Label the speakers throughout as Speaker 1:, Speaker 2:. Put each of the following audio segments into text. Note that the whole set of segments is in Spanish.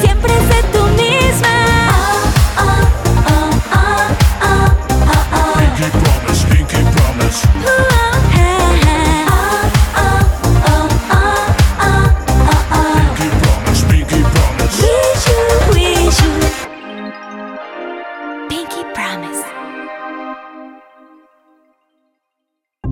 Speaker 1: siempre sé tú misma. Oh, oh, oh, oh, oh, oh, oh.
Speaker 2: Pinky promise, Pinky promise.
Speaker 1: Uh, oh, ah, ah. Oh, oh, oh, oh, oh, oh.
Speaker 2: Pinky promise, Pinky promise.
Speaker 1: Wish you, wish you. Pinky Promise.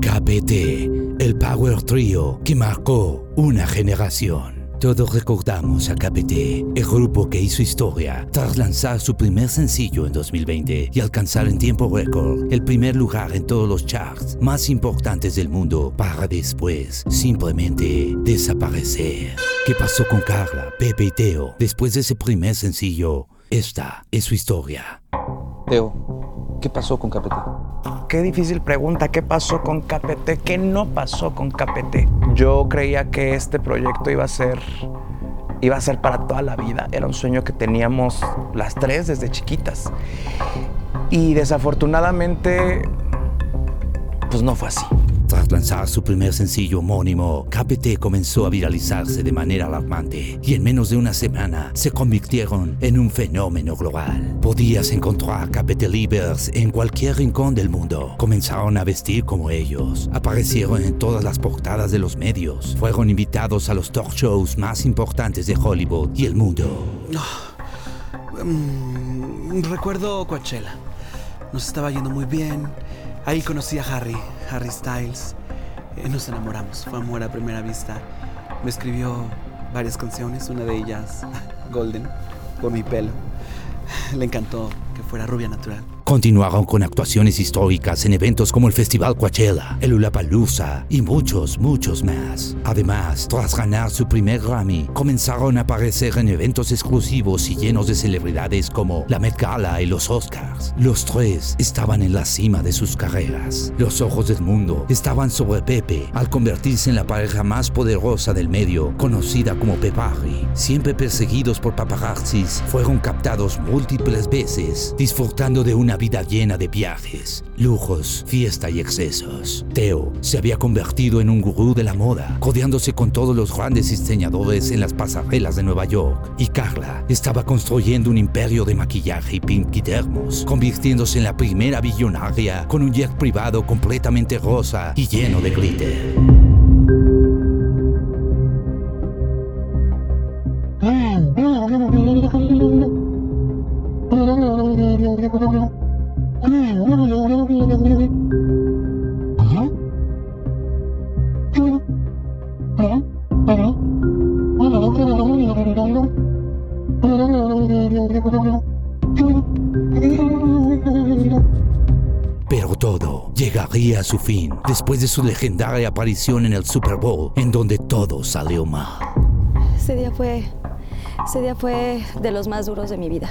Speaker 3: KPT, el Power Trio que marcó una generación. Todos recordamos a KPT, el grupo que hizo historia tras lanzar su primer sencillo en 2020 y alcanzar en tiempo récord el primer lugar en todos los charts más importantes del mundo para después simplemente desaparecer. ¿Qué pasó con Carla, Pepe y Teo después de ese primer sencillo? Esta es su historia.
Speaker 4: Teo, ¿qué pasó con Capete?
Speaker 5: Qué difícil pregunta, ¿qué pasó con KPT? ¿Qué no pasó con KPT? Yo creía que este proyecto iba a ser iba a ser para toda la vida, era un sueño que teníamos las tres desde chiquitas. Y desafortunadamente pues no fue así.
Speaker 3: Tras lanzar su primer sencillo homónimo, KPT comenzó a viralizarse de manera alarmante y en menos de una semana se convirtieron en un fenómeno global. Podías encontrar KPT Livers en cualquier rincón del mundo. Comenzaron a vestir como ellos, aparecieron en todas las portadas de los medios, fueron invitados a los talk shows más importantes de Hollywood y el mundo.
Speaker 6: Mm, Recuerdo Coachella. Nos estaba yendo muy bien. Ahí conocí a Harry, Harry Styles. Eh, Nos enamoramos, fue amor a primera vista. Me escribió varias canciones, una de ellas, Golden, por mi pelo. Le encantó que fuera rubia natural.
Speaker 3: Continuaron con actuaciones históricas en eventos como el Festival Coachella, el Lollapalooza y muchos, muchos más. Además, tras ganar su primer Grammy, comenzaron a aparecer en eventos exclusivos y llenos de celebridades como la Met Gala y los Oscars. Los tres estaban en la cima de sus carreras. Los ojos del mundo estaban sobre Pepe al convertirse en la pareja más poderosa del medio, conocida como Pepari. Siempre perseguidos por paparazzis, fueron captados múltiples veces, disfrutando de una vida llena de viajes, lujos, fiesta y excesos. Teo se había convertido en un gurú de la moda, codeándose con todos los grandes diseñadores en las pasarelas de Nueva York. Y Carla estaba construyendo un imperio de maquillaje y pinquidermos, convirtiéndose en la primera billonaria con un jet privado completamente rosa y lleno de glitter. Pero todo llegaría a su fin después de su legendaria aparición en el Super Bowl, en donde todo salió mal.
Speaker 7: Ese día fue. Ese día fue de los más duros de mi vida.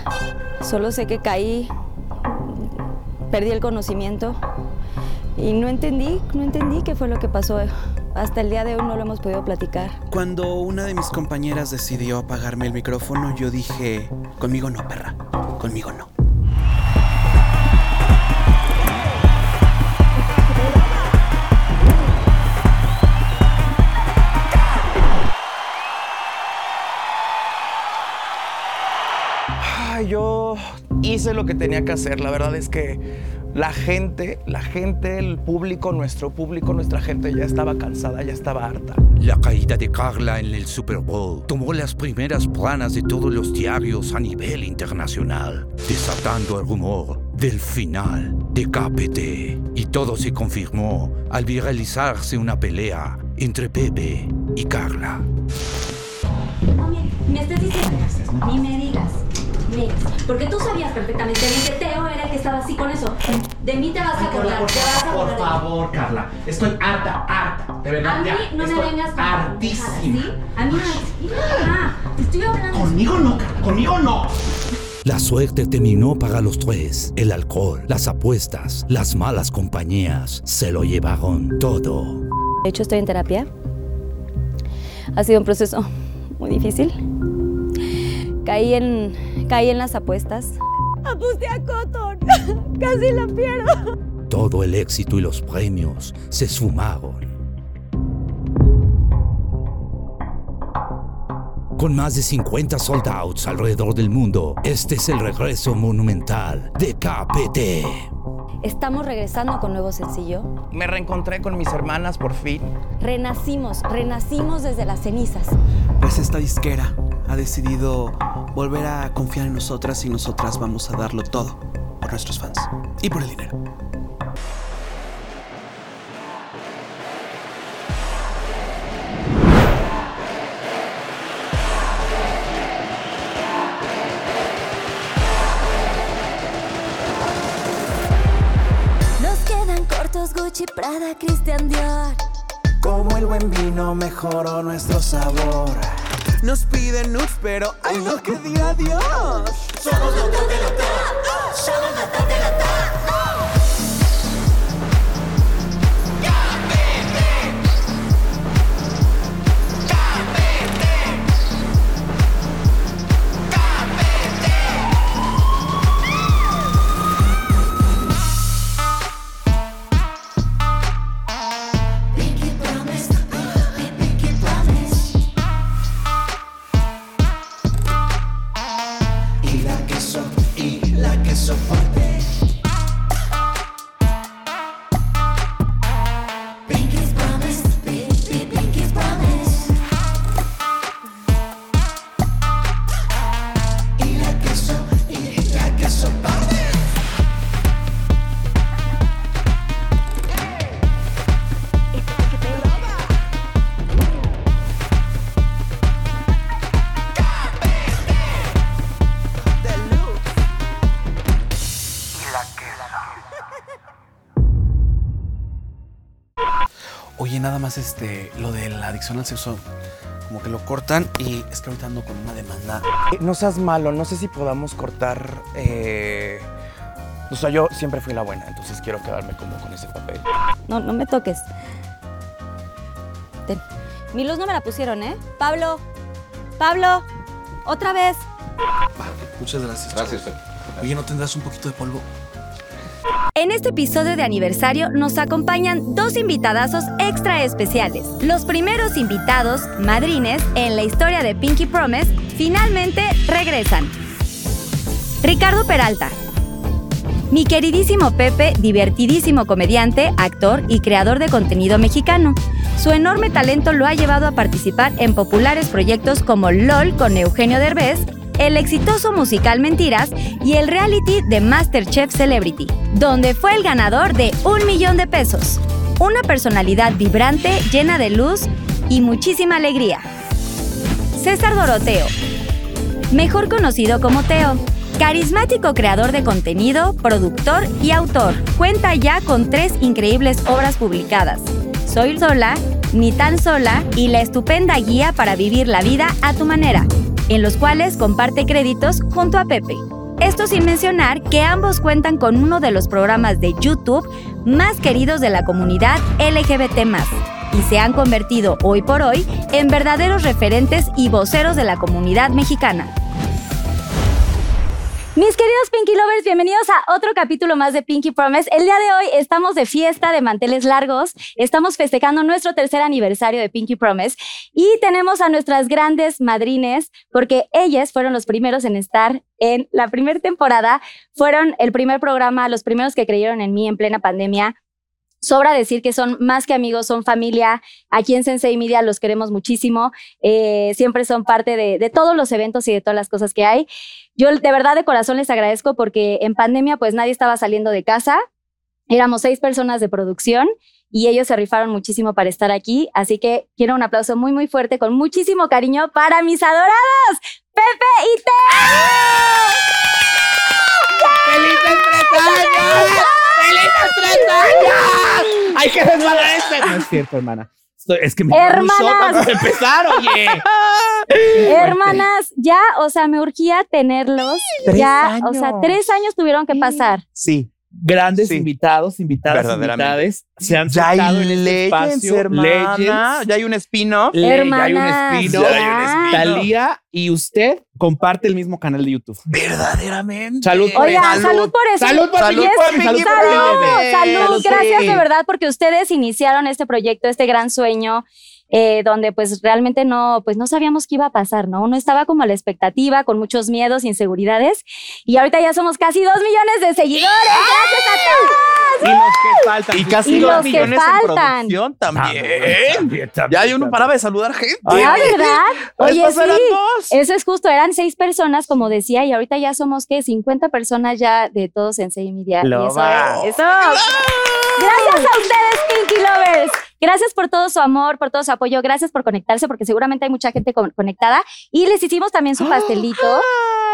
Speaker 7: Solo sé que caí, perdí el conocimiento y no entendí, no entendí qué fue lo que pasó. Hasta el día de hoy no lo hemos podido platicar.
Speaker 6: Cuando una de mis compañeras decidió apagarme el micrófono, yo dije, conmigo no, perra, conmigo no.
Speaker 5: Ay, yo hice lo que tenía que hacer. La verdad es que la gente, la gente, el público, nuestro público, nuestra gente ya estaba cansada, ya estaba harta.
Speaker 3: La caída de Carla en el Super Bowl tomó las primeras planas de todos los diarios a nivel internacional, desatando el rumor del final de KPT. Y todo se confirmó al viralizarse una pelea entre Pepe y Carla.
Speaker 8: Oye, me estás diciendo, ni me digas, me digas, porque tú sabías perfectamente bien que Teo era el que estaba así con eso. De mí te vas a acordar, te vas a acordar. de mí.
Speaker 9: Carla. Estoy harta, harta. De
Speaker 8: A mí no me vengas con pendejadas, ¿sí? A mí no me... Ah, te estoy hablando.
Speaker 9: Conmigo no, Carla. Conmigo no.
Speaker 3: La suerte terminó para los tres. El alcohol, las apuestas, las malas compañías se lo llevaron todo.
Speaker 7: De hecho, estoy en terapia. Ha sido un proceso muy difícil. Caí en, caí en las apuestas. Aposté a Cotton. Casi la pierdo.
Speaker 3: Todo el éxito y los premios se sumaron. Con más de 50 sold outs alrededor del mundo, este es el regreso monumental de KPT.
Speaker 7: Estamos regresando con nuevo sencillo.
Speaker 10: Me reencontré con mis hermanas por fin.
Speaker 7: Renacimos, renacimos desde las cenizas.
Speaker 11: Pues esta disquera ha decidido volver a confiar en nosotras y nosotras vamos a darlo todo por nuestros fans y por el dinero.
Speaker 1: Nos quedan cortos Gucci, Prada, Christian Dior.
Speaker 11: Como el buen vino mejoró nuestro sabor. Nos piden nudes, pero ay no que diga Dios. Oye, nada más este, lo de la adicción al sexo, como que lo cortan y es que ahorita ando con una demanda.
Speaker 10: Eh, No seas malo, no sé si podamos cortar. eh, O sea, yo siempre fui la buena, entonces quiero quedarme como con ese papel.
Speaker 7: No, no me toques. Ten. Mi luz no me la pusieron, ¿eh? Pablo, Pablo, otra vez.
Speaker 11: Muchas gracias. Gracias, Oye, ¿no tendrás un poquito de polvo?
Speaker 7: En este episodio de aniversario nos acompañan dos invitadazos extra especiales. Los primeros invitados, madrines, en la historia de Pinky Promise, finalmente regresan. Ricardo Peralta. Mi queridísimo Pepe, divertidísimo comediante, actor y creador de contenido mexicano. Su enorme talento lo ha llevado a participar en populares proyectos como LOL con Eugenio Derbez, el exitoso musical Mentiras y el reality de MasterChef Celebrity, donde fue el ganador de un millón de pesos. Una personalidad vibrante, llena de luz y muchísima alegría. César Doroteo, mejor conocido como Teo. Carismático creador de contenido, productor y autor, cuenta ya con tres increíbles obras publicadas. Soy sola, ni tan sola y la estupenda guía para vivir la vida a tu manera, en los cuales comparte créditos junto a Pepe. Esto sin mencionar que ambos cuentan con uno de los programas de YouTube más queridos de la comunidad LGBT y se han convertido hoy por hoy en verdaderos referentes y voceros de la comunidad mexicana. Mis queridos Pinky Lovers, bienvenidos a otro capítulo más de Pinky Promise. El día de hoy estamos de fiesta de manteles largos, estamos festejando nuestro tercer aniversario de Pinky Promise y tenemos a nuestras grandes madrines porque ellas fueron los primeros en estar en la primera temporada, fueron el primer programa, los primeros que creyeron en mí en plena pandemia. Sobra decir que son más que amigos, son familia. Aquí en Sensei Media los queremos muchísimo. Eh, siempre son parte de, de todos los eventos y de todas las cosas que hay. Yo de verdad de corazón les agradezco porque en pandemia pues nadie estaba saliendo de casa. Éramos seis personas de producción y ellos se rifaron muchísimo para estar aquí. Así que quiero un aplauso muy, muy fuerte con muchísimo cariño para mis adoradas Pepe y Teo.
Speaker 12: ¡Felices tres años! ¡Felices tres años! ¡Hay que resbalar este! No es cierto, hermana. Estoy- es que me
Speaker 7: Hermanas.
Speaker 12: para empezar, oye.
Speaker 7: Hermanas, ya, o sea, me urgía tenerlos.
Speaker 4: Tres
Speaker 7: ya, o sea,
Speaker 4: años.
Speaker 7: tres años tuvieron que pasar.
Speaker 5: Sí.
Speaker 4: Grandes
Speaker 5: Sí.
Speaker 4: invitados, invitadas,
Speaker 5: Verdaderamente.
Speaker 4: invitades. Se han
Speaker 5: Ya
Speaker 4: sentado
Speaker 5: hay
Speaker 4: en este
Speaker 5: legends,
Speaker 4: espacio.
Speaker 5: hermana.
Speaker 4: Legends.
Speaker 5: Ya hay un spin-off.
Speaker 4: Le- hay un
Speaker 7: Hermanas,
Speaker 4: espino.
Speaker 7: Ya hay un espino.
Speaker 4: Talía y usted comparte el mismo canal de YouTube.
Speaker 5: Verdaderamente.
Speaker 4: Salud por
Speaker 7: Oiga, salud, por eso.
Speaker 4: Salud por
Speaker 7: Yes,
Speaker 4: Pinky Promise,
Speaker 7: Salud,
Speaker 4: salud por Pinky
Speaker 7: salud,
Speaker 4: Promise.
Speaker 7: gracias
Speaker 4: Sí.
Speaker 7: de verdad porque ustedes iniciaron este proyecto, este gran sueño. eh, donde pues realmente no, pues no sabíamos qué iba a pasar, ¿no? Uno estaba como a la expectativa, con muchos miedos, inseguridades, y ahorita ya somos casi dos millones de seguidores, gracias a todos.
Speaker 5: Y los que faltan. Y casi
Speaker 7: Y
Speaker 5: dos
Speaker 7: los que
Speaker 5: millones en
Speaker 7: faltan.
Speaker 5: producción
Speaker 11: Ah,
Speaker 5: también. Ya hay uno paraba de saludar gente.
Speaker 7: La verdad,
Speaker 5: Oye,
Speaker 7: oye,
Speaker 5: eran
Speaker 7: sí,
Speaker 5: dos.
Speaker 7: eso es justo, eran seis personas, como decía, y ahorita ya somos, ¿qué? 50 personas ya de todos en Sensei Media. Y
Speaker 5: Lo
Speaker 7: eso
Speaker 5: va.
Speaker 7: es- eso. Gracias a ustedes, Pinky Lovers. Gracias por todo su amor, por todo su apoyo. Gracias por conectarse, porque seguramente hay mucha gente con- conectada. Y les hicimos también su pastelito.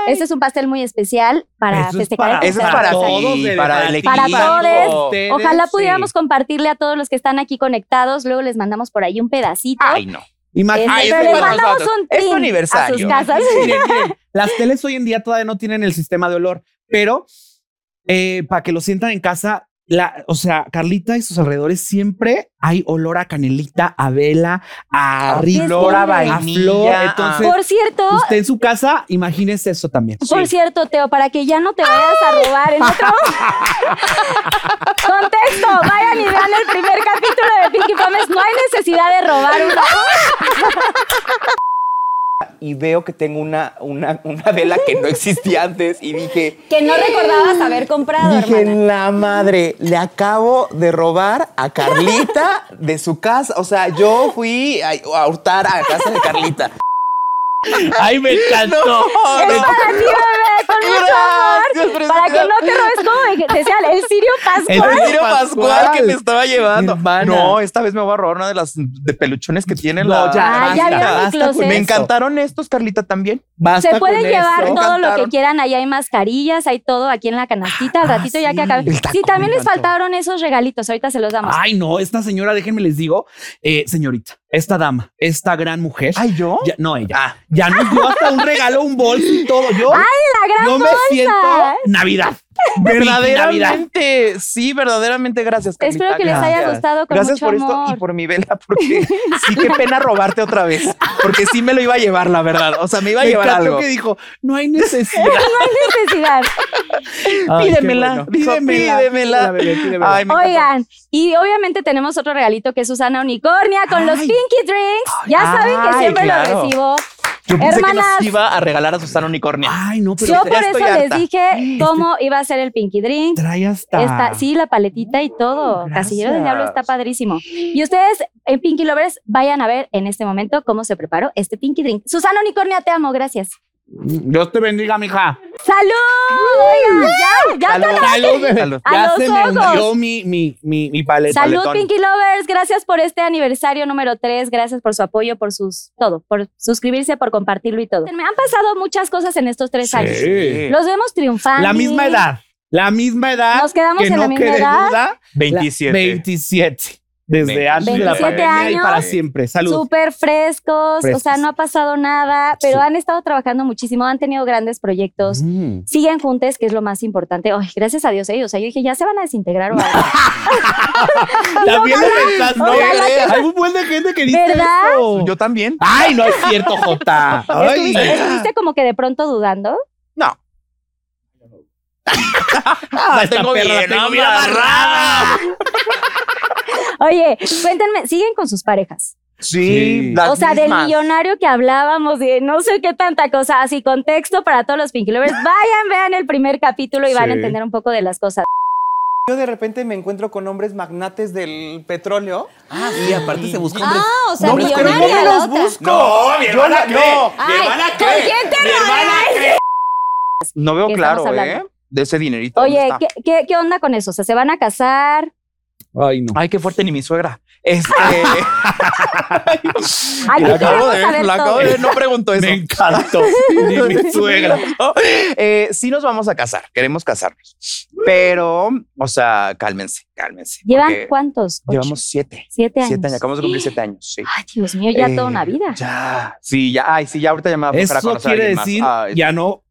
Speaker 7: Este es un pastel muy especial para
Speaker 4: Eso es
Speaker 7: festejar.
Speaker 4: para-
Speaker 7: el
Speaker 5: Eso es
Speaker 7: cumpleaños
Speaker 5: para
Speaker 7: de
Speaker 5: todos,
Speaker 4: ti,
Speaker 5: para, el
Speaker 4: ti,
Speaker 5: equipo.
Speaker 7: Para todos.
Speaker 4: ustedes,
Speaker 7: Ojalá
Speaker 4: sí.
Speaker 7: pudiéramos compartirle a todos los que están aquí conectados. Luego les mandamos por ahí un pedacito.
Speaker 5: Ay, no.
Speaker 4: Imagínate.
Speaker 7: Este,
Speaker 5: ay,
Speaker 7: pero
Speaker 5: es
Speaker 7: les
Speaker 5: para
Speaker 7: mandamos
Speaker 5: nosotros.
Speaker 7: un
Speaker 5: Es tu
Speaker 7: tin
Speaker 5: aniversario.
Speaker 7: a sus casas.
Speaker 4: Miren, miren, las teles hoy en día todavía no tienen el sistema de olor, pero eh, para que lo sientan en casa, la, o sea, Carlita y sus alrededores siempre hay olor a canelita, a vela, a,
Speaker 5: A
Speaker 4: ri-
Speaker 7: flor, a
Speaker 4: vainilla, a-
Speaker 5: entonces.
Speaker 7: Por cierto,
Speaker 4: Usted en su casa, imagínese eso también.
Speaker 7: Por cierto, Teo, para que ya no te vayas a robar en otro contexto, vayan y vean el primer capítulo de Pinky Promise. No hay necesidad de robar uno.
Speaker 5: Y veo que tengo una, una, una vela que no existía antes y dije,
Speaker 7: Que no recordabas haber comprado,
Speaker 5: Dije, la madre, le acabo de robar a Carlita de su casa. O sea, yo fui a, a hurtar a casa de Carlita.
Speaker 4: Ay, me encantó.
Speaker 7: Es para ti, bebé, con mucho amor. Para que no te robes, como decía el Sirio
Speaker 4: El
Speaker 7: Pascual.
Speaker 5: El
Speaker 4: Tiro
Speaker 5: tiro Pascual que
Speaker 4: Pascual.
Speaker 5: me estaba llevando.
Speaker 4: Hermana.
Speaker 5: No, esta vez me voy a robar una de las de peluchones que tiene
Speaker 4: No,
Speaker 5: la.
Speaker 4: ya,
Speaker 7: Ah, ya
Speaker 4: basta,
Speaker 7: vieron mi
Speaker 4: basta
Speaker 7: closet.
Speaker 4: con
Speaker 5: me
Speaker 4: eso.
Speaker 5: encantaron estos, Carlita, también.
Speaker 4: Basta
Speaker 7: Se pueden
Speaker 4: con
Speaker 7: llevar
Speaker 4: eso.
Speaker 7: todo lo que
Speaker 5: encantaron.
Speaker 7: quieran. Ahí hay mascarillas, hay todo aquí en la canastita. Al ratito ya que acabe.
Speaker 5: El taco
Speaker 7: Sí, también
Speaker 5: me
Speaker 7: les
Speaker 5: encantó.
Speaker 7: faltaron esos regalitos. Ahorita se los damos.
Speaker 4: Ay, no, esta señora, déjenme les digo, eh, señorita, esta dama, esta gran mujer.
Speaker 5: Ay, ¿yo?
Speaker 4: ya- no, ella.
Speaker 5: Ah.
Speaker 4: Ya nos dio hasta un regalo, un bolso y todo. Yo,
Speaker 7: ¡Ay, la gran
Speaker 4: yo me
Speaker 7: bolsa!
Speaker 4: siento Navidad. Navidad.
Speaker 5: Verdaderamente, sí, verdaderamente, gracias. Carlita,
Speaker 7: Espero que les haya
Speaker 5: gracias.
Speaker 7: gustado con
Speaker 5: Gracias
Speaker 7: mucho
Speaker 5: por esto
Speaker 7: amor.
Speaker 5: y por mi vela, porque sí, qué pena robarte otra vez, porque sí me lo iba a llevar, la verdad. O sea, me iba a
Speaker 4: Me
Speaker 5: llevar
Speaker 4: encantó
Speaker 5: algo.
Speaker 4: que dijo, no hay necesidad.
Speaker 7: No hay necesidad.
Speaker 4: Ay, qué
Speaker 5: Pídemela,
Speaker 4: bueno.
Speaker 5: dijo,
Speaker 4: Pídemela,
Speaker 5: pídemela.
Speaker 4: bebé, pídemela.
Speaker 5: Ay, me encantó.
Speaker 7: Oigan, y obviamente tenemos otro regalito que es Susana Unicornia con los Pinky Drinks. Ya saben que
Speaker 5: ay,
Speaker 7: siempre
Speaker 5: claro.
Speaker 7: lo recibo.
Speaker 5: Yo pensé
Speaker 7: hermanas.
Speaker 5: que nos iba a regalar a Susana Unicornio.
Speaker 4: Ay, no, pero
Speaker 7: Yo
Speaker 5: ya
Speaker 7: por eso
Speaker 5: estoy
Speaker 7: les
Speaker 5: harta.
Speaker 7: dije cómo iba a ser el Pinky Drink.
Speaker 4: trae hasta.
Speaker 7: Está, sí, la paletita y todo. Casillero del Diablo está padrísimo. Y ustedes, en Pinky Lovers, vayan a ver en este momento cómo se preparó este Pinky Drink. Susana Unicornia, te amo, gracias.
Speaker 4: Dios te bendiga, mija.
Speaker 7: ¡Salud! Oigan, ya, ya todo-
Speaker 4: Salud, bebé.
Speaker 5: Salud.
Speaker 7: A
Speaker 4: Ya
Speaker 7: los
Speaker 4: se me
Speaker 7: ojos.
Speaker 4: hundió mi, mi, mi, mi paleta.
Speaker 7: Salud,
Speaker 4: paletón.
Speaker 7: Pinky Lovers. Gracias por este aniversario número 3. Gracias por su apoyo, por sus todo, por suscribirse, por compartirlo y todo. Me han pasado muchas cosas en estos tres años.
Speaker 4: Sí.
Speaker 7: Los vemos triunfando.
Speaker 4: La misma edad. La misma edad.
Speaker 7: Nos quedamos
Speaker 4: que
Speaker 7: en
Speaker 4: no
Speaker 7: la misma
Speaker 4: quede
Speaker 7: edad.
Speaker 4: duda, la-
Speaker 5: 27.
Speaker 4: 27. Desde antes de la
Speaker 7: 27
Speaker 4: pandemia y
Speaker 7: años.
Speaker 4: para siempre. Salud.
Speaker 7: Súper frescos, o sea,
Speaker 4: Frescos.
Speaker 7: no ha pasado nada, pero han estado trabajando muchísimo, han tenido grandes proyectos,
Speaker 4: Mm.
Speaker 7: siguen juntos, que es lo más importante. Ay, gracias a Dios ellos, o sea, yo dije, ya se van a desintegrar. o algo.
Speaker 4: También lo pensás, ¿no?
Speaker 7: Ojalá que-
Speaker 4: Hay un buen de gente que dice
Speaker 7: ¿Verdad?
Speaker 4: eso.
Speaker 5: Yo también.
Speaker 4: Ay, no es cierto, Jota. Ay.
Speaker 7: ¿Estuviste, estuviste como que de pronto dudando?
Speaker 5: No.
Speaker 4: Ah, esta
Speaker 5: tengo
Speaker 4: perra la
Speaker 5: bien
Speaker 4: tengo bien
Speaker 5: amarrada.
Speaker 4: amarrada.
Speaker 7: Oye, cuéntenme, ¿siguen con sus parejas?
Speaker 4: Sí.
Speaker 5: las
Speaker 7: o sea, del
Speaker 5: mismas.
Speaker 7: millonario que hablábamos, de no sé qué tanta cosa, así contexto para todos los Pinky Lovers. Vayan, vean el primer capítulo y van a
Speaker 4: Sí.
Speaker 7: entender un poco de las cosas.
Speaker 5: Yo de repente me encuentro con hombres magnates del petróleo.
Speaker 6: Ah, sí, aparte se buscó hombres.
Speaker 1: o sea,
Speaker 5: pues, pero
Speaker 1: millonaria
Speaker 5: no me
Speaker 1: la
Speaker 5: los
Speaker 1: otra.
Speaker 5: busco. No, mi hermana no.
Speaker 7: Ah,
Speaker 1: Ay, ¿con quién te rodeas?
Speaker 5: No veo
Speaker 7: ¿Qué
Speaker 5: claro,
Speaker 7: estamos
Speaker 5: ¿eh?
Speaker 7: hablando?
Speaker 5: De ese dinerito. ¿dónde
Speaker 7: Oye,
Speaker 5: está?
Speaker 7: ¿qué, qué, qué onda con eso? O sea, ¿se van a casar?
Speaker 4: Ay, no.
Speaker 5: Ay, qué fuerte, ni mi suegra. Este.
Speaker 4: Ay,
Speaker 5: la
Speaker 4: qué queremos
Speaker 5: acabo de
Speaker 4: saber
Speaker 5: ver, la acabo
Speaker 4: todo.
Speaker 5: de ver, no pregunto eso.
Speaker 4: Me encantó.
Speaker 5: Ni mi suegra. Eh, sí nos vamos a casar, queremos casarnos. Pero, o sea, cálmense, cálmense.
Speaker 7: ¿Llevan
Speaker 5: porque
Speaker 7: cuántos? Ocho,
Speaker 5: Llevamos siete.
Speaker 7: siete años.
Speaker 5: Siete años, acabamos de cumplir siete años, sí.
Speaker 7: Ay, Dios mío, ya
Speaker 5: Eh,
Speaker 7: toda una vida.
Speaker 5: Ya, sí, ya, ay, sí, ya ahorita llamaba Ah, pues, para
Speaker 4: Eso
Speaker 5: conocer a
Speaker 4: quiere
Speaker 5: alguien más. Ah,
Speaker 4: decir,
Speaker 5: Ay,
Speaker 4: ya no.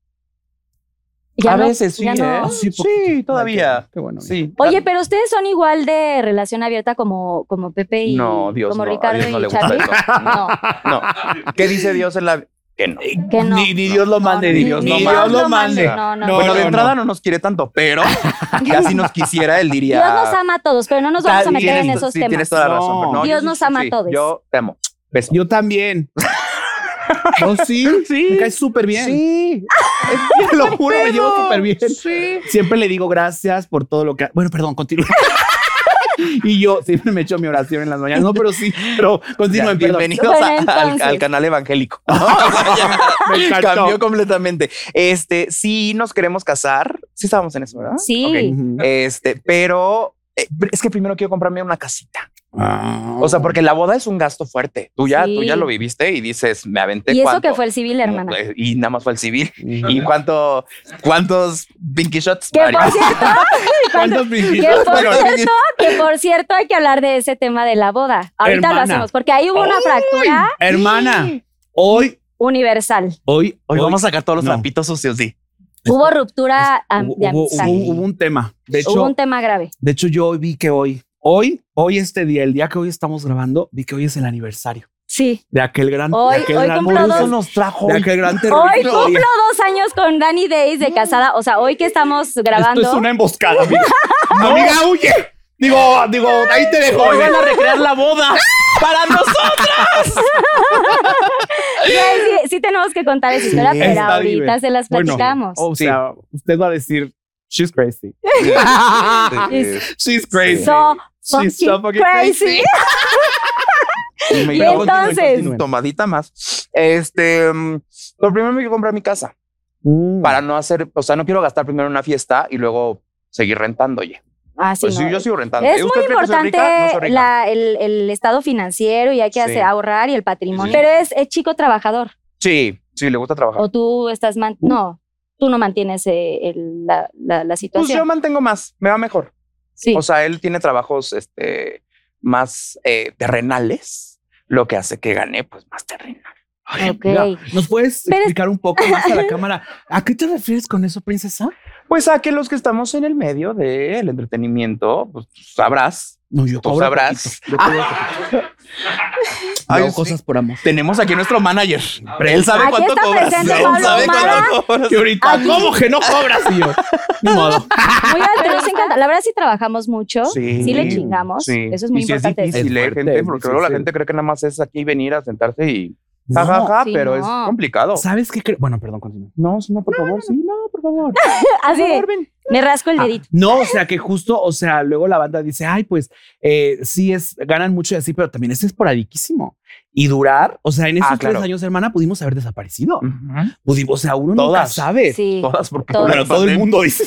Speaker 7: Ya
Speaker 4: a
Speaker 7: no-
Speaker 4: veces sí,
Speaker 7: ya
Speaker 4: ¿eh?
Speaker 7: no.
Speaker 4: Sí, porque-
Speaker 5: sí, todavía.
Speaker 4: Qué bueno. mira.
Speaker 5: Sí.
Speaker 7: Oye, pero ustedes son igual de relación abierta como, como Pepe y
Speaker 5: No, Dios,
Speaker 7: como
Speaker 5: no, a
Speaker 7: Ricardo
Speaker 5: Dios no
Speaker 7: y
Speaker 5: le gusta
Speaker 7: Charlie.
Speaker 5: eso.
Speaker 7: No,
Speaker 5: No. ¿Qué dice Dios en la que no?
Speaker 7: que no.
Speaker 4: Ni, ni Dios lo mande,
Speaker 7: ni
Speaker 4: ni
Speaker 7: Dios
Speaker 4: Dios,
Speaker 7: lo
Speaker 4: lo
Speaker 7: mande.
Speaker 4: mande.
Speaker 7: No, no,
Speaker 5: bueno, de
Speaker 4: no.
Speaker 5: entrada no. nos quiere tanto, pero ya si nos quisiera, él diría.
Speaker 7: Dios nos ama a todos, pero no nos vamos a
Speaker 5: Sí,
Speaker 7: meter en
Speaker 5: tienes-
Speaker 7: esos
Speaker 5: sí,
Speaker 7: temas.
Speaker 5: Tienes toda la razón.
Speaker 4: No.
Speaker 5: pero no,
Speaker 7: Dios
Speaker 5: yo
Speaker 7: nos ama a
Speaker 5: sí,
Speaker 7: todos.
Speaker 5: Yo te amo. Beso.
Speaker 4: Yo también. ¿No, sí?
Speaker 5: Sí.
Speaker 4: Me cae súper bien.
Speaker 5: Sí.
Speaker 4: Te lo juro, me llevo
Speaker 5: pedo.
Speaker 4: súper bien.
Speaker 5: Sí.
Speaker 4: Siempre le digo gracias por todo lo que. ha- Bueno, perdón, continúa. y yo siempre me echo mi oración en las mañanas. No, pero sí, pero
Speaker 5: Ya,
Speaker 4: continúen, perdón.
Speaker 5: bienvenidos
Speaker 7: Bueno,
Speaker 5: a- al- al,
Speaker 7: entonces.
Speaker 5: canal evangélico.
Speaker 4: Me encantó.
Speaker 5: Cambió completamente. Este, sí nos queremos casar. Sí estábamos en eso, ¿verdad?
Speaker 7: Sí.
Speaker 5: Ok.
Speaker 4: Ujú.
Speaker 5: Este, pero eh, es que primero quiero comprarme una casita.
Speaker 4: Ah.
Speaker 5: O sea, porque la boda es un gasto fuerte. Tú ya, tú
Speaker 7: Sí.
Speaker 5: ya lo viviste y dices, me aventé.
Speaker 7: Y eso
Speaker 5: cuánto?
Speaker 7: que fue el civil, hermana.
Speaker 5: Eh, Y nada más fue el civil. ¿Y cuánto, cuántos pinky shots?
Speaker 7: Que por
Speaker 5: Varios.
Speaker 7: cierto,
Speaker 4: ¿Cuántos
Speaker 7: que
Speaker 4: principios?
Speaker 7: por
Speaker 4: Bueno,
Speaker 7: cierto, que por cierto hay que hablar de ese tema de la boda. Ahorita lo
Speaker 4: Hermana.
Speaker 7: hacemos, porque ahí hubo una fractura
Speaker 4: hermana, hoy,
Speaker 7: universal.
Speaker 4: hoy,
Speaker 5: Hoy vamos a sacar todos los
Speaker 4: No.
Speaker 5: trapitos sucios, sí.
Speaker 7: Hubo ruptura am-
Speaker 4: Hubo,
Speaker 7: de
Speaker 4: hubo-
Speaker 7: amistad.
Speaker 4: hubo- hubo un tema. De hecho,
Speaker 7: Hubo un tema grave.
Speaker 4: de hecho, yo hoy vi que hoy, hoy, hoy este día, el día que hoy estamos grabando, vi que hoy es el aniversario
Speaker 7: Sí.
Speaker 4: de aquel gran,
Speaker 7: Hoy-
Speaker 4: de aquel
Speaker 7: hoy
Speaker 4: gran
Speaker 7: cumplo
Speaker 4: boludo,
Speaker 7: dos-
Speaker 4: nos trajo, de aquel gran
Speaker 7: Hoy
Speaker 4: terrorismo.
Speaker 7: cumplo dos años con Danny Days de casada. O sea, hoy que estamos grabando.
Speaker 4: Esto es una emboscada, amiga. Amiga, huye. Digo, digo, ahí te dejo.
Speaker 5: Hoy van a recrear la boda para nosotros.
Speaker 7: Güey, sí, sí tenemos que contar esa historia, pero
Speaker 4: Está
Speaker 7: ahorita
Speaker 4: bien.
Speaker 7: se las
Speaker 4: Bueno,
Speaker 7: platicamos.
Speaker 4: o sea, usted va a decir, she's crazy. she's crazy.
Speaker 7: so
Speaker 4: she's so
Speaker 7: fucking
Speaker 4: fucking
Speaker 7: crazy.
Speaker 4: crazy.
Speaker 5: Y me
Speaker 7: Y
Speaker 5: llevo una
Speaker 7: entonces-
Speaker 5: tomadita más. Este, mm, lo primero me quiero comprar mi casa
Speaker 4: Mm.
Speaker 5: para no hacer, o sea, no quiero gastar primero en una fiesta y luego seguir rentando, oye.
Speaker 7: Ah, sí,
Speaker 5: Pues sí,
Speaker 7: no.
Speaker 5: yo sigo rentando.
Speaker 7: Es
Speaker 5: ¿Eh?
Speaker 7: muy
Speaker 5: ¿Usted cree que soy
Speaker 7: importante
Speaker 5: rica? No soy rica.
Speaker 7: la- el, el estado financiero y hay que
Speaker 5: Sí.
Speaker 7: hacer, ahorrar y el
Speaker 5: Sí.
Speaker 7: patrimonio. Pero es, es chico trabajador
Speaker 5: Sí, sí, le gusta trabajar.
Speaker 7: o tú estás... man- no, tú no mantienes eh, el- la, la- la
Speaker 5: Pues yo
Speaker 7: situación.
Speaker 5: mantengo más, me va mejor.
Speaker 7: sí.
Speaker 5: O sea, él tiene trabajos este, más eh, terrenales, lo que hace que gane pues más terrenal.
Speaker 7: ok.
Speaker 4: ¿Nos puedes
Speaker 7: Pero-
Speaker 4: explicar un poco más a la cámara? ¿A qué te refieres con eso, princesa?
Speaker 5: Pues a que los que estamos en el medio del entretenimiento, pues sabrás,
Speaker 4: No, yo
Speaker 5: tú
Speaker 4: cobro
Speaker 5: sabrás.
Speaker 4: poquito, yo cobro poquito.
Speaker 5: Ay,
Speaker 4: Hago
Speaker 5: sí.
Speaker 4: cosas por amor.
Speaker 5: Tenemos aquí a nuestro manager. Él sabe
Speaker 7: Aquí
Speaker 5: cuánto
Speaker 7: está
Speaker 5: cobras.
Speaker 7: presente
Speaker 5: Él
Speaker 7: Pablo
Speaker 5: sabe
Speaker 7: Mara.
Speaker 5: cuánto cobras.
Speaker 4: Y ahorita,
Speaker 7: Aquí-
Speaker 4: ¿cómo que no cobras? Y yo, ni modo.
Speaker 7: Muy alto, nos encanta. La verdad sí trabajamos mucho.
Speaker 5: Sí.
Speaker 7: Sí le chingamos.
Speaker 5: Sí.
Speaker 7: Eso es muy
Speaker 5: y sí
Speaker 7: importante.
Speaker 5: Es difícil,
Speaker 4: Es
Speaker 5: eh,
Speaker 4: fuerte,
Speaker 5: gente,
Speaker 4: es
Speaker 5: porque luego la
Speaker 4: difícil.
Speaker 5: gente cree que nada más es aquí venir a sentarse y
Speaker 4: No.
Speaker 5: ja, ja, ja,
Speaker 7: Sí,
Speaker 5: pero
Speaker 7: no.
Speaker 5: es complicado.
Speaker 4: ¿Sabes qué creo? Bueno, perdón, continúa.
Speaker 5: No, no, por favor, sí, no, por favor.
Speaker 7: Así, me rasco el
Speaker 4: Ah,
Speaker 7: dedito.
Speaker 4: no, o sea, que justo, o sea, luego la banda dice, ay, pues eh, sí es, ganan mucho y así, pero también es esporadiquísimo. Y durar, o sea, en esos
Speaker 5: Ah, claro.
Speaker 4: tres años, hermana, pudimos haber desaparecido.
Speaker 5: Ujú.
Speaker 4: Pudimos, Pues, o sea, uno nunca
Speaker 5: Todas.
Speaker 4: sabe.
Speaker 7: Sí.
Speaker 5: Todas porque
Speaker 7: Todas.
Speaker 4: Pero todo el mundo dice,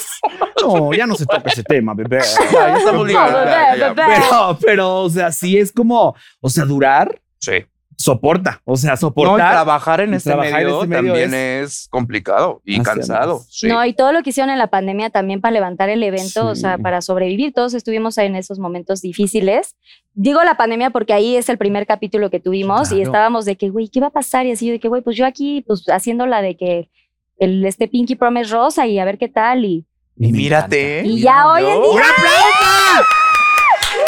Speaker 4: no, ya no se toca ese tema, bebé.
Speaker 5: Ya, ya estamos
Speaker 7: No,
Speaker 5: ligados, ya,
Speaker 7: bebé,
Speaker 5: ya, ya.
Speaker 7: bebé.
Speaker 4: Pero, pero, o sea, sí es como, o sea, durar
Speaker 5: Sí.
Speaker 4: soporta, o sea,
Speaker 5: No, y
Speaker 4: soportar.
Speaker 5: trabajar en
Speaker 4: y
Speaker 5: este
Speaker 4: trabajar en
Speaker 5: medio
Speaker 4: este medio
Speaker 5: también es, complicado y
Speaker 4: Así
Speaker 5: cansado.
Speaker 4: es.
Speaker 5: Sí.
Speaker 7: No, y todo lo que hicieron en la pandemia también para levantar el evento, o
Speaker 4: Sí.
Speaker 7: sea, para sobrevivir, todos estuvimos ahí en esos momentos difíciles. Digo la pandemia porque ahí es el primer capítulo que tuvimos y
Speaker 4: Claro.
Speaker 7: estábamos de que, güey, ¿qué va a pasar? Y así yo de que, güey, pues yo aquí, pues haciendo la de que el, este Pinky Promise rosa y a ver qué tal. Y,
Speaker 5: y mírate.
Speaker 7: y ya hoy en
Speaker 5: Yo-
Speaker 7: día,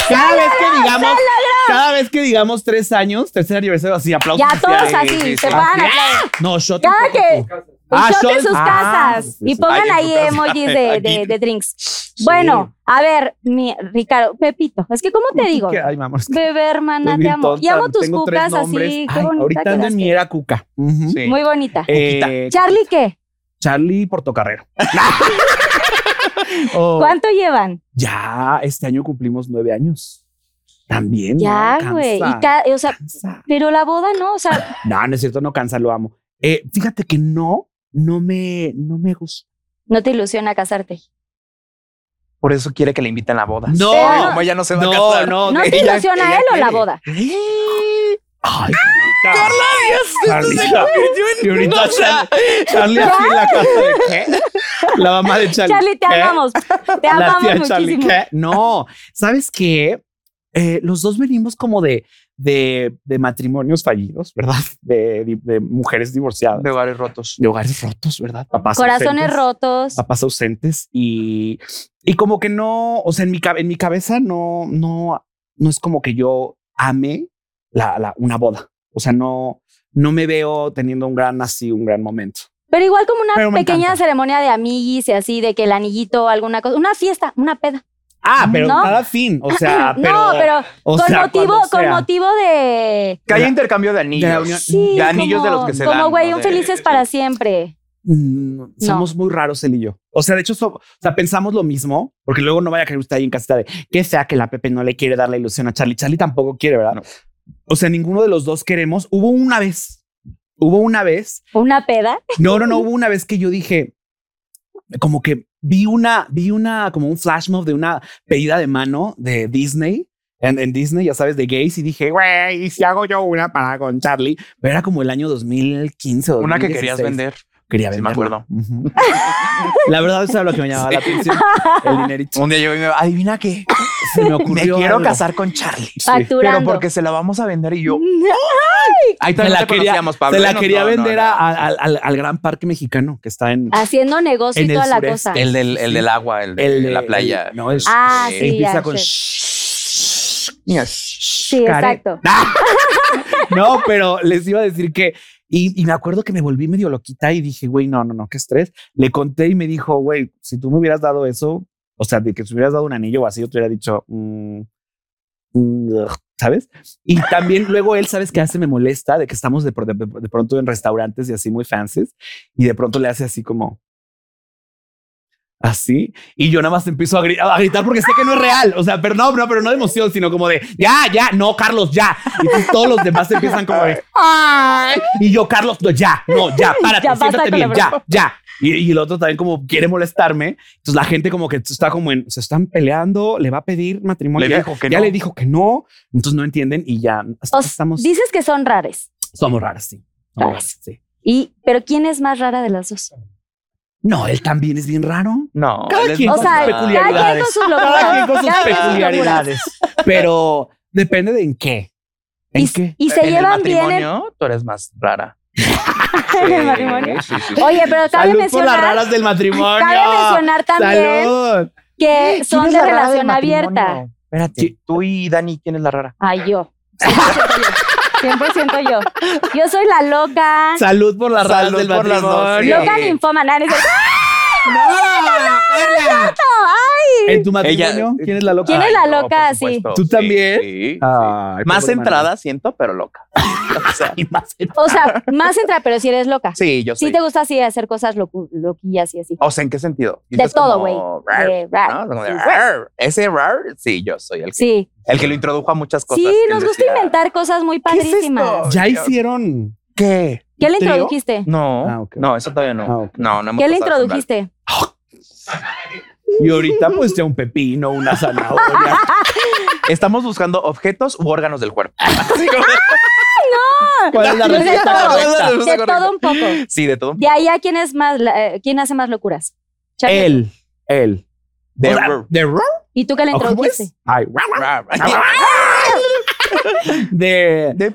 Speaker 4: Cada vez que digamos, cada vez que digamos tres años, tercer aniversario, así aplausos.
Speaker 7: ya
Speaker 4: así,
Speaker 7: todos
Speaker 5: sí,
Speaker 7: así,
Speaker 5: sí,
Speaker 7: se
Speaker 5: sí.
Speaker 7: paran
Speaker 4: Ah,
Speaker 7: aplaudir.
Speaker 4: No, yo
Speaker 7: Cada que.
Speaker 4: Ah,
Speaker 7: shot en
Speaker 4: shot.
Speaker 7: sus
Speaker 5: Ah,
Speaker 7: casas
Speaker 4: sí, sí,
Speaker 7: y
Speaker 4: sí.
Speaker 7: pongan
Speaker 5: Ahí en
Speaker 7: ahí
Speaker 5: tu casa,
Speaker 7: emojis de,
Speaker 5: aquí.
Speaker 7: de- de drinks. Bueno, a ver, mi Ricardo, Pepito, es que ¿cómo te digo?
Speaker 4: Que- Ay, mamá, es que
Speaker 7: Bebé, hermana,
Speaker 4: estoy
Speaker 7: te
Speaker 4: bien
Speaker 7: amo. Y
Speaker 4: tonta,
Speaker 7: amo tus
Speaker 4: tengo tres
Speaker 7: cucas
Speaker 4: nombres.
Speaker 7: así. Qué
Speaker 4: Ay,
Speaker 7: bonita
Speaker 4: ahorita ando en
Speaker 7: quedaste.
Speaker 4: mi era cuca. Ujú.
Speaker 5: Sí.
Speaker 7: Muy bonita.
Speaker 4: Eh,
Speaker 7: Charlie, ¿qué?
Speaker 4: Charlie Portocarrero. Oh,
Speaker 7: ¿Cuánto llevan?
Speaker 4: ya este año cumplimos nueve años. También.
Speaker 7: Ya,
Speaker 4: ¿no?
Speaker 7: güey.
Speaker 4: Cansa,
Speaker 7: Y ca- O sea,
Speaker 4: cansa.
Speaker 7: pero la boda no, o sea,
Speaker 4: No, no es cierto, no cansa, lo amo. Eh, fíjate que no, no me, no me gusta.
Speaker 7: no te ilusiona casarte.
Speaker 10: Por eso quiere que le inviten a la boda.
Speaker 4: No.
Speaker 10: Porque Como ella no se va
Speaker 4: No,
Speaker 10: a casar.
Speaker 4: no,
Speaker 7: ¿No te
Speaker 10: ella-
Speaker 7: ilusiona
Speaker 10: ella
Speaker 7: él o la
Speaker 10: quiere.
Speaker 7: boda?
Speaker 4: Eh, Carlita. Y ahorita Char- Charlie aquí en la casa de qué? La mamá de Charlie.
Speaker 7: Charlie, te
Speaker 4: ¿qué?
Speaker 7: amamos. Te
Speaker 4: ¿eh? La
Speaker 7: amamos
Speaker 4: tía
Speaker 7: muchísimo.
Speaker 4: Charlie, ¿qué? No, ¿sabes qué? Eh, los dos venimos como de, de, de matrimonios fallidos, ¿verdad? De, de- de mujeres divorciadas,
Speaker 10: De hogares rotos.
Speaker 4: de hogares rotos, ¿verdad? Papás
Speaker 7: Corazones
Speaker 4: ausentes,
Speaker 7: rotos.
Speaker 4: Papás ausentes y, y como que no, o sea, en mi, cabe- en mi cabeza no, no, no es como que yo ame la, la- una boda. O sea, no, no me veo teniendo un gran así, un gran momento.
Speaker 7: Pero igual como una
Speaker 4: Pero me
Speaker 7: pequeña
Speaker 4: encanta.
Speaker 7: ceremonia de amiguis y así, de que el anillito, alguna cosa. Una fiesta, una peda.
Speaker 4: Ah, pero
Speaker 7: No.
Speaker 4: cada fin, o sea, Ah, pero,
Speaker 7: no, pero
Speaker 4: o
Speaker 7: con,
Speaker 4: sea,
Speaker 7: motivo,
Speaker 4: cuando
Speaker 7: con
Speaker 4: sea.
Speaker 7: motivo de...
Speaker 10: Que haya
Speaker 4: De-
Speaker 10: intercambio de
Speaker 4: de la
Speaker 10: anillos.
Speaker 4: unión.
Speaker 7: Sí,
Speaker 10: de anillos
Speaker 7: como,
Speaker 10: de los que se
Speaker 7: como,
Speaker 10: dan,
Speaker 7: güey,
Speaker 10: ¿no?
Speaker 7: un
Speaker 10: De-
Speaker 7: felices para siempre.
Speaker 4: Mm, Somos muy raros él y yo. O sea, de hecho, so- o sea, pensamos lo mismo, porque luego no vaya a creer usted ahí en casita de que sea que la Pepe no le quiere dar la ilusión a Charlie. Charlie tampoco quiere, ¿verdad? O sea, ninguno de los dos queremos. Hubo una vez, hubo una vez,
Speaker 7: Una peda.
Speaker 4: no, no, no, hubo una vez que yo dije, como que vi una, vi una, como un flash mob de una pedida de mano de Disney. En, en Disney, ya sabes, de gays, y dije, güey, ¿y si hago yo una para con Charlie, pero era como el año 2015 o
Speaker 10: Una que querías
Speaker 4: 2016.
Speaker 10: vender.
Speaker 4: Quería
Speaker 10: Sí,
Speaker 4: ver,
Speaker 10: me acuerdo.
Speaker 4: La verdad, eso era lo que me llamaba la atención. El dinerito.
Speaker 10: Un día llegó y me adivina qué.
Speaker 4: Se me ocurrió.
Speaker 10: Me quiero
Speaker 4: algo.
Speaker 10: casar con Charlie.
Speaker 7: Facturando.
Speaker 10: Pero porque se la vamos a vender y yo. Ahí
Speaker 4: Se
Speaker 10: también
Speaker 4: la
Speaker 10: te
Speaker 4: quería,
Speaker 10: conocíamos, Pablo.
Speaker 4: se la
Speaker 10: No,
Speaker 4: quería
Speaker 10: no, no,
Speaker 4: vender
Speaker 10: no.
Speaker 4: a- a- al- al- al gran parque mexicano que está en
Speaker 7: Haciendo negocio
Speaker 4: En
Speaker 7: y
Speaker 4: el
Speaker 7: toda la
Speaker 4: sureste.
Speaker 7: cosa.
Speaker 10: El del, el del agua, el de
Speaker 4: el-
Speaker 10: la
Speaker 4: el-
Speaker 10: playa.
Speaker 4: no, es-
Speaker 7: Ah,
Speaker 10: Eh,
Speaker 7: sí,
Speaker 4: empieza
Speaker 7: ya,
Speaker 4: con.
Speaker 7: sí.
Speaker 10: Mira,
Speaker 7: Sí, exacto.
Speaker 4: No, pero les iba a decir que. Y, y me acuerdo que me volví medio loquita y dije, güey, no, no, no, qué estrés. Le conté y me dijo, güey, si tú me hubieras dado eso, o sea, de que te hubieras dado un anillo vacío, te hubiera dicho, mm, mm, ugh", ¿sabes? Y también luego él, ¿sabes qué hace? Me molesta de que estamos de, pr- de- de pronto en restaurantes y así muy fancies y de pronto le hace así como. Así, y yo nada más empiezo a gri- a gritar, porque sé que no es real, o sea, pero no, no, pero no de emoción, sino como de ya, ya, no, Carlos, ya. Y entonces todos los demás empiezan como de "Ay". y yo, Carlos, no, ya, no, ya, párate,
Speaker 7: Ya basta
Speaker 4: siéntate
Speaker 7: con la
Speaker 4: bien, ya, ya. Y, y el otro también como quiere molestarme, entonces la gente como que está como en se están peleando, le va a pedir matrimonio,
Speaker 10: Le
Speaker 4: ya-
Speaker 10: dijo que
Speaker 4: ya
Speaker 10: no.
Speaker 4: le dijo que no, entonces no entienden y ya hasta-
Speaker 7: O sea,
Speaker 4: estamos,
Speaker 7: Dices que son raras.
Speaker 4: somos raras, sí, somos
Speaker 7: Raras.
Speaker 4: raras, sí.
Speaker 7: Y, pero ¿quién es más rara de las dos?
Speaker 4: No, él también es bien raro.
Speaker 10: No.
Speaker 4: Cada
Speaker 10: él es
Speaker 4: quien
Speaker 7: O
Speaker 10: más
Speaker 4: con sus
Speaker 7: sea,
Speaker 10: normal.
Speaker 7: cada quien con sus locuras.
Speaker 4: Cada quien con sus
Speaker 7: Cada quien con sus
Speaker 4: peculiaridades. Pero depende de en qué. ¿En
Speaker 7: Y,
Speaker 4: qué?
Speaker 7: y se
Speaker 10: en
Speaker 7: llevan
Speaker 10: el
Speaker 7: bien en,
Speaker 10: matrimonio, tú eres más rara.
Speaker 7: en el matrimonio.
Speaker 10: Sí, sí, sí.
Speaker 7: Oye, pero cabe
Speaker 4: Salud por las
Speaker 7: mencionar,
Speaker 4: raras del matrimonio.
Speaker 7: cabe mencionar también
Speaker 4: Salud.
Speaker 7: que son
Speaker 10: ¿Quién es la rara
Speaker 7: de
Speaker 10: del
Speaker 7: relación
Speaker 10: matrimonio?
Speaker 7: abierta.
Speaker 10: Espérate.
Speaker 4: Sí.
Speaker 10: Tú y Dani, ¿quién es la rara?
Speaker 7: Ay, yo. 100% yo. 100% yo. Yo soy la loca.
Speaker 4: Salud por las raras
Speaker 10: Salud
Speaker 4: del
Speaker 10: por las dos,
Speaker 4: matrimonio.
Speaker 7: Loca ninfoma. nada, no es cierto.
Speaker 4: Carla. En tu matrimonio,
Speaker 10: Ella-
Speaker 4: ¿quién es la loca?
Speaker 7: ¿Quién es la
Speaker 10: Ay, no,
Speaker 7: loca?
Speaker 10: por supuesto.
Speaker 4: Sí. ¿Tú también?
Speaker 10: sí.
Speaker 4: Ay,
Speaker 10: Más
Speaker 4: pobre
Speaker 10: centrada siento, pero loca. O sea,
Speaker 4: Manuel. Y más centrada.
Speaker 7: O sea, más entra, pero si eres loca.
Speaker 10: sí, yo
Speaker 7: Sí
Speaker 10: soy.
Speaker 7: te gusta así hacer cosas locu- loquillas y así.
Speaker 10: O sea, ¿en qué sentido?
Speaker 7: De
Speaker 10: Dices
Speaker 7: todo, güey.
Speaker 10: como rar,
Speaker 7: De
Speaker 10: ¿no?
Speaker 7: rar.
Speaker 10: Como de
Speaker 7: Sí, pues.
Speaker 10: rar. Ese rar, sí, yo soy el que,
Speaker 7: Sí,
Speaker 10: el que lo introdujo a muchas cosas.
Speaker 7: sí,
Speaker 10: que
Speaker 7: nos
Speaker 10: él
Speaker 7: gusta
Speaker 10: decía,
Speaker 7: inventar cosas muy
Speaker 10: ¿Qué es
Speaker 7: padrísimas.
Speaker 10: esto?
Speaker 4: Ya hicieron.
Speaker 10: ¿Qué?
Speaker 7: ¿Qué le
Speaker 4: ¿Trío?
Speaker 7: introdujiste?
Speaker 10: No,
Speaker 4: Ah, ok.
Speaker 10: no, eso todavía no.
Speaker 4: Ah, ok.
Speaker 10: No, no hemos
Speaker 7: ¿Qué le
Speaker 10: pasado a sembrar.
Speaker 7: introdujiste?
Speaker 4: Y ahorita, pues ya un pepino, una zanahoria.
Speaker 10: Estamos buscando objetos u órganos del cuerpo.
Speaker 4: ¿Cuál es la
Speaker 7: Pues de
Speaker 4: receta correcta?
Speaker 7: todo,
Speaker 10: correcta.
Speaker 7: de todo un poco.
Speaker 10: Sí, de todo.
Speaker 7: De ahí a quién es más, la- eh, quién hace más locuras. Charlie.
Speaker 4: Él. Él.
Speaker 10: De
Speaker 4: O sea,
Speaker 10: rar.
Speaker 4: ¿De rar?
Speaker 7: ¿Y tú qué le
Speaker 4: ¿O Oh, cómo es?
Speaker 7: introdujiste?
Speaker 4: Ay,
Speaker 10: Rar.
Speaker 4: de
Speaker 10: De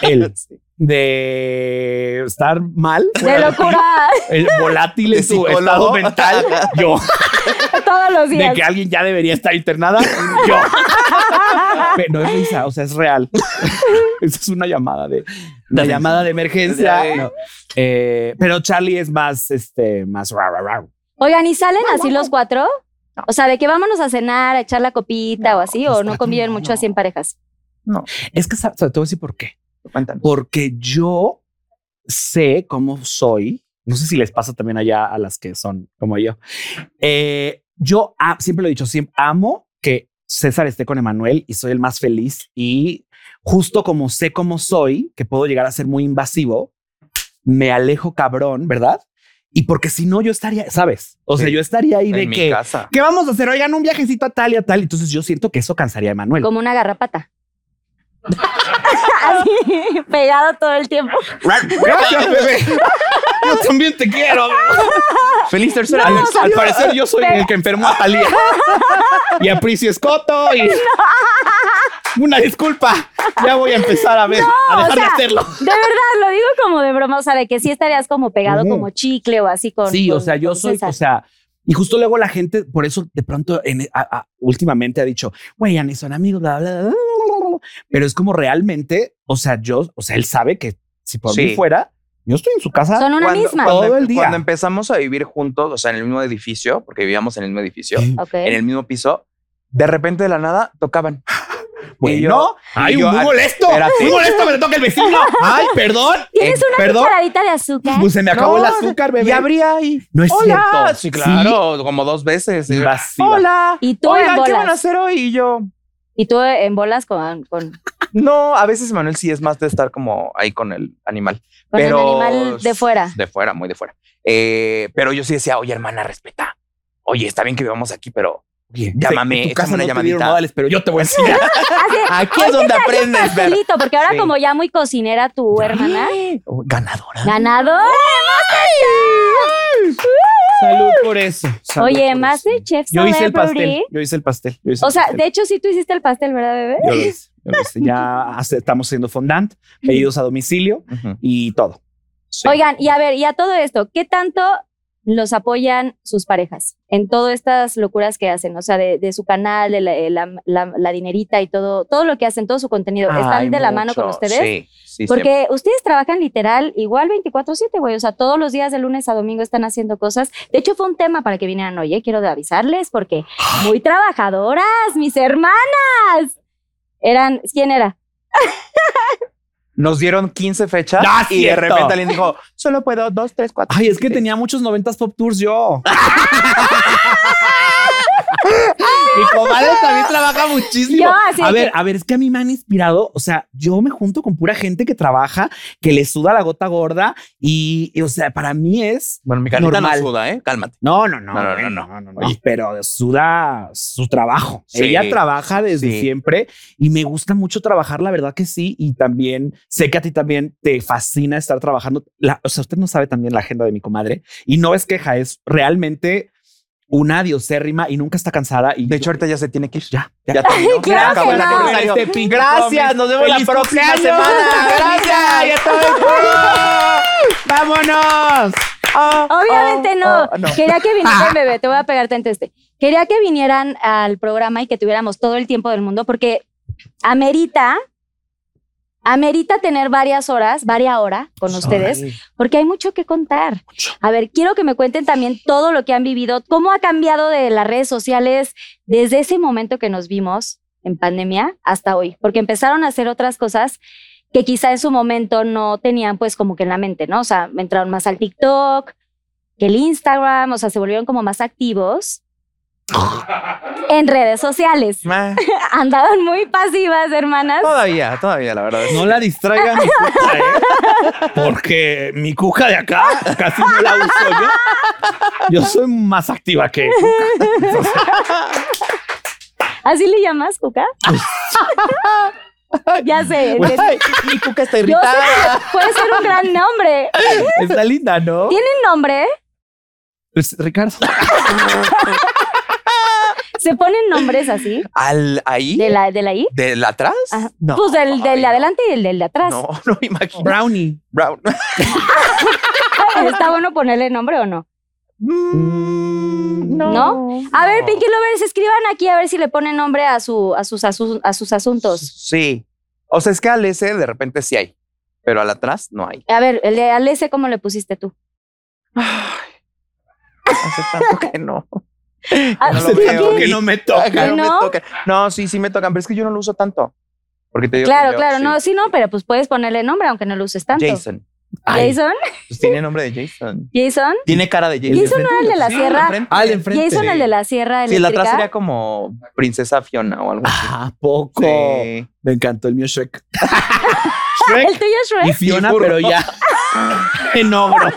Speaker 4: él de estar mal
Speaker 7: De locura
Speaker 4: el volátil en su
Speaker 10: psicólogo.
Speaker 4: estado mental yo
Speaker 7: todos los
Speaker 4: de
Speaker 7: días.
Speaker 4: que alguien ya debería estar internada yo Pero no es risa o sea es real esa es una llamada de una
Speaker 10: De-
Speaker 4: llamada de emergencia
Speaker 10: de-
Speaker 4: no. Eh, pero Charlie es más este más ra, ra, ra.
Speaker 7: Oigan, ¿y salen así los cuatro? O sea, de que vámonos a cenar, a echar la copita o así,
Speaker 4: los
Speaker 7: o no
Speaker 4: cuatro
Speaker 7: conviven
Speaker 4: no.
Speaker 7: mucho así en parejas.
Speaker 4: es que sobre todo decir por qué
Speaker 10: Cuéntanos.
Speaker 4: porque yo sé cómo soy. No sé si les pasa también allá a las que son como yo. Eh, yo a- siempre lo he dicho, siempre amo que César esté con Emanuel y soy el más feliz. Y justo como sé cómo soy, que puedo llegar a ser muy invasivo, me alejo cabrón, ¿verdad? Y porque si no, yo estaría, ¿sabes? O sea,
Speaker 5: Sí.
Speaker 4: yo estaría ahí de
Speaker 5: En mi
Speaker 4: que,
Speaker 5: casa.
Speaker 4: ¿qué vamos a hacer? Oigan, un viajecito a tal y a tal. Entonces yo siento que eso cansaría a Manuel.
Speaker 9: Como una garrapata. Así, pegado todo el tiempo.
Speaker 4: Gracias, bebé. Yo también te quiero. Feliz tercer
Speaker 9: No,
Speaker 4: al,
Speaker 9: no,
Speaker 4: al
Speaker 9: no.
Speaker 4: parecer yo soy
Speaker 9: Pero-
Speaker 4: el que enfermó a Talía y a Prissy Escoto y una disculpa. Ya voy a empezar a ver, a
Speaker 9: No,
Speaker 4: dejar
Speaker 9: o sea,
Speaker 4: de hacerlo.
Speaker 9: De verdad, lo digo como de broma, o sea, de que sí estarías como pegado
Speaker 4: Ujú.
Speaker 9: como chicle o así con.
Speaker 4: Sí, o
Speaker 9: con-
Speaker 4: sea, yo
Speaker 9: con
Speaker 4: soy,
Speaker 9: César.
Speaker 4: o sea, y justo luego la gente, por eso de pronto en- a- a- últimamente ha dicho, güey, ya ni son amigos, bla, bla, bla, bla, bla, bla". pero es como realmente, o sea, yo, o sea, él sabe que si por mí
Speaker 5: Sí.
Speaker 4: fuera, yo estoy en su casa.
Speaker 9: Son una
Speaker 5: Cuando-
Speaker 9: misma.
Speaker 5: cuando- em,
Speaker 4: Todo el día.
Speaker 5: Cuando empezamos a vivir juntos, o sea, en el mismo edificio, porque vivíamos en el mismo edificio,
Speaker 9: Ok.
Speaker 5: en el mismo piso, de repente de la nada tocaban.
Speaker 4: Bueno,
Speaker 5: Y yo-
Speaker 4: ay,
Speaker 5: y yo-
Speaker 4: muy molesto.
Speaker 5: Espérate.
Speaker 4: Muy molesto me le toca el vecino. "Ah, Ay, perdón.
Speaker 9: Tienes
Speaker 4: Eh,
Speaker 9: una
Speaker 4: perdón.
Speaker 9: cucharadita de azúcar.
Speaker 4: Pues se me acabó
Speaker 5: No,
Speaker 4: el azúcar, bebé.
Speaker 5: Y abría ahí.
Speaker 4: No es
Speaker 5: Hola.
Speaker 4: cierto.
Speaker 5: Sí, claro, como dos veces.
Speaker 4: Ah,
Speaker 5: eh,
Speaker 4: Sí, invasiva.
Speaker 5: Hola.
Speaker 9: Y tú en
Speaker 5: Oigan,
Speaker 9: bolas.
Speaker 5: ¿qué van a hacer hoy? Y yo,
Speaker 9: Y tú en bolas con, con, con
Speaker 5: no, a veces Manuel sí es más de estar como ahí con el animal.
Speaker 9: el
Speaker 5: pero
Speaker 9: animal de fuera.
Speaker 5: De fuera, muy de fuera. Eh, pero yo sí decía, oye, hermana, respeta. Oye, está bien que vivamos aquí, pero
Speaker 4: Oye,
Speaker 5: Llámame,
Speaker 4: en tu casa
Speaker 5: échame una
Speaker 4: no te dieron
Speaker 5: llamadita.
Speaker 4: modales, pero yo te voy a enseñar.
Speaker 9: Así,
Speaker 5: aquí es donde aprendes, ver.
Speaker 9: Angelito, porque ahora
Speaker 5: Sí.
Speaker 9: como ya muy cocinera tu hermana,
Speaker 5: Oh, Ganadora.
Speaker 9: ganador.
Speaker 4: Salud por eso. salud
Speaker 9: Oye,
Speaker 4: por
Speaker 9: más
Speaker 4: eso.
Speaker 9: de chef
Speaker 4: Yo hice el
Speaker 9: celebrity.
Speaker 4: pastel. Yo hice el pastel. yo hice el
Speaker 9: O sea,
Speaker 4: pastel.
Speaker 9: de hecho sí tú hiciste el pastel, ¿verdad, bebé?
Speaker 4: Yo lo hice, yo lo hice. Ya hace- estamos haciendo fondant, pedidos a domicilio
Speaker 5: Ujú.
Speaker 4: y todo. Sí.
Speaker 9: Oigan, y a ver, y a todo esto, ¿qué tanto los apoyan sus parejas en todas estas locuras que hacen? O sea, de, de su canal, de la, eh, la- la- la dinerita y todo, todo lo que hacen, todo su contenido,
Speaker 5: Ay,
Speaker 9: ¿están de la mano con
Speaker 5: mucho.
Speaker 9: ustedes?
Speaker 5: Sí, sí,
Speaker 9: Porque ustedes trabajan literal igual 24/7, güey. O sea, todos los días de lunes a domingo están haciendo cosas. De hecho, fue un tema para que vinieran hoy. ¿eh? Quiero de avisarles porque muy trabajadoras, mis hermanas. Eran, ¿quién era?
Speaker 5: Nos dieron 15 fechas
Speaker 4: Ah,
Speaker 5: y
Speaker 4: cierto.
Speaker 5: de repente alguien dijo, solo puedo dos, tres, cuatro.
Speaker 4: Ay, es que tenía muchos 90s pop tours yo. Mi comadre también trabaja muchísimo.
Speaker 9: Yo, así
Speaker 4: a
Speaker 9: de
Speaker 4: ver,
Speaker 9: que-
Speaker 4: a ver, es que a mí me han inspirado. O sea, yo me junto con pura gente que trabaja, que le suda la gota gorda y, y, o sea, para mí es.
Speaker 5: Bueno, mi carita
Speaker 4: Normal.
Speaker 5: no suda, ¿eh? Cálmate.
Speaker 4: No, no, no.
Speaker 5: No, no,
Speaker 4: güey,
Speaker 5: no,
Speaker 4: no, no, Pero suda su trabajo.
Speaker 5: Sí,
Speaker 4: Ella trabaja desde
Speaker 5: sí.
Speaker 4: siempre y me gusta mucho trabajar, la verdad que sí. Y también sé que a ti también te fascina estar trabajando. La- o sea, usted no sabe también la agenda de mi comadre y no es queja, es realmente una diosérrima y nunca está cansada. Y
Speaker 5: De hecho, ahorita ya se tiene que ir.
Speaker 4: ya, ya.
Speaker 5: Ya terminó.
Speaker 9: claro
Speaker 5: Ya acabó
Speaker 9: que
Speaker 5: el
Speaker 9: no.
Speaker 5: aniversario.
Speaker 4: Este pinche
Speaker 5: Gracias, nos vemos la
Speaker 4: Feliz
Speaker 5: próxima
Speaker 4: cumpleaños.
Speaker 5: semana. Gracias, ya todo el mundo.
Speaker 4: ¡Vámonos!
Speaker 9: Obviamente no.
Speaker 5: oh, no.
Speaker 9: Quería que vinieran, bebé, te voy a pegar tanto este. Quería que vinieran al programa y que tuviéramos todo el tiempo del mundo porque amerita, amerita tener varias horas, varias horas con ustedes, porque hay mucho que contar. A ver, quiero que me cuenten también todo lo que han vivido, cómo ha cambiado de las redes sociales desde ese momento que nos vimos en pandemia hasta hoy, porque empezaron a hacer otras cosas que quizá en su momento no tenían pues como que en la mente, ¿no? O sea, entraron más al TikTok, que el Instagram, o sea, se volvieron como más activos en redes sociales.
Speaker 5: Ma,
Speaker 9: Andaban muy pasivas, hermanas.
Speaker 5: Todavía, todavía, la verdad.
Speaker 4: No la distraigan, mi cuca, ¿eh? porque mi cuja de acá casi no la uso yo. Yo soy más activa que cuca. Entonces,
Speaker 9: ¿Así le llamas, Cuca? ya sé.
Speaker 4: güey,
Speaker 9: entendí.
Speaker 4: mi cuca está
Speaker 9: Yo sé, puede ser un gran nombre.
Speaker 4: Está linda, ¿no?
Speaker 9: ¿Tienen nombre?
Speaker 4: Pues, Ricardo.
Speaker 9: ¿Se ponen nombres así?
Speaker 5: ¿Al ahí?
Speaker 9: ¿De la, de la I?
Speaker 5: ¿Del atrás?
Speaker 9: Ajá.
Speaker 5: No.
Speaker 9: Pues del, del
Speaker 5: Ay,
Speaker 9: de adelante y del, del de atrás.
Speaker 5: No, no me imagino.
Speaker 4: Brownie.
Speaker 5: Brown.
Speaker 9: ¿Está bueno ponerle nombre o no?
Speaker 5: Mm,
Speaker 9: No. A ver, Pinky Lovers, escriban aquí a ver si le ponen nombre a, su, a, sus, asu- a sus asuntos.
Speaker 5: Sí. O sea, es que al ese de repente sí hay, pero al atrás no hay.
Speaker 9: A ver, el de Alese, ¿cómo le pusiste tú?
Speaker 5: Hace tanto que no.
Speaker 9: Ah,
Speaker 5: No lo
Speaker 4: Hace
Speaker 9: ¿sí?
Speaker 5: veo.
Speaker 4: tanto que no me toca.
Speaker 5: Que no, me
Speaker 9: ¿No?
Speaker 5: tocan. no, sí, sí me tocan, pero es que yo no lo uso tanto. Porque te digo que
Speaker 9: Claro,
Speaker 5: yo-
Speaker 9: claro,
Speaker 5: sí.
Speaker 9: no, sí, no, pero pues puedes ponerle nombre aunque no lo uses tanto.
Speaker 5: Jason.
Speaker 4: Ay,
Speaker 9: Jason,
Speaker 5: Pues tiene nombre de Jason.
Speaker 9: Jason,
Speaker 5: Tiene cara de Jason.
Speaker 9: Jason no era el de la
Speaker 5: Sí,
Speaker 9: sierra.
Speaker 5: enfrente.
Speaker 4: Ah, el de enfrente.
Speaker 9: Jason
Speaker 5: Sí.
Speaker 9: el de la sierra
Speaker 5: Sí, el de atrás sería
Speaker 9: eléctrica.
Speaker 5: como Princesa Fiona o algo así.
Speaker 4: Ah, ¿A poco?
Speaker 5: Sí.
Speaker 4: Me encantó el mío Shrek.
Speaker 9: El tuyo es Shrek.
Speaker 4: Y Fiona, pero ya en ogro.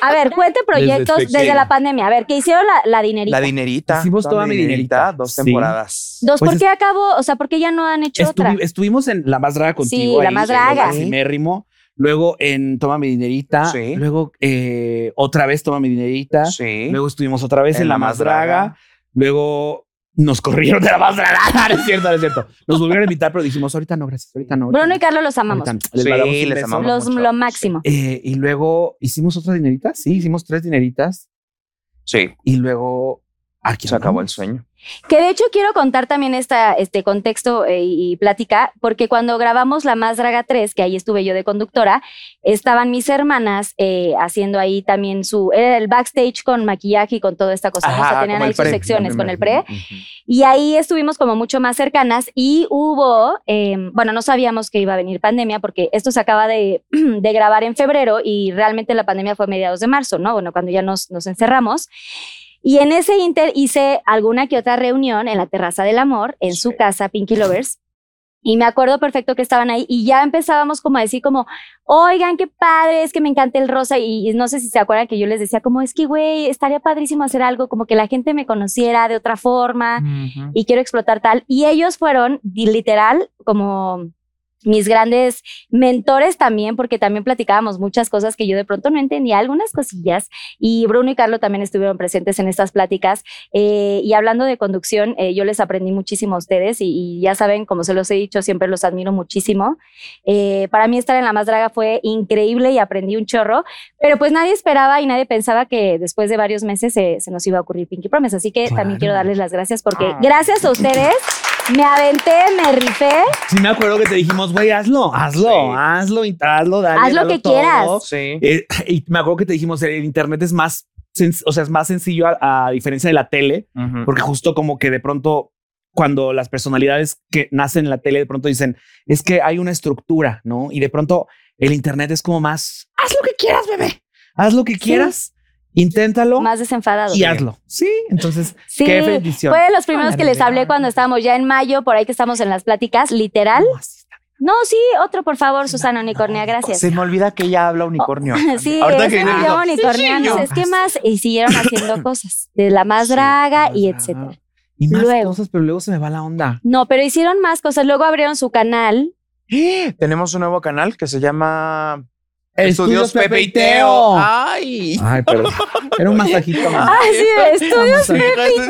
Speaker 9: A ver, cuente proyectos desde,
Speaker 10: pequeño.
Speaker 9: la pandemia. A ver, ¿qué hicieron la, la dinerita?
Speaker 10: La dinerita.
Speaker 4: Hicimos toda mi dinerita.
Speaker 10: Dos
Speaker 4: Sí.
Speaker 10: temporadas.
Speaker 9: Dos,
Speaker 4: Pues
Speaker 9: ¿por
Speaker 4: es-
Speaker 9: qué acabó? O sea, ¿por qué ya no han hecho
Speaker 4: Estuvi-
Speaker 9: otra?
Speaker 4: estuvimos en La Más Draga contigo.
Speaker 9: La
Speaker 4: ahí,
Speaker 9: Más
Speaker 4: en lo
Speaker 9: Draga.
Speaker 4: Maximérrimo. Luego en Toma mi dinerita.
Speaker 10: Sí.
Speaker 4: Luego eh, otra vez Toma mi dinerita.
Speaker 10: Sí.
Speaker 4: Luego estuvimos otra vez en, La Más Draga. Luego nos corrieron de La Más Draga. No es cierto, no es cierto. Nos volvieron a invitar, pero dijimos, ahorita no, gracias, ahorita no. ahorita
Speaker 9: Bruno y
Speaker 4: no,
Speaker 9: Carlos los amamos.
Speaker 4: ahorita no". Les
Speaker 10: Sí,
Speaker 4: mandamos un
Speaker 10: les
Speaker 4: beso.
Speaker 10: amamos.
Speaker 9: Los,
Speaker 10: mucho.
Speaker 9: lo máximo.
Speaker 4: Eh, y luego hicimos otra dinerita. Sí, hicimos tres dineritas.
Speaker 10: Sí.
Speaker 4: Y luego aquí
Speaker 10: Se acabó el
Speaker 4: andamos.
Speaker 10: sueño.
Speaker 9: Que de hecho quiero contar también esta, este contexto eh, y plática, porque cuando grabamos La Más Draga 3, que ahí estuve yo de conductora, estaban mis hermanas eh, haciendo ahí también su. Era el backstage con maquillaje y con toda esta cosa. ¿no? O sea,
Speaker 10: Ajá,
Speaker 9: tenían
Speaker 10: como
Speaker 9: ahí
Speaker 10: el
Speaker 9: sus
Speaker 10: pre,
Speaker 9: secciones
Speaker 10: me
Speaker 9: con el pre.
Speaker 10: imagino. Ujú.
Speaker 9: Y ahí estuvimos como mucho más cercanas y hubo, eh, bueno, no sabíamos que iba a venir pandemia porque esto se acaba de, de grabar en febrero y realmente la pandemia fue a mediados de marzo, ¿no? Bueno, cuando ya nos, nos encerramos. Y en ese inter hice alguna que otra reunión en la Terraza del Amor, en su casa, Pinky Lovers. Y me acuerdo perfecto que estaban ahí y ya empezábamos como a decir como, oigan, qué padre, es que me encanta el rosa. Y, y no sé si se acuerdan que yo les decía como, es que, güey, estaría padrísimo hacer algo, como que la gente me conociera de otra forma y quiero explotar tal. Y ellos fueron di- literal como mis grandes mentores también, porque también platicábamos muchas cosas que yo de pronto no entendía, algunas cosillas, y Bruno y Carlos también estuvieron presentes en estas pláticas. Eh, y hablando de conducción, eh, yo les aprendí muchísimo a ustedes y, y ya saben, como se los he dicho, siempre los admiro muchísimo. Eh, para mí estar en La Más Draga fue increíble y aprendí un chorro, pero pues nadie esperaba y nadie pensaba que después de varios meses se, se nos iba a ocurrir Pinky Promise. Así que también quiero darles las gracias porque gracias a ustedes me aventé, me rifé.
Speaker 4: Sí, me acuerdo que te dijimos, güey, hazlo, hazlo,
Speaker 10: Sí.
Speaker 4: hazlo, y- hazlo, dale.
Speaker 9: Haz lo
Speaker 4: dalo
Speaker 9: que quieras.
Speaker 10: Sí.
Speaker 4: Eh, y me acuerdo que te dijimos, el internet es más, sen- o sea, es más sencillo a, a diferencia de la tele,
Speaker 10: Ujú.
Speaker 4: porque justo como que de pronto cuando las personalidades que nacen en la tele de pronto dicen, es que hay una estructura, ¿no? Y de pronto el internet es como más, haz lo que quieras, bebé, haz lo que quieras, inténtalo
Speaker 9: Más desenfadado.
Speaker 4: y hazlo. Sí, entonces,
Speaker 9: Sí,
Speaker 4: qué bendición.
Speaker 9: fue de los primeros
Speaker 4: la
Speaker 9: que les
Speaker 4: verdad.
Speaker 9: hablé cuando estábamos ya en mayo, por ahí que estamos en las pláticas, literal.
Speaker 4: No, así está.
Speaker 9: No, sí, otro por favor, Susana
Speaker 5: Ah,
Speaker 9: Unicornia, gracias. Oh,
Speaker 10: Se me olvida que ella habla unicornio.
Speaker 9: Sí,
Speaker 10: Ahorita
Speaker 9: es
Speaker 10: que
Speaker 9: que
Speaker 10: viene,
Speaker 9: me
Speaker 10: digo,
Speaker 9: llaman unicornianos, es que más, y siguieron haciendo cosas, de la más
Speaker 10: Sí,
Speaker 9: draga y
Speaker 4: Ajá.
Speaker 9: etcétera.
Speaker 4: Y más
Speaker 9: Luego.
Speaker 4: cosas, pero luego se me va la onda.
Speaker 9: No, pero hicieron más cosas, luego abrieron su canal,
Speaker 10: ¡Eh! Tenemos un nuevo canal que se llama
Speaker 4: Estudios Pepe y Teo.
Speaker 10: Ah.
Speaker 12: Ay.
Speaker 4: Ay, perdón. Era un masajito.
Speaker 9: Ah, sí, estudios
Speaker 4: Vamos a-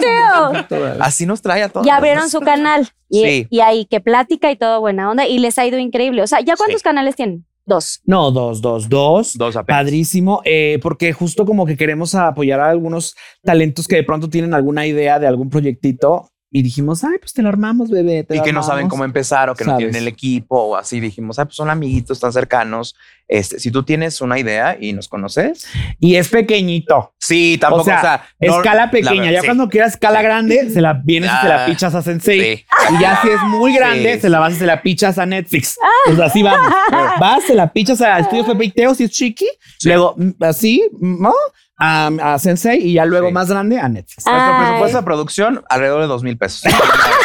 Speaker 9: Pepiteo.
Speaker 10: Así nos trae a todos.
Speaker 9: Y abrieron su canal. Y,
Speaker 10: Sí.
Speaker 9: y ahí que plática y todo buena onda. Y les ha ido increíble. O sea, ¿ya cuántos
Speaker 10: Sí.
Speaker 9: canales tienen? Dos.
Speaker 4: No, dos, dos, dos.
Speaker 10: Dos apenas.
Speaker 4: Padrísimo, eh, porque justo como que queremos apoyar a algunos talentos que de pronto tienen alguna idea de algún proyectito y dijimos, ay, pues te lo armamos, bebé. te
Speaker 10: Y
Speaker 4: lo
Speaker 10: que no saben
Speaker 4: armamos".
Speaker 10: cómo empezar o que no
Speaker 4: Sabes.
Speaker 10: tienen el equipo o así. Dijimos, ah, pues son amiguitos tan cercanos. Este, si tú tienes una idea y nos conoces.
Speaker 4: Y es pequeñito,
Speaker 10: Sí, tampoco. O
Speaker 4: sea,
Speaker 10: sea, no-
Speaker 4: escala
Speaker 10: la
Speaker 4: pequeña.
Speaker 10: verdad,
Speaker 4: Ya
Speaker 10: sí.
Speaker 4: cuando quieras escala
Speaker 10: Sí.
Speaker 4: grande, se la vienes y se la
Speaker 10: Ah,
Speaker 4: pichas a Sensei.
Speaker 10: Sí.
Speaker 4: Y ya si es muy grande,
Speaker 10: Sí,
Speaker 4: se la vas y se la pichas a Netflix.
Speaker 9: Ah.
Speaker 4: Pues así vamos. Vas, se la pichas a Estudios Pepe y Teo si es chiqui. Luego mm, así, ¿no? A, a Sensei y ya luego
Speaker 10: Sí.
Speaker 4: más grande a Netflix.
Speaker 10: Nuestro
Speaker 9: Ay.
Speaker 10: presupuesto de producción, alrededor de dos mil pesos.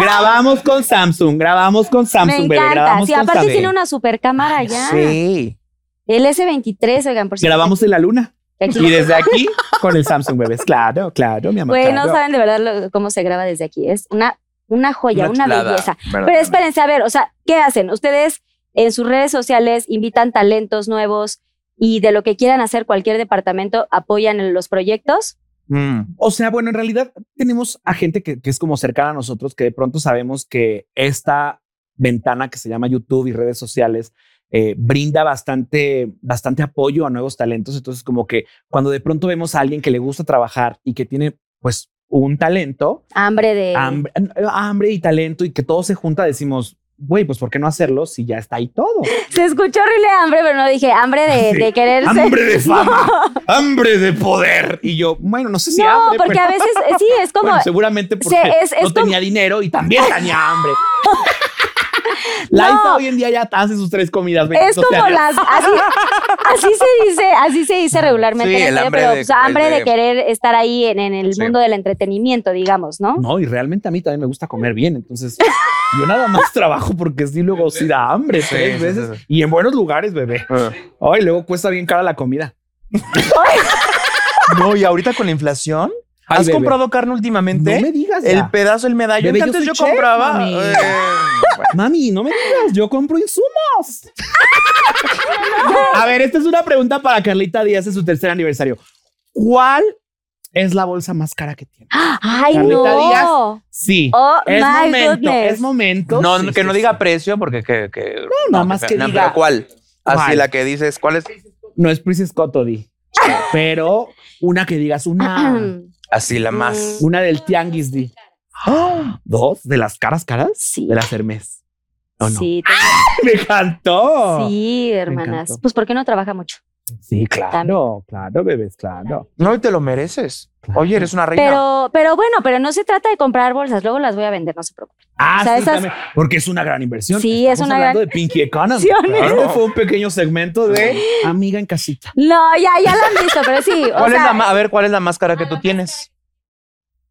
Speaker 4: Grabamos con Samsung, grabamos con Samsung,
Speaker 9: Me
Speaker 4: bebé.
Speaker 9: encanta.
Speaker 4: Grabamos
Speaker 9: Sí,
Speaker 4: con
Speaker 9: aparte
Speaker 4: Samsung.
Speaker 9: tiene una super cámara ya.
Speaker 10: Sí.
Speaker 9: El S23, oigan, por si
Speaker 4: Grabamos en la luna.
Speaker 9: Aquí.
Speaker 4: Y desde aquí con el Samsung, bebés. Claro, claro, mi amor.
Speaker 9: Güey, no
Speaker 4: claro.
Speaker 9: saben de verdad lo- cómo se graba desde aquí. Es una, una joya, una,
Speaker 10: chulada,
Speaker 9: belleza.
Speaker 10: ¿verdad?
Speaker 9: Pero espérense, a ver, o sea, ¿qué hacen? Ustedes en sus redes sociales invitan talentos nuevos y de lo que quieran hacer cualquier departamento, apoyan en los proyectos.
Speaker 10: Mm.
Speaker 4: O sea, bueno, en realidad tenemos a gente que, que es como cercana a nosotros, que de pronto sabemos que esta ventana que se llama YouTube y redes sociales eh, brinda bastante, bastante apoyo a nuevos talentos. Entonces, como que cuando de pronto vemos a alguien que le gusta trabajar y que tiene, pues, un talento,
Speaker 9: Hambre de...
Speaker 4: hambre, hambre y talento y que todo se junta, decimos, güey, pues, ¿por qué no hacerlo si ya está ahí todo?
Speaker 9: Se escuchó horrible hambre, pero no dije hambre de, de quererse.
Speaker 4: hambre de fama, hambre de poder. Y yo, bueno, no sé si
Speaker 9: No,
Speaker 4: hambre,
Speaker 9: porque
Speaker 4: pero-
Speaker 9: a veces eh, sí, es como.
Speaker 4: Bueno, seguramente porque
Speaker 9: se- es- es
Speaker 4: no tenía dinero y también tenía hambre. La
Speaker 9: No.
Speaker 4: hija hoy en día ya hace sus tres comidas.
Speaker 9: es
Speaker 4: bendito sea
Speaker 9: como
Speaker 4: Dios.
Speaker 9: las así, así se dice así se dice regularmente
Speaker 10: Sí,
Speaker 9: en
Speaker 10: el
Speaker 9: serio,
Speaker 10: hambre
Speaker 9: pero
Speaker 10: de-
Speaker 9: o sea, hambre
Speaker 10: el
Speaker 9: de,
Speaker 10: de-
Speaker 9: querer estar ahí en, en el
Speaker 10: Sí.
Speaker 9: mundo del entretenimiento digamos no
Speaker 4: No, y realmente a mí también me gusta comer bien, entonces Yo nada más trabajo porque sí luego sí da hambre
Speaker 13: Sí,
Speaker 4: tres
Speaker 13: sí,
Speaker 4: veces
Speaker 13: sí, Ah. sí.
Speaker 4: y en buenos lugares, bebé. Ay, luego cuesta bien cara la comida.
Speaker 5: No, y ahorita con la inflación.
Speaker 4: Ay,
Speaker 5: ¿Has
Speaker 4: bebé.
Speaker 5: comprado carne últimamente?
Speaker 4: No me digas ya.
Speaker 5: El pedazo, el medallón
Speaker 4: Bebé,
Speaker 5: que
Speaker 4: yo
Speaker 5: antes
Speaker 4: soy
Speaker 5: yo
Speaker 4: chef,
Speaker 5: compraba.
Speaker 4: mami.
Speaker 5: eh,
Speaker 4: Mami, no me digas, yo compro insumos. A ver, esta es una pregunta para Carlita Díaz en su tercer aniversario. ¿Cuál es la bolsa más cara que tiene?
Speaker 9: Ay,
Speaker 4: Carlita
Speaker 9: no.
Speaker 4: Díaz, sí.
Speaker 9: Oh,
Speaker 4: es
Speaker 9: my
Speaker 4: momento,
Speaker 9: goodness.
Speaker 4: es momento.
Speaker 5: No,
Speaker 4: Sí,
Speaker 5: que
Speaker 4: sí,
Speaker 5: no
Speaker 4: sí.
Speaker 5: diga precio, porque que. que-
Speaker 4: No, nada más que
Speaker 5: no,
Speaker 4: diga-
Speaker 5: pero ¿Cuál? Así
Speaker 4: ¿Cuál?
Speaker 5: la que dices, ¿cuál es?
Speaker 4: No es Princess Cotody, pero una que digas
Speaker 9: Ah.
Speaker 4: una.
Speaker 5: Así la más.
Speaker 4: Una del Tianguis, di. ¿Dos? ¿De las caras caras?
Speaker 9: Ah. Sí.
Speaker 4: De las Hermes. ¿O no?
Speaker 9: Sí, te-
Speaker 4: Me encantó.
Speaker 9: sí, hermanas.
Speaker 4: Ah. encantó.
Speaker 9: Pues porque no trabaja mucho.
Speaker 4: Sí, claro, claro, bebés, claro.
Speaker 5: Mm. No, y te lo mereces. Oye, eres una reina.
Speaker 9: Pero, pero bueno, pero no se trata de comprar bolsas, luego las voy a vender, no se preocupen.
Speaker 4: Ah,
Speaker 9: O sea,
Speaker 4: sí,
Speaker 9: esas-
Speaker 4: también, porque es una gran inversión.
Speaker 9: Sí, es
Speaker 4: Estamos
Speaker 9: una
Speaker 4: hablando
Speaker 9: gran
Speaker 4: de Pinky Economy.
Speaker 9: inversión.
Speaker 4: Este fue un pequeño segmento de Amiga en casita.
Speaker 9: No, ya, ya lo han visto, pero sí. O
Speaker 5: ¿Cuál es
Speaker 9: sea,
Speaker 5: la ma- a ver, ¿cuál es la máscara que tú tienes?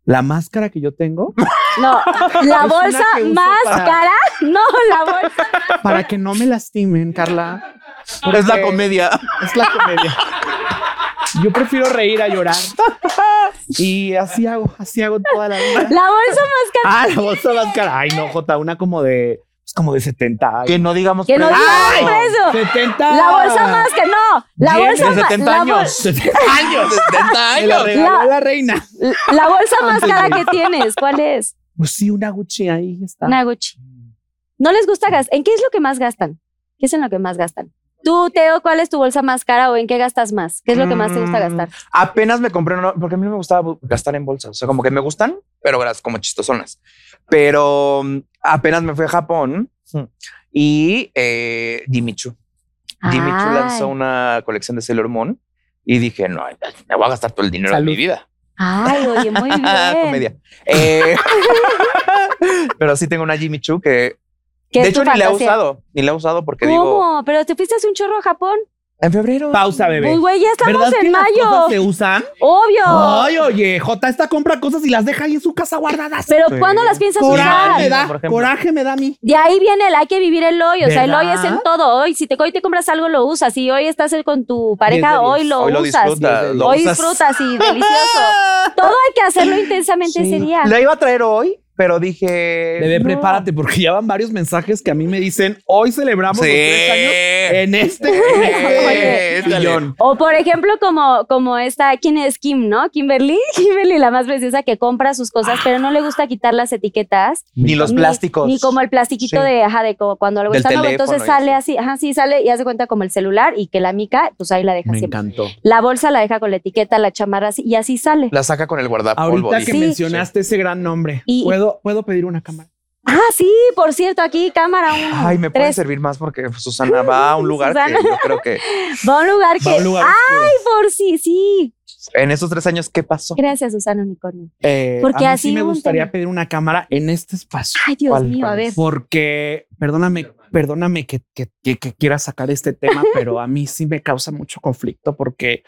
Speaker 4: La máscara que yo tengo
Speaker 9: no,
Speaker 4: Es una
Speaker 9: la bolsa
Speaker 4: que uso
Speaker 9: más
Speaker 4: para-
Speaker 9: cara. No, la bolsa.
Speaker 4: para que no me lastimen, Carla.
Speaker 5: Es la
Speaker 4: Porque
Speaker 5: comedia.
Speaker 4: Es la comedia. Yo prefiero reír a llorar. Y así hago, así hago toda la vida.
Speaker 9: La bolsa más cara.
Speaker 4: Ah, la bolsa más cara. Ay, no, Jota, una como de. Es como de 70. ay.
Speaker 5: Que no digamos
Speaker 9: Que no
Speaker 4: Ah,
Speaker 5: precio.
Speaker 9: digas
Speaker 5: ¡Ay!
Speaker 9: preso.
Speaker 4: 70.
Speaker 9: La bolsa más que no. La
Speaker 4: Bien,
Speaker 9: bolsa
Speaker 5: de
Speaker 9: más.
Speaker 5: 70
Speaker 9: la bol-
Speaker 5: años.
Speaker 4: 70 años.
Speaker 5: 70
Speaker 4: Me la
Speaker 5: años.
Speaker 4: regaló
Speaker 9: La-
Speaker 4: la reina.
Speaker 9: La bolsa más cara que tienes, ¿cuál es?
Speaker 4: Pues sí, una Gucci ahí está.
Speaker 9: Una Gucci. ¿No les gusta gastar? ¿En qué es lo que más gastan? ¿Qué es en lo que más gastan? Tú, Teo, ¿cuál es tu bolsa más cara o en qué gastas más? ¿Qué es lo que más te gusta
Speaker 5: Mm,
Speaker 9: gastar?
Speaker 5: Apenas me compré una, porque a mí no me gustaba bu- gastar en bolsas. O sea, como que me gustan, pero verás, como chistosonas. Pero mm, apenas me fui a Japón
Speaker 4: Mm.
Speaker 5: y eh, Jimmy Choo. Jimmy Choo lanzó
Speaker 9: Ay.
Speaker 5: una colección de Sailor Moon y dije, no, me voy a gastar todo el dinero
Speaker 4: Salud.
Speaker 5: de mi vida.
Speaker 9: Ay, oye, muy bien.
Speaker 5: Comedia. Eh, pero sí tengo una Jimmy Choo que,
Speaker 9: ¿Qué
Speaker 5: de
Speaker 9: es tu
Speaker 5: hecho, ni la he
Speaker 9: fantasía?
Speaker 5: usado. Ni la he usado porque digo,
Speaker 9: ¿Cómo? Pero te fuiste hace un chorro a Japón.
Speaker 5: en febrero.
Speaker 4: Pausa, bebé.
Speaker 9: Pues, güey, ya estamos
Speaker 4: ¿Verdad que
Speaker 9: en
Speaker 4: las
Speaker 9: mayo.
Speaker 4: cosas se usan?
Speaker 9: Obvio.
Speaker 4: Ay, oye, J, esta compra cosas y las deja ahí en su casa guardadas.
Speaker 9: Pero
Speaker 5: Sí.
Speaker 9: ¿cuándo las piensas
Speaker 4: coraje
Speaker 9: usar?
Speaker 4: me
Speaker 5: por
Speaker 4: da,
Speaker 5: ejemplo.
Speaker 4: coraje me da a mí.
Speaker 9: De ahí viene el hay que vivir el hoy. O sea, el hoy es en
Speaker 4: ¿Verdad?
Speaker 9: todo. Hoy, si te, hoy te compras algo, lo usas. Si hoy estás con tu pareja, hoy lo
Speaker 5: Hoy lo
Speaker 9: usas.
Speaker 5: disfrutas, lo
Speaker 9: hoy
Speaker 5: usas.
Speaker 9: disfrutas y delicioso. Todo hay que hacerlo intensamente
Speaker 5: Sí.
Speaker 9: ese día.
Speaker 5: La iba a traer hoy, pero dije.
Speaker 4: Bebé,
Speaker 5: no.
Speaker 4: prepárate porque ya van varios mensajes que a mí me dicen hoy celebramos
Speaker 5: Sí. Eh,
Speaker 4: los tres años en este, en este
Speaker 5: Oye.
Speaker 4: sillón.
Speaker 9: O por ejemplo, como, como esta, ¿quién es Kim, no? Kimberly, Kimberly, la más preciosa que compra sus cosas, pero no le gusta quitar las etiquetas.
Speaker 5: Ni los
Speaker 9: ni-
Speaker 5: plásticos.
Speaker 9: Ni como el plastiquito
Speaker 5: Sí.
Speaker 9: de, ajá, de como cuando algo
Speaker 5: Del
Speaker 9: está nuevo,
Speaker 5: teléfono
Speaker 9: entonces
Speaker 5: y
Speaker 9: sale así, ajá, sí, sale y hace cuenta como el celular y que la mica, pues ahí la deja
Speaker 4: Me
Speaker 9: siempre.
Speaker 4: encantó.
Speaker 9: La bolsa la deja con la etiqueta, la chamarra así, y así sale.
Speaker 5: La saca con el guardapolvo.
Speaker 4: Ahorita
Speaker 5: dije.
Speaker 4: que mencionaste ese gran nombre,
Speaker 9: Y-
Speaker 4: ¿puedo, ¿puedo pedir una cámara?
Speaker 9: Ah, sí, por cierto, aquí cámara uno.
Speaker 5: Ay, me puede
Speaker 9: tres.
Speaker 5: servir más porque Susana va a un lugar
Speaker 9: Susana.
Speaker 5: que yo creo que
Speaker 9: Va a un lugar que.
Speaker 4: Va a un lugar
Speaker 9: Ay, por sí, sí.
Speaker 5: en esos tres años, ¿qué pasó?
Speaker 9: Gracias, Susana Unicornio.
Speaker 4: Eh,
Speaker 9: Porque
Speaker 4: a mí
Speaker 9: así
Speaker 4: sí me
Speaker 9: un
Speaker 4: gustaría
Speaker 9: tema.
Speaker 4: pedir una cámara en este espacio.
Speaker 9: Ay, Dios
Speaker 5: ¿Cuál,
Speaker 9: mío, a
Speaker 5: cuál
Speaker 9: ver.
Speaker 5: es?
Speaker 4: Porque, perdóname, perdóname que, que, que- que quiera sacar este tema, pero a mí sí me causa mucho conflicto porque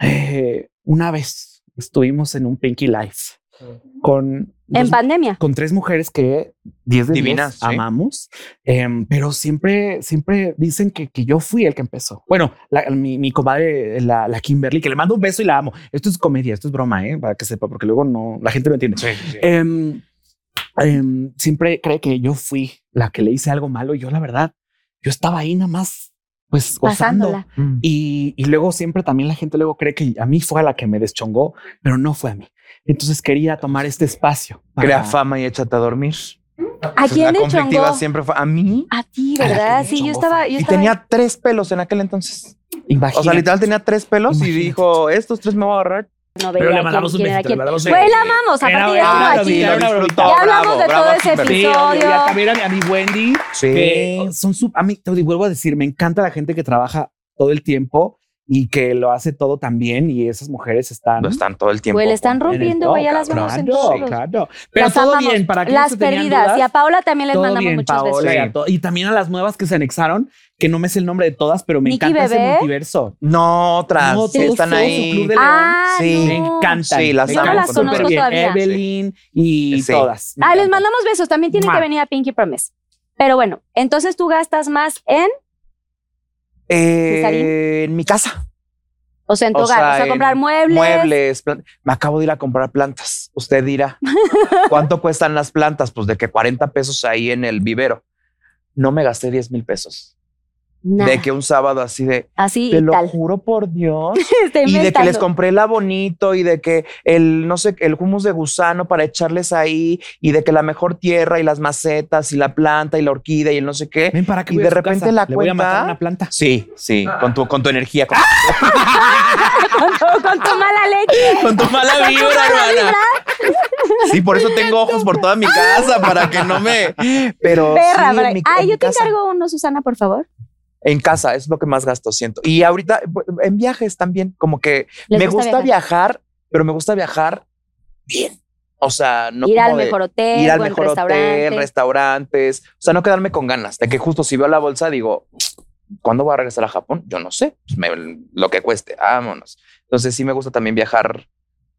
Speaker 4: eh, una vez estuvimos en un Pinky Life con,
Speaker 9: En
Speaker 4: dos-
Speaker 9: pandemia.
Speaker 4: con tres mujeres que 10 de 10
Speaker 5: Divinas, sí.
Speaker 4: amamos, em, pero siempre, siempre dicen que, que yo fui el que empezó. Bueno, la- mi, mi comadre, la, la Kimberly, que le mando un beso y la amo. Esto es comedia, esto es broma, ¿eh? para que sepa, porque luego no, la gente no entiende. Em, em, siempre cree que yo fui la que le hice algo malo. y Yo, la verdad, yo estaba ahí nada más, pues gozando.
Speaker 9: Pasándola.
Speaker 5: Mm.
Speaker 4: Y, y luego siempre también la gente luego cree que a mí fue a la que me deschongó, pero no fue a mí. Entonces quería tomar este espacio. para-
Speaker 5: Crea fama y échate a dormir.
Speaker 4: pues,
Speaker 9: ¿A quién
Speaker 5: La
Speaker 9: le
Speaker 5: conflictiva
Speaker 9: chongó?
Speaker 5: siempre fue a mí.
Speaker 9: A ti,
Speaker 4: A la que
Speaker 9: ¿verdad?
Speaker 4: le
Speaker 9: Sí, yo
Speaker 4: chongó
Speaker 9: estaba. Yo
Speaker 5: Y
Speaker 9: estaba-
Speaker 5: tenía tres pelos en aquel entonces.
Speaker 4: Imagínate.
Speaker 5: O sea, literal tenía tres pelos
Speaker 4: Imagínate.
Speaker 5: y dijo, estos tres me voy a agarrar.
Speaker 9: no veía
Speaker 4: Pero le
Speaker 9: quién-
Speaker 4: mandamos un
Speaker 9: quién era
Speaker 4: besito, le
Speaker 9: quién.
Speaker 4: mandamos un
Speaker 9: Güey,
Speaker 4: besito.
Speaker 9: la amamos. A
Speaker 4: Era
Speaker 9: partir de
Speaker 4: bravo,
Speaker 9: ahora
Speaker 4: bravo,
Speaker 9: aquí.
Speaker 4: bravo, bravo.
Speaker 9: Ya hablamos de todo ese
Speaker 4: Sí, oye,
Speaker 9: episodio.
Speaker 4: y también a mi- a mi Wendy,
Speaker 5: Sí.
Speaker 4: que son su, a mí te digo, vuelvo a decir, me encanta la gente que trabaja todo el tiempo y que lo hace todo también y esas mujeres están
Speaker 5: Lo están todo el tiempo.
Speaker 9: Güey, le están
Speaker 4: en el
Speaker 9: rompiendo, güey, ya las
Speaker 4: top,
Speaker 9: vemos en
Speaker 4: claro,
Speaker 9: todos. los-
Speaker 4: claro. Pero
Speaker 9: Las
Speaker 4: todo
Speaker 9: amamos.
Speaker 4: bien, para que
Speaker 9: Las perdidas. Y a Paola también les mandamos muchos
Speaker 4: Paola
Speaker 9: besos.
Speaker 4: y, a to- y también a las nuevas que se anexaron, que no me sé el nombre de todas, pero me
Speaker 9: ¿Nicky
Speaker 4: encanta ese
Speaker 9: Bebé?
Speaker 4: multiverso.
Speaker 5: No, otras.
Speaker 4: sí,
Speaker 5: están ahí. Ah,
Speaker 4: sí. Me
Speaker 5: no.
Speaker 4: encantan.
Speaker 5: Sí, las
Speaker 4: Me
Speaker 5: amo
Speaker 4: encantan
Speaker 5: con todo.
Speaker 4: súper
Speaker 5: Yo
Speaker 4: bien.
Speaker 9: las conozco todavía.
Speaker 4: Evelyn y
Speaker 5: Sí.
Speaker 4: todas.
Speaker 9: Ah, les mandamos besos. También tienen que
Speaker 4: Mua.
Speaker 9: venir a Pinky Promise. Pero bueno, entonces tú gastas más en,
Speaker 5: Eh, en mi casa.
Speaker 9: o sea, en tu hogar. O sea,
Speaker 5: en
Speaker 9: comprar muebles.
Speaker 5: Muebles. plan- Me acabo de ir a comprar plantas. Usted dirá, ¿cuánto cuestan las plantas? Pues de que 40 pesos ahí en el vivero. No me gasté 10 mil pesos.
Speaker 9: Nada.
Speaker 5: De que un sábado así de...
Speaker 9: Así
Speaker 5: Te
Speaker 9: y
Speaker 5: lo
Speaker 9: tal. Este
Speaker 5: juro por Dios.
Speaker 9: Estoy
Speaker 5: y de que les
Speaker 9: inventando.
Speaker 5: compré el abonito y de que el, no sé, el humus de gusano para echarles ahí y de que la mejor tierra y las macetas y la planta y la orquídea y el no sé qué.
Speaker 4: qué
Speaker 5: y
Speaker 4: voy
Speaker 5: de
Speaker 4: a su
Speaker 5: repente
Speaker 4: casa?
Speaker 5: la cuenta...
Speaker 4: Le voy a matar una planta.
Speaker 5: Sí, sí, con tu, con tu energía. con-
Speaker 9: con, tu, con tu mala leche.
Speaker 5: Con tu mala vibra, hermana. Sí, por eso tengo ojos por toda mi casa, para que no me... Pero Oh,
Speaker 9: Perra,
Speaker 5: sí,
Speaker 9: bra-
Speaker 5: en, mi-
Speaker 9: Ay,
Speaker 5: en
Speaker 9: yo te
Speaker 5: casa.
Speaker 9: encargo uno, Susana, por favor.
Speaker 5: En casa es lo que más gasto, siento. Y ahorita bu- en viajes también, como que
Speaker 9: Les
Speaker 5: me
Speaker 9: gusta
Speaker 5: gusta, viajar. pero me gusta viajar bien. O sea, no
Speaker 9: Ir
Speaker 5: como
Speaker 9: al
Speaker 5: de-
Speaker 9: mejor hotel,
Speaker 5: ir al
Speaker 9: Eh, buen
Speaker 5: mejor
Speaker 9: restaurante.
Speaker 5: hotel, restaurantes. O sea, no quedarme con ganas de que justo si veo la bolsa digo, ¿cuándo voy a regresar a Japón? Yo no sé, Pues me- lo que cueste, vámonos. Entonces sí me gusta también viajar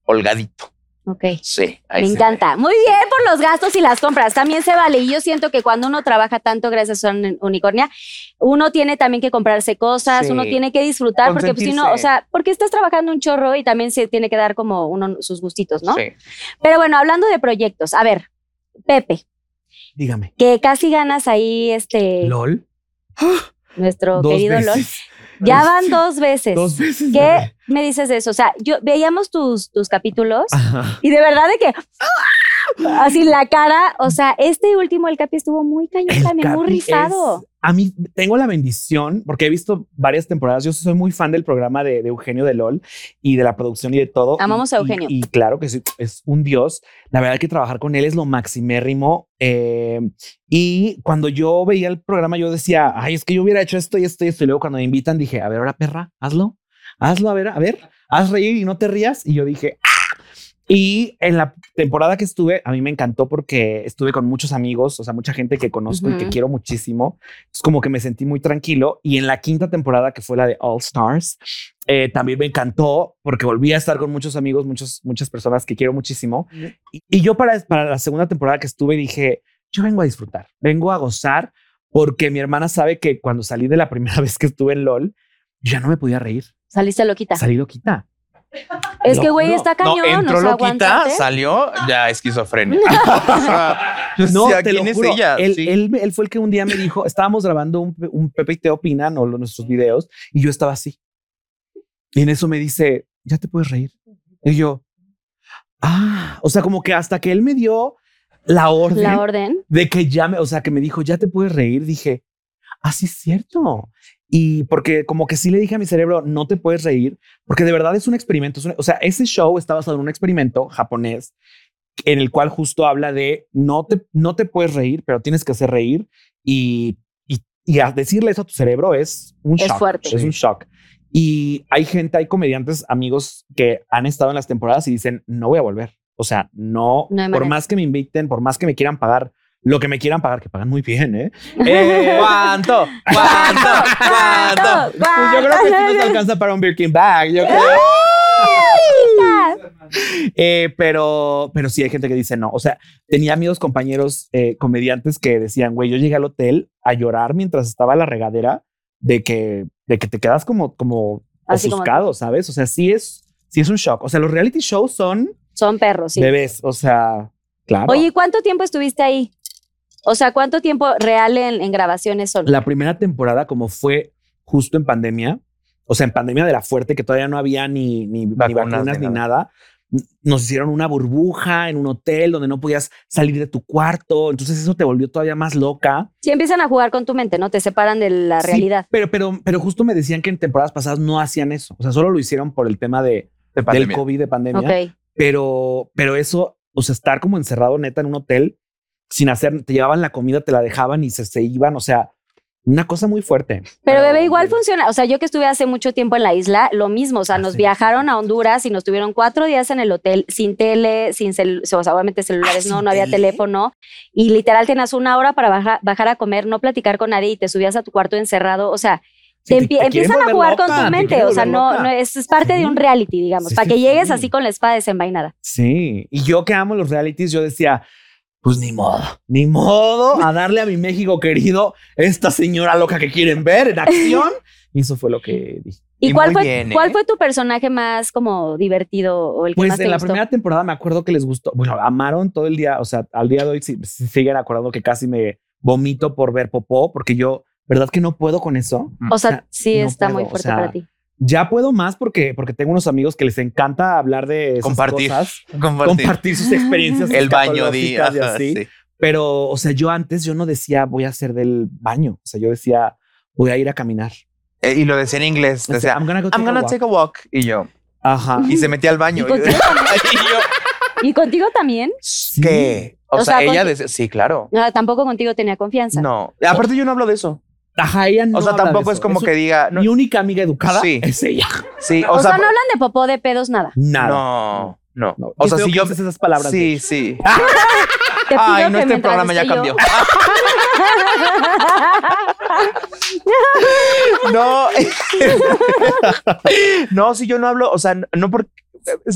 Speaker 5: holgadito.
Speaker 9: Ok.
Speaker 5: Sí, ahí
Speaker 9: Me
Speaker 5: sí.
Speaker 9: encanta. Muy bien por los gastos y las compras. También se vale. Y yo siento que cuando uno trabaja tanto, gracias a un- Unicornia, uno tiene también que comprarse cosas,
Speaker 14: Sí.
Speaker 9: uno tiene que disfrutar, porque pues, si no, o
Speaker 14: Consentirse.
Speaker 9: sea, porque estás trabajando un chorro y también se tiene que dar como uno sus gustitos, ¿no?
Speaker 5: Sí.
Speaker 9: Pero bueno, hablando de proyectos, a ver, Pepe,
Speaker 4: Dígame.
Speaker 9: que casi ganas ahí este
Speaker 4: LOL.
Speaker 9: nuestro
Speaker 4: Dos
Speaker 9: querido LOL.
Speaker 4: veces.
Speaker 9: Ya van dos veces.
Speaker 4: Dos veces,
Speaker 9: ¿Qué me dices de eso? O sea, yo veíamos tus, tus capítulos
Speaker 4: Ajá.
Speaker 9: y de verdad de que ¡ah! así la cara, o sea, este último el capi estuvo muy cañón también, muy
Speaker 4: Capi
Speaker 9: rifado.
Speaker 4: es- a mí tengo la bendición, porque he visto varias temporadas. Yo soy muy fan del programa de, de Eugenio de LOL y de la producción y de todo.
Speaker 9: Amamos
Speaker 4: Y-
Speaker 9: a
Speaker 4: y-
Speaker 9: Eugenio.
Speaker 4: Y, claro que sí, es un dios. La verdad que trabajar con él es lo maximérrimo. eh, y cuando yo veía el programa, yo decía, ay, es que yo hubiera hecho esto y esto y esto. Y luego cuando me invitan, dije, a ver, ahora perra, hazlo, hazlo, a ver, a ver, haz reír y no te rías. Y yo dije, "Ah". y en la temporada que estuve, a mí me encantó porque estuve con muchos amigos, o sea, mucha gente que conozco y que
Speaker 5: Ujú.
Speaker 4: quiero muchísimo. Es como que me sentí muy tranquilo. Y en la quinta temporada, que fue la de All Stars, eh, también me encantó porque volví a estar con muchos amigos, muchos, muchas personas que quiero muchísimo. Y, y yo para, para la segunda temporada que estuve dije, yo vengo a disfrutar, vengo a gozar, porque mi hermana sabe que cuando salí de la primera vez que estuve en LOL, ya no me podía reír.
Speaker 9: Saliste loquita.
Speaker 4: Salí loquita.
Speaker 9: es que
Speaker 4: Lo
Speaker 9: güey,
Speaker 4: juro.
Speaker 9: está
Speaker 4: No,
Speaker 9: cañón, o sea, aguantarte.
Speaker 5: salió ya esquizofrenia.
Speaker 4: no,
Speaker 5: decía,
Speaker 4: te lo
Speaker 5: ¿quién es
Speaker 4: juro.
Speaker 5: ella?
Speaker 4: Él,
Speaker 5: Sí.
Speaker 4: él, él fue el que un día me dijo, estábamos grabando un, un Pepe y Te Opinan o los- nuestros videos y yo estaba así. Y en eso me dice, ya te puedes reír. Y yo, ah, o sea, como que hasta que él me dio la orden.
Speaker 9: La orden.
Speaker 4: De que ya me, o sea, que me dijo, ya te puedes reír. Dije, ah, sí es cierto. Y porque como que sí le dije a mi cerebro, no te puedes reír, porque de verdad es un experimento. es un- o sea, ese show está basado en un experimento japonés en el cual justo habla de no te, no te puedes reír, pero tienes que hacer reír y, y, y a decirle eso a tu cerebro es un
Speaker 9: Es
Speaker 4: shock.
Speaker 9: fuerte.
Speaker 4: Es un shock. Y hay gente, hay comediantes, amigos que han estado en las temporadas y dicen, no voy a volver. O sea, no,
Speaker 5: No hay
Speaker 4: por
Speaker 5: manera.
Speaker 4: más que me inviten, por más que me quieran pagar lo que me quieran pagar, que pagan muy bien, ¿eh?
Speaker 5: ¿Cuánto? ¿Cuánto? ¿Cuánto?
Speaker 4: Pues yo creo que sí nos alcanza para un Birkin bag, yo creo. Eh, pero, pero sí hay gente que dice no. O sea, tenía amigos, compañeros, eh, comediantes que decían, güey, yo llegué al hotel a llorar mientras estaba la regadera de que, de que te quedas como, como
Speaker 9: Así como
Speaker 4: ofuscado, ¿sabes? O sea, sí es, sí es un shock. O sea, los reality shows son
Speaker 9: Son perros, sí.
Speaker 4: bebés. O sea, claro.
Speaker 9: Oye, ¿y ¿cuánto tiempo estuviste ahí? O sea, ¿cuánto tiempo real en, en grabaciones son?
Speaker 4: la primera temporada, como fue justo en pandemia, o sea, en pandemia de la fuerte, que todavía no había ni, ni, ni vacunas, ni nada. n- nos hicieron una burbuja en un hotel donde no podías salir de tu cuarto. Entonces, eso te volvió todavía más loca.
Speaker 9: Si empiezan a jugar con tu mente, ¿no? Te separan de la
Speaker 4: Sí,
Speaker 9: realidad.
Speaker 4: pero, pero, pero justo me decían que en temporadas pasadas no hacían eso. O sea, solo lo hicieron por el tema de, del
Speaker 5: pandemia.
Speaker 4: COVID, de pandemia.
Speaker 9: Ok.
Speaker 4: Pero, pero eso, o sea, estar como encerrado neta en un hotel sin hacer, te llevaban la comida, te la dejaban y se, se iban. O sea, Una cosa muy fuerte.
Speaker 9: Pero bebé, igual funciona. O sea, yo que estuve hace mucho tiempo en la isla, lo mismo. O sea, nos viajaron a Honduras y nos tuvieron cuatro días en el hotel sin tele, sin cel- o sea, obviamente celulares,
Speaker 4: Ah,
Speaker 9: no, no había teléfono. Y literal tenías una hora para baja- bajar a comer, no platicar con nadie y te subías a tu cuarto encerrado. O sea, te
Speaker 7: te
Speaker 9: empie-
Speaker 7: quieren
Speaker 9: empiezan a
Speaker 7: volver
Speaker 9: jugar con
Speaker 7: loca,
Speaker 9: tu
Speaker 7: te
Speaker 9: mente.
Speaker 7: quieren
Speaker 9: O sea,
Speaker 7: volver
Speaker 9: no,
Speaker 7: loca.
Speaker 9: no, es, es parte de un reality, digamos,
Speaker 4: Sí,
Speaker 9: para
Speaker 4: sí,
Speaker 9: que llegues
Speaker 4: sí.
Speaker 9: así con la espada desenvainada.
Speaker 4: Sí. Y yo que amo los realities, yo decía, pues ni modo, ni modo a darle a mi México querido esta señora loca que quieren ver en acción. Y eso fue lo que dije.
Speaker 9: ¿Y, cuál, fue, cuál fue tu personaje más como divertido o el que
Speaker 4: ¿eh? Pues
Speaker 9: más te
Speaker 4: en la
Speaker 9: gustó?
Speaker 4: primera temporada me acuerdo que les gustó, bueno, amaron todo el día, o sea, al día de hoy sí- sí siguen acordando que casi me vomito por ver Popó, porque yo, ¿verdad que no puedo con eso?
Speaker 6: Mm.
Speaker 9: O sea, sí
Speaker 4: no
Speaker 9: está
Speaker 4: puedo,
Speaker 9: muy
Speaker 4: o
Speaker 9: fuerte
Speaker 4: sea,
Speaker 9: para ti.
Speaker 4: Ya puedo más porque, porque tengo unos amigos que les encanta hablar de esas
Speaker 6: Compartir,
Speaker 4: cosas,
Speaker 6: compartir.
Speaker 4: sus experiencias,
Speaker 6: El baño de-
Speaker 4: escatológicas y
Speaker 6: ajá,
Speaker 4: así.
Speaker 6: sí.
Speaker 4: Pero, o sea, yo antes yo no decía voy a hacer del baño, o sea, yo decía voy a ir a caminar.
Speaker 6: Eh, Y lo decía en inglés.
Speaker 4: O sea,
Speaker 6: Decía,
Speaker 4: I'm gonna go
Speaker 6: I'm
Speaker 4: take a
Speaker 6: gonna
Speaker 4: walk".
Speaker 6: take a walk. Y yo.
Speaker 4: Ajá.
Speaker 6: Y se metía al baño.
Speaker 9: ¿Y contigo también? ¿Y contigo también?
Speaker 6: ¿Qué? O,
Speaker 9: O
Speaker 6: sea,
Speaker 9: sea,
Speaker 6: ella
Speaker 9: conti-
Speaker 6: decía, sí, claro.
Speaker 9: No, tampoco contigo tenía confianza.
Speaker 6: No. Aparte, yo no hablo de eso.
Speaker 4: Ajá, ella no
Speaker 6: O sea,
Speaker 4: habla de
Speaker 6: tampoco es
Speaker 4: eso.
Speaker 6: como
Speaker 4: Es
Speaker 6: que diga.
Speaker 4: Mi única amiga educada
Speaker 6: Sí.
Speaker 4: es ella.
Speaker 6: Sí,
Speaker 9: O, sea, no hablan de popó de pedos, nada.
Speaker 4: Nada.
Speaker 6: No, no. O
Speaker 4: Qué
Speaker 6: sea,
Speaker 4: feo
Speaker 6: si
Speaker 4: que
Speaker 6: yo.
Speaker 4: uses esas palabras, de
Speaker 6: Sí,
Speaker 4: hecho.
Speaker 6: sí.
Speaker 9: Te pido
Speaker 6: Ay, no,
Speaker 9: que
Speaker 6: este
Speaker 9: mientras
Speaker 6: programa ya
Speaker 9: esté yo-
Speaker 6: cambió. No. no, si yo no hablo, o sea, no porque.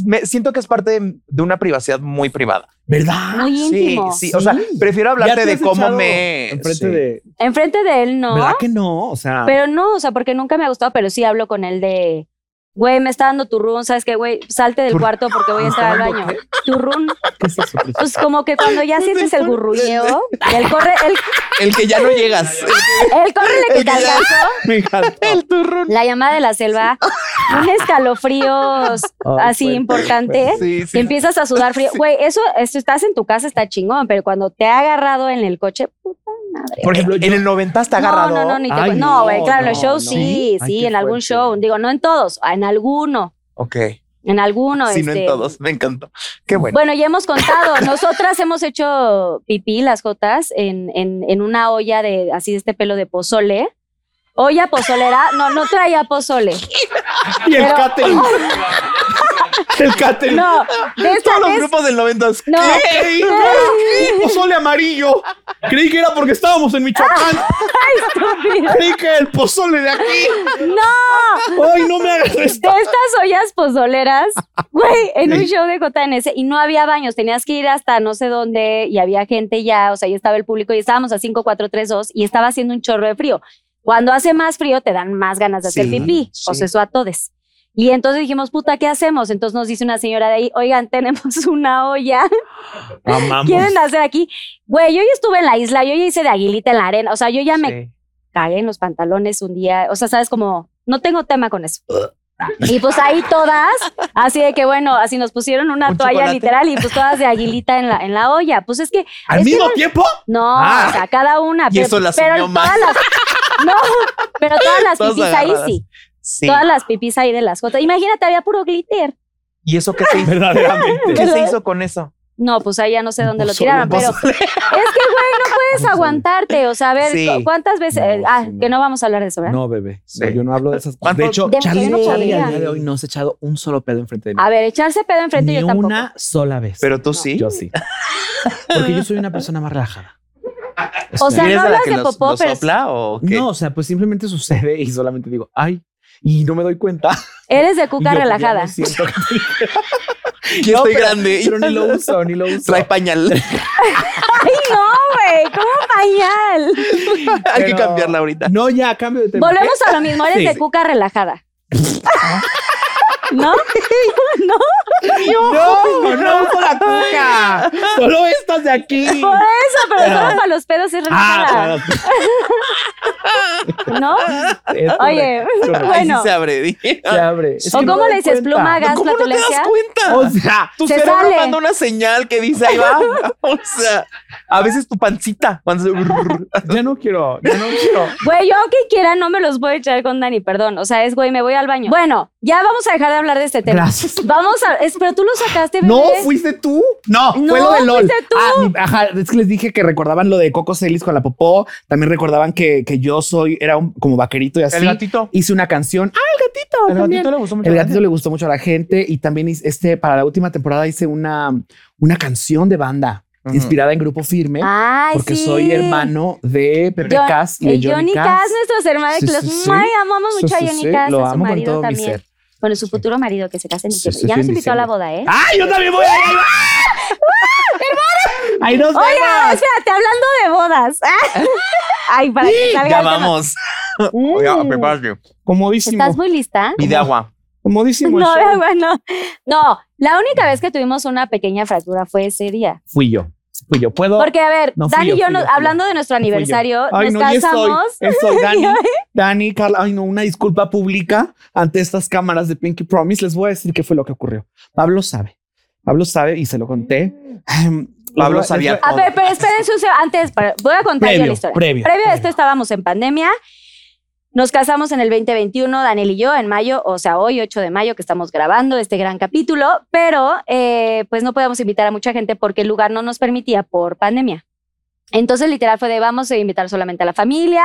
Speaker 6: me- siento que es parte de, de una privacidad muy privada.
Speaker 4: ¿Verdad?
Speaker 9: Muy íntimo.
Speaker 6: Sí, sí. O sea, prefiero hablarte
Speaker 4: te
Speaker 6: de
Speaker 4: has
Speaker 6: cómo
Speaker 4: echado
Speaker 6: me.
Speaker 4: enfrente
Speaker 6: sí.
Speaker 4: de-
Speaker 9: Enfrente de él no.
Speaker 4: ¿Verdad que no? O sea,
Speaker 9: Pero no, o sea, porque nunca me ha gustado, pero sí hablo con él de, güey, me está dando tu run, ¿sabes qué, güey? Salte del cuarto porque voy a entrar al baño. Tu run. Pues como que cuando ya sientes el gurruñeo, él corre, él,
Speaker 6: El que ya no llegas.
Speaker 9: él corre el que te alcanzó.
Speaker 4: me encanta.
Speaker 9: La llamada de la selva, un escalofrío así importante,
Speaker 6: Sí, sí.
Speaker 9: que empiezas a sudar frío. Güey, eso, eso estás en tu casa, está chingón, pero cuando te ha agarrado en el coche, puta madre.
Speaker 6: Por
Speaker 4: Eh,
Speaker 6: ejemplo, en el 90 está agarrado.
Speaker 9: No, no, no, ni te
Speaker 6: Ay,
Speaker 9: cu- No, güey, claro, en los
Speaker 6: no,
Speaker 9: shows
Speaker 6: no.
Speaker 9: sí,
Speaker 6: Ay,
Speaker 9: sí,
Speaker 6: qué
Speaker 9: en algún
Speaker 6: fuerte.
Speaker 9: show. Digo, no en todos, en alguno,
Speaker 6: Ok.
Speaker 9: en alguno.
Speaker 6: si no en
Speaker 9: este,
Speaker 6: todos. Me encantó. Qué bueno.
Speaker 9: Bueno, ya hemos contado. Nosotras hemos hecho pipí, las jotas, en, en, en una olla de así de este pelo de pozole. Olla pozolera. No, no traía pozole.
Speaker 4: Y el
Speaker 9: Pero-
Speaker 4: catering. el catering.
Speaker 9: No, de esta
Speaker 4: Todos los
Speaker 9: vez-
Speaker 4: grupos del 90.
Speaker 9: No.
Speaker 4: ¿Qué? Creí que era pozole amarillo. Creí que era porque estábamos en Michoacán. Creí que era el pozole de aquí.
Speaker 9: ¡No!
Speaker 4: Ay, no me hagas
Speaker 9: De
Speaker 4: esto.
Speaker 9: estas ollas pozoleras, güey, en un show de JNS y no había baños, tenías que ir hasta no sé dónde y había gente ya, o sea, ya estaba el público y estábamos a 5, 4, 3, 2 y estaba haciendo un chorro de frío. Cuando hace más frío te dan más ganas de hacer
Speaker 5: Sí,
Speaker 9: pipí, o sea, eso a todos. Y entonces dijimos, puta, ¿qué hacemos? Entonces nos dice una señora de ahí, oigan, tenemos una olla.
Speaker 4: Amamos.
Speaker 9: ¿Quieren hacer aquí? Güey, yo ya estuve en la isla, yo ya hice de aguilita en la arena, o sea, yo ya me cagué en los pantalones un día, o sea, sabes como, no tengo tema con eso. Y pues ahí todas, así de que bueno, así nos pusieron una
Speaker 4: ¿Un
Speaker 9: toalla
Speaker 4: chocolate?
Speaker 9: literal y pues todas de aguilita en la, en la olla. Pues es que.
Speaker 4: ¿Al
Speaker 9: es que
Speaker 4: mismo
Speaker 9: no-
Speaker 4: tiempo?
Speaker 9: No,
Speaker 4: Ah.
Speaker 9: o sea, cada una.
Speaker 4: Y eso las unió más.
Speaker 9: todas las- No, pero todas las
Speaker 6: Todas
Speaker 9: pipis
Speaker 6: agarradas.
Speaker 9: ahí sí.
Speaker 6: Sí.
Speaker 9: Todas las pipis ahí de las jotas. Imagínate, había puro glitter.
Speaker 6: ¿Y eso qué se hizo?
Speaker 4: Verdaderamente.
Speaker 6: ¿Qué se
Speaker 9: ¿Verdad?
Speaker 6: hizo con eso?
Speaker 9: No, pues ahí ya no sé dónde lo
Speaker 6: Pozole,
Speaker 9: tiraron, pero es que, güey, no puedes aguantarte. O sea, a ver,
Speaker 4: Sí.
Speaker 9: ¿cu- ¿cuántas veces? Eh, ah, que no vamos a hablar de eso, ¿verdad?
Speaker 4: No, bebé. No, yo no hablo de esas cosas.
Speaker 9: ¿Cuánto-
Speaker 4: De hecho,
Speaker 9: de
Speaker 4: Charlie,
Speaker 9: verdad?
Speaker 4: Charlie al día de hoy no se ha echado un solo pedo enfrente de mí.
Speaker 9: A ver, echarse pedo Ah, enfrente
Speaker 4: Ni
Speaker 9: yo tampoco.
Speaker 4: una sola vez.
Speaker 6: Pero tú sí.
Speaker 4: Yo sí. Porque yo soy una persona más relajada.
Speaker 9: O
Speaker 5: Este,
Speaker 9: sea, ¿Eres no de la hablas que de lo- popó, lo pero- sopla
Speaker 6: o
Speaker 4: No, o sea, pues simplemente sucede y solamente digo, ay, y no me doy cuenta.
Speaker 9: Eres de cuca
Speaker 4: Y yo, pues, ya
Speaker 9: relajada.
Speaker 4: no siento que-
Speaker 6: Yo estoy grande.
Speaker 4: Pero ni lo uso, ni lo uso.
Speaker 6: Trae pañal.
Speaker 9: Ay, no, güey, ¿cómo pañal?
Speaker 6: Hay que cambiarla ahorita.
Speaker 4: No, ya, cambio de tema.
Speaker 9: Volvemos a lo mismo, eres
Speaker 6: Sí.
Speaker 9: de cuca relajada. ¿No? ¿No?
Speaker 4: No, pues, no uso la cuca. Solo estas de aquí. Ah,
Speaker 9: Por eso, pero
Speaker 4: Pero-
Speaker 9: solo para los pedos es relajada. ¿No?
Speaker 4: Es
Speaker 9: Oye,
Speaker 4: correcto.
Speaker 9: bueno.
Speaker 6: abre. Se
Speaker 4: abre.
Speaker 9: ¿O cómo le dices pluma, gas,
Speaker 6: ¿Cómo no te das
Speaker 9: flatulencia?
Speaker 6: cuenta?
Speaker 4: O sea,
Speaker 6: tu
Speaker 9: se
Speaker 6: cerebro
Speaker 9: sale.
Speaker 6: manda una señal que dice ahí va. O sea, a veces tu pancita. cuando se-
Speaker 4: Ya no quiero, ya no quiero.
Speaker 9: Güey, yo aunque quiera no me los voy a echar con Dani, perdón. O sea, es güey, me voy al baño. Bueno, ya vamos a dejar de hablar de este tema.
Speaker 4: Gracias.
Speaker 9: Vamos a... es- pero tú lo sacaste, bebé.
Speaker 4: No, fuiste tú. No,
Speaker 12: No,
Speaker 4: fue lo de LOL.
Speaker 12: fuiste tú.
Speaker 4: Ah, mi- ajá, es que les dije que recordaban lo de Coco Celis con la popó. También recordaban que, que yo soy, era un, como vaquerito y así.
Speaker 6: El gatito.
Speaker 4: Hice una canción. Ah, el gatito.
Speaker 6: El
Speaker 4: también.
Speaker 6: gatito le gustó mucho a
Speaker 4: El
Speaker 6: la
Speaker 4: gatito le gustó mucho a la gente. Y también hice- este, para la última temporada hice una, una canción de banda.
Speaker 6: Ujú.
Speaker 4: Inspirada en Grupo Firme,
Speaker 9: Ay,
Speaker 4: porque
Speaker 9: sí.
Speaker 4: soy hermano de Pepe
Speaker 9: John-
Speaker 4: Cas y de
Speaker 9: eh,
Speaker 4: Johnny,
Speaker 9: Johnny
Speaker 4: Cass.
Speaker 9: Cass, nuestros hermanos,
Speaker 4: Sí,
Speaker 9: que los
Speaker 4: sí, sí.
Speaker 9: ay, amamos
Speaker 4: Sí,
Speaker 9: mucho
Speaker 4: sí,
Speaker 9: a Johnny
Speaker 4: sí,
Speaker 9: Cass,
Speaker 4: lo
Speaker 9: a su
Speaker 4: amo con
Speaker 9: marido
Speaker 4: todo mi
Speaker 9: también.
Speaker 4: ser.
Speaker 9: Bueno, su futuro marido que se casa en
Speaker 4: Sí,
Speaker 9: diciembre.
Speaker 4: sí,
Speaker 9: ya
Speaker 4: sí,
Speaker 9: nos
Speaker 4: en
Speaker 9: invitó a la
Speaker 4: diciembre.
Speaker 9: boda, ¿eh?
Speaker 4: ¡Ay, yo también voy a ir! ¡Ah!
Speaker 9: ¡Hermano!
Speaker 4: Ahí nos
Speaker 9: Oiga,
Speaker 4: vemos.
Speaker 9: espérate, hablando de bodas. Ay, para que salga el tema.
Speaker 6: Oiga, prepárate.
Speaker 4: Comodísimo.
Speaker 9: ¿Estás muy lista?
Speaker 6: Pide agua.
Speaker 4: Comodísimo. el
Speaker 9: No,
Speaker 4: show.
Speaker 9: bueno. No, la única vez que tuvimos una pequeña fractura fue ese día.
Speaker 4: Fui yo. Fui yo. ¿Puedo?
Speaker 9: Porque, a ver,
Speaker 4: No, fui
Speaker 9: Dani
Speaker 4: yo,
Speaker 9: y yo,
Speaker 4: fui
Speaker 9: nos-
Speaker 4: yo, fui
Speaker 9: hablando de nuestro
Speaker 4: Fui yo.
Speaker 9: aniversario,
Speaker 4: Ay,
Speaker 9: nos
Speaker 4: no, y
Speaker 9: casamos.
Speaker 4: Eso, eso, Dani,
Speaker 9: Y hoy-
Speaker 4: Dani, Carla. Ay, no, una disculpa pública ante estas cámaras de Pinky Promise. Les voy a decir qué fue lo que ocurrió. Pablo sabe. Pablo sabe y se lo conté. Em,
Speaker 6: Pablo
Speaker 4: Les voy-
Speaker 6: sabía
Speaker 4: les voy-
Speaker 9: A ver, pero espérense un segundo, antes, para- voy a contar yo
Speaker 4: Previo,
Speaker 9: la historia.
Speaker 4: previo,
Speaker 9: a este, esto estábamos en pandemia. Nos casamos en el 2021, Daniel y yo, en mayo, o sea, hoy, 8 de mayo, que estamos grabando este gran capítulo, pero eh, pues no podíamos invitar a mucha gente porque el lugar no nos permitía por pandemia. Entonces, literal, fue de vamos a invitar solamente a la familia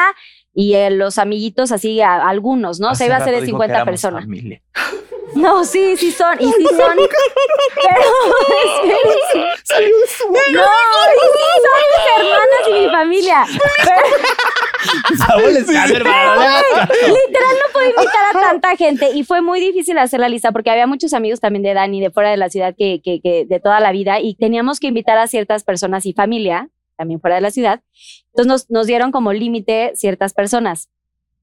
Speaker 9: y eh, los amiguitos, así, a- a algunos, ¿no? O sea, iba a ser de 50 personas. No, sí, sí son. Y sí son. Pero. espérense. No, y sí son mis hermanas y mi familia.
Speaker 12: Saúl está
Speaker 9: Pero,
Speaker 12: hermano,
Speaker 9: güey,
Speaker 12: ¿verdad?
Speaker 9: literal, no pude invitar a tanta gente. Y fue muy difícil hacer la lista porque había muchos amigos también de Dani, de fuera de la ciudad, que, que, que de toda la vida. Y teníamos que invitar a ciertas personas y familia, también fuera de la ciudad. Entonces nos, nos dieron como límite ciertas personas.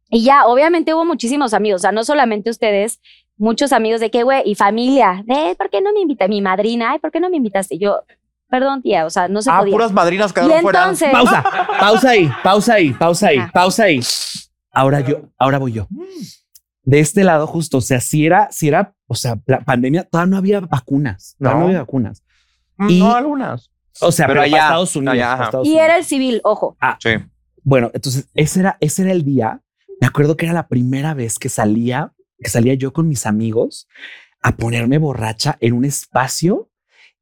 Speaker 9: Y ya, obviamente hubo muchísimos amigos, o sea, no solamente ustedes, muchos amigos de que, güey, y familia, de, "Ay, ¿por qué no me invita mi madrina? Ay, ¿por qué no me invitaste? Yo, perdón, tía, o sea, no se
Speaker 6: Ah,
Speaker 9: podía.
Speaker 6: puras madrinas
Speaker 9: y
Speaker 6: quedaron fuera.
Speaker 9: entonces,
Speaker 4: Pausa, pausa ahí, pausa ahí, pausa
Speaker 9: Ah.
Speaker 4: ahí, pausa ahí. Ahora yo, ahora voy yo. De este lado justo, o sea, si era, si era, o sea, la pandemia, todavía no había vacunas, todavía no,
Speaker 6: No.
Speaker 4: había vacunas.
Speaker 6: Mm, No, algunas.
Speaker 4: O sea, pero,
Speaker 6: Pero
Speaker 4: para
Speaker 6: allá,
Speaker 4: Estados Unidos.
Speaker 6: allá,
Speaker 4: para
Speaker 6: ajá.
Speaker 4: Estados
Speaker 9: Y
Speaker 4: Unidos.
Speaker 9: era el civil, ojo.
Speaker 4: Ah, Bueno, entonces ese era, ese era el día. Me acuerdo que era la primera vez que salía, que salía yo con mis amigos a ponerme borracha en un espacio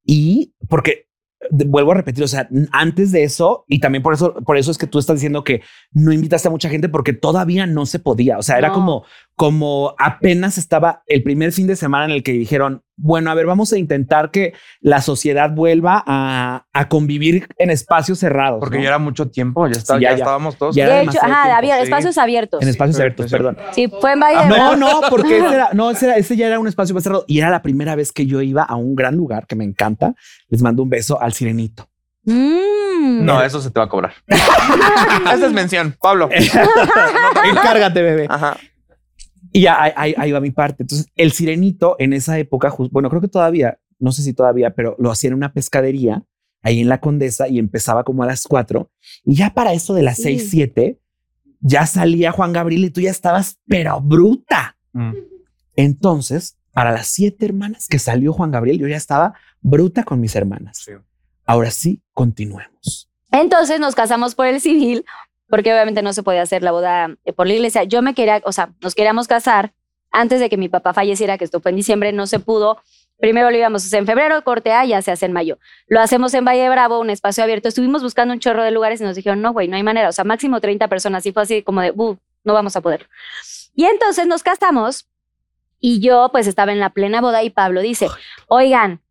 Speaker 4: y porque de- vuelvo a repetir, o sea, n- antes de eso y también por eso, por eso es que tú estás diciendo que no invitaste a mucha gente porque todavía no se podía. O sea, era
Speaker 9: No.
Speaker 4: como, como apenas estaba el primer fin de semana en el que dijeron, bueno, a ver, vamos a intentar que la sociedad vuelva a, a convivir en espacios cerrados.
Speaker 6: Porque
Speaker 4: ¿no?
Speaker 6: ya era mucho tiempo, ya, está-
Speaker 4: Sí,
Speaker 6: ya,
Speaker 4: ya, ya.
Speaker 6: estábamos todos.
Speaker 4: Ya era
Speaker 9: De hecho,
Speaker 4: demasiado
Speaker 9: ajá,
Speaker 4: tiempo,
Speaker 9: había
Speaker 4: sí.
Speaker 9: espacios abiertos.
Speaker 4: En espacios
Speaker 6: pues
Speaker 4: abiertos, perdón.
Speaker 9: Sí, fue en Valle de
Speaker 4: Ah, No,
Speaker 9: Bravo.
Speaker 4: no, porque ese, era- no, ese, era- ese ya era un espacio más cerrado y era la primera vez que yo iba a un gran lugar que me encanta. Les mando un beso al sirenito.
Speaker 9: Mm.
Speaker 6: No, eso se te va a cobrar. Esa es mención, Pablo.
Speaker 4: Eh, Encárgate, bebé. Y ya ahí, ahí- ahí va mi parte. Entonces, el sirenito en esa época, jus- bueno, creo que todavía, no sé si todavía, pero lo hacía en una pescadería ahí en la Condesa y empezaba como a las cuatro. Y ya para eso de las
Speaker 12: Sí.
Speaker 4: seis, siete, ya salía Juan Gabriel y tú ya estabas, pero bruta. Entonces, para las siete hermanas que salió Juan Gabriel, yo ya estaba bruta con mis hermanas. Ahora sí, continuemos.
Speaker 9: Entonces nos casamos por el civil, porque obviamente no se podía hacer la boda eh, por la iglesia. Yo me quería, o sea, nos queríamos casar antes de que mi papá falleciera, que esto fue en diciembre, no se pudo. Primero lo íbamos a hacer en febrero, corte A, ya se hace en mayo. Lo hacemos en Valle de Bravo, un espacio abierto. Estuvimos buscando un chorro de lugares y nos dijeron, no, güey, no hay manera. O sea, máximo 30 personas. Y fue así como de, "Uh, no vamos a poder. Y entonces nos casamos y yo pues estaba en la plena boda y Pablo dice, oigan,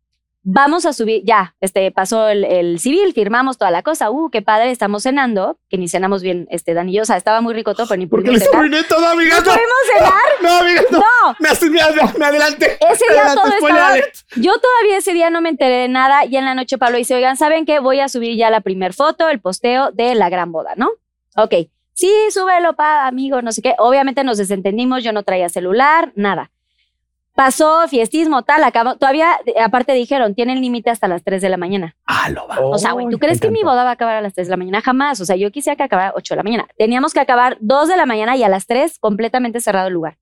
Speaker 9: vamos a subir, ya, este, pasó el, el civil, firmamos toda la cosa, uh, qué padre, estamos cenando, que ni cenamos bien, este, Dani y yo, o sea, estaba muy rico todo, pero ni
Speaker 12: Porque
Speaker 9: pudimos
Speaker 12: les
Speaker 9: cenar.
Speaker 12: arruiné todo, amiga.
Speaker 9: ¿No podemos cenar?
Speaker 12: No, amiga, no.
Speaker 9: No.
Speaker 12: Me, hace- me, ad- me adelante.
Speaker 9: Ese día
Speaker 12: Adelante,
Speaker 9: todo
Speaker 12: spoiler
Speaker 9: estaba,
Speaker 12: alert.
Speaker 9: yo todavía ese día no me enteré de nada y en la noche Pablo dice, oigan, ¿saben qué? Voy a subir ya la primer foto, el posteo de la gran boda, ¿no? Ok, sí, súbelo, pa, amigo, no sé qué. Obviamente nos desentendimos, yo no traía celular, nada. Pasó fiestismo, tal, acabó. Todavía, eh, aparte dijeron, tienen límite hasta las 3 de la mañana.
Speaker 4: Ah, lo va.
Speaker 9: O sea, güey, ¿tú crees que mi boda va a acabar a las 3 de la mañana? Jamás. O sea, yo quisiera que acabara a 8 de la mañana. Teníamos que acabar 2 de la mañana y a las 3 completamente cerrado el lugar.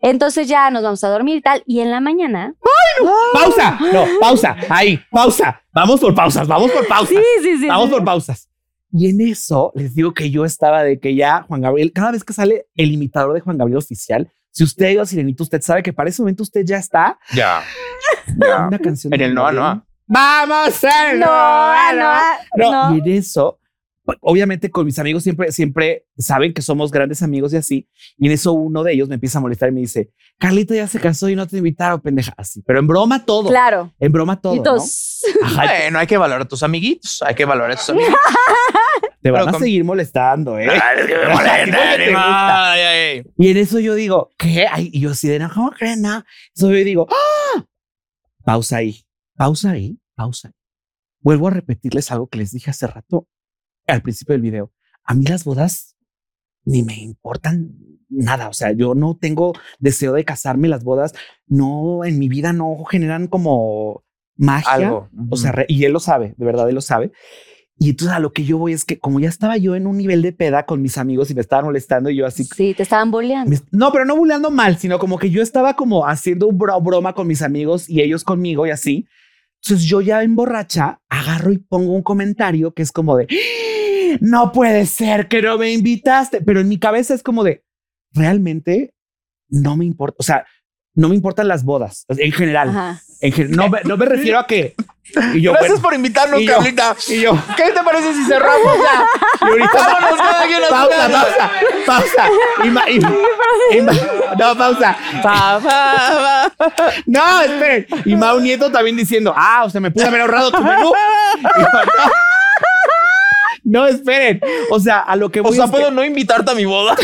Speaker 9: Entonces ya nos vamos a dormir y tal. Y en la mañana.
Speaker 4: Pausa, no, pausa, ahí, pausa. Vamos por pausas, vamos por pausas.
Speaker 9: Sí, sí, sí,
Speaker 4: Vamos
Speaker 9: sí.
Speaker 4: por pausas. Y en eso les digo que yo estaba de que ya Juan Gabriel, cada vez que sale el imitador de Juan Gabriel oficial, si usted ha ido a Sirenito, usted sabe que para ese momento usted ya está
Speaker 6: Ya.
Speaker 4: Una canción de
Speaker 6: En el
Speaker 4: Juan
Speaker 6: Noa Noa.
Speaker 15: Vamos a
Speaker 4: No,
Speaker 9: ah,
Speaker 15: Noa, Noa.
Speaker 4: No, y en eso, obviamente con mis amigos siempre, siempre saben que somos grandes amigos y así. Y en eso uno de ellos me empieza a molestar y me dice, Carlita ya se casó y no te invitaron, pendeja. Así, pero en broma todo.
Speaker 9: Claro.
Speaker 4: En broma todo.
Speaker 9: Y
Speaker 4: ¿no?
Speaker 9: todos.
Speaker 5: Bueno, hay que valorar a tus amiguitos. Hay que valorar a tus amigos.
Speaker 4: Te van
Speaker 5: Pero
Speaker 4: a
Speaker 5: con-
Speaker 4: seguir molestando, ¿eh?
Speaker 5: Ay, que me molesta,
Speaker 4: Digo que te
Speaker 5: ni
Speaker 4: gusta.
Speaker 5: madre, ay, ay.
Speaker 4: Y en eso yo digo, ¿qué? Ay, y yo así de, no, ¿cómo creen? No. Eso yo digo, ¡ah! Pausa ahí, pausa ahí, pausa ahí. Vuelvo a repetirles algo que les dije hace rato al principio del video. A mí las bodas ni me importan nada. O sea, yo no tengo deseo de casarme. Las bodas no, en mi vida no generan como magia.
Speaker 5: Algo.
Speaker 4: O sea, re- y él lo sabe, de verdad, él lo sabe. Y entonces a lo que yo voy es que como ya estaba yo en un nivel de peda con mis amigos y me estaban molestando y yo así
Speaker 9: Sí, te estaban boleando.
Speaker 4: me- No, pero no burlando mal, sino como que yo estaba como haciendo un bro- broma con mis amigos y ellos conmigo y así. Entonces yo ya en borracha agarro y pongo un comentario que es como de, "¡Ah! no puede ser que no me invitaste, pero en mi cabeza es como de, realmente no me importa, o sea, no me importan las bodas en general.
Speaker 5: Ajá.
Speaker 4: En gen- no, me, no me refiero a que... Y yo,
Speaker 5: Gracias
Speaker 4: bueno.
Speaker 5: por invitarnos,
Speaker 4: Y yo-
Speaker 5: Carlita.
Speaker 4: Y yo,
Speaker 5: ¿Qué te parece si cerramos ya?
Speaker 4: y ahorita
Speaker 5: Vámonos cada quien a su
Speaker 4: pausa,
Speaker 5: casa.
Speaker 4: pausa, pausa. Ima- im- ima- no, pausa. No, esperen. Y Mau Nieto también diciendo, ah, o sea, me pude haber ahorrado tu menú. Y yo, no. No, esperen. O sea, a lo que voy
Speaker 5: O sea,
Speaker 4: es
Speaker 5: ¿puedo
Speaker 4: que-
Speaker 5: no invitarte a mi boda?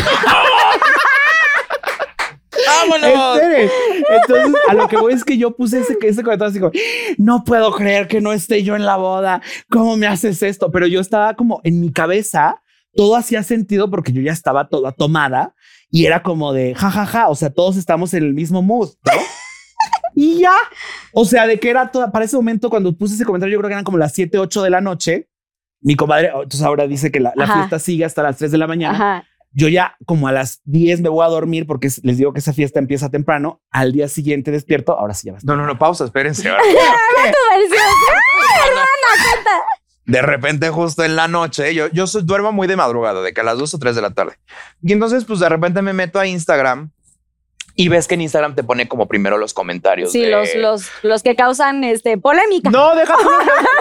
Speaker 5: ¡Vámonos!
Speaker 4: Esperen. Entonces, a lo que voy es que yo puse ese, ese comentario así como, no puedo creer que no esté yo en la boda. ¿Cómo me haces esto? Pero yo estaba como en mi cabeza, todo hacía sentido porque yo ya estaba toda tomada y era como de jajaja. O sea, todos estamos en el mismo mood, ¿no? Y ya, o sea, de que era toda, para ese momento cuando puse ese comentario, yo creo que eran como las 7, 8 de la noche. Mi comadre, oh, entonces ahora dice que la, la
Speaker 9: Ajá.
Speaker 4: fiesta sigue hasta las 3 de la mañana.
Speaker 9: Ajá.
Speaker 4: Yo ya como a las 10 me voy a dormir porque es- les digo que esa fiesta empieza temprano. Al día siguiente despierto, ahora sí ya vas.
Speaker 5: No, no, no, pausa, espérense.
Speaker 9: Ahora tu versión. Ay, hermana, cuenta.
Speaker 5: De repente, justo en la noche, yo, yo so- duermo muy de madrugada, de que a las 2 o 3 de la tarde. Y entonces, pues de repente me meto a Instagram y ves que en Instagram te pone como primero los comentarios.
Speaker 9: Sí,
Speaker 5: de-
Speaker 9: los, los, los que causan este, polémica.
Speaker 5: No, deja tú,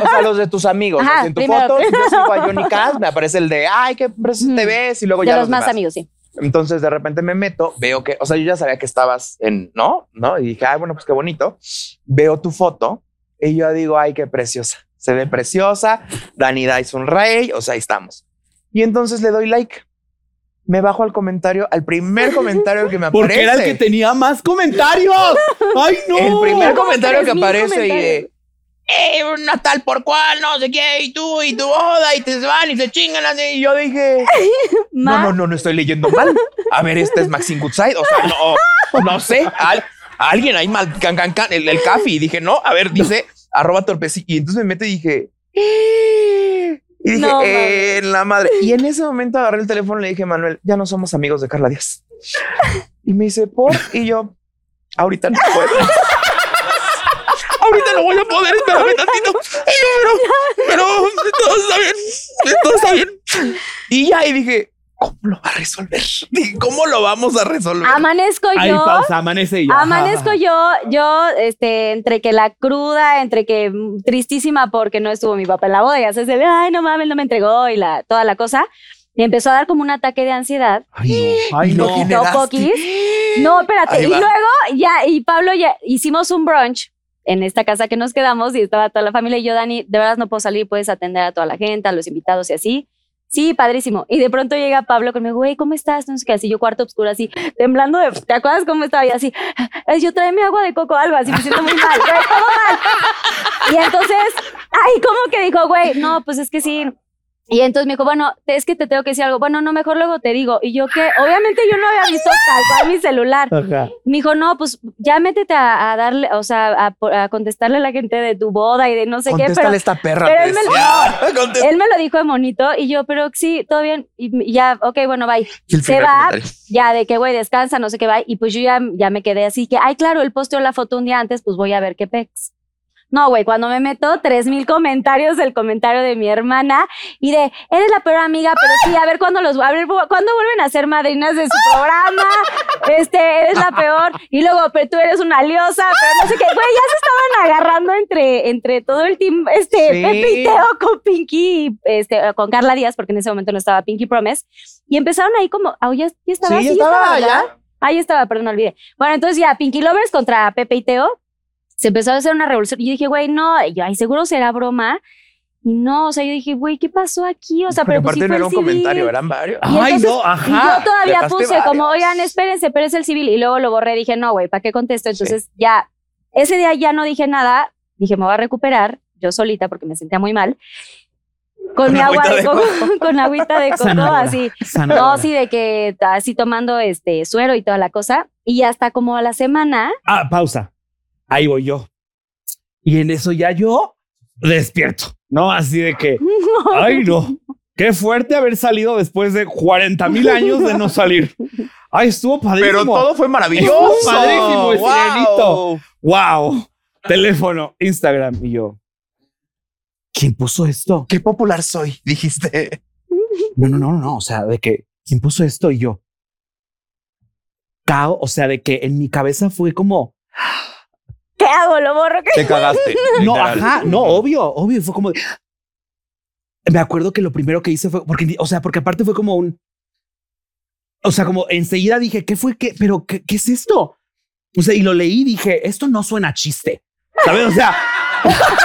Speaker 5: o sea, los de tus amigos.
Speaker 9: Ajá,
Speaker 5: o sea, en tu
Speaker 9: primero,
Speaker 5: foto,
Speaker 9: primero.
Speaker 5: yo sigo a Johnny Cash, me aparece el de, ay, qué preso te ves, y luego
Speaker 9: de
Speaker 5: ya
Speaker 9: los,
Speaker 5: los
Speaker 9: más
Speaker 5: demás.
Speaker 9: amigos, sí.
Speaker 5: Entonces de repente me meto, veo que, o sea, yo ya sabía que estabas en, ¿no? ¿No? Y dije, ay, bueno, pues qué bonito. Veo tu foto y yo digo, ay, qué preciosa. Se ve preciosa. Dani Dice un rey, o sea, ahí estamos. Y entonces le doy like. Me bajo al comentario, al primer comentario que me aparece.
Speaker 4: Porque era el que tenía más comentarios. ¡Ay, no!
Speaker 5: El primer comentario que aparece y de,
Speaker 15: Eh, una tal por cual, no sé qué, y tú, y tu boda, y te van y se chingan así.
Speaker 5: Y yo dije, no, no, no, no estoy leyendo mal. A ver, este es Maxine Goodside. O sea, no, no sé. al- alguien ahí mal, can, can, can, el, el cafi. Y dije, no, a ver, dice arroba torpecillo. Y entonces me meto y dije, "Eh". y dije,
Speaker 15: No,
Speaker 5: "Eh, la madre. Y en ese momento agarré el teléfono y le dije, Manuel, ya no somos amigos de Carla Díaz. Y me dice, por, y yo, ahorita no puedo. Ahorita no voy a poder, espérame tantito. Ay, no, pero, pero todo está bien. Todo está bien. Y ya, y dije, ¿cómo lo va a resolver? Dije, ¿Cómo lo vamos a resolver?
Speaker 9: Amanezco
Speaker 5: Ahí
Speaker 9: yo.
Speaker 5: pausa, amanece y ya.
Speaker 9: Amanezco yo, yo, este, entre que la cruda, entre que mm, tristísima porque no estuvo mi papá en la boda, ya se ve, ay, no mames, no me entregó y la, toda la cosa. Y empezó a dar como un ataque de ansiedad.
Speaker 4: Ay, no.
Speaker 9: Poquito, poquis. No, espérate.
Speaker 4: Ahí
Speaker 9: Y
Speaker 4: va.
Speaker 9: luego ya, y Pablo ya hicimos un brunch en esta casa que nos quedamos y estaba toda la familia. Y yo, Dani, de verdad no puedo salir, puedes atender a toda la gente, a los invitados y así. Sí, padrísimo. Y de pronto llega Pablo conmigo, güey, ¿cómo estás? No sé qué, así yo cuarto oscuro, así, temblando de, ¿te acuerdas cómo estaba? Y así, "Ay, yo tráeme agua de coco, algo así, me siento muy mal, güey, todo mal. Y entonces, ay, ¿cómo que dijo, güey? No, pues es que sí. Y entonces me dijo, bueno, te- es que te tengo que decir algo. Bueno, no, mejor luego te digo. Y yo, que Obviamente yo no había visto tal cual mi celular.
Speaker 4: Ajá.
Speaker 9: Me dijo, no, pues ya métete a, a darle, o sea, a, po- a contestarle a la gente de tu boda y de no sé qué.
Speaker 5: Contéstale
Speaker 9: Pero,
Speaker 5: a esta perra,
Speaker 9: Pero
Speaker 5: te
Speaker 9: él me,
Speaker 5: decía.
Speaker 9: lo,
Speaker 5: Contesta-
Speaker 9: él me lo dijo de monito y yo, pero sí, todo bien. Y ya, ok, bueno, bye.
Speaker 5: Y el
Speaker 9: Se
Speaker 5: primer
Speaker 9: va,
Speaker 5: comentario.
Speaker 9: ya de que, güey, descansa, no sé qué, bye. Y pues yo ya, ya me quedé así que, ay, claro, él posteó la foto un día antes, pues voy a ver qué pex. No, güey, cuando me meto, tres mil comentarios del comentario de mi hermana y de, eres la peor amiga, pero sí, a ver cuándo los, a ver, cuándo vuelven a ser madrinas de su programa, este, eres la peor, y luego, pero tú eres una liosa, pero no sé qué, güey, ya se estaban agarrando entre, entre todo el team, este,
Speaker 5: Sí.
Speaker 9: Pepe y Teo con Pinky, y, este, con Carla Díaz, porque en ese momento no estaba Pinky Promise, y empezaron ahí como, ah, ya, ya estaba,
Speaker 5: Sí, ya estaba,
Speaker 9: ¿verdad?
Speaker 5: ya.
Speaker 9: Ahí estaba, perdón, me olvidé. Bueno, entonces ya, Pinky Lovers contra Pepe y Teo, se empezó a hacer una revolución. Y yo dije, güey, no, y yo, ay, seguro será broma. Y no, o sea, yo dije, güey, ¿qué pasó aquí? O sea,
Speaker 6: Porque
Speaker 9: pero pues
Speaker 6: aparte
Speaker 9: sí
Speaker 6: no era
Speaker 9: fue el
Speaker 6: un
Speaker 9: civil.
Speaker 6: comentario, eran varios.
Speaker 9: Y entonces- Y yo todavía puse como, oigan, espérense, pero es el civil. Y luego lo borré, dije, no, güey, ¿para qué contesto? Entonces ya, ese día ya no dije nada, dije, me voy a recuperar yo solita porque me sentía muy mal. Con,
Speaker 5: Con
Speaker 9: mi agua
Speaker 5: agüita
Speaker 9: de
Speaker 5: de
Speaker 9: coco,
Speaker 5: coco.
Speaker 9: con agüita de coco,
Speaker 5: Zanahoria,
Speaker 9: así.
Speaker 5: zanahoria.
Speaker 9: No, sí, de que así tomando este suero y toda la cosa. Y hasta como a la semana,
Speaker 4: Ah, pausa. Ahí voy yo. Y en eso ya yo despierto, ¿no? Así de que,
Speaker 9: No.
Speaker 4: ay, no. Qué fuerte haber salido después de 40 mil años de no salir. Ay, estuvo padrísimo.
Speaker 6: Pero todo fue maravilloso.
Speaker 4: Estuvo padrísimo, el
Speaker 6: Wow.
Speaker 4: sirenito. Wow. Teléfono, Instagram y yo. ¿Quién puso esto?
Speaker 6: Qué popular soy, dijiste.
Speaker 4: No, no, no, no, no. O sea, de que, ¿quién puso esto? Y yo. Cao, o sea, de que en mi cabeza fue como,
Speaker 9: ¿qué hago? Lo borro. ¿Qué?
Speaker 4: No, ajá, no, obvio, obvio. Fue como. de- Me acuerdo que lo primero que hice fue. Porque, o sea, porque aparte fue como un. O sea, como enseguida dije, ¿qué fue? ¿Qué? ¿Pero qué, qué es esto? O sea, y lo leí y dije, esto no suena a chiste. ¿Sabes? O sea.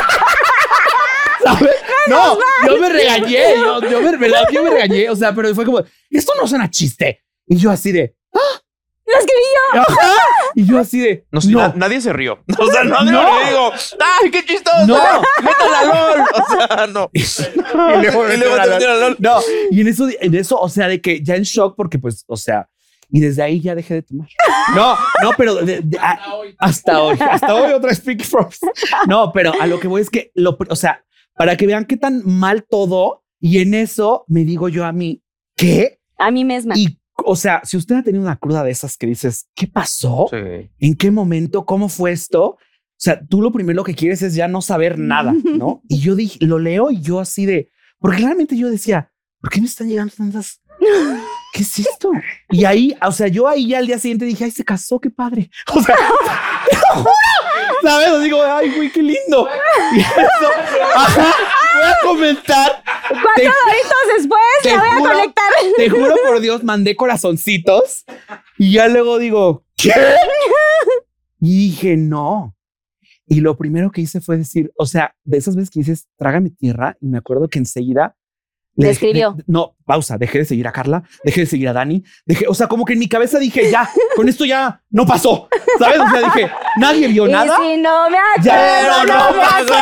Speaker 4: ¿Sabes? No,
Speaker 5: Menos mal.
Speaker 4: yo me regañé. Yo, yo me, ¿verdad? yo me regañé. O sea, pero fue como, esto no suena a chiste. Y yo así de. ¡Ah!
Speaker 9: ¡Lo escribí yo!
Speaker 4: Ajá. Y yo así de.
Speaker 6: No, sí, na- nadie se rió. O sea, nadie
Speaker 4: No.
Speaker 6: le digo, ¡ay, qué chistoso!
Speaker 4: No.
Speaker 6: ¡Métala LOL! O sea, no.
Speaker 4: y luego
Speaker 6: Y
Speaker 4: me metieron
Speaker 6: luego te
Speaker 4: a
Speaker 6: metieron a
Speaker 4: LOL.
Speaker 6: LOL.
Speaker 4: No, y en eso, en eso, o sea, de que ya en shock, porque pues, o sea, y desde ahí ya dejé de tomar. No, no, pero de- de- a- hasta hoy, hasta hoy otra Speak Frost. No, pero a lo que voy es que, lo, pr- o sea, para que vean qué tan mal todo, y en eso me digo yo a mí, ¿qué?
Speaker 9: A mí misma.
Speaker 4: Y, o sea, si usted ha tenido una cruda de esas que dices, ¿qué pasó? ¿En qué momento? ¿Cómo fue esto? O sea, tú lo primero que quieres es ya no saber nada, ¿no? Y yo dije, lo leo y yo así de, porque realmente yo decía, ¿por qué me están llegando tantas? ¿Qué es esto? Y ahí, o sea, yo ahí ya al día siguiente dije, ay, se casó, qué padre. O sea, te lo juro. ¿Sabes? Así como, ay, güey, qué lindo. Y eso, ajá, voy a comentar.
Speaker 9: Cuatro
Speaker 4: Te-
Speaker 9: doritos después
Speaker 4: te
Speaker 9: la voy
Speaker 4: juro-
Speaker 9: a conectar.
Speaker 4: Te juro por Dios, mandé corazoncitos y ya luego digo, ¿qué? Y dije, no. Y lo primero que hice fue decir, o sea, de esas veces que dices, trágame tierra, y me acuerdo que enseguida...
Speaker 9: Le
Speaker 4: dejé-
Speaker 9: escribió.
Speaker 4: de- no, pausa, dejé de seguir a Carla, dejé de seguir a Dani, dejé, o sea, como que en mi cabeza dije, ya, con esto ya no pasó, ¿sabes? O sea, dije, nadie vio
Speaker 9: Y
Speaker 4: nada.
Speaker 9: si no me acuerdo,
Speaker 4: Ya,
Speaker 9: no, me acuerdo.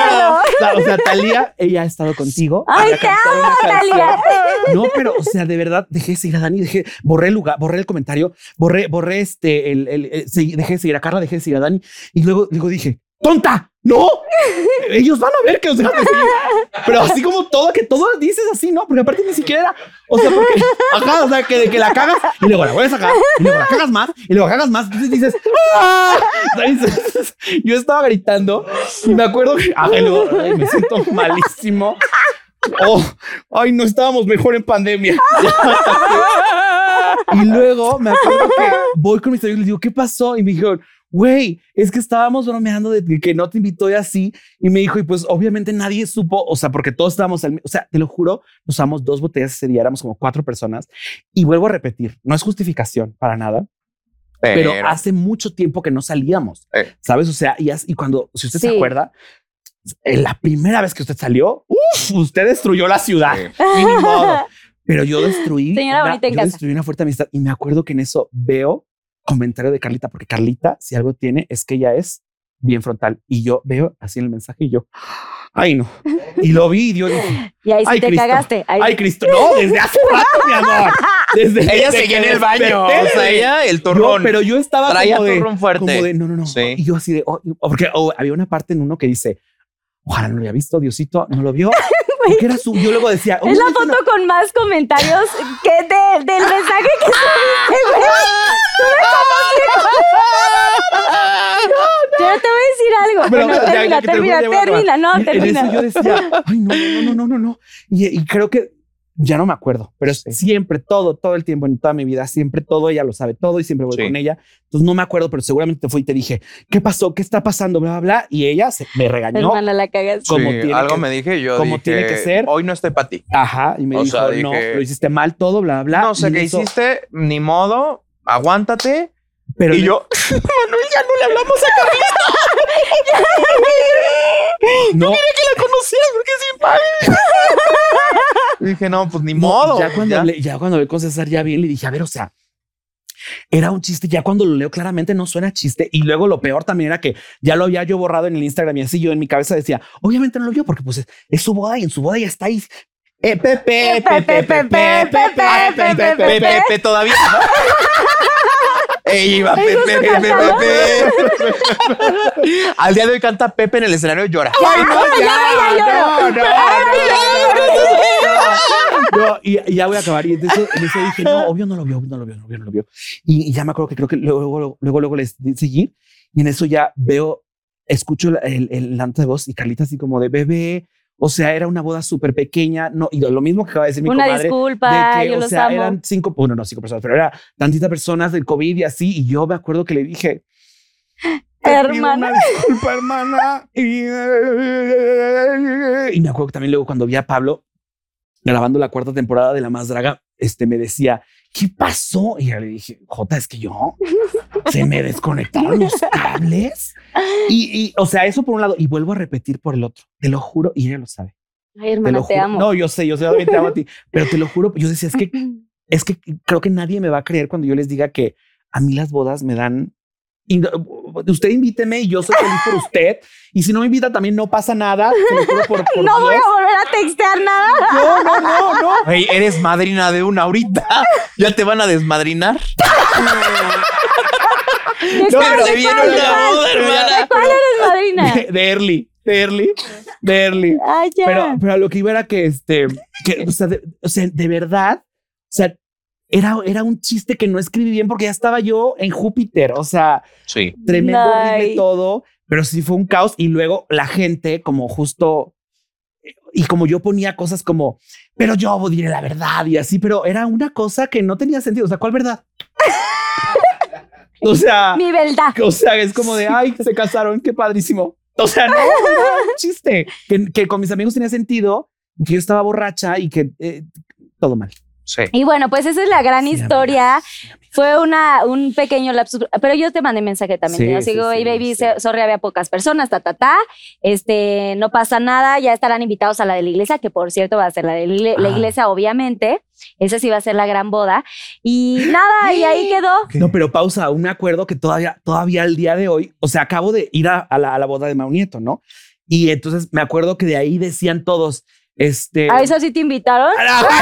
Speaker 4: O sea, Talía, ella ha estado contigo.
Speaker 9: Ay,
Speaker 4: habrá
Speaker 9: te
Speaker 4: cantado
Speaker 9: amo,
Speaker 4: una canción.
Speaker 9: Thalía.
Speaker 4: No, pero, o sea, de verdad, dejé de seguir a Dani, dejé, borré el lugar, borré el comentario, borré, borré este, el, el- el- segui- dejé de seguir a Carla, dejé de seguir a Dani. Y luego, luego dije, ¡tonta! ¡No! Ellos van a ver que los dejaste de seguir. Pero así como todo, que todo dices así, ¿no? Porque aparte ni siquiera era, o sea, porque, ajá, o sea, que, de que la cagas y luego la vuelves a cagar y luego la cagas más y luego la cagas más. Entonces dices, ¡ah! ¿Sabes? Yo estaba gritando y me acuerdo que, ay, luego, ay, me siento malísimo. Oh, ay, no estábamos mejor en pandemia. Y luego me acuerdo que voy con mis amigos y les digo, ¿qué pasó? Y me dijeron, güey, es que estábamos bromeando de que no te invitó y así. Y me dijo, y pues obviamente nadie supo, o sea, porque todos estábamos, al- o sea, te lo juro, nos usamos dos botellas ese día, éramos como cuatro personas. Y vuelvo a repetir, no es justificación para nada. Pero,
Speaker 6: Pero. Eh.
Speaker 4: hace mucho tiempo que no salíamos, ¿sabes? O sea, y, as- y cuando, si usted se
Speaker 6: Sí.
Speaker 4: acuerda, en la primera vez que usted salió, ¡uf! usted destruyó la ciudad. Y ni modo. Pero yo destruí,
Speaker 9: Señora
Speaker 4: una,
Speaker 9: bonita en
Speaker 4: yo
Speaker 9: casa.
Speaker 4: destruí una fuerte amistad y me acuerdo que en eso veo comentario de Carlita, porque Carlita, si algo tiene, es que ella es bien frontal. Y yo veo así en el mensaje y yo, ay no. Y lo vi y yo dije,
Speaker 9: Y ahí sí
Speaker 4: "Ay,
Speaker 9: te
Speaker 4: Cristo".
Speaker 9: cagaste. Ahí-
Speaker 4: Ay, Cristo, no, desde hace rato, mi amor. Desde,
Speaker 6: Ella
Speaker 4: desde
Speaker 6: seguía
Speaker 4: que
Speaker 6: en el baño,
Speaker 4: desperté,
Speaker 6: o sea,
Speaker 4: desde-
Speaker 6: ella, el
Speaker 4: Yo,
Speaker 6: torrón.
Speaker 4: pero yo estaba
Speaker 6: Traía
Speaker 4: como de,
Speaker 6: torrón fuerte.
Speaker 4: como de, no, no, no. Y yo así de, oh, porque oh, había una parte en uno que dice, ojalá no lo haya visto, Diosito, no lo vio. Porque era su biólogo decía, "Oh,
Speaker 9: Es la
Speaker 4: "Uy,
Speaker 9: foto con más comentarios que de- del mensaje que subiste, güey. Tú me conociste. Yo te voy a decir algo.
Speaker 4: Pero,
Speaker 9: Bueno,
Speaker 4: ya,
Speaker 9: termina,
Speaker 4: ya, que te
Speaker 9: termina,
Speaker 4: vuelvo a llevar,
Speaker 9: termina,
Speaker 4: va.
Speaker 9: no,
Speaker 4: Y en
Speaker 9: termina.
Speaker 4: eso yo decía, ay, no, no, no, no, no, no. Y, y creo que ya no me acuerdo, pero es siempre, todo, todo el tiempo, en toda mi vida, siempre todo, ella lo sabe todo y siempre voy con ella. Entonces no me acuerdo, pero seguramente te fui y te dije, ¿qué pasó? ¿Qué está pasando? Bla, bla, bla. Y ella se, me regañó.
Speaker 9: Hermana, la cagaste.
Speaker 4: como
Speaker 5: Sí,
Speaker 4: tiene
Speaker 5: algo
Speaker 4: que-
Speaker 5: me dije y yo
Speaker 4: como
Speaker 5: dije,
Speaker 4: tiene que ser.
Speaker 5: hoy no estoy para ti.
Speaker 4: Ajá, y me
Speaker 5: O
Speaker 4: dijo,
Speaker 5: sea,
Speaker 4: no,
Speaker 5: dije-
Speaker 4: lo hiciste mal, todo, bla, bla.
Speaker 5: No sé
Speaker 4: Y
Speaker 5: qué
Speaker 4: eso-
Speaker 5: hiciste, ni modo, aguántate.
Speaker 4: Pero
Speaker 5: y yo,
Speaker 4: Manuel, ya no le hablamos a
Speaker 16: Carlita.
Speaker 4: No.
Speaker 16: quería que la conocieras porque es bien padre.
Speaker 5: dije, no, pues ni
Speaker 4: No,
Speaker 5: modo.
Speaker 4: Ya cuando, Hablé, ya cuando hablé con César, ya bien, le dije, a ver, o sea, era un chiste. Ya cuando lo leo claramente no suena chiste. Y luego lo peor también era que ya lo había yo borrado en el Instagram y así yo en mi cabeza decía, obviamente no lo vio porque pues es, es su boda y en su boda ya está ahí. Eh, Pepe, Pepe, Pepe, Pepe,
Speaker 16: Pepe, Pepe,
Speaker 4: Pepe,
Speaker 16: Pepe.
Speaker 4: Pepe, todavía.
Speaker 5: Ella iba,
Speaker 16: Ay,
Speaker 5: Pepe,
Speaker 16: no se
Speaker 5: Pepe, Pepe,
Speaker 16: cantaba.
Speaker 5: Pepe. Al día de hoy canta Pepe en el escenario y llora.
Speaker 16: Ay, no, ya, ya,
Speaker 4: no, no,
Speaker 16: lloro.
Speaker 4: No, y, y ya voy a acabar. Y entonces en eso dije, no, obvio no lo vio, no lo vio, no lo vio, no lo vio. Y, y ya me acuerdo que creo que luego, luego, luego, luego les di seguir. Y en eso ya veo, escucho la- el, el lance de voz y Carlita así como de bebé. O sea, era una boda súper pequeña. No, y lo- lo mismo que acaba de decir mi
Speaker 9: Una
Speaker 4: comadre.
Speaker 9: disculpa,
Speaker 4: de que,
Speaker 9: yo
Speaker 4: o
Speaker 9: los
Speaker 4: sea,
Speaker 9: amo.
Speaker 4: eran cinco, bueno, no cinco personas, pero era tantitas personas del COVID y así. Y yo me acuerdo que le dije,
Speaker 9: Hermana.
Speaker 4: disculpa, hermana. Y me acuerdo que también luego cuando vi a Pablo grabando la cuarta temporada de La Más Draga, este me decía, ¿qué pasó? Y ya le dije, Jota, es que yo se me desconectaron los cables. Y, y, o sea, eso por un lado. Y vuelvo a repetir por el otro. Te lo juro, y ella lo sabe. Te
Speaker 9: Ay,
Speaker 4: lo
Speaker 9: hermana, te,
Speaker 4: ju-
Speaker 9: amo.
Speaker 4: No, yo sé, yo sé, también te amo a ti. Pero te lo juro, yo decía, es que, es que creo que nadie me va a creer cuando yo les diga que a mí las bodas me dan. y no- Usted invíteme y yo soy feliz por usted. Y si no me invita también no pasa nada. te lo juro por- por
Speaker 9: no voy
Speaker 4: Dios.
Speaker 9: a volver a textear nada.
Speaker 4: No, no, no, no.
Speaker 5: Ey, eres madrina de una ahorita. Ya te van a desmadrinar.
Speaker 9: ¿De
Speaker 5: No,
Speaker 9: cuál,
Speaker 5: pero
Speaker 9: de
Speaker 5: se viene
Speaker 9: cuál,
Speaker 5: una
Speaker 9: de cuál?
Speaker 5: boda, hermana.
Speaker 9: ¿De cuál eres madrina?
Speaker 4: De, de Early, de Early, de Early.
Speaker 9: Ay, ya.
Speaker 4: Pero, pero a lo que iba era que, este, que, o, sea, de, o sea, de verdad, o sea, era, era un chiste que no escribí bien porque ya estaba yo en Júpiter, o sea,
Speaker 5: Sí.
Speaker 4: tremendo,
Speaker 9: Ay.
Speaker 4: horrible todo, pero sí fue un caos. Y luego la gente, como justo, y como yo ponía cosas como, pero yo diré la verdad y así, pero era una cosa que no tenía sentido. O sea, ¿cuál verdad? o sea,
Speaker 9: Mi verdad.
Speaker 4: o sea, es como de, ay, se casaron, qué padrísimo. O sea, no, no, era un chiste que, que con mis amigos tenía sentido, que yo estaba borracha y que eh, todo mal.
Speaker 5: Sí.
Speaker 9: Y bueno, pues esa es la gran historia. Fue una, un pequeño lapsus, pero yo te mandé mensaje también.
Speaker 4: Sí,
Speaker 9: te digo,
Speaker 4: sí,
Speaker 9: sigo,
Speaker 4: sí,
Speaker 9: hey baby, se- sorry, había pocas personas, ta, ta, ta. Este, no pasa nada, ya estarán invitados a la de la iglesia, que por cierto va a ser la de la igle- la
Speaker 4: Ah.
Speaker 9: iglesia, obviamente. Esa sí va a ser la gran boda. Y nada, y ahí quedó.
Speaker 4: No, pero pausa, un acuerdo que todavía, todavía al día de hoy, o sea, acabo de ir a, a la, a la boda de Maunieto, ¿no? Y entonces me acuerdo que de ahí decían todos, este... ¡Ah!
Speaker 9: ¿A eso sí te invitaron?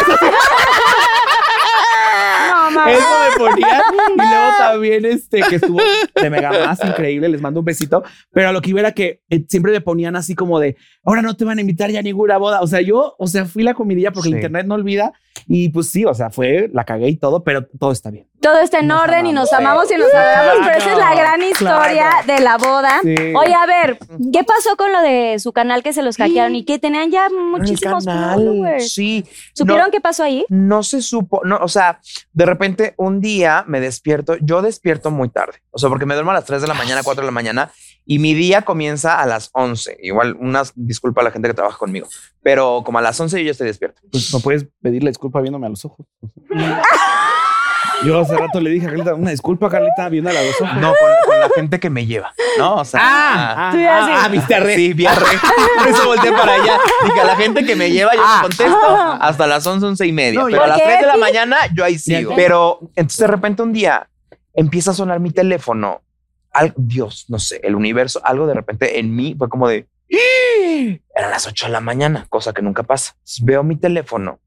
Speaker 9: No, mamá.
Speaker 4: Eso me ponían. Y luego también este que estuvo de mega más increíble. Les mando un besito. Pero a lo que iba era que eh, siempre me ponían así como de ahora no te van a invitar ya a ninguna boda. O sea, yo, o sea, fui la comidilla porque el
Speaker 5: Sí.
Speaker 4: internet no olvida. Y pues sí, o sea, fue la cagué y todo, pero todo está bien.
Speaker 9: Todo está en orden y nos amamos y nos adoramos, pero esa es la gran historia de la boda.
Speaker 4: Sí.
Speaker 9: Oye, a ver, ¿qué pasó con lo de su canal que se los hackearon y que tenían ya muchísimos
Speaker 5: canal,
Speaker 9: followers?
Speaker 5: Sí.
Speaker 9: ¿Supieron
Speaker 5: No.
Speaker 9: qué pasó ahí?
Speaker 5: No se supo, no, o sea, de repente un día me despierto, yo despierto muy tarde, o sea, porque me duermo a las 3 de la mañana, 4 de la mañana, y mi día comienza a las 11. Igual, una disculpa a la gente que trabaja conmigo, pero como a las 11 yo ya estoy despierto.
Speaker 4: Pues no puedes pedirle disculpa viéndome a los ojos. Yo hace rato le dije a Carlita, una disculpa, Carlita, viéndola a los ojos.
Speaker 5: No, con, con la gente que me lleva, ¿no? O sea,
Speaker 4: Ah,
Speaker 9: Tú ya sí.
Speaker 4: viste re.
Speaker 5: Sí, vi a Rey. Por eso volteé para allá. Dije, a la gente que me lleva, yo
Speaker 4: Ah.
Speaker 5: no contesto hasta las 11, 11 y media.
Speaker 4: No,
Speaker 5: pero a
Speaker 9: ¿por
Speaker 5: las
Speaker 9: qué,
Speaker 5: 3 de la
Speaker 9: Epi?
Speaker 5: mañana yo ahí sigo.
Speaker 4: Ya.
Speaker 5: Pero entonces de repente un día empieza a sonar mi teléfono. Al, Dios, no sé, el universo, algo de repente en mí fue como de... "¡Ah!". Eran las 8 de la mañana, cosa que nunca pasa. Entonces, Veo mi teléfono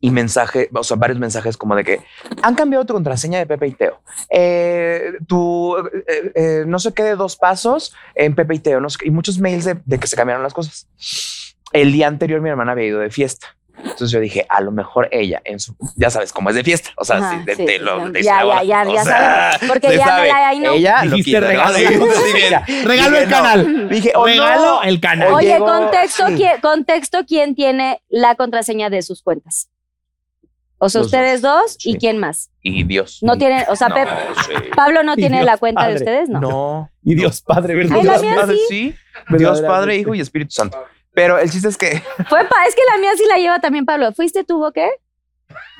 Speaker 5: y mensaje, o sea, varios mensajes como de que han cambiado tu contraseña de Pepe y Teo. Eh, tu eh, eh, no sé qué de dos pasos en Pepe y Teo, no sé qué", y muchos mails de, de que se cambiaron las cosas. el día anterior mi hermana había ido de fiesta. Entonces yo dije, a lo mejor ella, en su, ya sabes cómo es de fiesta. O sea,
Speaker 9: Ajá,
Speaker 5: sí, de,
Speaker 9: sí,
Speaker 5: te
Speaker 9: sí,
Speaker 5: lo
Speaker 9: sí.
Speaker 5: te
Speaker 9: Ya,
Speaker 5: dice,
Speaker 9: ya,
Speaker 5: "Hola".
Speaker 9: ya,
Speaker 5: O
Speaker 9: ya
Speaker 5: sea,
Speaker 9: sabes, porque
Speaker 5: le
Speaker 9: ya me la- ahí no.
Speaker 5: Ella lo
Speaker 4: Dijiste
Speaker 5: quita, ¿no?
Speaker 4: regalo.
Speaker 5: Sí, sí, bien.
Speaker 4: Regalo
Speaker 5: Dije,
Speaker 4: el
Speaker 5: no.
Speaker 4: canal.
Speaker 5: Dije, o
Speaker 4: Regalo
Speaker 5: no,
Speaker 4: el canal.
Speaker 5: o
Speaker 9: Oye,
Speaker 5: llego-
Speaker 9: contexto,
Speaker 5: Sí.
Speaker 9: ¿quién, contexto, ¿quién tiene la contraseña de sus cuentas? O sea,
Speaker 5: Los
Speaker 9: ustedes dos, y quién más.
Speaker 5: Y Dios.
Speaker 9: No tienen, o sea,
Speaker 5: No,
Speaker 9: Pep-
Speaker 5: sí.
Speaker 9: Pablo no
Speaker 5: Y
Speaker 9: tiene
Speaker 5: Dios
Speaker 9: la cuenta
Speaker 5: Padre.
Speaker 9: de ustedes, ¿no?
Speaker 5: No.
Speaker 4: Y Dios Padre, ¿verdad?
Speaker 9: Ay, la
Speaker 5: Dios
Speaker 9: mía
Speaker 5: Padre,
Speaker 9: sí.
Speaker 5: sí. Dios
Speaker 4: Verdaderamente.
Speaker 5: Padre, Hijo y Espíritu Santo. Pero el chiste es que
Speaker 9: Fue pa- es que la mía sí la lleva también Pablo. ¿Fuiste tú o qué?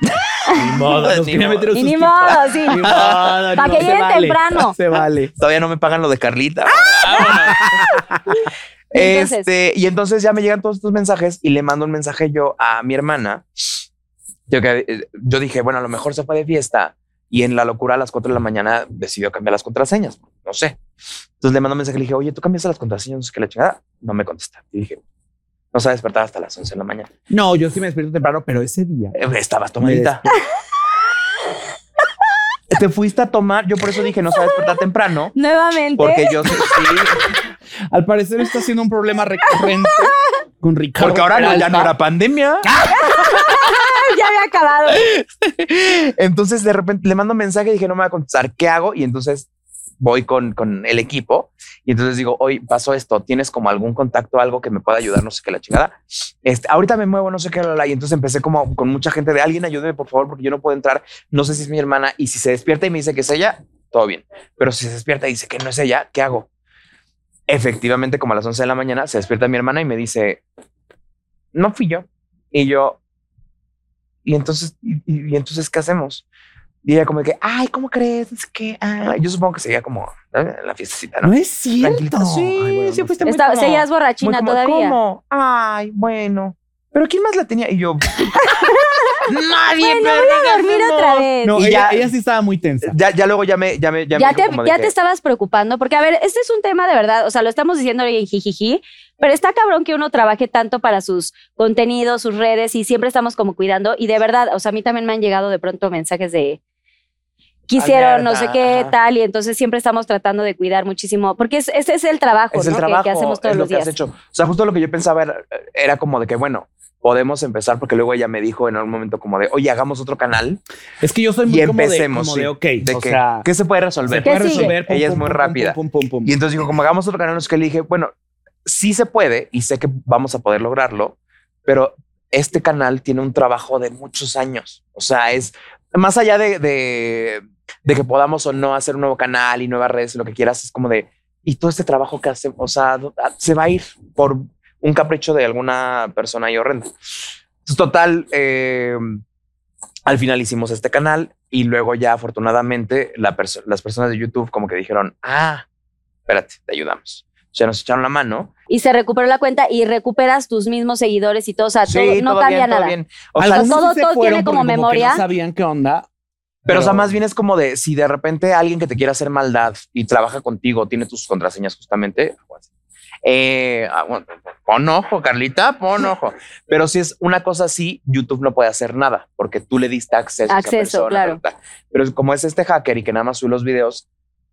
Speaker 4: Ni modo, nos quería meter un
Speaker 9: Y ni
Speaker 4: sustito.
Speaker 9: modo, sí.
Speaker 4: Ni modo, ni
Speaker 9: Pa' que
Speaker 4: modo. Se
Speaker 9: lleguen
Speaker 4: vale,
Speaker 9: temprano.
Speaker 4: Se vale.
Speaker 5: Todavía no me pagan lo de Carlita.
Speaker 9: ¿Y entonces?
Speaker 5: Este, y entonces ya me llegan todos estos mensajes y le mando un mensaje yo a mi hermana. Yo, que, eh, yo dije, bueno, a lo mejor se fue de fiesta y en la locura a las 4 de la mañana decidió cambiar las contraseñas. No sé. Entonces le mando un mensaje y le dije, oye, tú cambiaste las contraseñas, no sé qué la chingada. No me contesta. Y dije, no se ha despertado hasta las 11 de la mañana.
Speaker 4: No, yo sí me despierto temprano, pero ese día.
Speaker 5: Eh, Estabas tomadita. Te fuiste a tomar. Yo por eso dije, no se va a despertar temprano.
Speaker 9: Nuevamente.
Speaker 5: Porque yo sí.
Speaker 4: Al parecer está siendo un problema recurrente con Ricardo.
Speaker 5: Porque ahora no, ya no
Speaker 4: Peralta.
Speaker 5: era pandemia.
Speaker 9: ya había acabado.
Speaker 5: Entonces de repente le mando un mensaje y dije, no me va a contestar, ¿qué hago? Y entonces voy con, con el equipo y entonces digo, hoy pasó esto, ¿tienes como algún contacto, algo que me pueda ayudar? No sé qué, la chingada. Este, ahorita me muevo, no sé qué, bla, bla. y entonces empecé como con mucha gente de alguien, ayúdeme por favor, porque yo no puedo entrar, no sé si es mi hermana, y si se despierta y me dice que es ella, todo bien, pero si se despierta y dice que no es ella, ¿qué hago? Efectivamente, como a las 11 de la mañana, se despierta mi hermana y me dice, no fui yo. Y yo, y entonces, y, y- y entonces, ¿qué hacemos? Y ella como de que, ay, ¿cómo crees? Es que, ah". yo supongo que seguía como ¿sabes? la fiestecita, ¿no?
Speaker 4: No es cierto.
Speaker 5: Tranquilita.
Speaker 4: Sí, sí fuiste muy
Speaker 9: Está-
Speaker 4: como-
Speaker 9: seguías borrachina
Speaker 5: Muy como,
Speaker 9: todavía.
Speaker 5: ¿cómo? Ay, bueno. Pero ¿quién más la tenía? Y yo, nadie.
Speaker 9: Bueno, voy a dormir otra vez.
Speaker 4: No,
Speaker 5: Y
Speaker 4: ella,
Speaker 5: ya-
Speaker 4: ella sí estaba muy tensa.
Speaker 5: Ya, ya luego ya me, ya me, ya me
Speaker 9: ya
Speaker 5: dijo
Speaker 9: te,
Speaker 5: como de
Speaker 9: ya
Speaker 5: que-
Speaker 9: te estabas preocupando, porque a ver, este es un tema de verdad, o sea, lo estamos diciendo hoy en jijiji, pero está cabrón que uno trabaje tanto para sus contenidos, sus redes, y siempre estamos como cuidando, y de verdad, o sea, a mí también me han llegado de pronto mensajes de quisieron no sé
Speaker 5: Alerta,
Speaker 9: qué
Speaker 5: ajá.
Speaker 9: tal, y entonces siempre estamos tratando de cuidar muchísimo, porque es- ese es el trabajo,
Speaker 5: Es el
Speaker 9: ¿no? que-
Speaker 5: trabajo,
Speaker 9: que, hacemos todos
Speaker 5: es lo
Speaker 9: los
Speaker 5: que
Speaker 9: días.
Speaker 5: has hecho. O sea, justo lo que yo pensaba era, era como de que, bueno, podemos empezar, porque luego ella me dijo en algún momento como de, oye, hagamos otro canal
Speaker 4: Es que yo soy muy
Speaker 5: y
Speaker 4: como de,
Speaker 5: empecemos.
Speaker 4: como
Speaker 5: sí,
Speaker 4: de ok.
Speaker 5: de
Speaker 4: o
Speaker 5: que-
Speaker 4: sea,
Speaker 5: ¿qué se puede
Speaker 4: se
Speaker 5: resolver?
Speaker 4: puede
Speaker 9: ¿Qué sigue?
Speaker 4: resolver. Pum,
Speaker 5: Ella es
Speaker 4: pum,
Speaker 5: muy
Speaker 4: pum,
Speaker 5: rápida.
Speaker 4: pum, pum, pum, pum.
Speaker 5: Y entonces dijo, como hagamos otro canal, no sé qué, le dije, bueno, sí se puede y sé que vamos a poder lograrlo, pero este canal tiene un trabajo de muchos años. O sea, es más allá de, de, de que podamos o no hacer un nuevo canal y nuevas redes, lo que quieras, es como de, y todo este trabajo que hacemos, o sea, do- a- se va a ir por un capricho de alguna persona y horrenda. Entonces, total, eh, al final hicimos este canal y luego ya afortunadamente la perso- las personas de YouTube como que dijeron, ah, espérate, te ayudamos. O sea, nos echaron la mano.
Speaker 9: Y se recuperó la cuenta y recuperas tus mismos seguidores y todo, o sea, todo- no
Speaker 5: todo
Speaker 9: cambia
Speaker 5: bien, todo
Speaker 9: nada.
Speaker 5: bien. O sea,
Speaker 4: Algunos
Speaker 9: sea, todo-
Speaker 4: sí se
Speaker 9: todo tiene
Speaker 4: fueron
Speaker 9: como
Speaker 4: porque que
Speaker 9: memoria.
Speaker 4: no sabían qué onda.
Speaker 5: pero, o sea, más bien es como de si de repente alguien que te quiere hacer maldad y trabaja contigo, tiene tus contraseñas justamente. aguas. Eh, ah, bueno, pon ojo, Carlita, pon ojo. Pero si es una cosa así, YouTube no puede hacer nada porque tú le diste acceso. a
Speaker 9: Acceso,
Speaker 5: esa persona,
Speaker 9: claro.
Speaker 5: ta, ta. Pero como es este hacker y que nada más sube los videos,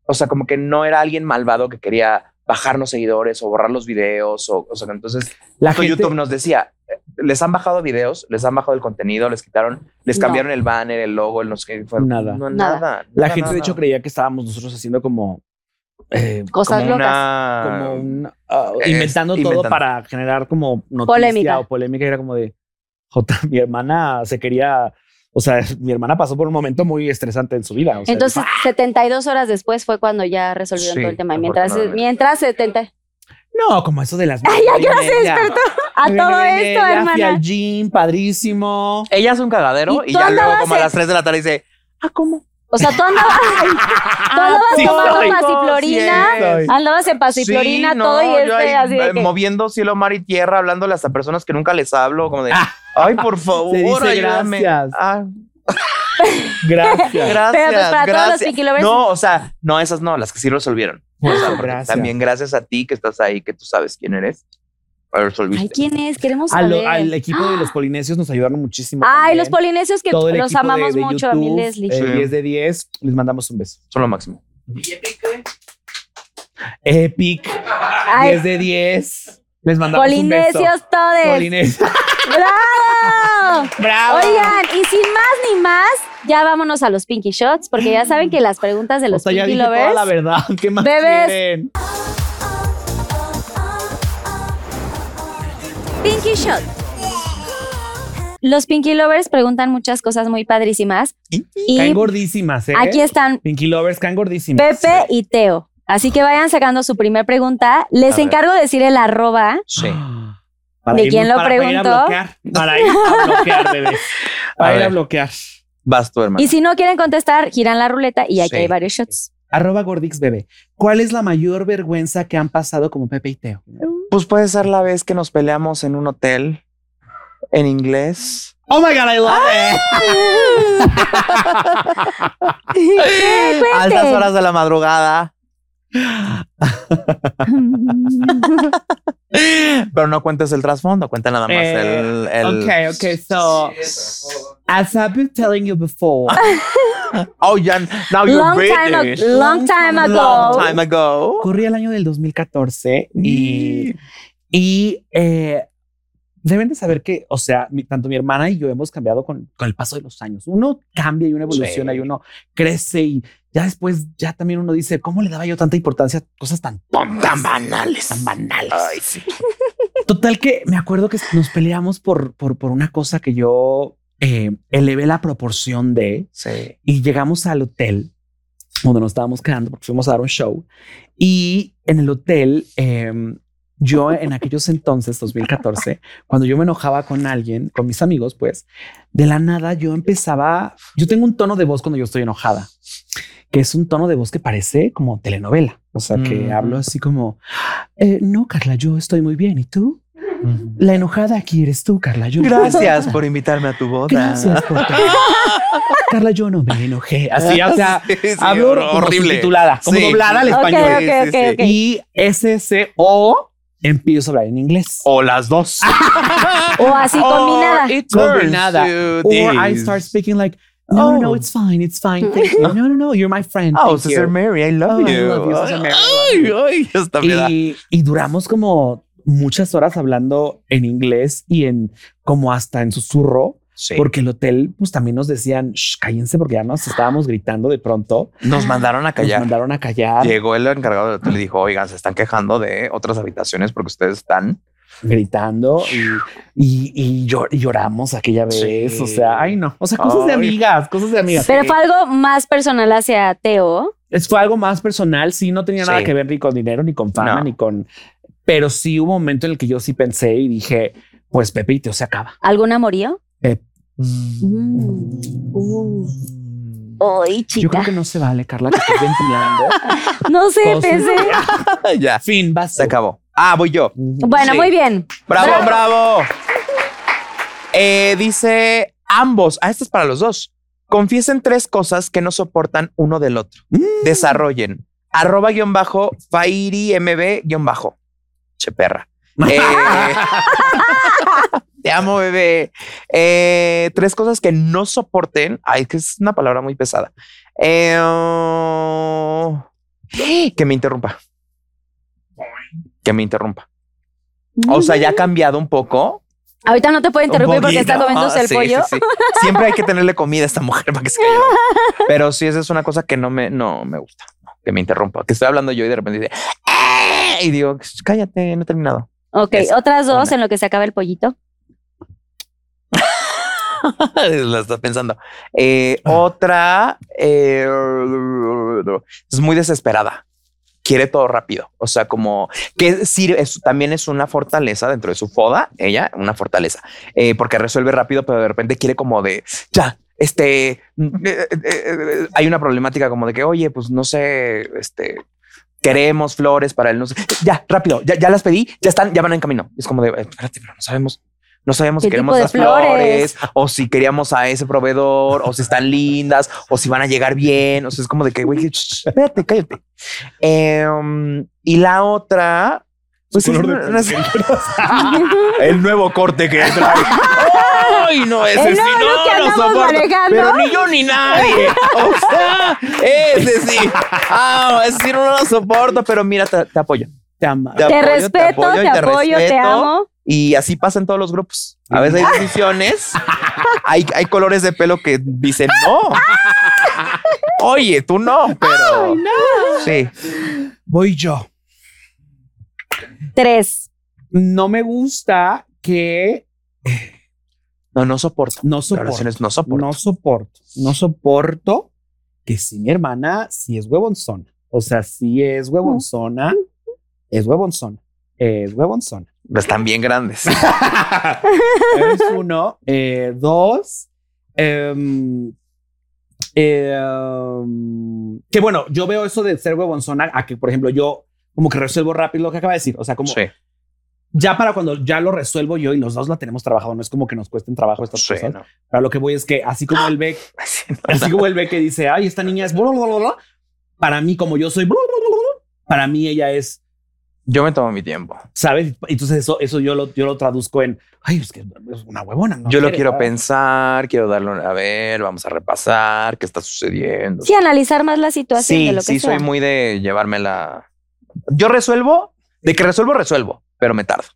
Speaker 5: o sea, como que no era alguien malvado que quería bajarnos seguidores o borrar los videos. O, o sea, entonces
Speaker 4: La
Speaker 5: Justo
Speaker 4: gente-
Speaker 5: YouTube nos decía, eh, les han bajado videos, les han bajado el contenido, les quitaron, les
Speaker 9: No.
Speaker 5: cambiaron el banner, el logo, el no sé qué. fue-
Speaker 4: Nada.
Speaker 5: No,
Speaker 9: Nada.
Speaker 5: nada.
Speaker 4: La
Speaker 5: nada,
Speaker 4: gente, de
Speaker 5: nada.
Speaker 4: hecho, creía que estábamos nosotros haciendo como. eh,
Speaker 9: Cosas
Speaker 5: como
Speaker 9: locas.
Speaker 5: una-
Speaker 4: como un, ah,
Speaker 5: es-
Speaker 4: inventando todo
Speaker 5: inventando.
Speaker 4: para generar como noticia
Speaker 9: Polémica.
Speaker 4: o polémica. Era como de, Jota, mi hermana se quería, o sea, mi hermana pasó por un momento muy estresante en su vida. o sea, ¡ah!
Speaker 9: Entonces, 72 horas después fue cuando ya resolvieron
Speaker 5: Sí,
Speaker 9: todo el tema. Y Mientras,
Speaker 5: afortunadamente.
Speaker 9: mientras 70...
Speaker 4: "Ah, no, como eso de las.
Speaker 9: Ay, ya
Speaker 4: quiero
Speaker 9: se despertó. A todo esto,
Speaker 4: Fui
Speaker 9: hermana.
Speaker 4: al gym, padrísimo.
Speaker 5: Ella es un cagadero
Speaker 9: Y
Speaker 5: y,
Speaker 9: tú
Speaker 5: ya luego
Speaker 9: andabas
Speaker 5: como a
Speaker 9: en-
Speaker 5: las 3 de la tarde dice, ah, ¿cómo?
Speaker 9: O sea, tú andabas, tú andabas
Speaker 4: Sí
Speaker 9: tomando
Speaker 4: soy.
Speaker 9: pasiflorina,
Speaker 5: Sí soy.
Speaker 9: andabas en pasiflorina,
Speaker 5: Sí, no,
Speaker 9: todo y
Speaker 5: yo
Speaker 9: este
Speaker 5: ahí,
Speaker 9: así de
Speaker 5: eh,
Speaker 9: que...
Speaker 5: Moviendo cielo, mar y tierra, hablándole hasta personas que nunca les hablo, como de, ay, por favor,
Speaker 4: Ah. dice
Speaker 5: ayúdame.
Speaker 4: gracias.
Speaker 5: Ah,
Speaker 4: Gracias.
Speaker 5: gracias,
Speaker 9: Pero, pues, para todos los
Speaker 5: gracias.
Speaker 9: Pinky Lovers-
Speaker 5: No, o sea, no, esas no, las que sí resolvieron. O
Speaker 9: Ah,
Speaker 5: sea, porque
Speaker 4: Gracias.
Speaker 5: También gracias a ti que estás ahí, que tú sabes quién eres. Resolviste.
Speaker 9: Ay, ¿quién es? Queremos
Speaker 4: A lo-
Speaker 9: saber.
Speaker 4: al equipo de los polinesios nos ayudaron muchísimo.
Speaker 9: Ay, los
Speaker 4: también.
Speaker 9: polinesios que
Speaker 4: Todo el
Speaker 9: los
Speaker 4: equipo de-
Speaker 9: amamos
Speaker 4: de
Speaker 9: mucho, a mi
Speaker 4: YouTube,
Speaker 9: Leslie.
Speaker 4: eh,
Speaker 5: Sí.
Speaker 4: 10 de 10, les mandamos un beso.
Speaker 5: Son lo máximo.
Speaker 4: Epic,
Speaker 9: Ay,
Speaker 4: 10 de 10. Les mandamos un beso.
Speaker 9: Polinesios todes.
Speaker 4: Polinesios.
Speaker 9: ¡Bravo!
Speaker 4: ¡Bravo!
Speaker 9: Oigan, y sin más ni más, ya vámonos a los Pinky Shots, porque ya saben que las preguntas de
Speaker 4: O
Speaker 9: los
Speaker 4: sea, ya
Speaker 9: Pinky
Speaker 4: dije toda
Speaker 9: Lovers.
Speaker 4: la verdad. ¿Qué más
Speaker 9: Bebés.
Speaker 4: quieren?
Speaker 9: Pinky Shot. Los Pinky Lovers preguntan muchas cosas muy padrísimas. Y
Speaker 4: Caen gordísimas, ¿eh?
Speaker 9: aquí están
Speaker 4: Pinky Lovers caen gordísimas.
Speaker 9: Pepe y Teo. Así que vayan sacando su primer pregunta. Les
Speaker 4: A ver.
Speaker 9: encargo decir el arroba.
Speaker 4: Sí.
Speaker 9: ¿De quién lo
Speaker 4: para ir a
Speaker 9: preguntó?
Speaker 4: bloquear. Para ir a bloquear, bebés. Para ir a bloquear.
Speaker 5: Vas tú, hermano.
Speaker 9: Y si no quieren contestar, giran la ruleta y aquí
Speaker 4: Sí.
Speaker 9: hay varios shots.
Speaker 4: Arroba Gordix Bebé. ¿Cuál es la mayor vergüenza que han pasado como Pepe y Teo?
Speaker 5: Pues puede ser la vez que nos peleamos en un hotel en inglés.
Speaker 4: Oh my God, I love
Speaker 5: it.
Speaker 4: cuenten.
Speaker 5: Altas horas de la madrugada. Pero no cuentes el trasfondo, cuenta nada más
Speaker 4: Eh,
Speaker 5: el, el-
Speaker 4: Okay, okay. So, as I've been telling you before.
Speaker 5: Oh, yeah. Now you're
Speaker 9: Long time
Speaker 5: British.
Speaker 9: ag- long time ago.
Speaker 5: Long time ago.
Speaker 4: Corría el año del 2014 y, y eh, deben de saber que, o sea, mi- tanto mi hermana y yo hemos cambiado con, con el paso de los años. Uno cambia y uno evoluciona
Speaker 5: Sí.
Speaker 4: y uno crece y ya después ya también uno dice, ¿cómo le daba yo tanta importancia a cosas tan
Speaker 5: Tan banales. Tan
Speaker 4: banales.
Speaker 5: Ay, sí.
Speaker 4: Total que me acuerdo que nos peleamos por, por, por una cosa que yo eh, elevé la proporción de y llegamos al hotel donde nos estábamos quedando porque fuimos a dar un show y en el hotel eh, yo en aquellos entonces 2014 cuando yo me enojaba con alguien con mis amigos pues de la nada yo empezaba yo tengo un tono de voz cuando yo estoy enojada que es un tono de voz que parece como telenovela o sea que
Speaker 5: Mm.
Speaker 4: hablo así como eh, no Carla yo estoy muy bien y tú la enojada aquí eres tú, Carla. Yo
Speaker 5: Gracias por invitarme a tu boda.
Speaker 4: Gracias por todo. Carla, yo no me enojé. Así, o sea,
Speaker 5: Sí, sí,
Speaker 4: hablo
Speaker 5: hor-
Speaker 4: como
Speaker 5: horrible.
Speaker 4: subtitulada, como
Speaker 5: Sí.
Speaker 4: doblada al
Speaker 5: Ok,
Speaker 4: español.
Speaker 5: ok, Sí, sí, ok, sí. ok.
Speaker 4: Y ese o empiezo a hablar en inglés.
Speaker 5: O las dos.
Speaker 9: O así combinada.
Speaker 4: Combinada.
Speaker 5: Oh, turns to
Speaker 4: Or I
Speaker 5: this.
Speaker 4: start speaking like, no, no, no, it's fine, it's fine. Thank you. No, no, no, you're my friend.
Speaker 5: Oh,
Speaker 4: thank
Speaker 5: Sister
Speaker 4: you.
Speaker 5: Mary, I
Speaker 4: Oh,
Speaker 5: love you.
Speaker 4: I love you, Sister Mary.
Speaker 5: Ay, esta vida.
Speaker 4: y, y duramos como muchas horas hablando en inglés y en como hasta en susurro. Porque el hotel, pues también nos decían, "Shh, cállense, porque ya nos estábamos gritando de pronto.
Speaker 5: Nos mandaron a callar.
Speaker 4: Nos mandaron a callar.
Speaker 5: Llegó el encargado del hotel y dijo, oigan, se están quejando de otras habitaciones porque ustedes están...
Speaker 4: Gritando y, y- y llor- y lloramos aquella vez. O sea, ay no. O sea, cosas de
Speaker 9: Ay.
Speaker 4: amigas, cosas de amigas.
Speaker 9: Pero fue algo más personal hacia Teo.
Speaker 4: Es- fue algo más personal. Sí, no tenía nada
Speaker 9: Sí.
Speaker 4: que ver ni con dinero, ni con fama, ni con. Pero sí hubo un momento en el que yo sí pensé y dije, pues Pepe y Teo se acaba.
Speaker 9: ¿Algún amorío?
Speaker 4: Eh,
Speaker 9: Ay,
Speaker 4: Mm, uh. yo
Speaker 9: chica.
Speaker 4: creo que no se vale, Carla, que estés ventilando.
Speaker 9: No sé,
Speaker 4: cosas.
Speaker 9: pensé.
Speaker 5: ya.
Speaker 4: Fin,
Speaker 5: Se acabó. Ah, voy yo.
Speaker 9: Bueno,
Speaker 5: Sí.
Speaker 9: muy bien.
Speaker 5: Bravo, bravo. Eh, dice ambos. Ah, esto es para los dos. Confiesen tres cosas que no soportan uno del otro. Desarrollen. Arroba guión bajo, Fairi MB guión bajo. Che perra. Eh, te amo, bebé. Eh, tres cosas que no soporten. Ay, que es una palabra muy pesada. Eh, oh, que me interrumpa. Que me interrumpa. O sea, ya ha cambiado un poco.
Speaker 9: Ahorita no Mm. te puedo interrumpir
Speaker 5: Un
Speaker 9: porque está
Speaker 5: poquito.
Speaker 9: comiéndose el
Speaker 5: Ah, Sí,
Speaker 9: pollo.
Speaker 5: sí, sí. Siempre hay que tenerle comida a esta mujer para que se calle. Pero sí, esa es una cosa que no me, no me gusta, que me interrumpa, que estoy hablando yo y de repente dice, "Ah", y digo, cállate, no he terminado.
Speaker 9: Ok,
Speaker 5: Esa,
Speaker 9: otras dos en lo que se acaba el pollito.
Speaker 5: La está pensando. Eh, otra eh, es muy desesperada. Quiere todo rápido. O sea, como que sirve, es- también es una fortaleza dentro de su foda, ella, una fortaleza, eh, porque resuelve rápido, pero de repente quiere como de ya. Este mm, eh, eh, eh, hay una problemática como de que, oye, pues no sé, este queremos flores para él. No sé, ya rápido, ya, ya las pedí, ya están, ya van en camino. Es como de "Eh, espérate, pero no sabemos, no sabemos si
Speaker 9: ¿Qué
Speaker 5: queremos
Speaker 9: tipo de
Speaker 5: las flores?
Speaker 9: flores?
Speaker 5: o si queríamos a ese proveedor, o si están lindas, o si van a llegar bien. O sea, es como de que, güey, shh, espérate, cállate. Em, y la otra, pues es una- una- el nuevo corte que trae. Ay, no, ese
Speaker 17: El
Speaker 5: sí,
Speaker 17: nuevo
Speaker 5: no,
Speaker 17: look que
Speaker 5: lo
Speaker 17: andamos
Speaker 5: soporto.
Speaker 17: manejando.
Speaker 5: Pero ni yo ni nadie. O sea, ese sí. Ah, ese sí no lo soporto, pero mira, te, te apoyo.
Speaker 4: Te ama.
Speaker 9: Te respeto, te apoyo, te amo.
Speaker 6: Y así pasa en todos los grupos. A veces hay decisiones, hay, hay colores de pelo que dicen no. Oye, tú no, pero.
Speaker 9: Ay, no.
Speaker 6: Sí.
Speaker 4: Voy yo.
Speaker 9: Tres.
Speaker 4: No me gusta que.
Speaker 6: No, no soporto.
Speaker 4: No soporto.
Speaker 6: No soporto.
Speaker 4: No soporto. No soporto que si mi hermana sí es huevonzona. O sea, sí es huevonzona. Es huevonzona. Es huevonzona.
Speaker 6: Están bien grandes.
Speaker 4: Es uno. Eh, dos. em, em, que bueno, yo veo eso de ser huevonzona a que, por ejemplo, yo como que resuelvo rápido lo que acaba de decir. O sea, como ya para cuando ya lo resuelvo yo y los dos la tenemos trabajado, no es como que nos cuesten trabajo estas cosas. Pero lo que voy es que así como él ve, así como él ve que dice, ay, esta niña es bla, bla, bla, bla", para mí, como yo soy, bla, bla, bla, bla, para mí ella es
Speaker 6: Yo me tomo mi tiempo.
Speaker 4: ¿Sabes? Entonces eso, eso yo, lo, yo lo traduzco en, ay, es que es una huevona. ¿no?
Speaker 6: Yo lo
Speaker 4: Quiere,
Speaker 6: quiero
Speaker 4: ah.
Speaker 6: pensar, quiero darle una- a ver, vamos a repasar qué está sucediendo.
Speaker 9: Sí, analizar más la situación de lo que
Speaker 6: sí,
Speaker 9: sea.
Speaker 6: soy muy de llevármela. Yo resuelvo, de que resuelvo, resuelvo, pero me tardo.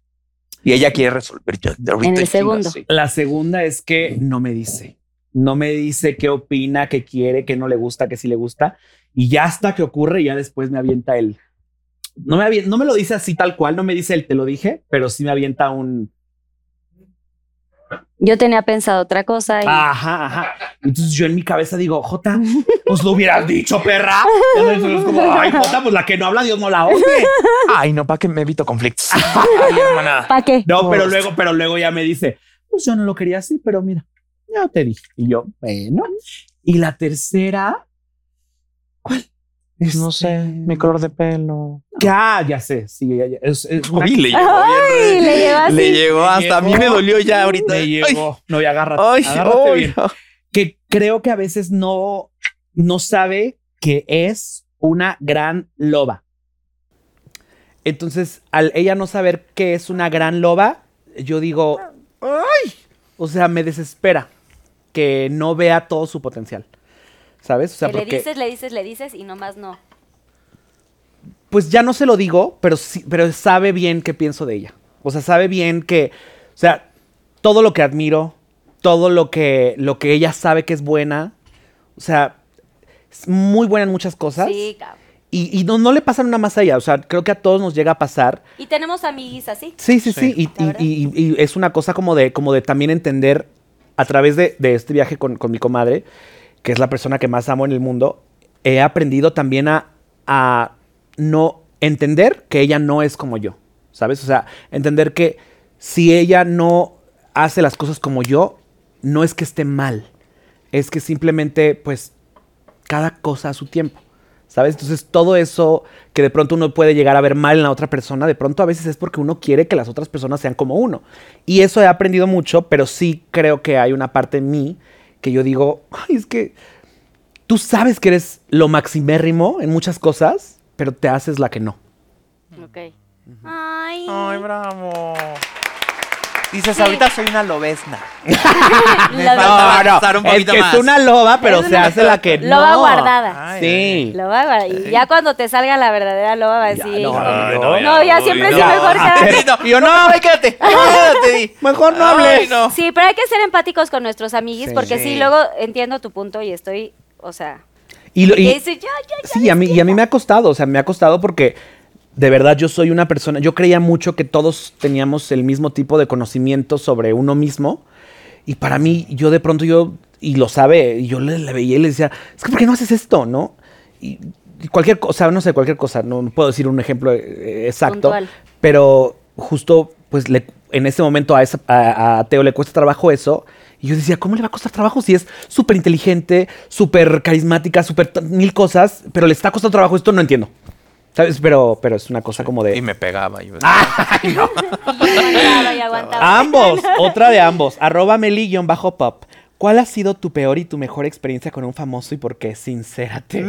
Speaker 6: Y ella quiere resolver. Yo, de ahorita, chinga, sí.
Speaker 4: La segunda es que no me dice. No me dice qué opina, qué quiere, qué no le gusta, qué sí le gusta. Y ya hasta que ocurre, ya después me avienta él. No me, avien- no me lo dice así tal cual, no me dice él, te lo dije, pero sí me avienta un...
Speaker 9: Yo tenía pensado otra cosa. Y...
Speaker 4: Ajá, ajá. Entonces yo en mi cabeza digo, Jota, pues lo hubieras dicho, perra. Y entonces es como, ay, Jota, pues la que no habla, Dios no la oye.
Speaker 6: Ay, no, para que me evito conflictos.
Speaker 9: ¿Para qué?
Speaker 4: No, pero luego, pero luego ya me dice, pues yo no lo quería así, pero mira, ya te dije. Y yo, bueno. Y la tercera, ¿cuál? No sé, mi
Speaker 6: color de pelo.
Speaker 4: Ya, ya sé, sí, ya, ya. Es, es una-
Speaker 6: Uy, le llegó bien,
Speaker 9: le llegó así.
Speaker 6: Le llegó hasta a mí me dolió ya ahorita.
Speaker 4: Me llegó. No, y agárrate.
Speaker 6: Ay,
Speaker 4: agárrate
Speaker 6: ay.
Speaker 4: bien. Que creo que a veces no, no sabe que es una gran loba. Entonces, al ella no saber que es una gran loba, yo digo, ¡ay! O sea, me desespera que no vea todo su potencial. ¿Sabes? O sea,
Speaker 9: Que le
Speaker 4: porque-
Speaker 9: dices, le dices, le dices y nomás no.
Speaker 4: pues ya no se lo digo, pero sí, pero sabe bien qué pienso de ella. O sea, sabe bien que, o sea, todo lo que admiro, todo lo que, lo que ella sabe que es buena, o sea, es muy buena en muchas cosas.
Speaker 9: Sí, cabrón.
Speaker 4: Y, y no, no le pasa nada más a ella, o sea, creo que a todos nos llega a pasar.
Speaker 9: Y tenemos amiguis así.
Speaker 4: Sí, sí, sí. Y, y- y- y es una cosa como de, como de también entender a través de, de este viaje con, con mi comadre, que es la persona que más amo en el mundo, he aprendido también a, a no entender que ella no es como yo, ¿sabes? O sea, entender que si ella no hace las cosas como yo, no es que esté mal, es que simplemente, pues, cada cosa a su tiempo. ¿Sabes? Entonces todo eso que de pronto uno puede llegar a ver mal en la otra persona, de pronto a veces es porque uno quiere que las otras personas sean como uno. Y eso he aprendido mucho, pero sí creo que hay una parte en mí que yo digo, ay, es que tú sabes que eres lo maximérrimo en muchas cosas, pero te haces la que no.
Speaker 9: Ok. Ay.
Speaker 6: Ay, bravo.
Speaker 12: Dices,
Speaker 9: Sí.
Speaker 12: ahorita soy una lobesna.
Speaker 9: Me La
Speaker 12: falta avanzar un
Speaker 4: es
Speaker 12: poquito
Speaker 4: que
Speaker 12: más.
Speaker 4: es una loba, pero
Speaker 9: Es
Speaker 4: se
Speaker 9: una
Speaker 4: hace la que no. Ah.
Speaker 9: Loba guardada.
Speaker 4: Sí.
Speaker 9: Loba guardada. Y ya cuando te salga la verdadera loba va a decir.
Speaker 4: no,
Speaker 9: "Hijo,
Speaker 4: ay,
Speaker 9: No,
Speaker 4: no,
Speaker 9: ya
Speaker 4: no,
Speaker 9: siempre
Speaker 4: no.
Speaker 9: sí mejor
Speaker 4: Ah,
Speaker 9: quedarse".
Speaker 4: pero- y yo no, ay,
Speaker 12: quédate.
Speaker 4: Mejor no hables.
Speaker 9: Sí, pero hay que ser empáticos con nuestros amiguis
Speaker 4: Sí.
Speaker 9: porque sí,
Speaker 4: Sí.
Speaker 9: luego entiendo tu punto y estoy, o sea,
Speaker 4: Y, lo- y-
Speaker 9: que dices, ya, ya, ya.
Speaker 4: Sí, a mí, y a mí me ha costado, o sea, me ha costado porque de verdad yo soy una persona, yo creía mucho que todos teníamos el mismo tipo de conocimiento sobre uno mismo y para mí yo de pronto yo, y lo sabe, y yo le, le veía y le decía, es que ¿por qué no haces esto, no? Y, y cualquier cosa, no sé, cualquier cosa, no, no puedo decir un ejemplo eh, exacto,
Speaker 5: Puntual.
Speaker 4: pero justo pues le- en ese momento a, esa- a- a Teo le cuesta trabajo eso. Y yo decía, ¿cómo le va a costar trabajo si es súper inteligente, súper carismática, súper t- mil cosas, pero le está costando trabajo esto? No entiendo. ¿Sabes? Pero, pero es una cosa como de...
Speaker 6: Y me pegaba. Yo,
Speaker 9: Aguantaba y
Speaker 4: Ah.
Speaker 9: aguantaba.
Speaker 4: Ambos, otra de ambos. Arroba Meli-pop. ¿Cuál ha sido tu peor y tu mejor experiencia con un famoso y por qué? Sincérate.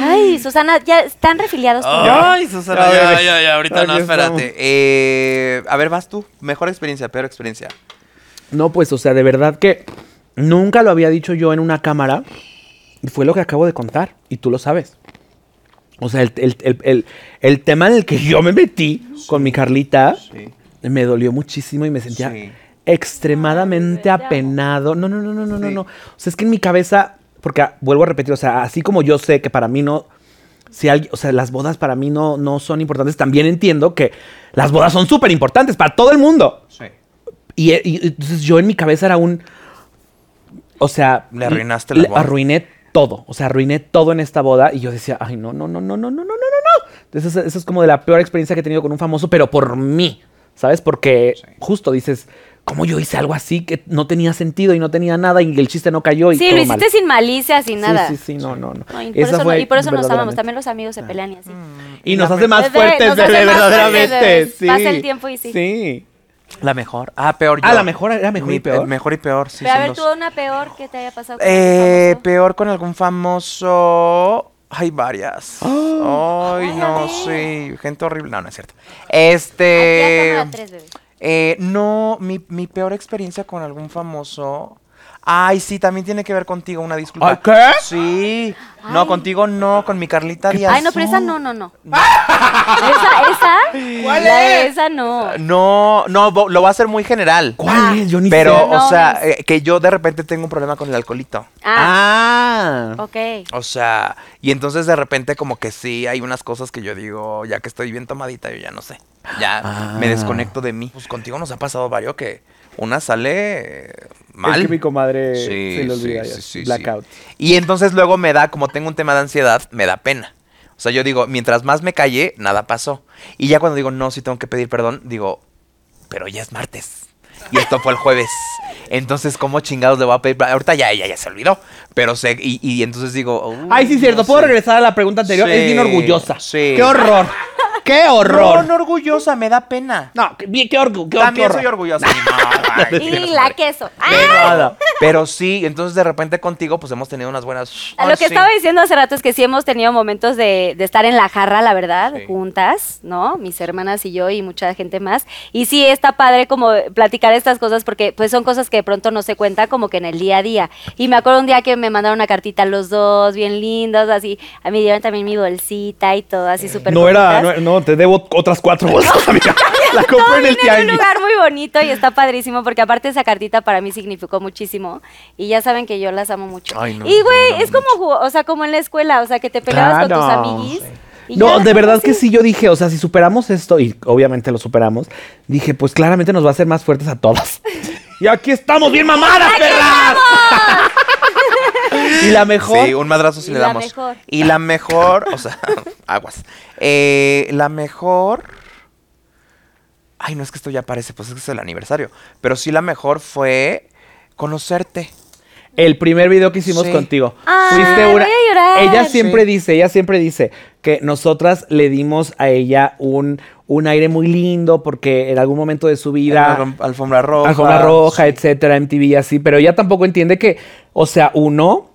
Speaker 9: Ay, Susana, ya están refiliados.
Speaker 4: Ah.
Speaker 9: con-
Speaker 12: Ay, Susana,
Speaker 6: Ah. Ya,
Speaker 12: ya,
Speaker 6: bebé.
Speaker 12: ya, ya, ahorita no,
Speaker 6: Aquí
Speaker 12: espérate.
Speaker 6: estamos. Eh, a ver, vas tú. Mejor experiencia, peor experiencia.
Speaker 4: No, pues, o sea, de verdad que nunca lo había dicho yo en una cámara. Y fue lo que acabo de contar. Y tú lo sabes. O sea, el, el- el- el- el tema en el que yo me metí con mi Carlita me dolió muchísimo y me sentía extremadamente apenado. No, no, no, no, no, no, no. O sea, es que en mi cabeza, porque ah, vuelvo a repetir, o sea, así como yo sé que para mí no. Si alguien, o sea, las bodas para mí no, no son importantes, también entiendo que las bodas son súper importantes para todo el mundo. Y, eh, y entonces yo en mi cabeza era un. O sea.
Speaker 6: Le arruinaste la
Speaker 4: le
Speaker 6: boda.
Speaker 4: Arruiné todo. O sea, arruiné todo en esta boda. Y yo decía, ay, no, no, no, no, no, no, no, no, no, no. Entonces, esa- esa es como de la peor experiencia que he tenido con un famoso, pero por mí. ¿Sabes? Porque justo dices, ¿cómo yo hice algo así que no tenía sentido y no tenía nada y el chiste no cayó? Y
Speaker 9: Sí,
Speaker 4: todo
Speaker 9: lo
Speaker 4: mal?
Speaker 9: hiciste sin malicia, sin nada.
Speaker 4: Sí, sí, sí, no, no, no.
Speaker 9: No, y, por
Speaker 4: Esa
Speaker 9: eso, no-
Speaker 4: fue
Speaker 9: y por eso nos
Speaker 4: verdaderamente-
Speaker 9: amamos.
Speaker 4: Ah.
Speaker 9: También los amigos se pelean y así.
Speaker 4: Y nos hace más
Speaker 9: Bebé,
Speaker 4: fuertes,
Speaker 9: nos hace
Speaker 4: bebé,
Speaker 9: más fuertes,
Speaker 4: verdaderamente.
Speaker 9: bebés.
Speaker 4: Sí.
Speaker 9: Pasa el tiempo y sí.
Speaker 4: Sí.
Speaker 6: La mejor. Ah, peor yo.
Speaker 4: Ah, la mejor, era mejor
Speaker 6: Mi-
Speaker 4: y peor.
Speaker 6: eh, Mejor y peor, sí.
Speaker 9: Pero a
Speaker 6: son
Speaker 9: ver,
Speaker 6: dos.
Speaker 9: tú una peor que te haya pasado. con
Speaker 6: Eh, peor con algún famoso. Hay varias.
Speaker 4: Ah.
Speaker 6: Ay, no, sí. Gente horrible. No, no es cierto.
Speaker 9: Aquí a
Speaker 6: Este.
Speaker 9: cámara tres, bebé.
Speaker 6: eh, no, mi, mi peor experiencia con algún famoso. Ay, sí, también tiene que ver contigo, una disculpa.
Speaker 4: Ay, ¿qué?
Speaker 6: Sí. No,
Speaker 9: Ay.
Speaker 6: contigo no, con mi Carlita Díaz.
Speaker 9: Ay, no, pero esa no, no, no. esa, esa.
Speaker 6: ¿Cuál
Speaker 9: la de
Speaker 6: es?
Speaker 9: esa no.
Speaker 6: No, no, bo- lo va a hacer muy general.
Speaker 9: Ah.
Speaker 4: ¿Cuál es? Yo ni
Speaker 6: Pero,
Speaker 4: sé.
Speaker 6: o
Speaker 9: No,
Speaker 6: sea, eh, que yo de repente tengo un problema con el alcoholito.
Speaker 4: Ah.
Speaker 9: Ok.
Speaker 6: O sea, y entonces de repente como que sí, hay unas cosas que yo digo, ya que estoy bien tomadita, yo ya no sé. Ya
Speaker 4: Ah.
Speaker 6: me desconecto de mí. Pues contigo nos ha pasado varios que una sale eh, mal.
Speaker 4: Es que mi comadre
Speaker 6: Sí,
Speaker 4: se le
Speaker 6: sí,
Speaker 4: olvida
Speaker 6: sí,
Speaker 4: ya,
Speaker 6: sí, sí.
Speaker 4: blackout.
Speaker 6: Y entonces luego me da, como tengo un tema de ansiedad, me da pena. O sea, yo digo, mientras más me callé, nada pasó. Y ya cuando digo, no, sí tengo que pedir perdón, digo, pero ya es martes. Y esto fue el jueves. Entonces, ¿cómo chingados le voy a pedir? perdón? Ahorita ya, ya, ya se olvidó. Pero sé, y, y entonces digo, "Oh, "Uy,
Speaker 4: Ay, sí, cierto.
Speaker 6: no
Speaker 4: ¿Puedo
Speaker 6: sé".
Speaker 4: regresar a la pregunta anterior? Es bien
Speaker 6: Sí,
Speaker 4: orgullosa.
Speaker 6: sí.
Speaker 4: ¡Qué horror! ¡Qué horror!
Speaker 6: No, no orgullosa, me da pena.
Speaker 4: No, qué, qué orgu- qué-
Speaker 6: También
Speaker 4: qué
Speaker 6: soy
Speaker 4: horror.
Speaker 6: orgullosa. No, ay,
Speaker 9: Y la queso.
Speaker 6: de
Speaker 9: ¡Ah!
Speaker 6: nada. Pero sí, entonces de repente contigo, pues hemos tenido unas buenas.
Speaker 5: Ah, Oh,
Speaker 9: A lo
Speaker 6: Sí.
Speaker 9: que estaba diciendo hace rato es que sí hemos tenido momentos de, de estar en la jarra, la verdad, juntas, ¿no? Mis hermanas y yo y mucha gente más. Y sí está padre como platicar estas cosas porque pues son cosas que de pronto no se cuentan como que en el día a día. Y me acuerdo un día que me mandaron una cartita los dos, bien lindos, así. A mí me dieron también mi bolsita y todo, así súper
Speaker 4: No era,
Speaker 9: bonitas.
Speaker 4: no, no, te debo otras cuatro bolsas, amiga. La compré en el
Speaker 9: Viene de un
Speaker 4: tianguis.
Speaker 9: lugar muy bonito y está padrísimo porque aparte esa cartita para mí significó muchísimo y ya saben que yo las amo mucho.
Speaker 6: Ay, no,
Speaker 9: y güey,
Speaker 6: no, no,
Speaker 9: es como jugo- o sea, como en la escuela, o sea, que te peleabas
Speaker 4: Claro.
Speaker 9: con tus amiguis. y ya,
Speaker 4: No, de verdad
Speaker 9: así.
Speaker 4: que sí, yo dije, o sea, si superamos esto, y obviamente lo superamos, dije, pues claramente nos va a hacer más fuertes a todas. Y aquí estamos bien mamadas, perras. y la mejor.
Speaker 6: Sí, un madrazo si
Speaker 9: Y
Speaker 6: le
Speaker 9: la
Speaker 6: damos.
Speaker 9: mejor.
Speaker 6: Y la mejor, o sea, aguas. Eh, la mejor. Ay, no es que esto ya parece, pues es que es el aniversario. Pero sí, la mejor fue conocerte.
Speaker 4: El primer video que hicimos
Speaker 6: Sí.
Speaker 4: contigo.
Speaker 9: Ay, voy a llorar.
Speaker 4: Ella siempre dice, ella siempre dice que nosotras le dimos a ella un, un aire muy lindo porque en algún momento de su vida.
Speaker 6: Alfom- Alfombra roja.
Speaker 4: Alfombra roja, etcétera, MTV y así, pero ella tampoco entiende que, o sea, uno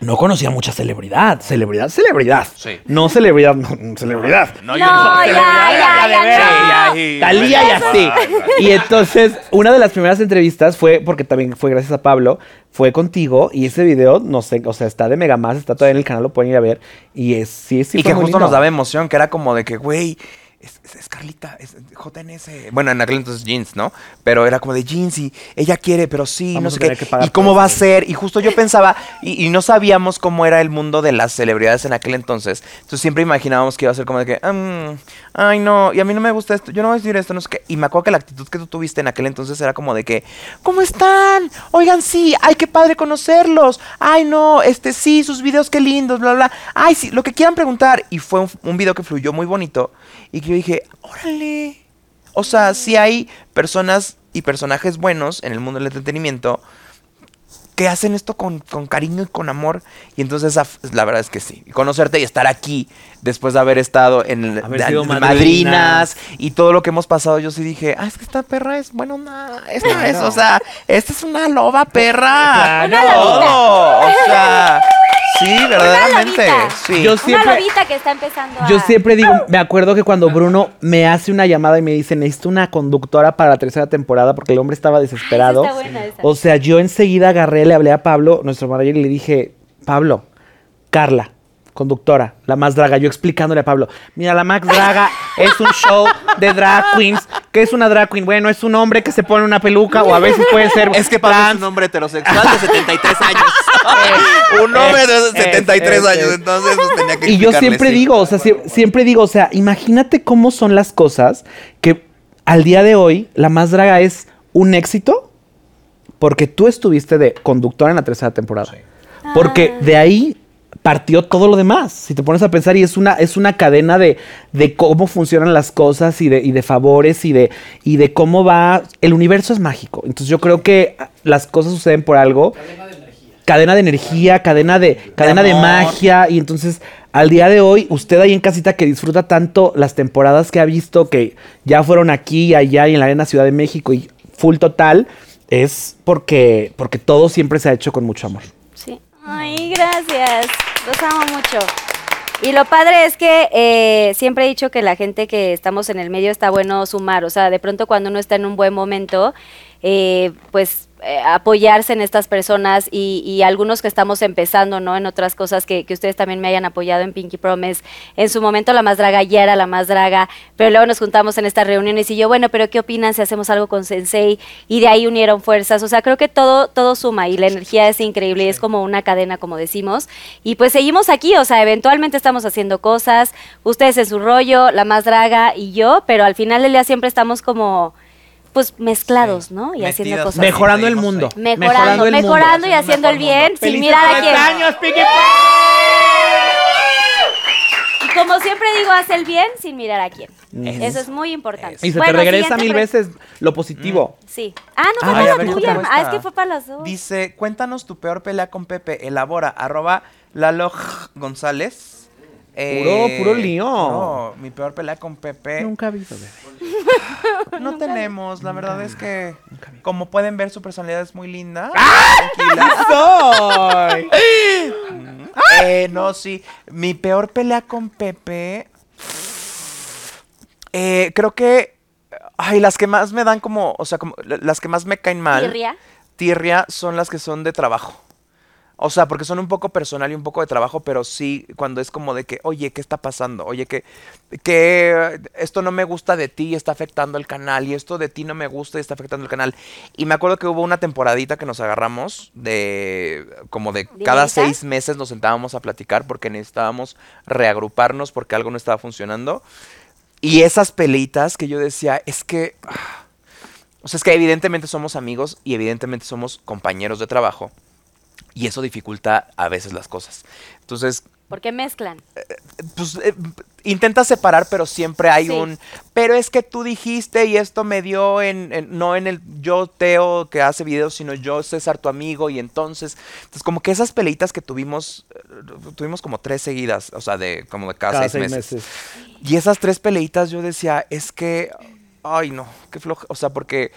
Speaker 4: no conocía mucha celebridad, celebridad, celebridad.
Speaker 6: Sí.
Speaker 4: No celebridad, no, celebridad.
Speaker 9: No, ya, ya, ya, no.
Speaker 4: Talía
Speaker 6: pues,
Speaker 4: y así. Y entonces, una de las primeras entrevistas fue, porque también fue gracias a Pablo, fue contigo y ese video, no sé, o sea, está de Mega Más, está todavía en el canal, lo pueden ir a ver. Y es, sí, sí,
Speaker 6: y
Speaker 4: fue
Speaker 6: que
Speaker 4: muy
Speaker 6: justo
Speaker 4: lindo.
Speaker 6: nos daba emoción, que era como de que, güey, es, es- es Carlita, es JNS. Bueno, en aquel entonces jeans, ¿no? Pero era como de jeans y ella quiere, pero sí,
Speaker 4: Vamos
Speaker 6: no
Speaker 4: a
Speaker 6: sé
Speaker 4: tener
Speaker 6: qué.
Speaker 4: que pagar
Speaker 6: ¿Y cómo
Speaker 4: por
Speaker 6: va a
Speaker 4: eso".
Speaker 6: ser? Y justo yo pensaba, y, y no sabíamos cómo era el mundo de las celebridades en aquel entonces. Entonces siempre imaginábamos que iba a ser como de que, "Mm, ay, no, y a mí no me gusta esto, yo no voy a decir esto, no sé qué. Y me acuerdo que la actitud que tú tuviste en aquel entonces era como de que, ¿cómo están? Oigan, sí, ay, qué padre conocerlos. Ay, no, este sí, sus videos, qué lindos, bla, bla. Ay, sí, lo que quieran preguntar. Y fue un, un video que fluyó muy bonito y que yo dije, órale. O sea, sí hay personas y personajes buenos en el mundo del entretenimiento que hacen esto con, con cariño y con amor. Y entonces, esa f- la verdad es que sí. Y Conocerte y estar aquí después de haber estado en el-
Speaker 4: Haber
Speaker 6: de-
Speaker 4: sido
Speaker 6: madrinas.
Speaker 4: madrinas.
Speaker 6: y todo lo que hemos pasado, yo sí dije, ah, es que esta perra es buena onda. Esta es, o sea, esta es una loba perra.
Speaker 4: Una lobita.
Speaker 6: Todo, O sea, sí, verdaderamente.
Speaker 9: lobita.
Speaker 6: Sí.
Speaker 4: Yo
Speaker 9: Una
Speaker 4: siempre-
Speaker 9: lobita que está empezando a...
Speaker 4: Yo siempre digo, me acuerdo que cuando Bruno me hace una llamada y me dice, necesito una conductora para la tercera temporada porque el hombre estaba desesperado.
Speaker 9: Esa Ah, está buena, esa.
Speaker 4: O sea, yo enseguida agarré, le hablé a Pablo, nuestro manager, y le dije, Pablo, Carla, conductora, la más draga, yo explicándole a Pablo, mira, la Max Draga es un show de drag queens. ¿Qué es una drag queen? Bueno, es un hombre que se pone una peluca o a veces puede ser
Speaker 5: Es que Pablo es un hombre heterosexual de 73 años. un hombre de
Speaker 4: Es, es,
Speaker 5: 73
Speaker 4: es,
Speaker 5: años,
Speaker 4: es.
Speaker 5: entonces pues, tenía que
Speaker 4: Y yo
Speaker 5: explicarle,
Speaker 4: siempre
Speaker 5: sí.
Speaker 4: digo, o sea, sie- siempre digo, o sea, imagínate cómo son las cosas que al día de hoy la más draga es un éxito porque tú estuviste de conductora en la tercera temporada. Porque de ahí partió todo lo demás. Si te pones a pensar, y es una, es una cadena de, de cómo funcionan las cosas y de, y de favores y de, y de cómo va. El universo es mágico. Entonces yo creo que las cosas suceden por algo cadena de energía, cadena de, cadena de
Speaker 6: amor.
Speaker 4: magia. Y entonces, al día de hoy, usted ahí en casita que disfruta tanto las temporadas que ha visto, que ya fueron aquí y allá y en la Arena Ciudad de México y full total, es porque, porque todo siempre se ha hecho con mucho amor.
Speaker 9: Sí. Ay, gracias. Los amo mucho. Y lo padre es que eh, siempre he dicho que la gente que estamos en el medio está bueno sumar. O sea, de pronto cuando uno está en un buen momento, eh, pues eh, apoyarse en estas personas y, y algunos que estamos empezando, ¿no? En otras cosas que, que ustedes también me hayan apoyado en Pinky Promise. En su momento la más draga ya era la más draga, pero luego nos juntamos en estas reuniones y yo, bueno, pero ¿qué opinan si hacemos algo con Sensei? Y de ahí unieron fuerzas. O sea, creo que todo, todo suma y la energía es increíble y es como una cadena, como decimos. Y pues seguimos aquí, o sea, eventualmente estamos haciendo cosas, ustedes en su rollo, la más draga y yo, pero al final del día siempre estamos como pues mezclados, ¿no? Y haciendo cosas.
Speaker 4: Mejorando el mundo.
Speaker 9: Mejorando, mejorando, y haciendo el bien sin
Speaker 4: ¡Felices
Speaker 9: mirar a
Speaker 4: 40
Speaker 9: quién.
Speaker 4: años,
Speaker 9: Y como siempre digo, haz el bien sin mirar a quién.
Speaker 4: Eso.
Speaker 9: Eso es muy importante.
Speaker 4: Y se
Speaker 9: Bueno,
Speaker 4: te regresa
Speaker 9: siguiente
Speaker 4: mil
Speaker 9: pre-
Speaker 4: veces lo positivo.
Speaker 5: Mm,
Speaker 9: Sí. Ah, no, fue
Speaker 4: Ay,
Speaker 9: para
Speaker 4: a
Speaker 9: la
Speaker 4: ver,
Speaker 9: tuya.
Speaker 4: ¿cómo
Speaker 9: Ah, es
Speaker 4: está?
Speaker 9: que fue para las dos.
Speaker 5: Dice, cuéntanos tu peor pelea con Pepe. Elabora, arroba Lalo González. Eh,
Speaker 4: Puro- puro lío.
Speaker 5: no, mi peor pelea con Pepe.
Speaker 4: Nunca vi bebé.
Speaker 5: No tenemos, la verdad es que, como pueden ver, su personalidad es muy linda.
Speaker 4: Tranquila.
Speaker 5: Eh, no, sí. Mi peor pelea con Pepe. eh, creo que. Ay, las que más me dan como. O sea, como. la- Las que más me caen mal.
Speaker 9: Tirria.
Speaker 5: Tirria son las que son de trabajo. O sea, porque son un poco personal y un poco de trabajo, pero sí cuando es como de que, oye, ¿qué está pasando? Oye, que, que esto no me gusta de ti y está afectando el canal, y esto de ti no me gusta y está afectando el canal. Y me acuerdo que hubo una temporadita que nos agarramos de como de cada
Speaker 6: ¿Dinámica?
Speaker 5: seis meses nos sentábamos a platicar porque necesitábamos reagruparnos porque algo no estaba funcionando. Y esas peleitas que yo decía, es que. ah, O sea, es que evidentemente somos amigos y evidentemente somos compañeros de trabajo. Y eso dificulta a veces las cosas. Entonces,
Speaker 9: ¿Por qué mezclan?
Speaker 5: pues eh, intenta separar, pero siempre hay
Speaker 9: Sí.
Speaker 5: un. Pero es que tú dijiste y esto me dio en, en- no en el yo Teo que hace videos, sino yo César tu amigo y entonces, entonces como que esas peleitas que tuvimos, eh, tuvimos como tres seguidas, o sea, de como de cada,
Speaker 4: Cada
Speaker 5: seis,
Speaker 4: seis
Speaker 5: meses.
Speaker 4: meses.
Speaker 5: Y esas tres peleitas yo decía es que, ay no, qué floja, o sea, porque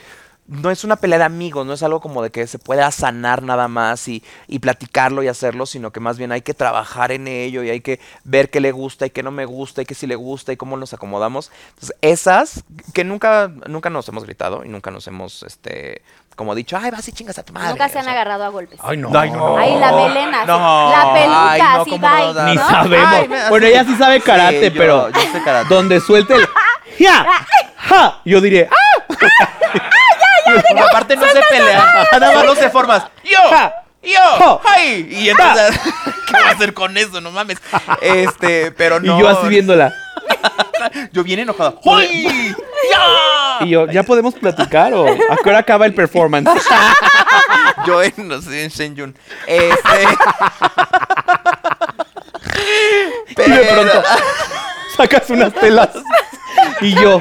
Speaker 5: no es una pelea de amigos, no es algo como de que se pueda sanar nada más y, y platicarlo y hacerlo, sino que más bien hay que trabajar en ello y hay que ver qué le gusta y qué no me gusta y qué sí le gusta y cómo nos acomodamos. Entonces, esas que nunca, nunca nos hemos gritado y nunca nos hemos, este, como dicho, ay, vas y chingas a tu madre.
Speaker 9: Nunca se han agarrado a golpes.
Speaker 5: Ay, no. Ay, no.
Speaker 9: Ay, la melena. sí.
Speaker 5: No.
Speaker 9: La peluca,
Speaker 5: Ay, no,
Speaker 9: sí,
Speaker 5: cómo no,
Speaker 9: bye.
Speaker 5: no,
Speaker 4: Ni
Speaker 5: no.
Speaker 4: sabemos.
Speaker 5: Ay, me-
Speaker 4: bueno, ella sí sabe karate,
Speaker 5: yo-
Speaker 4: pero
Speaker 5: yo sé karate.
Speaker 4: donde suelte el ¡Ja! ¡Ja! Yo diré ¡Ah!
Speaker 5: Porque aparte no se pelea, nada más no se formas. Yo, yo, ay. Y entonces, ¿qué voy a hacer con eso? No mames. Este, pero no.
Speaker 4: Y yo así viéndola.
Speaker 5: Yo bien enojada. ¡Ay!
Speaker 4: Y yo, ¿ya podemos platicar o a qué hora acaba el performance?
Speaker 5: Yo en, no sé, en Shenyun. Este.
Speaker 4: Y de pronto sacas unas telas. Y yo,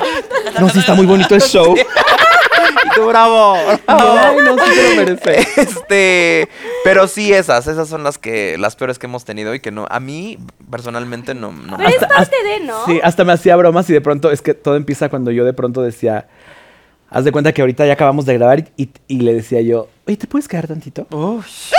Speaker 4: no, sí está muy bonito el show.
Speaker 5: Y tú, bravo.
Speaker 4: Ay, no, sí se lo merece.
Speaker 5: Este, pero sí esas, esas son las que las peores que hemos tenido y que no a mí personalmente no, no me
Speaker 9: Pero es
Speaker 5: gustan.
Speaker 9: parte de, ¿no?
Speaker 4: Sí, hasta me hacía bromas y de pronto es que todo empieza cuando yo de pronto decía, haz de cuenta que ahorita ya acabamos de grabar y, y le decía yo, oye, ¿te puedes quedar tantito?
Speaker 9: Pues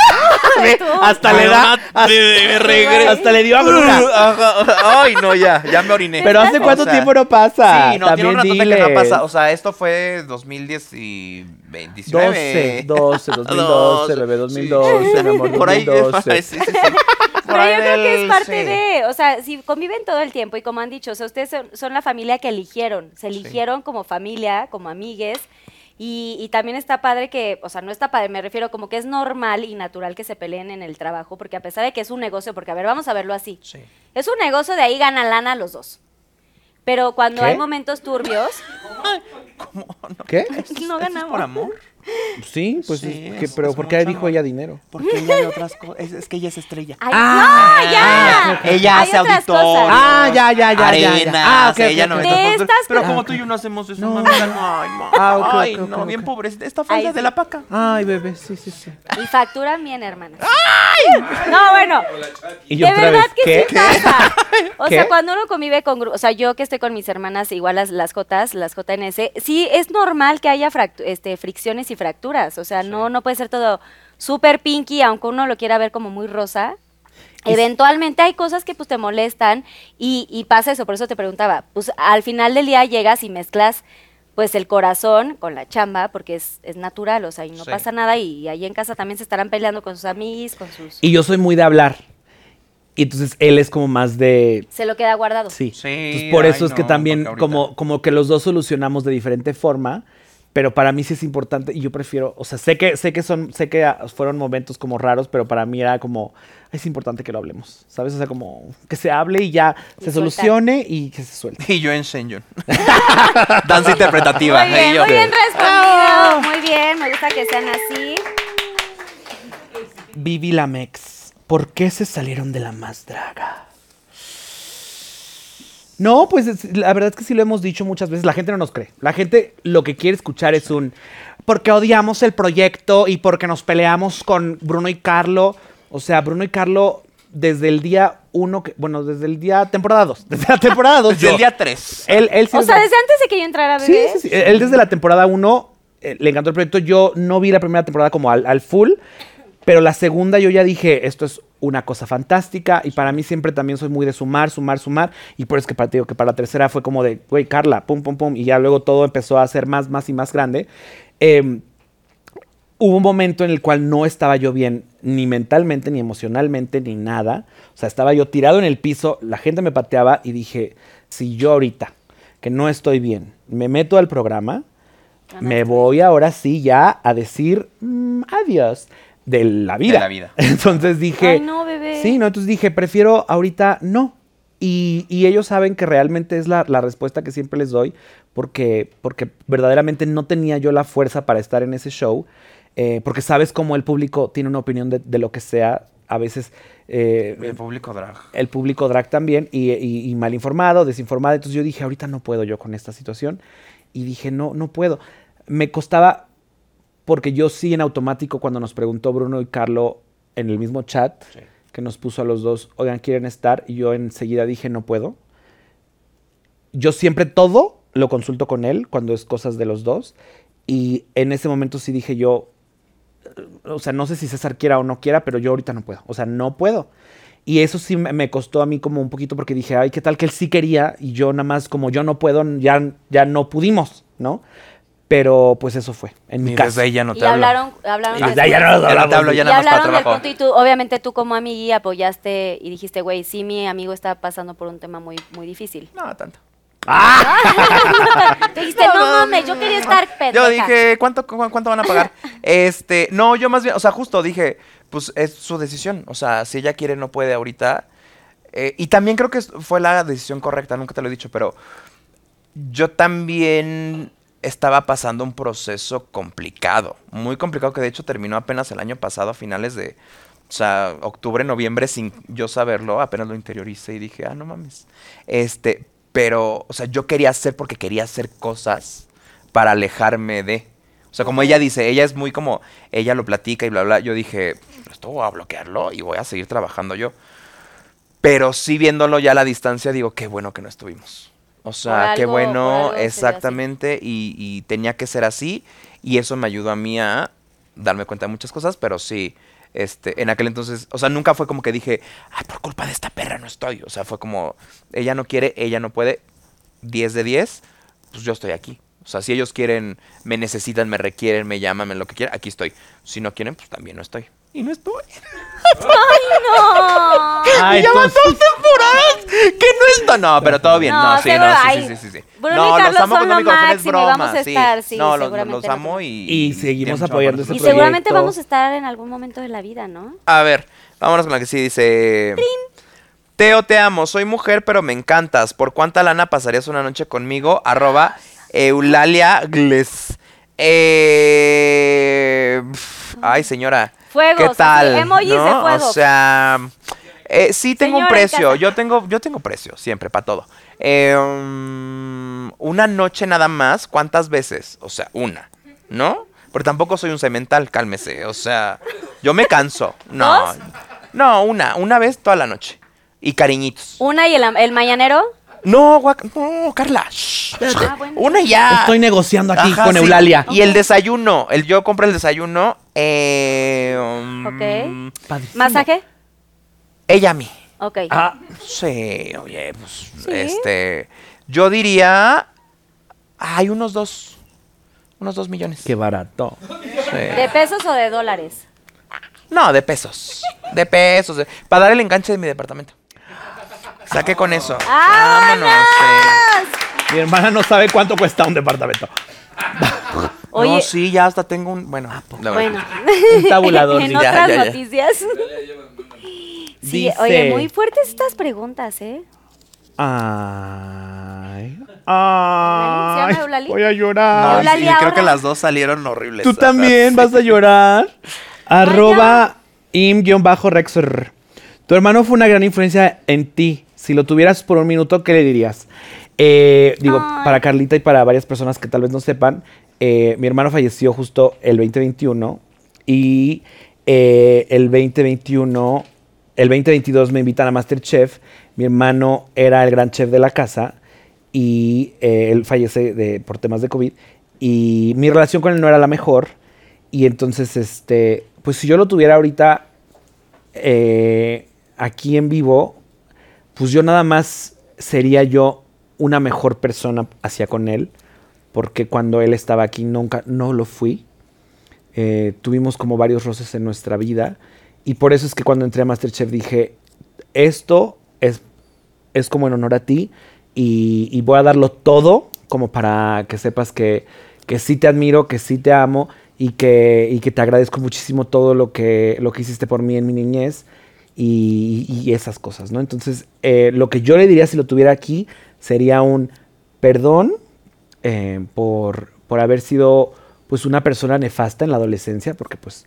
Speaker 5: Oh,
Speaker 4: hasta le da-
Speaker 5: hasta,
Speaker 4: hasta le dio agrura.
Speaker 5: Ajá, Ay, no, ya, ya me oriné.
Speaker 4: Pero ¿hace
Speaker 5: O
Speaker 4: cuánto
Speaker 5: sea,
Speaker 4: tiempo no pasa?
Speaker 5: Sí, no, tiene
Speaker 4: También
Speaker 5: un ratote que
Speaker 4: diles.
Speaker 5: no pasa. O sea, esto fue 2010 y
Speaker 4: 12,
Speaker 5: 2019.
Speaker 4: 12, 2012, bebé, 2012, mi amor,
Speaker 5: Por ahí,
Speaker 4: 2012.
Speaker 5: sí, sí, sí.
Speaker 9: Pero yo creo que es parte
Speaker 5: sí.
Speaker 9: de, o sea, si conviven todo el tiempo y como han dicho, o sea, ustedes son, son la familia que eligieron, se eligieron como familia, como amigues. Y, y también está padre que, o sea, no está padre, me refiero como que es normal y natural que se peleen en el trabajo, porque a pesar de que es un negocio, porque a ver, vamos a verlo así. Es un negocio, de ahí ganan lana los dos. Pero cuando
Speaker 5: ¿Qué?
Speaker 9: hay momentos turbios,
Speaker 4: ¿Qué?
Speaker 9: pues, no ganamos.
Speaker 5: por amor.
Speaker 4: Sí, pues,
Speaker 5: Sí,
Speaker 4: es que-
Speaker 5: es-
Speaker 4: pero
Speaker 5: es
Speaker 4: ¿por qué
Speaker 5: mucho
Speaker 4: dijo ella dinero?
Speaker 5: Porque ella de otras cosas. Es, es que ella es estrella.
Speaker 9: Ay,
Speaker 5: Ah,
Speaker 9: Ah,
Speaker 4: no, ya.
Speaker 5: Ella
Speaker 4: Hay
Speaker 5: hace
Speaker 4: otras
Speaker 5: auditor.
Speaker 4: cosas. Ah, ya, ya, ya, ya, ya.
Speaker 5: Arenas,
Speaker 4: Ah, ok, ok,
Speaker 5: ella no
Speaker 4: ok.
Speaker 5: me tocó.
Speaker 4: De estas
Speaker 5: Pero
Speaker 4: que-
Speaker 5: como
Speaker 4: Ah,
Speaker 5: tú y yo no hacemos eso,
Speaker 4: No.
Speaker 5: mamita, no. Ay, ma.
Speaker 4: Ah, ok,
Speaker 5: Ay,
Speaker 4: ok,
Speaker 5: no,
Speaker 4: ok, Ah.
Speaker 5: bien
Speaker 4: ok.
Speaker 5: pobre. Esta falda
Speaker 9: Ay,
Speaker 5: de la paca.
Speaker 4: Ay, bebé, sí, sí, sí.
Speaker 9: Y facturan bien, hermanas. No, bueno.
Speaker 4: Y yo
Speaker 9: de
Speaker 4: otra
Speaker 9: verdad
Speaker 4: vez, ¿qué?
Speaker 9: que sí pasa. O
Speaker 4: ¿Qué?
Speaker 9: sea, cuando uno convive con grupos, o sea, yo que estoy con mis hermanas igual las, las Jotas, las JNS, sí es normal que haya fractu- este, fricciones y fracturas. O sea, no, no puede ser todo súper pinky, aunque uno lo quiera ver como muy rosa.
Speaker 18: Es-
Speaker 9: Eventualmente hay cosas que pues te molestan y, y pasa eso, por eso te preguntaba, pues al final del día llegas y mezclas pues el corazón con la chamba, porque es, es natural, o sea, y no
Speaker 19: Sí.
Speaker 9: pasa nada y, ahí en casa también se estarán peleando con sus amigos, con sus...
Speaker 4: Y yo soy muy de hablar. Y entonces él es como más de.
Speaker 9: Se lo queda guardado.
Speaker 4: Sí. Entonces, por
Speaker 5: ay,
Speaker 4: eso es que
Speaker 5: no,
Speaker 4: también,
Speaker 5: porque ahorita-
Speaker 4: como, como que los dos solucionamos de diferente forma. Pero para mí sí es importante y yo prefiero, o sea, sé que, sé que son, sé que ah, fueron momentos como raros, pero para mí era como, es importante que lo hablemos, ¿sabes? O sea, como que se hable y ya
Speaker 5: Y
Speaker 4: se
Speaker 5: suelta.
Speaker 4: solucione y que se suelte.
Speaker 5: Y yo en Shenjun. Danza interpretativa.
Speaker 9: Muy bien,
Speaker 5: Y yo-
Speaker 9: muy bien respondido, muy bien, me gusta que sean así.
Speaker 4: Vivi Lamex, ¿por qué se salieron de la más draga? No, pues es- la verdad es que sí lo hemos dicho muchas veces, la gente no nos cree. La gente lo que quiere escuchar es un porque odiamos el proyecto y porque nos peleamos con Bruno y Carlo. O sea, Bruno y Carlo desde el día uno, que, bueno, desde el día temporada 2, desde la temporada 2.
Speaker 5: Desde el día 3.
Speaker 4: Él, él sí
Speaker 9: O
Speaker 4: es
Speaker 9: sea,
Speaker 4: la-
Speaker 9: desde antes de que yo entrara a
Speaker 4: Sí,
Speaker 9: bebé.
Speaker 4: sí, sí. Él desde la temporada 1 le encantó el proyecto. Yo no vi la primera temporada como al, al full, pero la segunda yo ya dije, esto es una cosa fantástica y para mí siempre también soy muy de sumar, sumar, sumar. Y por eso que para, te digo que para la tercera fue como de, güey, Carla, pum, pum, pum. Y ya luego todo empezó a ser más, más y más grande. Em, hubo un momento en el cual no estaba yo bien, ni mentalmente, ni emocionalmente, ni nada. O sea, estaba yo tirado en el piso, la gente me pateaba y dije, si yo ahorita, que no estoy bien, me meto al programa, me voy ahora sí ya a decir mm, adiós de la vida.
Speaker 5: la vida.
Speaker 4: Entonces dije...
Speaker 9: Ay, no, bebé.
Speaker 4: Sí, no, entonces dije, prefiero ahorita no. Y, y ellos saben que realmente es la, la respuesta que siempre les doy, porque, porque verdaderamente no tenía yo la fuerza para estar en ese show, eh, porque sabes cómo el público tiene una opinión de, de lo que sea, a veces... eh,
Speaker 5: El público drag.
Speaker 4: el público drag también y, y- y mal informado, desinformado. Entonces yo dije, ahorita no puedo yo con esta situación. Y dije, no, no puedo. Me costaba, porque yo sí en automático cuando nos preguntó Bruno y Carlo en el mismo chat, que nos puso a los dos, oigan, ¿quieren estar? Y yo enseguida dije, no puedo. Yo siempre todo lo consulto con él cuando es cosas de los dos. Y en ese momento sí dije yo, eh, o sea, no sé si César quiera o no quiera, pero yo ahorita no puedo. O sea, no puedo. Y eso sí me- me costó a mí como un poquito porque dije, ay, ¿qué tal que él sí quería? Y yo nada más como yo no puedo, ya, ya no pudimos, ¿no? Pero pues eso fue. En mi
Speaker 5: Y
Speaker 4: caso.
Speaker 5: desde ahí ya no
Speaker 9: Y hablaron, hablaron
Speaker 4: Desde
Speaker 9: del-
Speaker 4: ahí Ah, ya no pues. nos
Speaker 5: Ya no te hablo,
Speaker 4: hablamos.
Speaker 5: ya
Speaker 9: y
Speaker 5: nada más para
Speaker 9: hablaron del
Speaker 5: trabajo.
Speaker 9: punto y tú, obviamente tú como amigui apoyaste y dijiste, güey, sí, mi amigo está pasando por un tema muy, muy difícil.
Speaker 5: No, tanto.
Speaker 9: Te dijiste, no mames, yo quería estar pendeja.
Speaker 5: Yo dije, ¿cuánto, cu- cuánto van a pagar? este, no, yo más bien, o sea, justo dije, pues es su decisión. O sea, si ella quiere, no puede ahorita. Eh, y también creo que es- fue la decisión correcta, nunca te lo he dicho, pero yo también estaba pasando un proceso complicado, muy complicado, que de hecho terminó apenas el año pasado, a finales de, o sea, octubre, noviembre, sin yo saberlo, apenas lo interioricé y dije, ah, no mames. Este, pero, o sea, yo quería hacer porque quería hacer cosas para alejarme de. O sea, como ella dice, ella es muy como, ella lo platica y bla, bla. Yo dije, esto voy a bloquearlo y voy a seguir trabajando yo. Pero sí viéndolo ya a la distancia, digo, qué bueno que no estuvimos. O sea,
Speaker 20: Por
Speaker 5: qué
Speaker 20: algo- por algo
Speaker 5: bueno,
Speaker 20: se dio así.
Speaker 5: exactamente. Y, y tenía que ser así. Y eso me ayudó a mí a darme cuenta de muchas cosas, pero sí. Este, en aquel entonces, o sea, nunca fue como que dije, ay, por culpa de esta perra no estoy. O sea, fue como, ella no quiere, ella no puede, 10 de 10, pues yo estoy aquí. O sea, si ellos quieren, me necesitan, me requieren, me llaman, me lo que quieran, aquí estoy. Si no quieren, pues también no estoy. y no estuve.
Speaker 1: ¡Ay,
Speaker 4: Ah,
Speaker 1: no!
Speaker 5: Y ya van dos temporadas que no está. No, pero todo bien. No,
Speaker 1: No,
Speaker 5: sí,
Speaker 1: seguro,
Speaker 5: no, sí,
Speaker 1: ay,
Speaker 5: sí, sí, sí, sí.
Speaker 1: Bruno y
Speaker 5: no,
Speaker 1: Carlos son
Speaker 5: cuando
Speaker 1: lo
Speaker 5: mi corazón es
Speaker 1: máximo, y vamos a estar, sí,
Speaker 5: no, los,
Speaker 9: seguramente
Speaker 5: los
Speaker 9: no.
Speaker 5: amo y.
Speaker 4: Y seguimos
Speaker 5: tienen
Speaker 4: apoyando
Speaker 5: mucho
Speaker 4: este
Speaker 9: Y
Speaker 5: amor.
Speaker 9: seguramente vamos a estar en algún momento de la vida, ¿no?
Speaker 5: A ver, vámonos con la que sí dice. Teo, te amo. Soy mujer, pero me encantas. ¿Por cuánta lana pasarías una noche conmigo? Arroba Eulalia Gles. Eh, pf, ay, señora.
Speaker 9: Fuego,
Speaker 5: ¿Qué
Speaker 9: o sea,
Speaker 5: tal?
Speaker 9: sí, emojis de
Speaker 5: ¿No?
Speaker 9: fuego.
Speaker 5: O sea, eh, sí tengo
Speaker 9: Señora
Speaker 5: un
Speaker 9: en
Speaker 5: precio.
Speaker 9: casa.
Speaker 5: Yo tengo, yo tengo precio siempre para todo. Eh, mm, una noche nada más, ¿cuántas veces? O sea, una, ¿no? Porque tampoco soy un cemental, cálmese. O sea, yo me canso. No,
Speaker 9: ¿Dos?
Speaker 5: no, una, una vez toda la noche. Y cariñitos.
Speaker 9: Una y el, am- el mañanero.
Speaker 5: No, guac- no, Carla. shh.
Speaker 9: Ah,
Speaker 5: Una y ya.
Speaker 4: Estoy negociando aquí
Speaker 5: Ajá,
Speaker 4: con
Speaker 5: sí.
Speaker 4: Eulalia.
Speaker 5: Y el desayuno, el yo compro el desayuno. eh, um,
Speaker 9: Ok. ¿Masaje?
Speaker 5: Ella a mí.
Speaker 9: Ok.
Speaker 5: Ah, sí, oye, pues,
Speaker 9: Sí.
Speaker 5: este, yo diría, hay unos dos, unos dos millones.
Speaker 4: Qué barato.
Speaker 9: ¿De pesos o de dólares?
Speaker 5: No, de pesos, de pesos, de- para dar el enganche de mi departamento. Saqué con eso.
Speaker 9: Ah,
Speaker 5: Vámonos. sí.
Speaker 4: Mi hermana no sabe cuánto cuesta un departamento.
Speaker 5: No,
Speaker 9: Oye.
Speaker 5: sí, ya hasta tengo un, bueno, la verdad.
Speaker 9: Bueno.
Speaker 4: Un tabulador,
Speaker 9: en
Speaker 4: ya,
Speaker 9: otras
Speaker 5: ya, ya.
Speaker 9: noticias. Sí,
Speaker 4: Dice-
Speaker 9: oye, muy fuertes estas preguntas, ¿eh?
Speaker 4: Ay.
Speaker 9: ¿Se
Speaker 4: Ay.
Speaker 9: llama Eulalia?
Speaker 4: Voy a llorar.
Speaker 5: No, sí,
Speaker 9: Eulalia,
Speaker 5: creo que
Speaker 9: ahora-
Speaker 5: las dos salieron horribles.
Speaker 4: Tú
Speaker 5: o sea,
Speaker 4: también vas a llorar. Arroba im-rexor. Tu hermano fue una gran influencia en ti. Si lo tuvieras por un minuto, ¿qué le dirías? Eh, digo, para Carlita y para varias personas que tal vez no sepan, eh, mi hermano falleció justo el 2021 y eh, el 2021, el 2022 me invitan a Masterchef. Mi hermano era el gran chef de la casa y eh, él fallece de- por temas de COVID y mi relación con él no era la mejor y entonces este pues si yo lo tuviera ahorita eh, aquí en vivo pues yo nada más sería yo una mejor persona hacia con él porque cuando él estaba aquí nunca no lo fui Eh, tuvimos como varios roces en nuestra vida y por eso es que cuando entré a Masterchef dije esto es es como en honor a ti y, y voy a darlo todo como para que sepas que, que sí te admiro, que sí te amo y que, y que te agradezco muchísimo todo lo que, lo que hiciste por mí en mi niñez y, y esas cosas, ¿no? Entonces, eh, lo que yo le diría si lo tuviera aquí sería un perdón eh, por, por haber sido pues una persona nefasta en la adolescencia, porque pues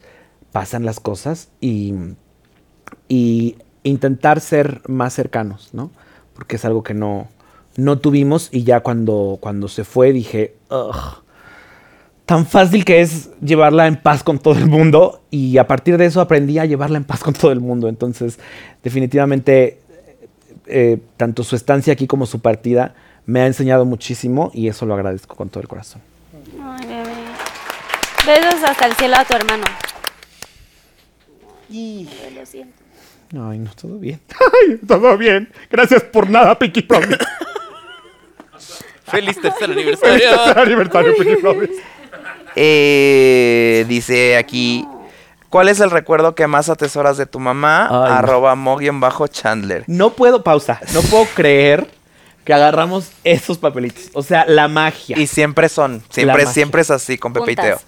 Speaker 4: pasan las cosas y, y intentar ser más cercanos, ¿no? Porque es algo que no, no tuvimos y ya cuando, cuando se fue dije, "Ugh, tan fácil que es llevarla en paz con todo el mundo y a partir de eso aprendí a llevarla en paz con todo el mundo. Entonces, definitivamente, eh, tanto su estancia aquí como su partida me ha enseñado muchísimo y eso lo agradezco con todo el corazón.
Speaker 9: Ay, bebé. Besos hasta el cielo a tu hermano. Lo siento.
Speaker 4: Ay, no, todo bien. Ay, todo bien. Gracias por nada, Pinky Promise.
Speaker 5: Feliz tercer aniversario.
Speaker 4: aniversario, Pinky Promise.
Speaker 5: Eh, dice aquí, ¿cuál es el recuerdo que más atesoras de tu mamá?
Speaker 4: Ay, no.
Speaker 5: Arroba bajo Chandler.
Speaker 4: No puedo, pausa, no puedo creer que agarramos esos papelitos. O sea, la magia.
Speaker 5: Y siempre son,
Speaker 4: La
Speaker 5: siempre,
Speaker 4: magia.
Speaker 5: siempre es así con Pepe y Teo.
Speaker 4: Juntas.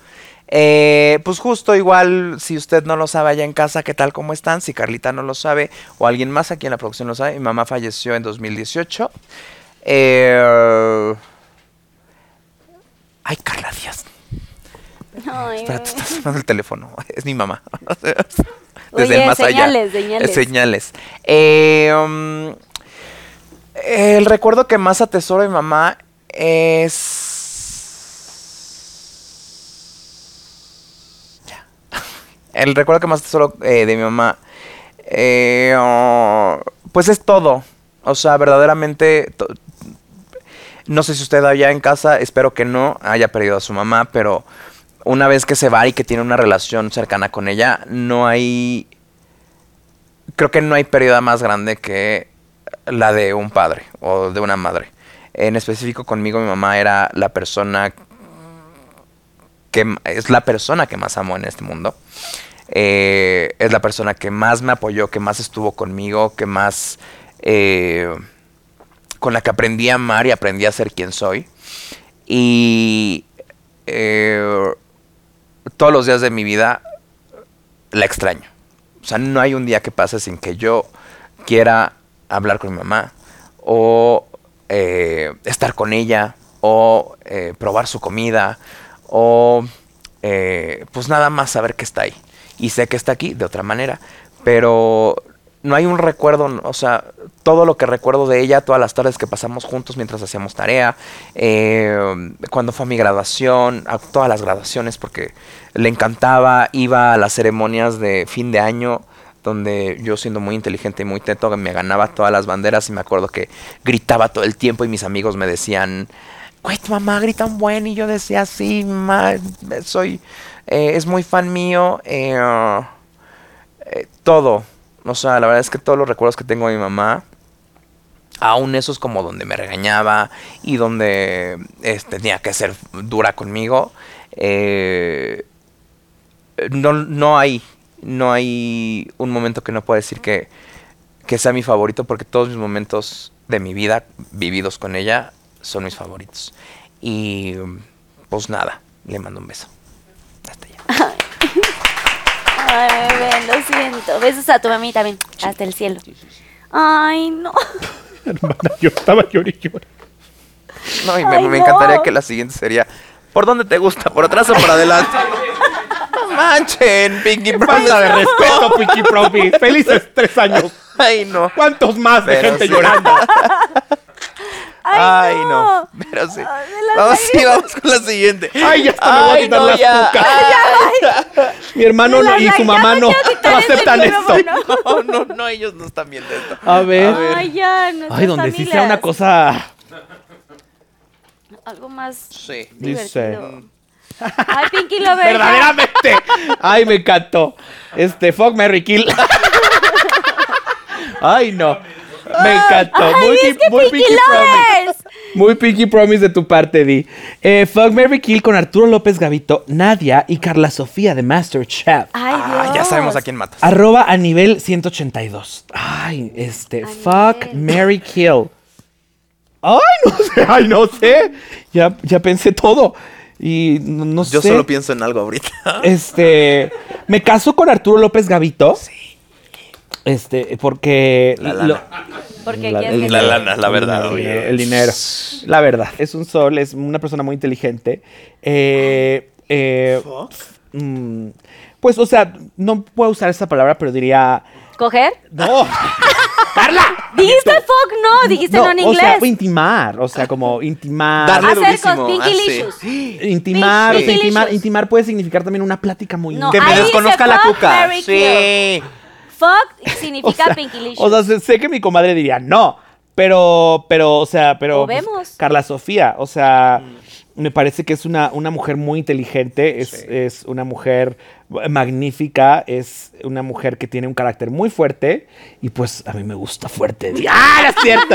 Speaker 5: Eh, pues justo igual, si usted no lo sabe allá en casa, ¿qué tal cómo están? Si Carlita no lo sabe o alguien más aquí en la producción lo sabe, mi mamá falleció en 2018. Eh, ay, Carla Díaz.
Speaker 9: Ay,
Speaker 5: Espérate,
Speaker 9: bebé.
Speaker 5: estás sonando el teléfono. Es mi mamá. Desde
Speaker 9: Oye,
Speaker 5: el más
Speaker 9: señales,
Speaker 5: allá.
Speaker 9: señales.
Speaker 5: Eh, Señales. Eh, um, el recuerdo que más atesoro de mi mamá es. Ya. El recuerdo que más atesoro eh, de mi mamá. eh, oh, pues es todo. O sea, verdaderamente. to- no sé si usted allá en casa, espero que no haya perdido a su mamá, pero una vez que se va y que tiene una relación cercana con ella, no hay. Creo que no hay pérdida más grande que la de un padre o de una madre. En específico conmigo, mi mamá era la persona que m- es la persona que más amo en este mundo. eh, es la persona que más me apoyó, que más estuvo conmigo, que más... eh, con la que aprendí a amar y aprendí a ser quien soy. Y eh, todos los días de mi vida la extraño. O sea, no hay un día que pase sin que yo quiera hablar con mi mamá o eh, estar con ella o eh, probar su comida o eh, pues nada más saber que está ahí. Y sé que está aquí de otra manera, pero no hay un recuerdo, no, o sea, todo lo que recuerdo de ella, todas las tardes que pasamos juntos mientras hacíamos tarea, eh, cuando fue a mi graduación, a todas las graduaciones, porque le encantaba, iba a las ceremonias de fin de año, donde yo siendo muy inteligente y muy teto, me ganaba todas las banderas y me acuerdo que gritaba todo el tiempo y mis amigos me decían, güey, tu mamá grita un buen y yo decía, sí, ma, soy, eh, es muy fan mío, eh, eh, todo. O sea, la verdad es que todos los recuerdos que tengo de mi mamá, aún esos como donde me regañaba y donde eh, tenía que ser dura conmigo, eh, no, no hay, no hay un momento que no pueda decir que, que sea mi favorito porque todos mis momentos de mi vida vividos con ella son mis favoritos. Y pues nada, le mando un beso.
Speaker 21: Ay, bebé, lo siento. Besos a tu mami también. Hasta el cielo. Ay, no.
Speaker 22: Hermana, yo estaba llorando.
Speaker 5: No, y me,
Speaker 21: Ay,
Speaker 5: me
Speaker 21: no.
Speaker 5: encantaría que la siguiente sería, ¿por dónde te gusta? ¿Por atrás o por adelante? No manchen, Pinky Promise.
Speaker 22: Falta de respeto, Pinky Promise. Felices tres años.
Speaker 5: Ay, no.
Speaker 22: ¿Cuántos más de
Speaker 5: Pero
Speaker 22: gente
Speaker 5: sí.
Speaker 22: llorando?
Speaker 5: Ay, no. Pero sí. Vamos, sí, vamos con la siguiente.
Speaker 22: Ay, ya hasta me voy a
Speaker 5: Ay,
Speaker 22: quitar
Speaker 5: no,
Speaker 22: las
Speaker 5: ya.
Speaker 22: tucas.
Speaker 5: Ay.
Speaker 22: Mi hermano no- y su mamá no, no aceptan esto.
Speaker 5: No, no, no, ellos no están viendo esto.
Speaker 22: Ah,
Speaker 4: A ver.
Speaker 21: Ay, ya. nuestras
Speaker 4: Ay, donde sí sea
Speaker 21: familias.
Speaker 4: una cosa.
Speaker 21: Algo más.
Speaker 5: Sí.
Speaker 4: Dice.
Speaker 21: Divertido. Ay, Pinky Lover. ya.
Speaker 4: Verdaderamente. Ay, me encantó. Este, fuck Mary Kill. Ay, no. Me encantó.
Speaker 21: Ay,
Speaker 4: Muy,
Speaker 21: es
Speaker 4: pi-
Speaker 21: que
Speaker 4: muy
Speaker 21: Pinky,
Speaker 4: Pinky Promise.
Speaker 21: Lovers.
Speaker 4: Muy Pinky Promise de tu parte, Di. Eh, fuck Mary Kill con Arturo López Gavito, Nadia y Carla Sofía de Masterchef.
Speaker 9: Ah.
Speaker 21: Ay,
Speaker 4: Ah,
Speaker 21: Dios.
Speaker 5: ya sabemos a quién matas.
Speaker 4: Arroba a nivel 182. Ay, este. Fuck Mary Kill. Ay, no sé, ay, no sé. Ya, ya pensé todo. Y no, no
Speaker 5: Yo
Speaker 4: sé.
Speaker 5: solo pienso en algo
Speaker 22: Ah,
Speaker 5: ahorita.
Speaker 4: Este. Me caso con Arturo López Gavito. Sí. Este, porque.
Speaker 5: La
Speaker 4: lo-
Speaker 5: lana.
Speaker 21: Porque
Speaker 4: la-
Speaker 21: quieres
Speaker 4: el
Speaker 21: que
Speaker 4: dinero.
Speaker 21: te-
Speaker 5: la verdad,
Speaker 4: El
Speaker 5: oye.
Speaker 4: dinero, el dinero. La verdad. Es un sol, es una persona muy inteligente. Eh, eh, mm, pues, o sea, no puedo usar esa palabra, pero diría.
Speaker 21: ¿Coger?
Speaker 4: No. ¡Carla!
Speaker 21: Dijiste fuck no, dijiste no, en
Speaker 4: o sea,
Speaker 21: inglés.
Speaker 4: intimar, o sea, como intimar.
Speaker 21: Darle Hacer durísimo, con
Speaker 22: Ah,
Speaker 21: pinkilicious. así.
Speaker 4: Intimar, o sea,
Speaker 21: Pinkilicious.
Speaker 4: intimar, intimar puede significar también una plática muy
Speaker 21: No,
Speaker 4: íntima.
Speaker 21: Que me ahí dice desconozca la fuck, cuca. marry, Sí. Fuck
Speaker 4: O
Speaker 21: significa
Speaker 4: sea,
Speaker 21: Pinky
Speaker 4: o sea, sé- sé que mi comadre diría no, pero, pero, o sea, pero. pues,
Speaker 21: Lo vemos.
Speaker 4: Carla Sofía, o sea, me parece que es una, una mujer muy inteligente, es, es una mujer magnífica, es una mujer que tiene un carácter muy fuerte y pues a mí me gusta fuerte. ¡Ah, no es cierto!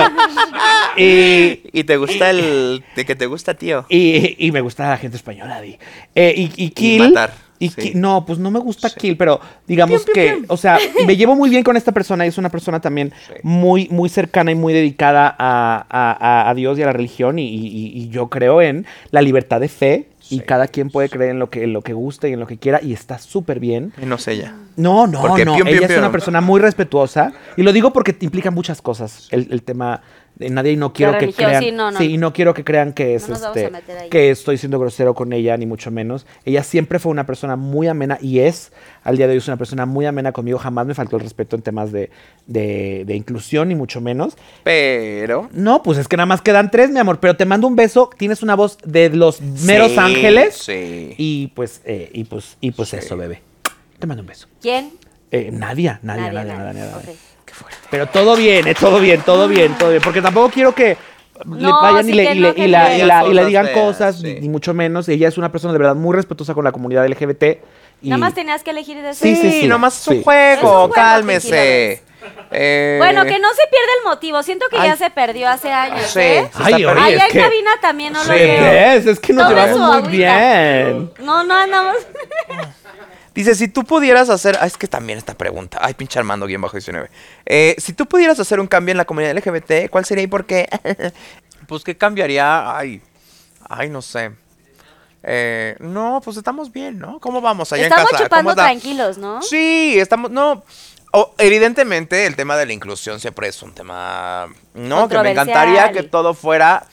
Speaker 4: y,
Speaker 5: y te gusta el. de que te gusta, tío.
Speaker 4: Y, y me gusta la gente española, Di. Eh, y, y Kill.
Speaker 5: matar,
Speaker 4: y
Speaker 5: sí.
Speaker 4: Ki- no, pues no me gusta Kill, pero digamos
Speaker 5: Pium, pium,
Speaker 4: que,
Speaker 5: pium.
Speaker 4: o sea, me llevo muy bien con esta persona y es una persona también muy, muy cercana y muy dedicada a, a- a- a Dios y a la religión. Y, y- y yo creo en la libertad de fe y cada quien puede creer en lo que, en lo que guste y en lo que quiera y está súper bien.
Speaker 5: Y no sé ella.
Speaker 4: No, no,
Speaker 5: Porque
Speaker 4: no.
Speaker 5: pium,
Speaker 4: Ella
Speaker 5: pium,
Speaker 4: es una
Speaker 5: pium.
Speaker 4: persona muy respetuosa. Y lo digo porque te implica muchas cosas. El, el tema de nadie y no quiero que
Speaker 21: religión,
Speaker 4: crean.
Speaker 21: sí, no, no.
Speaker 4: y no quiero que crean que es
Speaker 21: No nos vamos a
Speaker 4: este,
Speaker 21: meter ahí.
Speaker 4: que estoy siendo grosero con ella, ni mucho menos. Ella siempre fue una persona muy amena y es, al día de hoy, es una persona muy amena conmigo. Jamás me faltó el respeto en temas de, de- de inclusión, ni mucho menos.
Speaker 5: Pero.
Speaker 4: No, pues es que nada más quedan tres, mi amor. Pero te mando un beso. Tienes una voz de los meros
Speaker 5: Sí,
Speaker 4: ángeles.
Speaker 5: Sí.
Speaker 4: Y pues, eh, y pues, y pues eso, bebé. Te mando un beso.
Speaker 21: ¿Quién?
Speaker 4: Eh, Nadia, Nadia,
Speaker 21: Nadie,
Speaker 4: Nadia, Nadia,
Speaker 21: nadie.
Speaker 4: Nadia.
Speaker 21: Ok. Ah.
Speaker 4: Pero todo bien, eh, todo bien, todo bien, todo bien. Porque tampoco quiero que le
Speaker 21: No,
Speaker 4: vayan y
Speaker 21: sí
Speaker 4: le,
Speaker 21: que
Speaker 4: y le-
Speaker 21: no,
Speaker 4: y
Speaker 21: que
Speaker 4: la-
Speaker 21: no.
Speaker 4: y la- y le
Speaker 21: Cosas
Speaker 4: digan
Speaker 21: feas,
Speaker 4: cosas, ni mucho menos. Ella es una persona de verdad muy respetuosa con la comunidad LGBT. Y
Speaker 21: Nada más tenías que elegir de
Speaker 4: Sí, sí, sí.
Speaker 5: nomás es
Speaker 4: Sí.
Speaker 5: un
Speaker 21: Es un
Speaker 5: juego,
Speaker 21: juego,
Speaker 5: cálmese. Eh,
Speaker 21: Bueno, que no se pierda el motivo. Siento que ya
Speaker 5: Ay.
Speaker 21: se perdió hace años.
Speaker 5: Sí,
Speaker 21: ¿eh?
Speaker 4: se Ay, está oye, perdiendo.
Speaker 21: Allá
Speaker 4: es
Speaker 21: en
Speaker 4: que-
Speaker 21: cabina también no
Speaker 4: Sí,
Speaker 21: lo veo.
Speaker 4: ¿ves? Es que nos
Speaker 21: Tome
Speaker 4: llevamos
Speaker 21: su
Speaker 4: muy
Speaker 21: agüita.
Speaker 4: bien.
Speaker 21: No, no andamos.
Speaker 5: Dice, si tú pudieras hacer... Ah, es que también esta pregunta. Ay, pinche Armando, guión bajo 19. Eh, si tú pudieras hacer un cambio en la comunidad LGBT, ¿cuál sería y por qué? pues, ¿qué cambiaría? Ay, ay, no sé. Eh, no, pues estamos bien, ¿no? ¿Cómo vamos allá
Speaker 9: Estamos
Speaker 5: en casa? ¿Cómo
Speaker 9: chupando
Speaker 5: es la-
Speaker 9: tranquilos, ¿no?
Speaker 5: Sí, estamos, no. o- evidentemente, el tema de la inclusión siempre es un tema, ¿no? Que me
Speaker 23: Controversial
Speaker 5: encantaría
Speaker 23: y-
Speaker 5: que todo fuera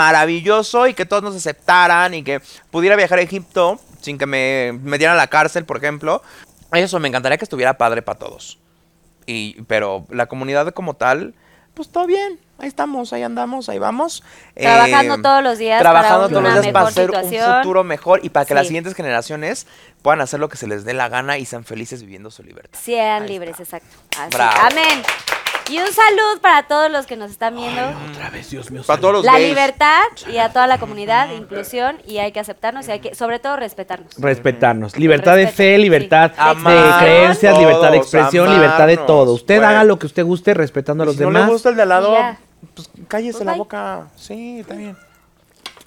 Speaker 5: maravilloso y que todos nos aceptaran y que pudiera viajar a Egipto sin que me metieran a la cárcel, por ejemplo. Eso, me encantaría que estuviera padre para todos. Y, pero la comunidad como tal, pues todo bien. Ahí estamos, ahí andamos, ahí vamos.
Speaker 9: Trabajando
Speaker 5: Eh,
Speaker 9: todos los días
Speaker 5: trabajando
Speaker 9: para
Speaker 5: todos
Speaker 9: una
Speaker 5: los días para
Speaker 9: mejor
Speaker 5: hacer un
Speaker 9: situación.
Speaker 5: futuro mejor y para que las
Speaker 9: Sí.
Speaker 5: siguientes generaciones puedan hacer lo que se les dé la gana y sean felices viviendo su libertad.
Speaker 9: Sean libres, exacto. Así.
Speaker 5: Bravo.
Speaker 9: Amén. Y un salud para todos los que nos están viendo.
Speaker 5: Dios mío. Para todos los
Speaker 9: la
Speaker 5: gays.
Speaker 9: libertad y a toda la comunidad, inclusión, y hay que aceptarnos y hay que, sobre todo, respetarnos.
Speaker 4: Respetarnos. Libertad de
Speaker 9: Respeto,
Speaker 4: fe, libertad de
Speaker 5: Amarnos
Speaker 4: creencias, libertad de
Speaker 5: todos,
Speaker 4: expresión, libertad de todo.
Speaker 5: amarnos,
Speaker 4: Usted
Speaker 5: güey.
Speaker 4: haga lo que usted guste respetando a los
Speaker 5: Si no
Speaker 4: demás.
Speaker 5: le gusta el de al lado,
Speaker 9: Y ya.
Speaker 5: pues cállese
Speaker 9: Pues
Speaker 5: la
Speaker 9: bye.
Speaker 5: boca. Sí, está bien.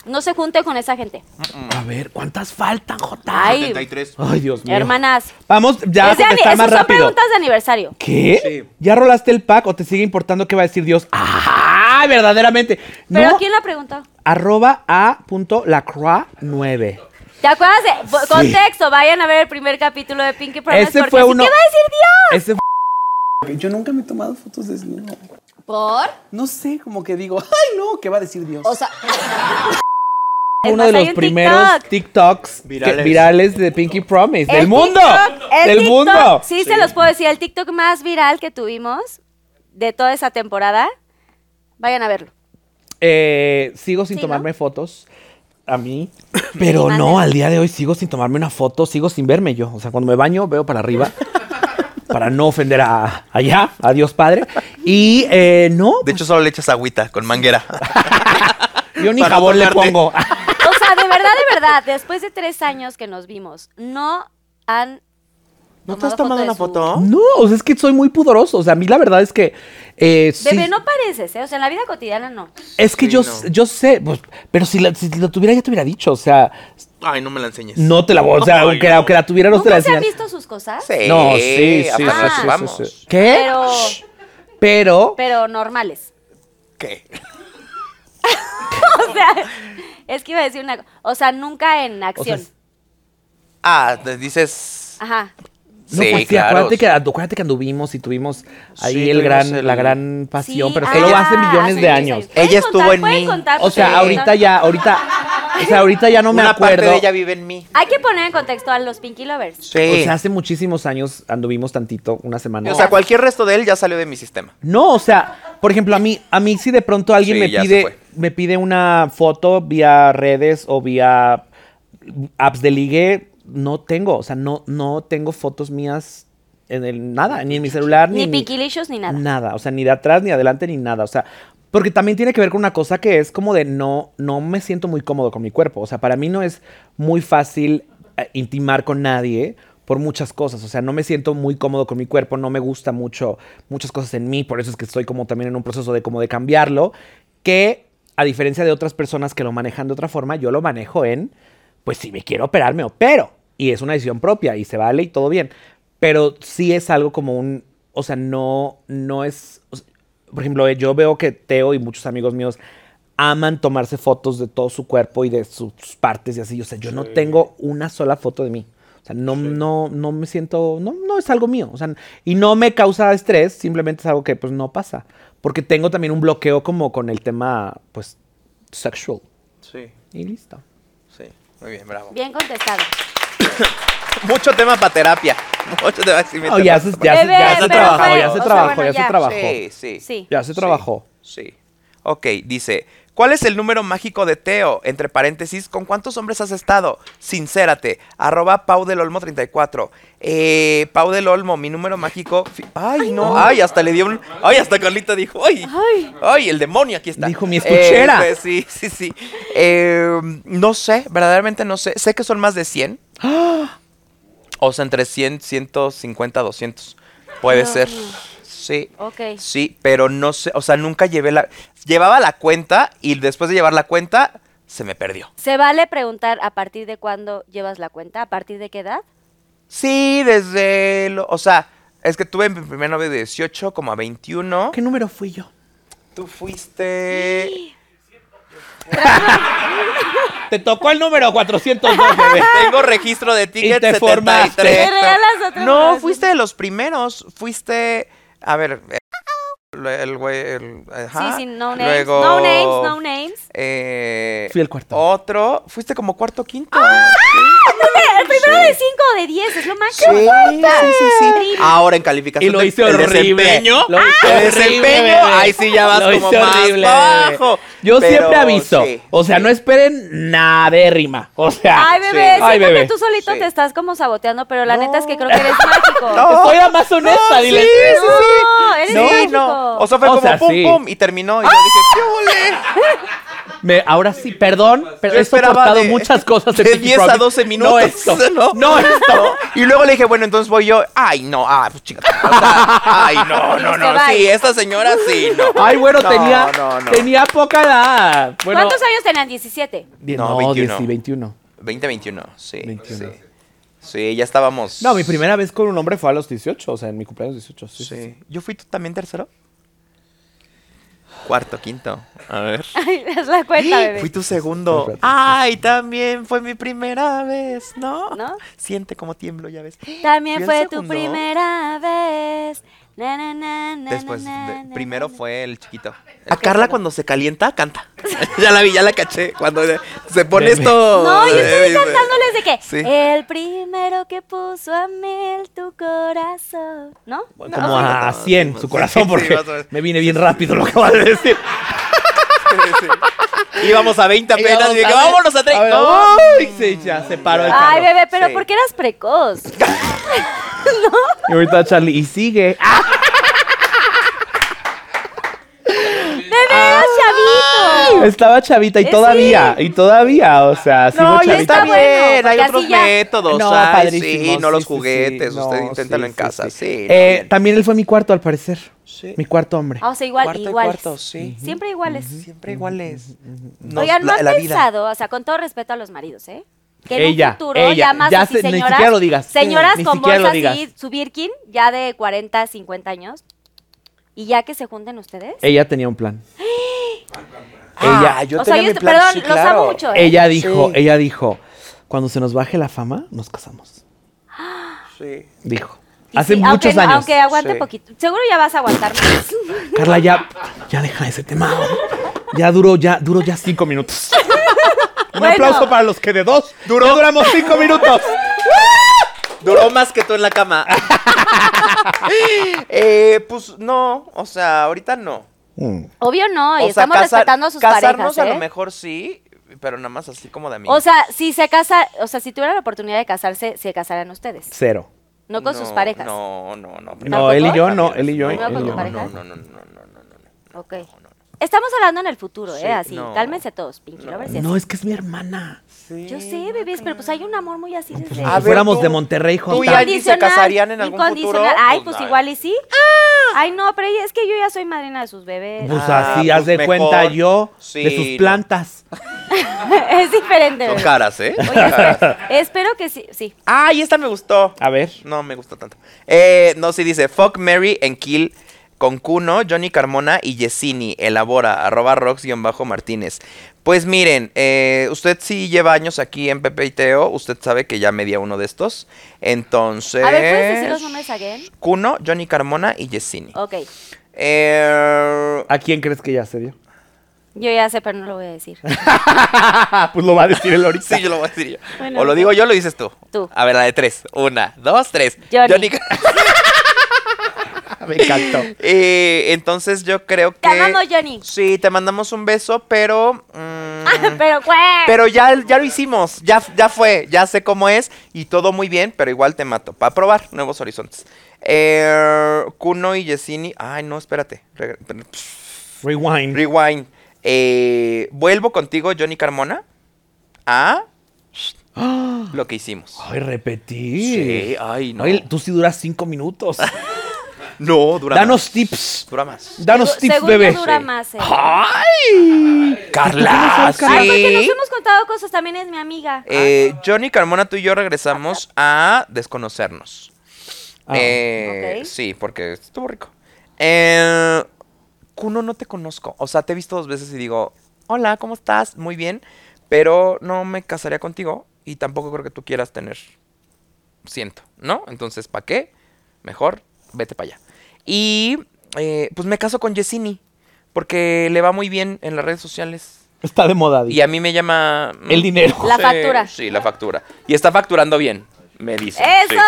Speaker 9: No se junte con esa gente.
Speaker 4: A ver, ¿cuántas faltan, Jota?
Speaker 9: Ay.
Speaker 4: Ay, Dios mío.
Speaker 9: Hermanas.
Speaker 4: Vamos ya a
Speaker 9: Es de ani-
Speaker 4: contestar más
Speaker 9: esas son
Speaker 4: rápido.
Speaker 9: preguntas de aniversario.
Speaker 4: ¿Qué? ¿Ya rolaste el pack o te sigue importando qué va a decir Dios? ¡Ah! Verdaderamente.
Speaker 9: ¿Pero
Speaker 4: No.
Speaker 9: quién la preguntó?
Speaker 4: Arroba a punto lacroix 9.
Speaker 9: ¿Te acuerdas de bo- contexto? Vayan a ver el primer capítulo de Pinky Promise
Speaker 4: Ese
Speaker 9: porque
Speaker 4: fue
Speaker 9: así,
Speaker 4: uno-
Speaker 9: ¿qué va a decir Dios?
Speaker 4: Ese
Speaker 6: Yo nunca me he tomado fotos desnudo.
Speaker 9: ¿Por?
Speaker 6: No sé, como que digo, ay no, ¿qué va a decir Dios?
Speaker 9: O sea,
Speaker 4: Uno de los primeros TikToks que- virales.
Speaker 5: Virales.
Speaker 4: de Pinky Promise.
Speaker 9: El
Speaker 4: ¡Del mundo!
Speaker 9: TikTok, el
Speaker 4: ¡Del
Speaker 9: TikTok,
Speaker 4: mundo!
Speaker 9: Sí, se los puedo decir. El TikTok más viral que tuvimos de toda esa temporada. Vayan a verlo.
Speaker 4: Eh, sigo sin
Speaker 9: Sí,
Speaker 4: tomarme fotos a mí, pero no, al día de hoy sigo sin tomarme una foto, sigo sin verme yo. O sea, cuando me baño veo para arriba para no ofender a allá, a Dios Padre. Y eh, no,
Speaker 5: De hecho, solo le echas agüita con manguera.
Speaker 4: yo ni
Speaker 5: Para
Speaker 4: jabón le
Speaker 5: tocarte.
Speaker 4: pongo.
Speaker 9: O sea, de verdad, de verdad, después de tres años que nos vimos, no han.
Speaker 5: ¿No te has tomado una foto?
Speaker 4: No, o sea, es que soy muy pudoroso. O sea, a mí la verdad es que eh, sí-
Speaker 9: Bebé, no pareces, ¿eh? O sea, en la vida cotidiana no.
Speaker 4: es que yo, yo sé, pues, pero si, la- si lo tuviera ya te hubiera dicho, o sea,
Speaker 5: Ay, no me la enseñes.
Speaker 4: no te la voy, o sea, aunque, la- aunque la tuviera no te la
Speaker 9: ¿Nunca se han
Speaker 4: enseñaría.
Speaker 9: visto sus cosas?
Speaker 4: No, sí, sí, sí,
Speaker 5: Eh, apenas
Speaker 4: sí, sí,
Speaker 5: vamos.
Speaker 4: sí. ¿Qué?
Speaker 9: Pero,
Speaker 4: Pero,
Speaker 9: pero normales.
Speaker 5: ¿Qué?
Speaker 9: o sea, es que iba a decir una cosa. O sea, nunca en acción.
Speaker 5: Ah, te dices.
Speaker 9: Ajá.
Speaker 4: No,
Speaker 5: Sí,
Speaker 4: pues, sí,
Speaker 5: claro.
Speaker 4: acuérdate, que, acuérdate que anduvimos y tuvimos ahí el
Speaker 5: tuvimos
Speaker 4: gran,
Speaker 5: el-
Speaker 4: la gran pasión,
Speaker 5: Sí,
Speaker 4: pero
Speaker 5: ah,
Speaker 4: solo hace millones
Speaker 5: hace
Speaker 4: de
Speaker 5: muchos
Speaker 4: años.
Speaker 5: años. Ella ¿Pueden estuvo contar? en ¿Pueden mí. contar?
Speaker 4: O sea,
Speaker 5: Sí.
Speaker 4: ahorita ya, ahorita, o sea, ahorita ya no me
Speaker 5: Una parte
Speaker 4: acuerdo.
Speaker 5: de ella vive en mí.
Speaker 9: Hay que poner en contexto a los Pinky Lovers.
Speaker 4: O sea, hace muchísimos años anduvimos tantito, una semana.
Speaker 5: O sea, cualquier resto de él ya salió de mi sistema.
Speaker 4: No, o sea, por ejemplo, a mí, a mí si de pronto alguien
Speaker 5: Sí,
Speaker 4: me
Speaker 5: ya se
Speaker 4: pide,
Speaker 5: fue.
Speaker 4: me pide una foto vía redes o vía apps de ligue, no tengo, o sea, no, no tengo fotos mías en el nada, ni en mi celular, ni,
Speaker 9: Ni
Speaker 4: en mi-
Speaker 9: piquilicios ni nada.
Speaker 4: Nada, o sea, ni de atrás, ni de adelante, ni nada. O sea, porque también tiene que ver con una cosa que es como de no, no me siento muy cómodo con mi cuerpo. O sea, para mí no es muy fácil eh, intimar con nadie por muchas cosas. O sea, no me siento muy cómodo con mi cuerpo, no me gusta mucho muchas cosas en mí. Por eso es que estoy como también en un proceso de como de cambiarlo. Que a diferencia de otras personas que lo manejan de otra forma, yo lo manejo en, pues si me quiero operar, me opero. Y es una decisión propia y se vale y todo bien. Pero sí es algo como un, o sea, no, no es, o sea, por ejemplo, eh, yo veo que Teo y muchos amigos míos aman tomarse fotos de todo su cuerpo y de sus partes y así. O sea, yo no
Speaker 24: Sí.
Speaker 4: tengo una sola foto de mí. O sea, no, no, no me siento, no, no es algo mío. O sea, y no me causa estrés, simplemente es algo que pues no pasa. Porque tengo también un bloqueo como con el tema, pues, sexual.
Speaker 5: Sí.
Speaker 4: Y listo.
Speaker 5: Sí. Muy bien, bravo.
Speaker 9: Bien contestado.
Speaker 5: Mucho tema para terapia. Mucho tema. sí, me
Speaker 4: No, Oh, ya se,
Speaker 5: terapia.
Speaker 4: ya se- ya
Speaker 9: Bebé,
Speaker 4: se
Speaker 9: pero
Speaker 4: trabajó,
Speaker 9: fue-
Speaker 4: ya
Speaker 9: o
Speaker 4: se
Speaker 9: sea,
Speaker 4: trabajó,
Speaker 9: bueno,
Speaker 4: ya se
Speaker 9: ya.
Speaker 4: trabajó.
Speaker 5: Sí, sí.
Speaker 9: Sí.
Speaker 4: Ya se trabajó.
Speaker 5: Sí. Ok, dice, ¿cuál es el número mágico de Teo? Entre paréntesis, ¿con cuántos hombres has estado? Sincérate, arroba Pau del Olmo 34. Eh, Pau del Olmo, mi número mágico. fi- Ay, no, ay, hasta le dio un... Ay, hasta Carlita dijo, ay, ay, el demonio aquí está. Dijo
Speaker 4: mi estuchera.
Speaker 5: sí, sí, sí. Eh, no sé, verdaderamente no sé. Sé que son más de 100. O sea, entre 100, 150, 200. Puede
Speaker 9: Dios
Speaker 5: ser.
Speaker 9: mío.
Speaker 5: Sí.
Speaker 9: Ok.
Speaker 5: Sí, pero no sé, o sea, nunca llevé la... Llevaba la cuenta y después de llevar la cuenta se me perdió.
Speaker 9: ¿Se vale preguntar a partir de cuándo llevas la cuenta? ¿A partir de qué edad?
Speaker 5: Sí, desde. lo- o sea, es que tuve mi primer novio de 18 como a 21.
Speaker 4: ¿Qué número fui yo?
Speaker 5: Tú fuiste.
Speaker 4: Te tocó el número 402, bebé.
Speaker 5: Tengo registro de tickets.
Speaker 4: Y te
Speaker 5: 73.
Speaker 4: formaste. Me regalas otra
Speaker 5: No,
Speaker 4: vez.
Speaker 5: fuiste de los primeros. Fuiste. A ver. eh, El güey. el- ajá.
Speaker 9: Sí, sí, no names.
Speaker 5: Luego,
Speaker 9: No names, no names.
Speaker 5: eh,
Speaker 4: Fui el cuarto.
Speaker 5: Otro. Fuiste como cuarto quinto.
Speaker 9: ¡Ah! Eh, El primero de 5 o de 10 es lo más
Speaker 5: Sí, sí, sí, sí. Ahora en calificación.
Speaker 4: Y lo
Speaker 5: de-
Speaker 4: hice
Speaker 5: el
Speaker 4: horrible.
Speaker 5: desempeño. Ah,
Speaker 4: Lo hice
Speaker 5: el
Speaker 4: horrible, bebé.
Speaker 5: desempeño. Ahí sí ya vas
Speaker 4: Lo
Speaker 5: como
Speaker 4: hice
Speaker 5: más
Speaker 4: horrible,
Speaker 5: pa'
Speaker 4: bebé.
Speaker 5: abajo.
Speaker 4: Yo
Speaker 5: Pero
Speaker 4: siempre aviso.
Speaker 5: sí.
Speaker 4: o sea, no esperen nadérrima. O sea,
Speaker 9: Ay, bebé,
Speaker 4: ay,
Speaker 9: siento
Speaker 4: bebé.
Speaker 9: que tú solito te estás como saboteando, pero la neta es que creo que eres mágico.
Speaker 4: No. Soy la más honesta,
Speaker 5: No,
Speaker 4: dile.
Speaker 5: Sí, sí, sí.
Speaker 9: No, eres
Speaker 5: No,
Speaker 9: mágico.
Speaker 5: no. O sea, fue
Speaker 4: O
Speaker 5: como
Speaker 4: sea,
Speaker 5: pum,
Speaker 4: sí.
Speaker 5: pum, y terminó. Y yo dije, ¿qué ole?
Speaker 4: Me- ahora sí, perdón, pero
Speaker 5: Yo
Speaker 4: he
Speaker 5: esperaba
Speaker 4: soportado
Speaker 5: de-
Speaker 4: muchas cosas
Speaker 5: de
Speaker 4: Pinky
Speaker 5: 10 a
Speaker 4: Promise.
Speaker 5: 12 minutos.
Speaker 4: No esto,
Speaker 5: ¿no?
Speaker 4: no esto.
Speaker 5: Y luego le dije, bueno, entonces voy yo. Ay, no, ah, pues chica. o sea, ay, no, no, no.
Speaker 9: bye.
Speaker 5: Sí, esta señora sí, no.
Speaker 4: Ay, bueno,
Speaker 5: No,
Speaker 4: tenía,
Speaker 5: No, no.
Speaker 4: tenía poca edad. Bueno,
Speaker 9: ¿Cuántos años tenían? 17.
Speaker 4: die-
Speaker 5: No,
Speaker 4: No,
Speaker 5: 21.
Speaker 4: 10 y 21.
Speaker 5: 20, 21, sí. Sí. Sí, ya estábamos.
Speaker 4: No, mi primera vez con un hombre fue a los 18, o sea, en mi cumpleaños 18. Sí. sí, sí.
Speaker 5: ¿Yo fui tú también tercero? Cuarto, quinto. A ver.
Speaker 9: Ay, es la cuenta, bebé.
Speaker 5: ¿Eh? Fui tu segundo. Ay, también fue mi primera vez, ¿no? Siente como tiemblo, ya ves.
Speaker 9: También
Speaker 5: Fui el
Speaker 9: fue tu
Speaker 5: segundo.
Speaker 9: primera vez. Na, na, na, na,
Speaker 5: Después,
Speaker 9: na,
Speaker 5: de-
Speaker 9: na.
Speaker 5: primero fue el chiquito. A Carla cuando se calienta, canta. ya la vi, ya la caché. Cuando de- se pone
Speaker 4: Bebé.
Speaker 5: esto...
Speaker 9: No, yo
Speaker 5: Bebé, bebé.
Speaker 9: estoy cantándoles de que
Speaker 5: Sí.
Speaker 9: el primero que puso a mil tu corazón, ¿no?
Speaker 4: Como
Speaker 9: O sea,
Speaker 4: a 100, su corazón,
Speaker 5: sí,
Speaker 4: porque
Speaker 5: más o menos.
Speaker 4: me viene bien rápido lo que va a decir.
Speaker 5: Íbamos a 20 apenas.
Speaker 4: Íbamos
Speaker 5: y dije,
Speaker 4: a ver,
Speaker 5: vámonos a 30.
Speaker 4: a ver,
Speaker 5: No.
Speaker 4: Ay, sí, ya se paró el carro.
Speaker 9: Ay, bebé, pero ¿por qué eras precoz?
Speaker 4: Y ahorita Charlie, y sigue.
Speaker 9: Bebé, eras
Speaker 5: Ah.
Speaker 9: chavito.
Speaker 4: Estaba chavita y
Speaker 9: Eh,
Speaker 4: todavía,
Speaker 9: sí.
Speaker 4: y todavía, o sea, sigo
Speaker 5: No, ya
Speaker 4: chavita.
Speaker 5: está
Speaker 9: bueno,
Speaker 5: bien, hay
Speaker 9: porque
Speaker 5: otros
Speaker 9: así ya-
Speaker 5: métodos.
Speaker 4: No,
Speaker 5: ay, sí,
Speaker 4: padrísimo,
Speaker 5: no
Speaker 4: sí,
Speaker 5: los
Speaker 4: sí, sí,
Speaker 5: juguetes,
Speaker 4: no,
Speaker 5: usted
Speaker 4: sí,
Speaker 5: inténtalo en
Speaker 4: sí,
Speaker 5: casa, sí. no,
Speaker 4: Eh,
Speaker 5: bien.
Speaker 4: también él fue mi cuarto, al parecer.
Speaker 5: Sí.
Speaker 4: Mi cuarto hombre.
Speaker 9: Ah, o sea, igual,
Speaker 5: Cuarto y
Speaker 9: iguales.
Speaker 5: cuarto, sí.
Speaker 9: Siempre iguales.
Speaker 5: Siempre iguales. Nos-
Speaker 9: Oigan, ¿no
Speaker 5: la-
Speaker 9: han
Speaker 5: la vida.
Speaker 9: pensado, o sea, con todo respeto a los maridos, ¿eh? Que en
Speaker 4: Ella,
Speaker 9: un futuro
Speaker 4: ella,
Speaker 9: ya más
Speaker 4: ya
Speaker 9: así
Speaker 4: se- ni
Speaker 9: señoras,
Speaker 4: siquiera lo digas.
Speaker 9: señoras
Speaker 4: Ni
Speaker 9: con
Speaker 4: siquiera lo
Speaker 9: bolsas
Speaker 4: digas.
Speaker 9: y su Birkin ya de 40, 50 años y ya que se junten ustedes.
Speaker 4: Ella tenía un plan.
Speaker 5: Ah,
Speaker 4: ella,
Speaker 5: yo
Speaker 9: o sea,
Speaker 5: tenía mi
Speaker 9: yo te-
Speaker 5: plan,
Speaker 9: perdón,
Speaker 5: sí,
Speaker 9: los amo
Speaker 5: claro.
Speaker 9: mucho, ¿eh?
Speaker 4: ella dijo,
Speaker 5: Sí.
Speaker 4: ella dijo, cuando se nos baje la fama, nos casamos.
Speaker 5: Sí.
Speaker 4: Dijo.
Speaker 9: Y
Speaker 4: Hace
Speaker 9: sí,
Speaker 4: muchos
Speaker 9: aunque,
Speaker 4: años.
Speaker 9: Aunque aguante poquito. Seguro ya vas a aguantar más.
Speaker 4: Carla, ya, ya deja ese tema. Ya duró, ya duró ya cinco minutos. Un
Speaker 9: Bueno.
Speaker 4: aplauso para los que de dos duró. duramos cinco minutos.
Speaker 5: Duró más que tú en la cama. eh, pues no, o sea, ahorita no.
Speaker 4: Mm,
Speaker 9: Obvio no,
Speaker 5: O
Speaker 9: y
Speaker 5: sea,
Speaker 9: estamos
Speaker 5: casar-
Speaker 9: respetando a sus
Speaker 5: casarnos
Speaker 9: parejas, ¿eh?
Speaker 5: a lo mejor sí, pero nada más así como de mí.
Speaker 9: O sea, si se casa, o sea, si tuvieran la oportunidad de casarse, se casaran ustedes,
Speaker 4: Cero.
Speaker 9: no con sus parejas.
Speaker 5: No, no, no.
Speaker 4: No, él y yo no, él y yo.
Speaker 9: ¿No
Speaker 4: él y
Speaker 9: con tu
Speaker 4: yo.
Speaker 9: pareja?
Speaker 5: No, no, no, no.
Speaker 9: Ok. Estamos hablando en el futuro,
Speaker 5: Sí,
Speaker 9: ¿eh? Así,
Speaker 5: no.
Speaker 9: cálmense todos, Pinky Lovers y así.
Speaker 4: No, es que es mi hermana.
Speaker 9: Yo sé, bebés, pero pues hay un amor muy así desde...
Speaker 4: Si fuéramos de Monterrey,
Speaker 5: tú y
Speaker 4: Jonathan.
Speaker 5: Andy se casarían en algún
Speaker 9: incondicional.
Speaker 5: futuro,
Speaker 9: Ay,
Speaker 5: pues,
Speaker 9: pues,
Speaker 5: ay.
Speaker 9: igual y sí. Ay, no, pero ella- es que yo ya soy madrina de sus bebés.
Speaker 4: Pues
Speaker 5: Ah,
Speaker 4: así, haz
Speaker 5: pues
Speaker 4: de
Speaker 5: mejor.
Speaker 4: cuenta yo
Speaker 5: Sí,
Speaker 4: de sus
Speaker 5: no.
Speaker 4: plantas.
Speaker 9: es diferente.
Speaker 5: Son
Speaker 9: bebé.
Speaker 5: caras, ¿eh?
Speaker 9: Oye, espero- espero que sí. sí.
Speaker 5: Ay, esta me gustó.
Speaker 4: A ver.
Speaker 5: No me gustó tanto. Eh, no, sí dice Fuck Mary and Kill con Kuno, Johnny Carmona y Yesini. Elabora, arroba rocks-martínez. Pues miren, eh, usted sí lleva años aquí en Pepe y Teo. Usted sabe que ya me di a uno de estos. Entonces.
Speaker 9: A ver, ¿puedes decir los nombres Oh. again?
Speaker 5: Kuno, Johnny Carmona y Yesini. Eh,
Speaker 9: Ok.
Speaker 4: ¿A quién crees que ya se dio?
Speaker 9: Yo ya sé, pero no lo voy a decir.
Speaker 4: pues lo va a decir él ahorita.
Speaker 5: Sí, yo lo voy a decir yo.
Speaker 9: Bueno,
Speaker 5: o lo
Speaker 9: ok.
Speaker 5: digo yo, o lo dices tú.
Speaker 9: Tú.
Speaker 5: A ver, la de tres. Una, dos, tres.
Speaker 9: Johnny.
Speaker 5: Car-
Speaker 4: Me encantó.
Speaker 5: Eh, entonces yo creo que.
Speaker 9: Te amamos, Johnny. Ah,
Speaker 5: Sí, te mandamos un beso, pero. mm,
Speaker 9: pero, güey.
Speaker 5: pero ya, ya lo hicimos, ya, ya fue, ya sé cómo es y todo muy bien, pero igual te mato. Para probar nuevos horizontes. Eh, Kuno y Yesini. Ay, no, espérate. Reg-
Speaker 4: Rewind.
Speaker 5: Rewind. Eh, Vuelvo contigo, Johnny Carmona, a lo que hicimos.
Speaker 4: Ay, repetí.
Speaker 5: Sí, ay, no.
Speaker 4: Ay, tú sí duras cinco minutos.
Speaker 25: No, dura
Speaker 4: Danos tips.
Speaker 5: Dura más.
Speaker 4: Danos
Speaker 9: Segu-
Speaker 4: tips,
Speaker 9: según
Speaker 4: bebé.
Speaker 9: yo dura más, eh.
Speaker 4: ¡Ay!
Speaker 5: Carla,
Speaker 9: Ay, porque nos
Speaker 5: sí.
Speaker 9: hemos contado cosas, también es mi amiga.
Speaker 5: Eh, Johnny Carmona, tú y yo regresamos a desconocernos.
Speaker 4: Ah.
Speaker 5: Eh, Sí, porque estuvo rico. Eh, Kuno, no te conozco. O sea, te he visto dos veces y digo, hola, ¿cómo estás? Muy bien, pero no me casaría contigo y tampoco creo que tú quieras tener. Siento, ¿no? Entonces, ¿para qué? Mejor, vete para allá. Y eh, pues me caso con Yesini, porque le va muy bien en las redes sociales.
Speaker 4: Está de moda.
Speaker 5: Y a mí me llama... mm,
Speaker 4: El dinero.
Speaker 9: La
Speaker 5: sí,
Speaker 9: factura.
Speaker 5: Sí, la factura. Y está facturando bien, me dice.
Speaker 9: ¡Eso!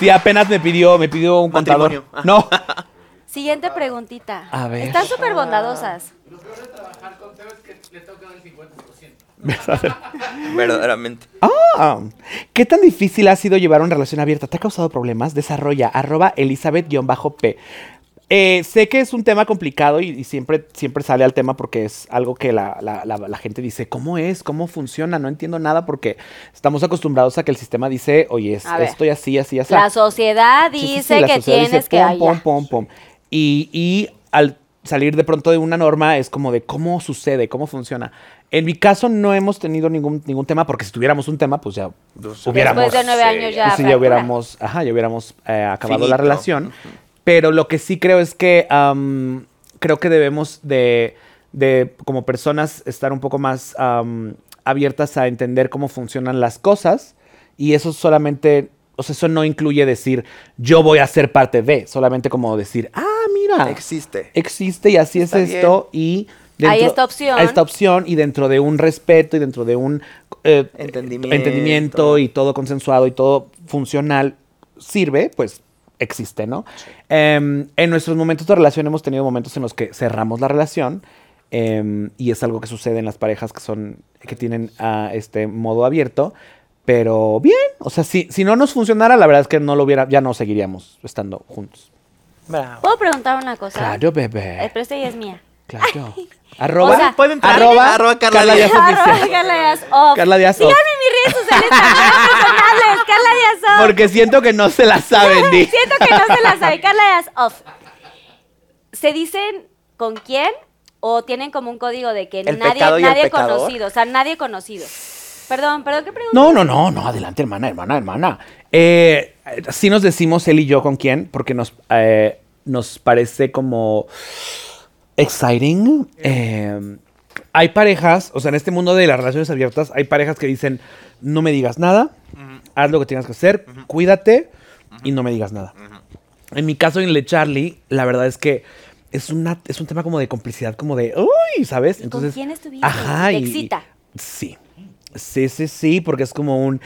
Speaker 4: Sí, apenas me pidió, me pidió un contador. No.
Speaker 9: Siguiente preguntita.
Speaker 4: A ver.
Speaker 9: Están súper bondadosas.
Speaker 5: Verdaderamente.
Speaker 4: Ah, ¿qué tan difícil ha sido llevar una relación abierta? ¿Te ha causado problemas? Desarrolla arroba Elizabeth-P. Eh, sé que es un tema complicado y, y siempre, siempre sale al tema porque es algo que la, la- la- la gente dice, ¿cómo es? ¿Cómo funciona? No entiendo nada porque estamos acostumbrados a que el sistema dice, oye, es
Speaker 9: A ver.
Speaker 4: esto y así, así, así.
Speaker 9: La sociedad
Speaker 4: Sí, sí, sí,
Speaker 9: dice
Speaker 4: la
Speaker 9: que
Speaker 4: sociedad
Speaker 9: tienes
Speaker 4: dice,
Speaker 9: que...
Speaker 4: pum,
Speaker 9: ay, ya.
Speaker 4: pum, pum, pum. Y, y al salir de pronto de una norma es como de cómo sucede, cómo funciona. En mi caso no hemos tenido ningún, ningún tema, porque si tuviéramos un tema, pues ya hubiéramos...
Speaker 9: Después de nueve años ya
Speaker 4: Sí, ya
Speaker 9: fractura.
Speaker 4: hubiéramos, ajá, ya hubiéramos eh, acabado la
Speaker 5: Finito.
Speaker 4: relación. Pero lo que sí creo es que am, creo que debemos de, de, como personas, estar un poco más am, abiertas a entender cómo funcionan las cosas. Y eso solamente, o sea, eso no incluye decir, yo voy a ser parte de, solamente como decir, ah, mira.
Speaker 5: Existe.
Speaker 4: Existe y así
Speaker 5: Está
Speaker 4: es esto. Y
Speaker 9: Hay esta opción.
Speaker 4: Hay esta opción y dentro de un respeto y dentro de un... eh,
Speaker 5: Entendimiento.
Speaker 4: entendimiento y todo consensuado y todo funcional sirve, pues existe, ¿no? Em, en nuestros momentos de relación hemos tenido momentos en los que cerramos la relación em, y es algo que sucede en las parejas que son que tienen ah, este modo abierto, pero bien, o sea, si, si no nos funcionara, la verdad es que no lo hubiera, ya no seguiríamos estando juntos.
Speaker 9: ¿Puedo preguntar una cosa?
Speaker 4: Claro, bebé.
Speaker 9: Eh, Pero esta ya es mía.
Speaker 4: Claro. Arroba,
Speaker 9: O sea,
Speaker 4: ¿pueden arroba,
Speaker 25: Arroba
Speaker 4: Carla, Díaz Oficial.
Speaker 9: Arroba Carla Díaz Off.
Speaker 4: Carla Díaz Off.
Speaker 9: Síganme en mis redes sociales también personales. Carla Díaz Off.
Speaker 4: Porque siento que no se la saben, Di.
Speaker 9: Siento que no se la sabe. Carla Díaz Off. ¿Se dicen con quién o tienen como un código de que
Speaker 4: El
Speaker 9: nadie,
Speaker 4: pecado y el
Speaker 9: nadie
Speaker 4: pecador.
Speaker 9: conocido? O sea, nadie conocido. Perdón, perdón, ¿qué pregunta?
Speaker 4: No, no, no, no, adelante, hermana, hermana, hermana. Eh, sí nos decimos él y yo con quién, porque nos, eh, nos parece como exciting. Eh, hay parejas, o sea, en este mundo de las relaciones abiertas, hay parejas que dicen, no me digas nada, haz lo que tengas que hacer, cuídate y no me digas nada. En mi caso, en Le Charlie, la verdad es que es, una, es un tema como de complicidad, como de, uy, ¿sabes?
Speaker 9: ¿Con
Speaker 4: Entonces,
Speaker 9: quién estuviste?
Speaker 4: ajá,
Speaker 9: Te
Speaker 4: y-
Speaker 9: excita.
Speaker 4: Sí. Sí, sí, sí, porque es como un.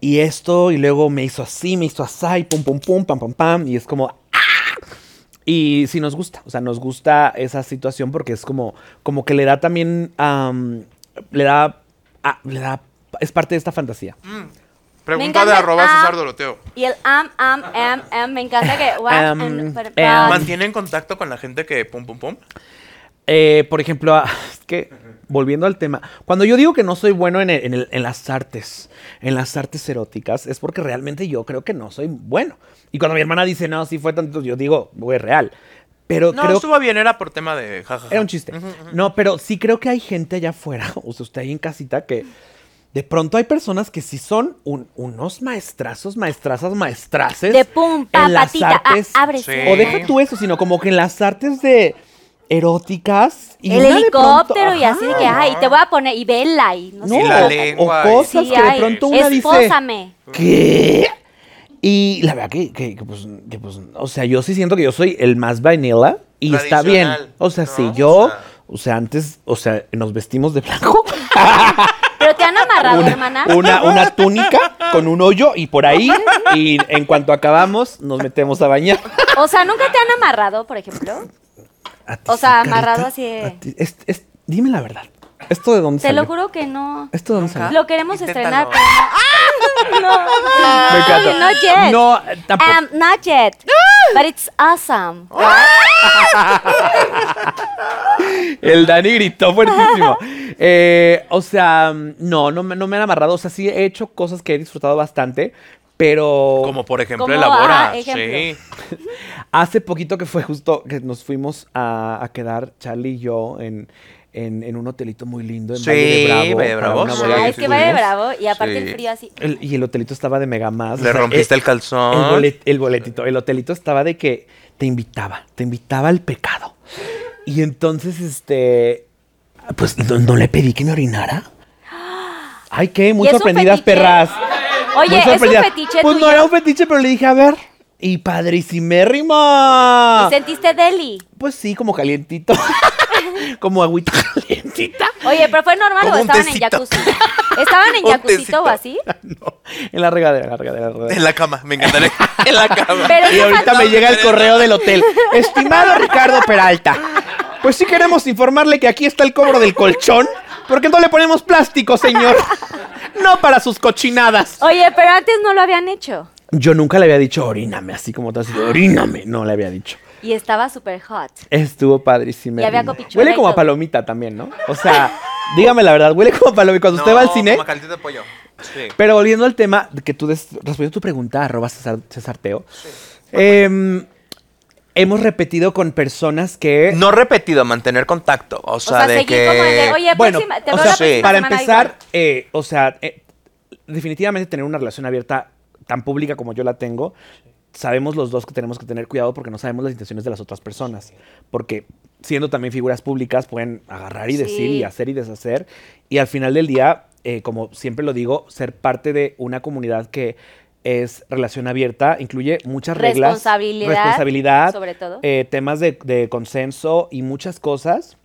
Speaker 4: Y esto, y luego me hizo así, me hizo así, y pum, pum, pum, pam, pam, pam. Y es como. ¡ah! Y sí nos gusta. O sea, nos gusta esa situación porque es como. Como que le da también. am, le da. ah, le da. Es parte de esta fantasía.
Speaker 9: Me
Speaker 25: Pregunta de
Speaker 9: encanta-
Speaker 25: arroba
Speaker 9: Ah.
Speaker 25: César Doroteo.
Speaker 9: Y el am, am, am, am. Me encanta que. what
Speaker 4: Am,
Speaker 9: and- but-
Speaker 4: am.
Speaker 9: but-
Speaker 25: ¿Mantienen contacto con la gente que pum pum pum?
Speaker 4: Eh, por ejemplo, ah, es que volviendo al tema, cuando yo digo que no soy bueno en, el- en el- en las artes, en las artes eróticas, es porque realmente yo creo que no soy bueno. Y cuando mi hermana dice, no, sí fue tantito, yo digo, güey, real. Pero
Speaker 25: No,
Speaker 4: creo
Speaker 25: estuvo bien, era por tema de jajaja.
Speaker 4: era un chiste. No, pero sí creo que hay gente allá afuera, o sea, usted ahí en casita, que de pronto hay personas que sí son un- unos maestrazos, maestrazas, maestraces.
Speaker 9: De pum, pa,
Speaker 4: en las
Speaker 9: patita, ah,
Speaker 4: artes.
Speaker 9: ábrese. Sí.
Speaker 4: O deja tú eso, sino como que en las artes de eróticas. Y
Speaker 9: el
Speaker 4: una de
Speaker 9: helicóptero
Speaker 4: pronto-
Speaker 9: y así de que,
Speaker 4: Ajá.
Speaker 9: ay, te voy a poner y vela y no,
Speaker 4: No,
Speaker 9: sé.
Speaker 4: o- o cosas que de
Speaker 9: ay,
Speaker 4: pronto una dice.
Speaker 9: espósame.
Speaker 4: ¿Qué? Y la verdad que, que- que, pues, que, pues, o sea, yo sí siento que yo soy el más vanilla y está bien.
Speaker 25: Tradicional,
Speaker 4: O sea, si yo, o sea, antes, o sea, nos vestimos de blanco,
Speaker 9: Pero te han amarrado,
Speaker 4: Una-
Speaker 9: hermana.
Speaker 4: una, una túnica con un hoyo y por ahí, y en cuanto acabamos, nos metemos a bañar.
Speaker 9: O sea, ¿nunca te han amarrado, por ejemplo? O sea, amarrado así de...
Speaker 4: Es- es- dime la verdad, ¿esto de dónde
Speaker 9: Te
Speaker 4: salió?
Speaker 9: lo juro que no.
Speaker 4: ¿Esto de dónde salió?
Speaker 9: Lo queremos estrenar,
Speaker 4: Inténtalo.
Speaker 9: pero no.
Speaker 4: Me
Speaker 9: No,
Speaker 4: encanta.
Speaker 9: not yet.
Speaker 4: No, tampoco.
Speaker 9: Um, not yet. But it's awesome.
Speaker 4: El Dani gritó fuertísimo. Eh, o sea, no, no, me- no me han amarrado. O sea, sí he hecho cosas que he disfrutado bastante, Pero.
Speaker 5: Como por ejemplo,
Speaker 9: Como,
Speaker 5: elabora.
Speaker 9: ajá, ejemplo.
Speaker 5: Sí.
Speaker 4: Hace poquito que fue justo que nos fuimos a, a quedar Charlie y yo en, en- en un hotelito muy lindo en
Speaker 5: Sí,
Speaker 4: Valle de Bravo.
Speaker 5: Valle de
Speaker 4: para
Speaker 5: Bravo,
Speaker 4: una
Speaker 5: sí,
Speaker 4: boda
Speaker 5: sí,
Speaker 9: Ay, es que vaya de
Speaker 4: fuimos.
Speaker 9: bravo y aparte
Speaker 4: Sí.
Speaker 9: el frío así.
Speaker 4: El- y el hotelito estaba de mega más.
Speaker 5: Le
Speaker 4: eh,
Speaker 5: rompiste el calzón.
Speaker 4: El, bolet- el boletito. El hotelito estaba de que te invitaba, te invitaba al pecado. Y entonces, este, pues no, no le pedí que me orinara. Ay, qué, muy
Speaker 9: ¿Y es un
Speaker 4: sorprendidas,
Speaker 9: fetiche?
Speaker 4: perras.
Speaker 9: Oye,
Speaker 4: Muy
Speaker 9: ¿es un
Speaker 4: sorprendidas.
Speaker 9: fetiche
Speaker 4: Pues
Speaker 9: tuyo?
Speaker 4: no era un fetiche, pero le dije, a ver. Y padrísimo.
Speaker 9: ¿Y sentiste deli?
Speaker 4: Pues sí, como calientito. como agüita calientita.
Speaker 9: Oye, pero fue normal o
Speaker 4: Como un
Speaker 9: estaban en
Speaker 4: tecito.
Speaker 9: jacuzzi. ¿Estaban en
Speaker 4: Un
Speaker 9: jacuzzi
Speaker 4: tecito.
Speaker 9: o así?
Speaker 4: En la regadera, en la regadera, en la regadera.
Speaker 5: En la cama, me encantaría. en la cama.
Speaker 9: Pero
Speaker 4: y ahorita me llega el correo del hotel. Estimado Ricardo Peralta, pues sí queremos informarle que aquí está el cobro del colchón, porque no le ponemos plástico, señor. No para sus cochinadas.
Speaker 9: Oye, pero antes no lo habían hecho.
Speaker 4: Yo nunca le había dicho oríname, así como tú así, oríname. No le había dicho.
Speaker 9: Y estaba súper hot.
Speaker 4: Estuvo padrísimo.
Speaker 9: Y había copichuela
Speaker 4: Huele
Speaker 9: y
Speaker 4: como a
Speaker 9: todo.
Speaker 4: palomita también, ¿no? O sea, dígame la verdad, huele como a palomita. Cuando usted va al cine,
Speaker 5: Como caldito de pollo. Sí.
Speaker 4: Pero volviendo al tema, de que tú des- respondiendo a tu pregunta, arroba César, César Teo, em, hemos repetido con personas que...
Speaker 5: No repetido, mantener contacto. O sea,
Speaker 4: sea,
Speaker 5: de
Speaker 4: seguir
Speaker 5: que.
Speaker 4: como el
Speaker 9: de, oye, próxima- te
Speaker 4: o
Speaker 9: veo
Speaker 4: sea,
Speaker 9: la próxima
Speaker 4: Para
Speaker 9: semana
Speaker 4: empezar,
Speaker 9: igual.
Speaker 4: eh, o sea, eh, definitivamente tener una relación abierta tan pública como yo la tengo, sabemos los dos que tenemos que tener cuidado porque no sabemos las intenciones de las otras personas. Porque siendo también figuras públicas pueden agarrar y decir
Speaker 26: Sí.
Speaker 4: y hacer y deshacer. Y al final del día, eh, como siempre lo digo, ser parte de una comunidad que es relación abierta, incluye muchas reglas.
Speaker 9: Responsabilidad,
Speaker 4: Responsabilidad.
Speaker 9: sobre todo.
Speaker 4: eh, temas de- de consenso y muchas cosas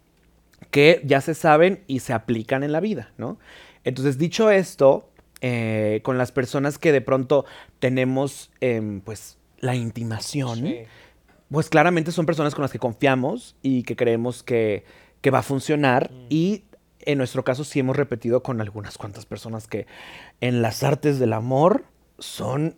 Speaker 4: que ya se saben y se aplican en la vida, ¿no? Entonces, dicho esto, eh, con las personas que de pronto tenemos, em, pues, la intimación, pues claramente son personas con las que confiamos y que creemos que, que va a funcionar y en nuestro caso sí hemos repetido con algunas cuantas personas que en las artes del amor son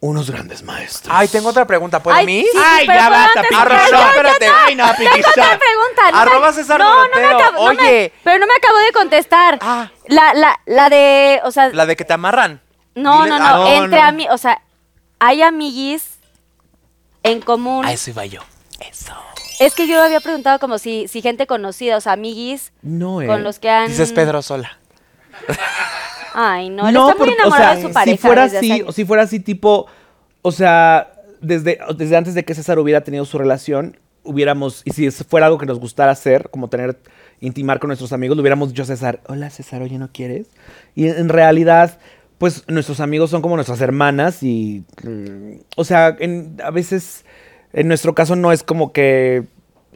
Speaker 4: unos grandes maestros.
Speaker 5: Ay,
Speaker 9: pues,
Speaker 5: tengo otra pregunta. ¿Puedo
Speaker 4: Ay,
Speaker 5: a mí?
Speaker 4: sí, sí, Ay, pero ya puedo basta, antes- Piqui,
Speaker 5: Arroba,
Speaker 4: ya,
Speaker 5: no,
Speaker 4: ya,
Speaker 5: espérate.
Speaker 4: ya.
Speaker 5: Ay, no,
Speaker 4: Tengo
Speaker 5: Piqui,
Speaker 9: otra
Speaker 5: stop.
Speaker 9: pregunta. no me-
Speaker 5: Arroba César
Speaker 9: no, no me
Speaker 5: Donatero.
Speaker 9: acabo- no me-
Speaker 5: Oye.
Speaker 9: pero no me acabo de contestar.
Speaker 4: Ah.
Speaker 9: La, la, la de, o sea,
Speaker 5: La de que te amarran.
Speaker 9: no,
Speaker 5: Dile-
Speaker 9: no,
Speaker 5: Ah,
Speaker 9: no,
Speaker 5: no,
Speaker 9: entre
Speaker 5: no.
Speaker 9: amigos, o sea, hay amiguis en común.
Speaker 5: A eso iba yo. Eso.
Speaker 9: Es que yo había preguntado como si, si gente conocida, o sea, amiguis
Speaker 4: No, eh.
Speaker 9: con los que han...
Speaker 5: Dices Pedro Sola.
Speaker 9: Ay, no, él está muy
Speaker 4: porque,
Speaker 9: enamorado de su pareja.
Speaker 4: Si fuera
Speaker 9: desde hace
Speaker 4: así,
Speaker 9: años.
Speaker 4: o si fuera así, tipo, o sea, desde, desde antes de que César hubiera tenido su relación, hubiéramos, y si eso fuera algo que nos gustara hacer, como tener, intimar con nuestros amigos, le hubiéramos dicho a César, hola César, oye, ¿no quieres? Y en, en realidad, pues nuestros amigos son como nuestras hermanas y, mm, o sea, en- a veces, en nuestro caso no es como que,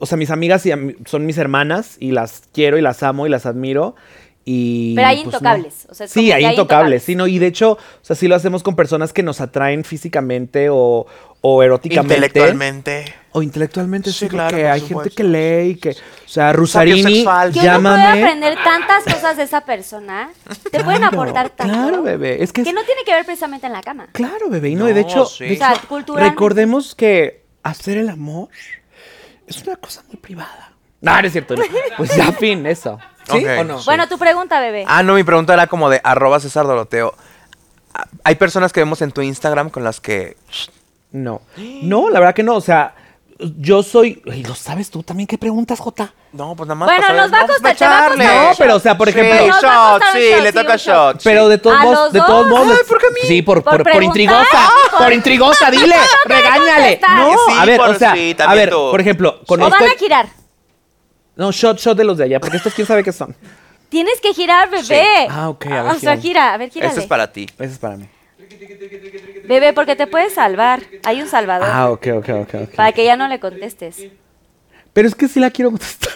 Speaker 4: o sea, mis amigas y ami- son mis hermanas y las quiero y las amo y las admiro. Y,
Speaker 9: Pero hay
Speaker 4: pues, no.
Speaker 9: intocables, o sea, es como
Speaker 4: sí,
Speaker 9: que
Speaker 4: hay
Speaker 9: hay
Speaker 4: intocables, sí, no, y de hecho, o sea, sí lo hacemos con personas que nos atraen físicamente o, o eróticamente.
Speaker 5: Intelectualmente.
Speaker 4: O intelectualmente, sí,
Speaker 5: claro,
Speaker 4: porque
Speaker 5: por
Speaker 4: hay gente
Speaker 5: supuesto.
Speaker 4: que lee y que, o sea, Rusarini,
Speaker 5: Sapiosexual.
Speaker 9: Que uno puede
Speaker 4: llámame.
Speaker 9: aprender tantas cosas de esa persona, te pueden
Speaker 4: Claro,
Speaker 9: aportar tanto,
Speaker 4: Claro, bebé, es que
Speaker 9: que,
Speaker 4: es
Speaker 9: no tiene que ver precisamente en la cama.
Speaker 4: claro, bebé, y no, y de
Speaker 9: No,
Speaker 4: hecho,
Speaker 9: sí.
Speaker 4: de
Speaker 9: O sea,
Speaker 4: hecho,
Speaker 9: culturalmente.
Speaker 4: recordemos que hacer el amor es una cosa muy privada. No, no es cierto, no. pues ya fin, eso.
Speaker 5: ¿Sí
Speaker 4: o no?
Speaker 9: Bueno, tu pregunta, bebé.
Speaker 5: Ah, no, mi pregunta era como de arroba César Doroteo. Ah, Hay personas que vemos en tu Instagram con las que.
Speaker 4: No. No, la verdad que no. O sea, yo soy. Ay, Lo sabes tú también. ¿Qué preguntas, Jota?
Speaker 5: No, pues nada más.
Speaker 9: Bueno,
Speaker 5: para saber-
Speaker 9: nos va a
Speaker 5: no, pues,
Speaker 9: costar, te va a
Speaker 5: echarle.
Speaker 9: costar un
Speaker 4: No, pero, o sea, por
Speaker 5: Sí,
Speaker 4: ejemplo-
Speaker 5: shot,
Speaker 4: Nos va a costar un
Speaker 5: sí,
Speaker 4: shot,
Speaker 5: le
Speaker 4: sí,
Speaker 5: toca
Speaker 4: un
Speaker 5: shot.
Speaker 4: Pero de todos
Speaker 5: ¿A
Speaker 4: modos,
Speaker 5: los
Speaker 4: de todos
Speaker 5: dos?
Speaker 4: modos.
Speaker 5: Ay,
Speaker 4: ¿por qué Sí, por,
Speaker 5: Por
Speaker 4: por, por
Speaker 5: preguntar.
Speaker 4: intrigosa.
Speaker 5: Por-
Speaker 4: Por intrigosa, dile. Regáñale.
Speaker 5: contestar.
Speaker 4: No,
Speaker 5: Sí,
Speaker 4: a ver,
Speaker 5: por-
Speaker 4: o sea,
Speaker 5: sí,
Speaker 4: a
Speaker 5: también
Speaker 4: ver,
Speaker 5: tú.
Speaker 4: por ejemplo,
Speaker 9: O
Speaker 4: conozco.
Speaker 9: van a girar.
Speaker 4: No, shot, shot de los de allá, porque estos quién sabe qué son.
Speaker 9: Tienes que girar, bebé.
Speaker 4: Ah, ok, a ver,
Speaker 9: O sea,
Speaker 4: gírale.
Speaker 9: gira, a ver, gírale.
Speaker 5: para ti.
Speaker 4: Ese es para mí.
Speaker 9: Bebé, porque te puedes salvar. Hay un salvador.
Speaker 4: Ah, ok, ok, ok, ok.
Speaker 9: Para que ya no le contestes.
Speaker 4: Pero es que sí la quiero contestar.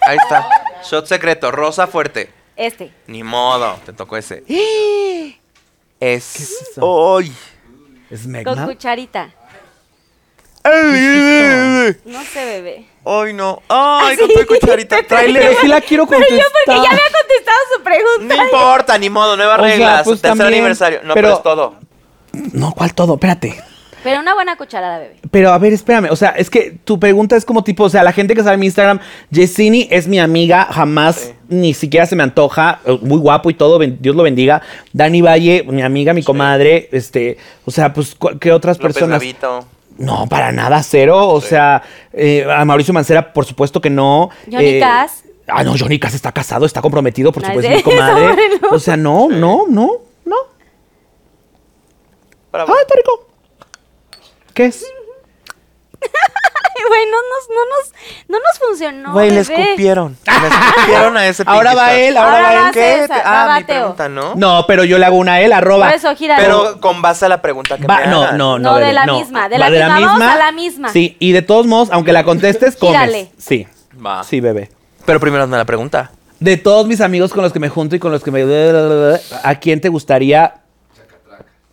Speaker 5: Ahí está. Shot secreto, rosa fuerte.
Speaker 9: Este.
Speaker 5: Ni modo, te tocó ese. Es. ¿Qué es
Speaker 4: ¿Es
Speaker 9: Con cucharita.
Speaker 5: Ay,
Speaker 9: No sé, bebé.
Speaker 5: Ay, no. Ay, con tu cucharita. Tráele.
Speaker 4: Pero sí la quiero
Speaker 9: Pero yo porque ya
Speaker 4: contestar.
Speaker 9: había contestado su pregunta.
Speaker 5: No importa, ni modo, nuevas
Speaker 4: O sea,
Speaker 5: reglas.
Speaker 4: pues,
Speaker 5: tercer
Speaker 4: también,
Speaker 5: aniversario. No,
Speaker 4: pero-
Speaker 5: pero es todo.
Speaker 4: No, ¿cuál todo? Espérate.
Speaker 9: Pero una buena cucharada, bebé.
Speaker 4: Pero a ver, espérame. O sea, es que tu pregunta es como tipo, o sea, la gente que sabe mi Instagram, Jessini es mi amiga, jamás ni siquiera se me antoja, eh, muy guapo y todo, ben- Dios lo bendiga. Dani Valle, mi amiga, mi comadre, este, o sea, pues, cu- ¿qué otras
Speaker 5: López
Speaker 4: personas?
Speaker 5: Gavito.
Speaker 4: No, para nada, cero. O sea, eh, a Mauricio Mancera, por supuesto que no.
Speaker 9: Johnny
Speaker 4: Eh,
Speaker 9: Cass.
Speaker 4: Ah, no, Johnny Cass está casado, está comprometido, por
Speaker 9: No,
Speaker 4: supuesto,
Speaker 9: es
Speaker 4: mi comadre.
Speaker 9: eso, bueno.
Speaker 4: O sea, no, no, no. ¡Ay, está rico! ¿Qué es?
Speaker 9: Güey, no nos, no nos, no nos funcionó.
Speaker 5: Güey, le
Speaker 9: bebé.
Speaker 5: escupieron. Le escupieron a ese
Speaker 4: Ahora
Speaker 5: pinche
Speaker 4: va
Speaker 5: Star.
Speaker 4: él, ahora Ahora va
Speaker 9: él.
Speaker 5: ¿Qué?
Speaker 9: César,
Speaker 5: Te-
Speaker 9: va
Speaker 5: Ah, mi
Speaker 9: Teo.
Speaker 5: pregunta, ¿no?
Speaker 4: No, pero yo le hago una a él, arroba.
Speaker 9: Por eso, gíralo.
Speaker 5: Pero con base a la pregunta que
Speaker 4: Va,
Speaker 5: me
Speaker 4: no,
Speaker 5: hagan.
Speaker 4: no, no.
Speaker 9: No, de
Speaker 4: bebé,
Speaker 9: la misma, de
Speaker 4: Va
Speaker 9: la misma, vamos a la misma.
Speaker 4: Sí, y de todos modos, aunque la contestes, comes.
Speaker 9: Gírale.
Speaker 4: Sí.
Speaker 5: Va.
Speaker 4: Sí, bebé.
Speaker 5: Pero primero hazme la pregunta.
Speaker 4: De todos mis amigos con los que me junto y con los que me... ¿A quién te gustaría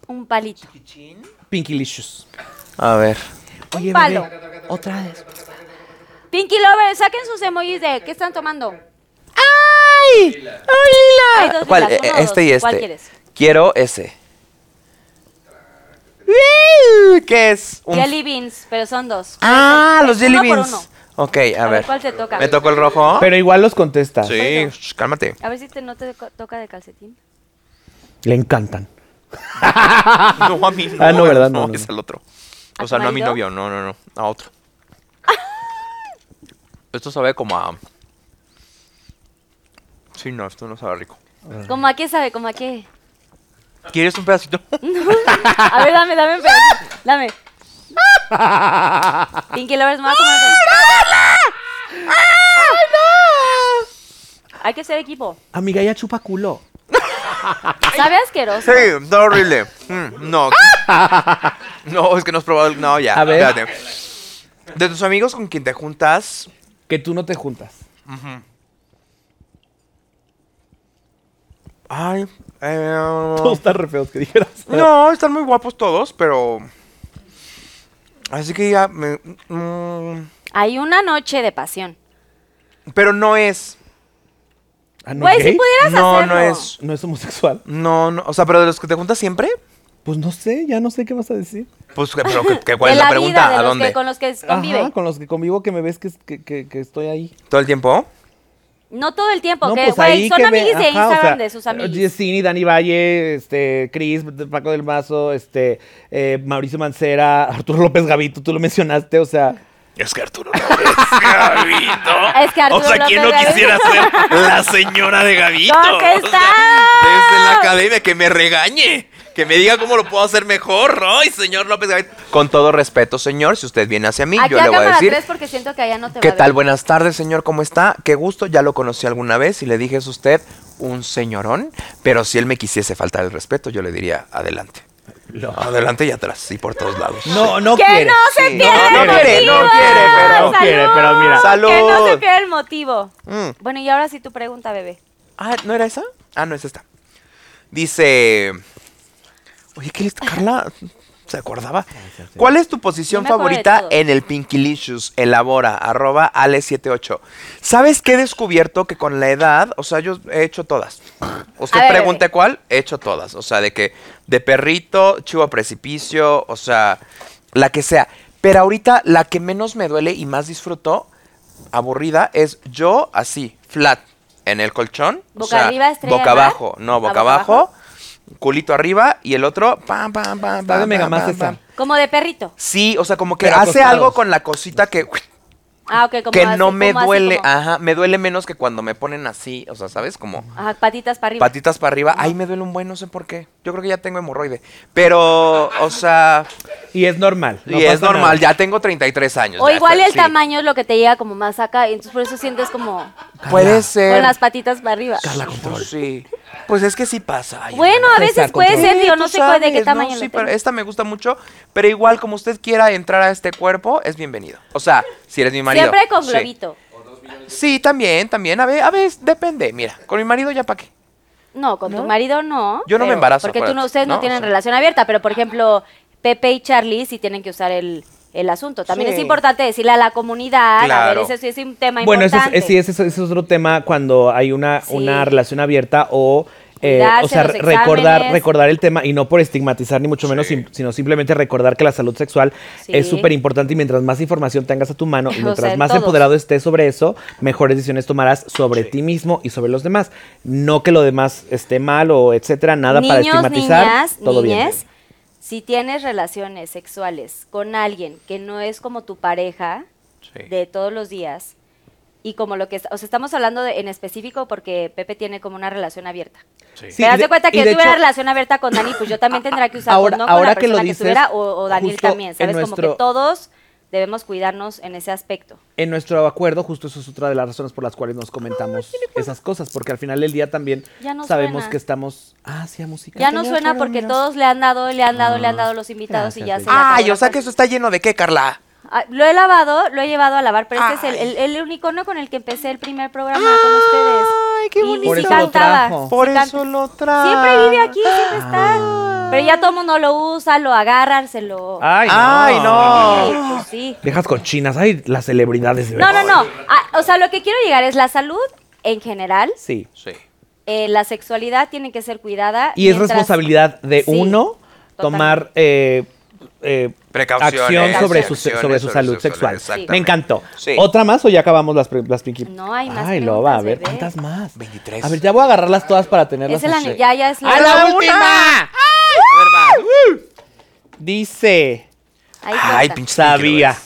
Speaker 9: Un palito.
Speaker 4: Pinkylicious?
Speaker 5: A ver.
Speaker 9: Un palo.
Speaker 4: Otra vez.
Speaker 9: Pinky Lover, saquen sus emojis de ¿qué están tomando?
Speaker 5: ¡Ay!
Speaker 9: ¡Oh, Lila!
Speaker 5: ¿Cuál? Eh, este y este.
Speaker 9: ¿Cuál quieres?
Speaker 5: Quiero ese. ¿Qué es? Un-
Speaker 9: Jelly beans, pero son dos.
Speaker 5: Ah,
Speaker 9: Es
Speaker 5: los jelly
Speaker 9: uno por
Speaker 5: beans.
Speaker 9: uno.
Speaker 5: Ok, a,
Speaker 9: A ver,
Speaker 5: ver.
Speaker 9: ¿cuál te toca?
Speaker 5: ¿Me tocó el rojo?
Speaker 4: Pero igual los contestas.
Speaker 5: Sí, sh, cálmate.
Speaker 9: A ver si te, no te co- toca de calcetín.
Speaker 4: Le encantan.
Speaker 5: No, a mí no.
Speaker 4: Ah, no, ¿verdad?
Speaker 5: No,
Speaker 4: No, no,
Speaker 5: es el otro. O
Speaker 9: ¿A tu
Speaker 5: sea, no a mi
Speaker 9: marido?
Speaker 5: novio, no, no, no. A otro. Esto sabe como a. Sí, no, esto no sabe rico.
Speaker 9: ¿Cómo a qué sabe? ¿Cómo a qué?
Speaker 5: ¿Quieres un pedacito?
Speaker 9: A ver, dame, dame, un pedacito. dame. Pinky Lovers, me voy a comer otro. Hay que ser equipo.
Speaker 4: Amiga, ya chupa culo.
Speaker 9: Sabe asqueroso.
Speaker 5: Sí, está horrible. Mm, No. No, es que no has probado el. No, ya.
Speaker 4: A ver.
Speaker 5: espérate. De tus amigos con quien te juntas.
Speaker 4: Que tú no te juntas.
Speaker 5: Ujú. Ay. eh,
Speaker 4: Todos están re feos que dijeras.
Speaker 5: No, están muy guapos todos, pero. Así que ya. me- mm,
Speaker 9: Hay una noche de pasión.
Speaker 5: pero no es.
Speaker 4: Ah,
Speaker 9: Güey, si pudieras
Speaker 5: no,
Speaker 9: hacerlo.
Speaker 5: No, es.
Speaker 4: ¿No es homosexual?
Speaker 5: No, no. O sea, pero de los que te juntas siempre.
Speaker 4: Pues no sé, ya no sé qué vas a decir.
Speaker 5: Pues, que- pero que- que- ¿cuál
Speaker 9: de
Speaker 5: es la,
Speaker 9: la
Speaker 5: pregunta?
Speaker 9: vida, de
Speaker 5: ¿A
Speaker 9: los
Speaker 5: dónde?
Speaker 9: Que, con los que
Speaker 4: Ajá,
Speaker 9: convive.
Speaker 4: con los que convivo que me ves que, que- que- que estoy ahí.
Speaker 5: ¿Todo el tiempo?
Speaker 9: No todo el tiempo,
Speaker 4: No,
Speaker 9: que,
Speaker 4: pues
Speaker 9: güey,
Speaker 4: ahí
Speaker 9: son
Speaker 4: que me-
Speaker 9: amiguis
Speaker 4: ajá,
Speaker 9: de
Speaker 4: o
Speaker 9: Instagram
Speaker 4: sea, eh,
Speaker 9: de sus amigos.
Speaker 4: Yesini, Dani Valle, este, Cris, Paco del Mazo, este, eh, Mauricio Mancera, Arturo López Gavito, tú lo mencionaste, o sea.
Speaker 27: Es que Arturo López Gavito.
Speaker 9: Es que Arturo
Speaker 27: O sea, ¿quién no
Speaker 9: López
Speaker 27: quisiera
Speaker 9: Gavito?
Speaker 27: ser la señora de Gavito?
Speaker 5: Desde la academia, que me regañe. Que me diga cómo lo puedo hacer mejor. Ay, señor López Gavitt. Con todo respeto, señor, si usted viene hacia mí,
Speaker 9: Aquí
Speaker 5: yo
Speaker 9: a
Speaker 5: le voy a
Speaker 9: cámara
Speaker 5: decir.
Speaker 9: 3 porque siento que allá no te
Speaker 5: ¿Qué
Speaker 9: va
Speaker 5: tal?
Speaker 9: a ver.
Speaker 5: Buenas tardes, señor, ¿cómo está? Qué gusto, ya lo conocí alguna vez y le dije, es usted un señorón, pero si él me quisiese faltar el respeto, yo le diría, adelante. Adelante y atrás, y por todos lados.
Speaker 4: No, no
Speaker 9: Que
Speaker 4: quiere.
Speaker 9: no se
Speaker 5: Sí.
Speaker 9: pierda
Speaker 5: No,
Speaker 9: el
Speaker 5: no quiere, no
Speaker 9: motivo.
Speaker 5: quiere, pero-
Speaker 9: Salud.
Speaker 5: No quiere, pero mira.
Speaker 9: Que no se
Speaker 5: Salud.
Speaker 9: pierda el motivo.
Speaker 5: Mm.
Speaker 9: Bueno, y ahora sí tu pregunta, bebé.
Speaker 5: Ah, ¿no era esa? Ah, no, es esta. Dice. Oye, ¿qué le Carla? ¿Se acordaba? ¿Cuál es tu posición
Speaker 9: Yo me acuerdo de
Speaker 5: favorita
Speaker 9: todo.
Speaker 5: en el Pinkylicious? Elabora, arroba ale78. ¿Sabes qué he descubierto? Que con la edad, o sea, yo he hecho todas. Usted
Speaker 9: A ver,
Speaker 5: pregunte cuál, he hecho todas. O sea, de que de perrito, chivo a precipicio, o sea, la que sea. Pero ahorita la que menos me duele y más disfruto, aburrida, es yo así, flat, en el colchón.
Speaker 9: Boca arriba, estrella
Speaker 5: Boca
Speaker 9: de mar.
Speaker 5: abajo, no,
Speaker 9: Ah,
Speaker 5: boca
Speaker 9: boca
Speaker 5: abajo, culito arriba y el otro, pam, pam, pam,
Speaker 4: Está de
Speaker 5: pam.
Speaker 4: Mega
Speaker 5: pam,
Speaker 4: Más
Speaker 5: pam,
Speaker 4: esa.
Speaker 5: pam.
Speaker 9: Como de perrito.
Speaker 5: Sí, o sea, como que
Speaker 4: Pero
Speaker 5: hace
Speaker 4: acostados.
Speaker 5: algo con la cosita que,
Speaker 9: Ah, ok, como
Speaker 5: que
Speaker 9: así,
Speaker 5: no me
Speaker 9: como así,
Speaker 5: duele. ah.
Speaker 9: como-
Speaker 5: Ajá, me duele menos que cuando me ponen así, o sea, ¿sabes? Como
Speaker 9: Ajá, patitas para arriba.
Speaker 5: patitas para arriba. Ay, me duele un buen, no sé por qué. Yo creo que ya tengo hemorroide. Pero, o sea,
Speaker 4: Y es normal. no
Speaker 5: y es
Speaker 4: pasa
Speaker 5: normal,
Speaker 4: nada.
Speaker 5: ya tengo 33 años.
Speaker 9: o
Speaker 5: ya
Speaker 9: igual
Speaker 5: estoy-
Speaker 9: el
Speaker 5: sí.
Speaker 9: tamaño es lo que te llega como más acá, y entonces por eso sientes como
Speaker 5: Puede ser.
Speaker 9: con las patitas para arriba.
Speaker 5: Pues sí. Pues es que sí pasa. ay,
Speaker 9: Bueno, a
Speaker 5: hermana.
Speaker 9: veces puede ser, digo,
Speaker 5: Sí,
Speaker 9: no
Speaker 5: tú
Speaker 9: sé cuál- de qué
Speaker 5: sabes, ¿no?
Speaker 9: tamaño lo
Speaker 5: Sí, pero
Speaker 9: tengas.
Speaker 5: esta me gusta mucho, pero igual como usted quiera entrar a este cuerpo, es bienvenido. O sea, si eres mi marido.
Speaker 9: Siempre con
Speaker 5: sí.
Speaker 9: globito.
Speaker 5: Sí, también, también. A ver, a ver, depende. Mira, con mi marido ya para qué.
Speaker 9: No, con tu marido no.
Speaker 5: Yo no me
Speaker 9: pero-
Speaker 5: embarazo,
Speaker 9: Porque tú no,
Speaker 5: acuérdate,
Speaker 9: ustedes no,
Speaker 5: ¿no? O
Speaker 9: tienen
Speaker 5: sea.
Speaker 9: relación abierta, pero por ejemplo, Pepe y Charlie sí tienen que usar el, el asunto. También
Speaker 4: Sí.
Speaker 9: es importante decirle a la comunidad, a ver,
Speaker 4: Claro.
Speaker 9: ese sí es un tema
Speaker 4: Bueno, ese es,
Speaker 9: importante.
Speaker 4: eh, sí, ese es, ese es otro tema cuando hay una,
Speaker 9: Sí.
Speaker 4: una relación abierta o Eh,
Speaker 9: Cuidarse,
Speaker 4: o sea,
Speaker 9: los
Speaker 4: recordar,
Speaker 9: exámenes.
Speaker 4: recordar el tema y no por estigmatizar ni mucho menos, sim- sino simplemente recordar que la salud sexual
Speaker 9: Sí.
Speaker 4: es súper importante y mientras más información tengas a tu mano y
Speaker 9: O
Speaker 4: mientras
Speaker 9: sea,
Speaker 4: más
Speaker 9: todos.
Speaker 4: empoderado estés sobre eso, mejores decisiones tomarás sobre ti mismo y sobre los demás. No que lo demás esté mal o etcétera, nada para
Speaker 9: Niños,
Speaker 4: estigmatizar.
Speaker 9: niñas,
Speaker 4: todo bien.
Speaker 9: niñes, si tienes relaciones sexuales con alguien que no es como tu pareja de todos los días y como lo que, es- o sea, estamos hablando de- en específico porque Pepe tiene como una relación abierta.
Speaker 4: Sí. Sí,
Speaker 9: Pero
Speaker 4: y
Speaker 9: haz
Speaker 4: de-
Speaker 9: de cuenta que
Speaker 4: y
Speaker 9: yo
Speaker 4: de
Speaker 9: tuve
Speaker 4: hecho-
Speaker 9: una relación abierta con Dani, pues yo también tendrá que usar
Speaker 4: ahora-
Speaker 9: condón con
Speaker 4: ahora
Speaker 9: la
Speaker 4: que
Speaker 9: persona
Speaker 4: lo
Speaker 9: que,
Speaker 4: dices,
Speaker 9: estuviera o, o Daniel
Speaker 4: justo
Speaker 9: también,
Speaker 4: en
Speaker 9: ¿sabes? Como
Speaker 4: nuestro-
Speaker 9: que todos debemos cuidarnos en ese aspecto.
Speaker 4: En nuestro acuerdo, justo eso es otra de las razones por las cuales nos comentamos esas cosas, porque al final del día también
Speaker 9: Ya no
Speaker 4: sabemos
Speaker 9: suena.
Speaker 4: que estamos. Ah, sí, a música.
Speaker 9: Ya no suena porque todos le han dado, le han dado, le
Speaker 4: Ah.
Speaker 9: han dado los invitados y ya se le acabó
Speaker 5: Ay,
Speaker 9: la
Speaker 5: o sea Ah, que eso está lleno de qué, Carla.
Speaker 9: Ah, Lo he lavado, lo he llevado a lavar, pero este es el, el, el unicornio con el que empecé el primer programa con ustedes. Ay, Ah, qué bonito. Ah.
Speaker 5: Por
Speaker 9: Y sí
Speaker 5: eso lo
Speaker 9: cantaba.
Speaker 5: trajo.
Speaker 9: sí
Speaker 5: Por
Speaker 9: canta.
Speaker 5: eso lo trajo.
Speaker 9: Siempre vive aquí, siempre está. Pero ya todo el mundo lo usa, lo agarran, se lo...
Speaker 5: Ah.
Speaker 4: Ay, no.
Speaker 5: Ay, no.
Speaker 9: Sí, pues sí.
Speaker 4: Dejas cochinas. Ay, las celebridades. de
Speaker 9: No, no,
Speaker 4: verdad.
Speaker 9: no. Ah, o sea, lo que quiero llegar es la salud en general,
Speaker 4: Sí.
Speaker 9: eh, la sexualidad tiene que ser cuidada.
Speaker 4: Y es
Speaker 9: mientras-
Speaker 4: responsabilidad de
Speaker 9: Sí,
Speaker 4: uno tomar eh, eh,
Speaker 5: Precauciones,
Speaker 4: acción sobre su,
Speaker 5: precauciones
Speaker 4: sobre su
Speaker 5: sobre
Speaker 4: salud
Speaker 5: su
Speaker 4: sexual.
Speaker 5: salud, Sí.
Speaker 4: Me encantó.
Speaker 5: Sí.
Speaker 4: ¿Otra más o ya acabamos las, pre- las Pinky?
Speaker 9: No hay más.
Speaker 4: Ay,
Speaker 9: preguntas,
Speaker 4: loba, a ver.
Speaker 9: bebé.
Speaker 4: ¿Cuántas más? 23. A ver, ya voy a agarrarlas todas para tenerlas.
Speaker 9: Es el
Speaker 4: así.
Speaker 9: ane- ya, ya es
Speaker 4: ¡A la última!
Speaker 9: ¡Ay!
Speaker 4: Dice.
Speaker 9: Ahí corta.
Speaker 4: sabía.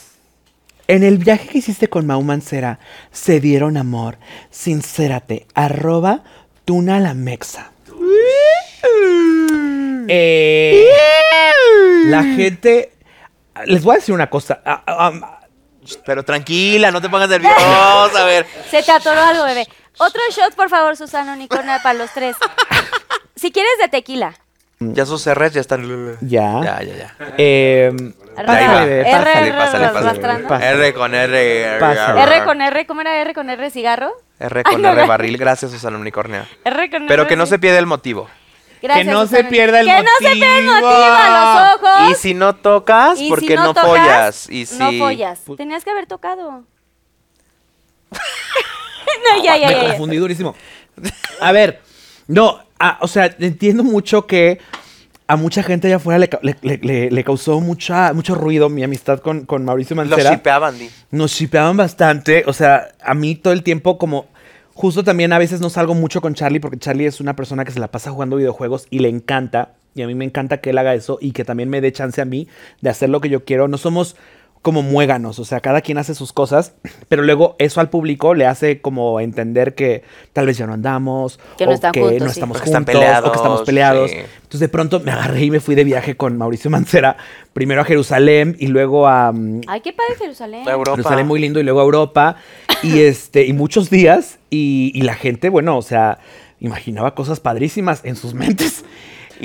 Speaker 4: En el viaje que hiciste con Mau Mancera, se dieron amor. Sincérate, arroba tuna la mexa. Eh, la gente. Les voy a decir una cosa. ah, ah, ah,
Speaker 5: Pero tranquila, no te pongas nerviosa. A ver.
Speaker 9: Se te atoró algo, bebé. Otro shot, por favor, Susana Unicornia, para los tres. Si quieres de tequila.
Speaker 5: Ya sus R's ya están.
Speaker 4: Ya.
Speaker 5: Ya, ya, ya.
Speaker 4: eh, pásale, bebé,
Speaker 9: R,
Speaker 4: pásale,
Speaker 9: R,
Speaker 4: pásale,
Speaker 9: R,
Speaker 4: pásale,
Speaker 9: arrastrando.
Speaker 4: pásale.
Speaker 5: R con R.
Speaker 4: Pásale.
Speaker 9: R con R, ¿cómo era R con R? ¿Cigarro?
Speaker 5: R
Speaker 9: Ay,
Speaker 5: con
Speaker 9: no,
Speaker 5: R
Speaker 9: no.
Speaker 5: barril. Gracias, Susana Unicornia.
Speaker 9: R con
Speaker 5: Pero
Speaker 9: R,
Speaker 5: que no
Speaker 9: sí.
Speaker 5: se pierda el motivo.
Speaker 9: Gracias,
Speaker 5: no se
Speaker 9: Susana.
Speaker 5: pierda el
Speaker 9: Que no se pierda el motivo a los ojos.
Speaker 5: Y si no tocas,
Speaker 9: Y si
Speaker 5: porque no,
Speaker 9: tocas,
Speaker 5: follas. Y
Speaker 9: No
Speaker 5: si-
Speaker 9: follas. Tenías que haber tocado. no, ya, ya,
Speaker 4: Me
Speaker 9: ya, ya.
Speaker 4: confundí durísimo. A ver, no, ah, o sea, entiendo mucho que a mucha gente allá afuera le, ca- le- le- le- le causó mucha, mucho ruido mi amistad con, con Mauricio
Speaker 5: Los
Speaker 4: Mancera.
Speaker 5: shipeaban,
Speaker 9: Eh.
Speaker 5: di.
Speaker 4: Nos shipeaban bastante. O sea, a mí todo el tiempo como... Justo también a veces no salgo mucho con Charlie porque Charlie es una persona que se la pasa jugando videojuegos y le encanta. Y a mí me encanta que él haga eso y que también me dé chance a mí de hacer lo que yo quiero. No somos como muéganos, o sea, cada quien hace sus cosas, pero luego eso al público le hace como entender que tal vez ya no andamos,
Speaker 9: Que no
Speaker 4: o
Speaker 9: están
Speaker 4: que
Speaker 9: juntos,
Speaker 4: no
Speaker 9: sí.
Speaker 4: estamos
Speaker 9: O que
Speaker 4: juntos,
Speaker 5: están
Speaker 4: o que estamos
Speaker 5: peleados,
Speaker 4: peleados.
Speaker 5: sí.
Speaker 4: Entonces de pronto me agarré y me fui de viaje con Mauricio Mancera, primero a Jerusalén y luego a, mm,
Speaker 9: Ay, qué padre Jerusalén.
Speaker 4: Jerusalén muy lindo y luego a Europa y este y muchos días y, y la gente, bueno, o sea, imaginaba cosas padrísimas en sus mentes.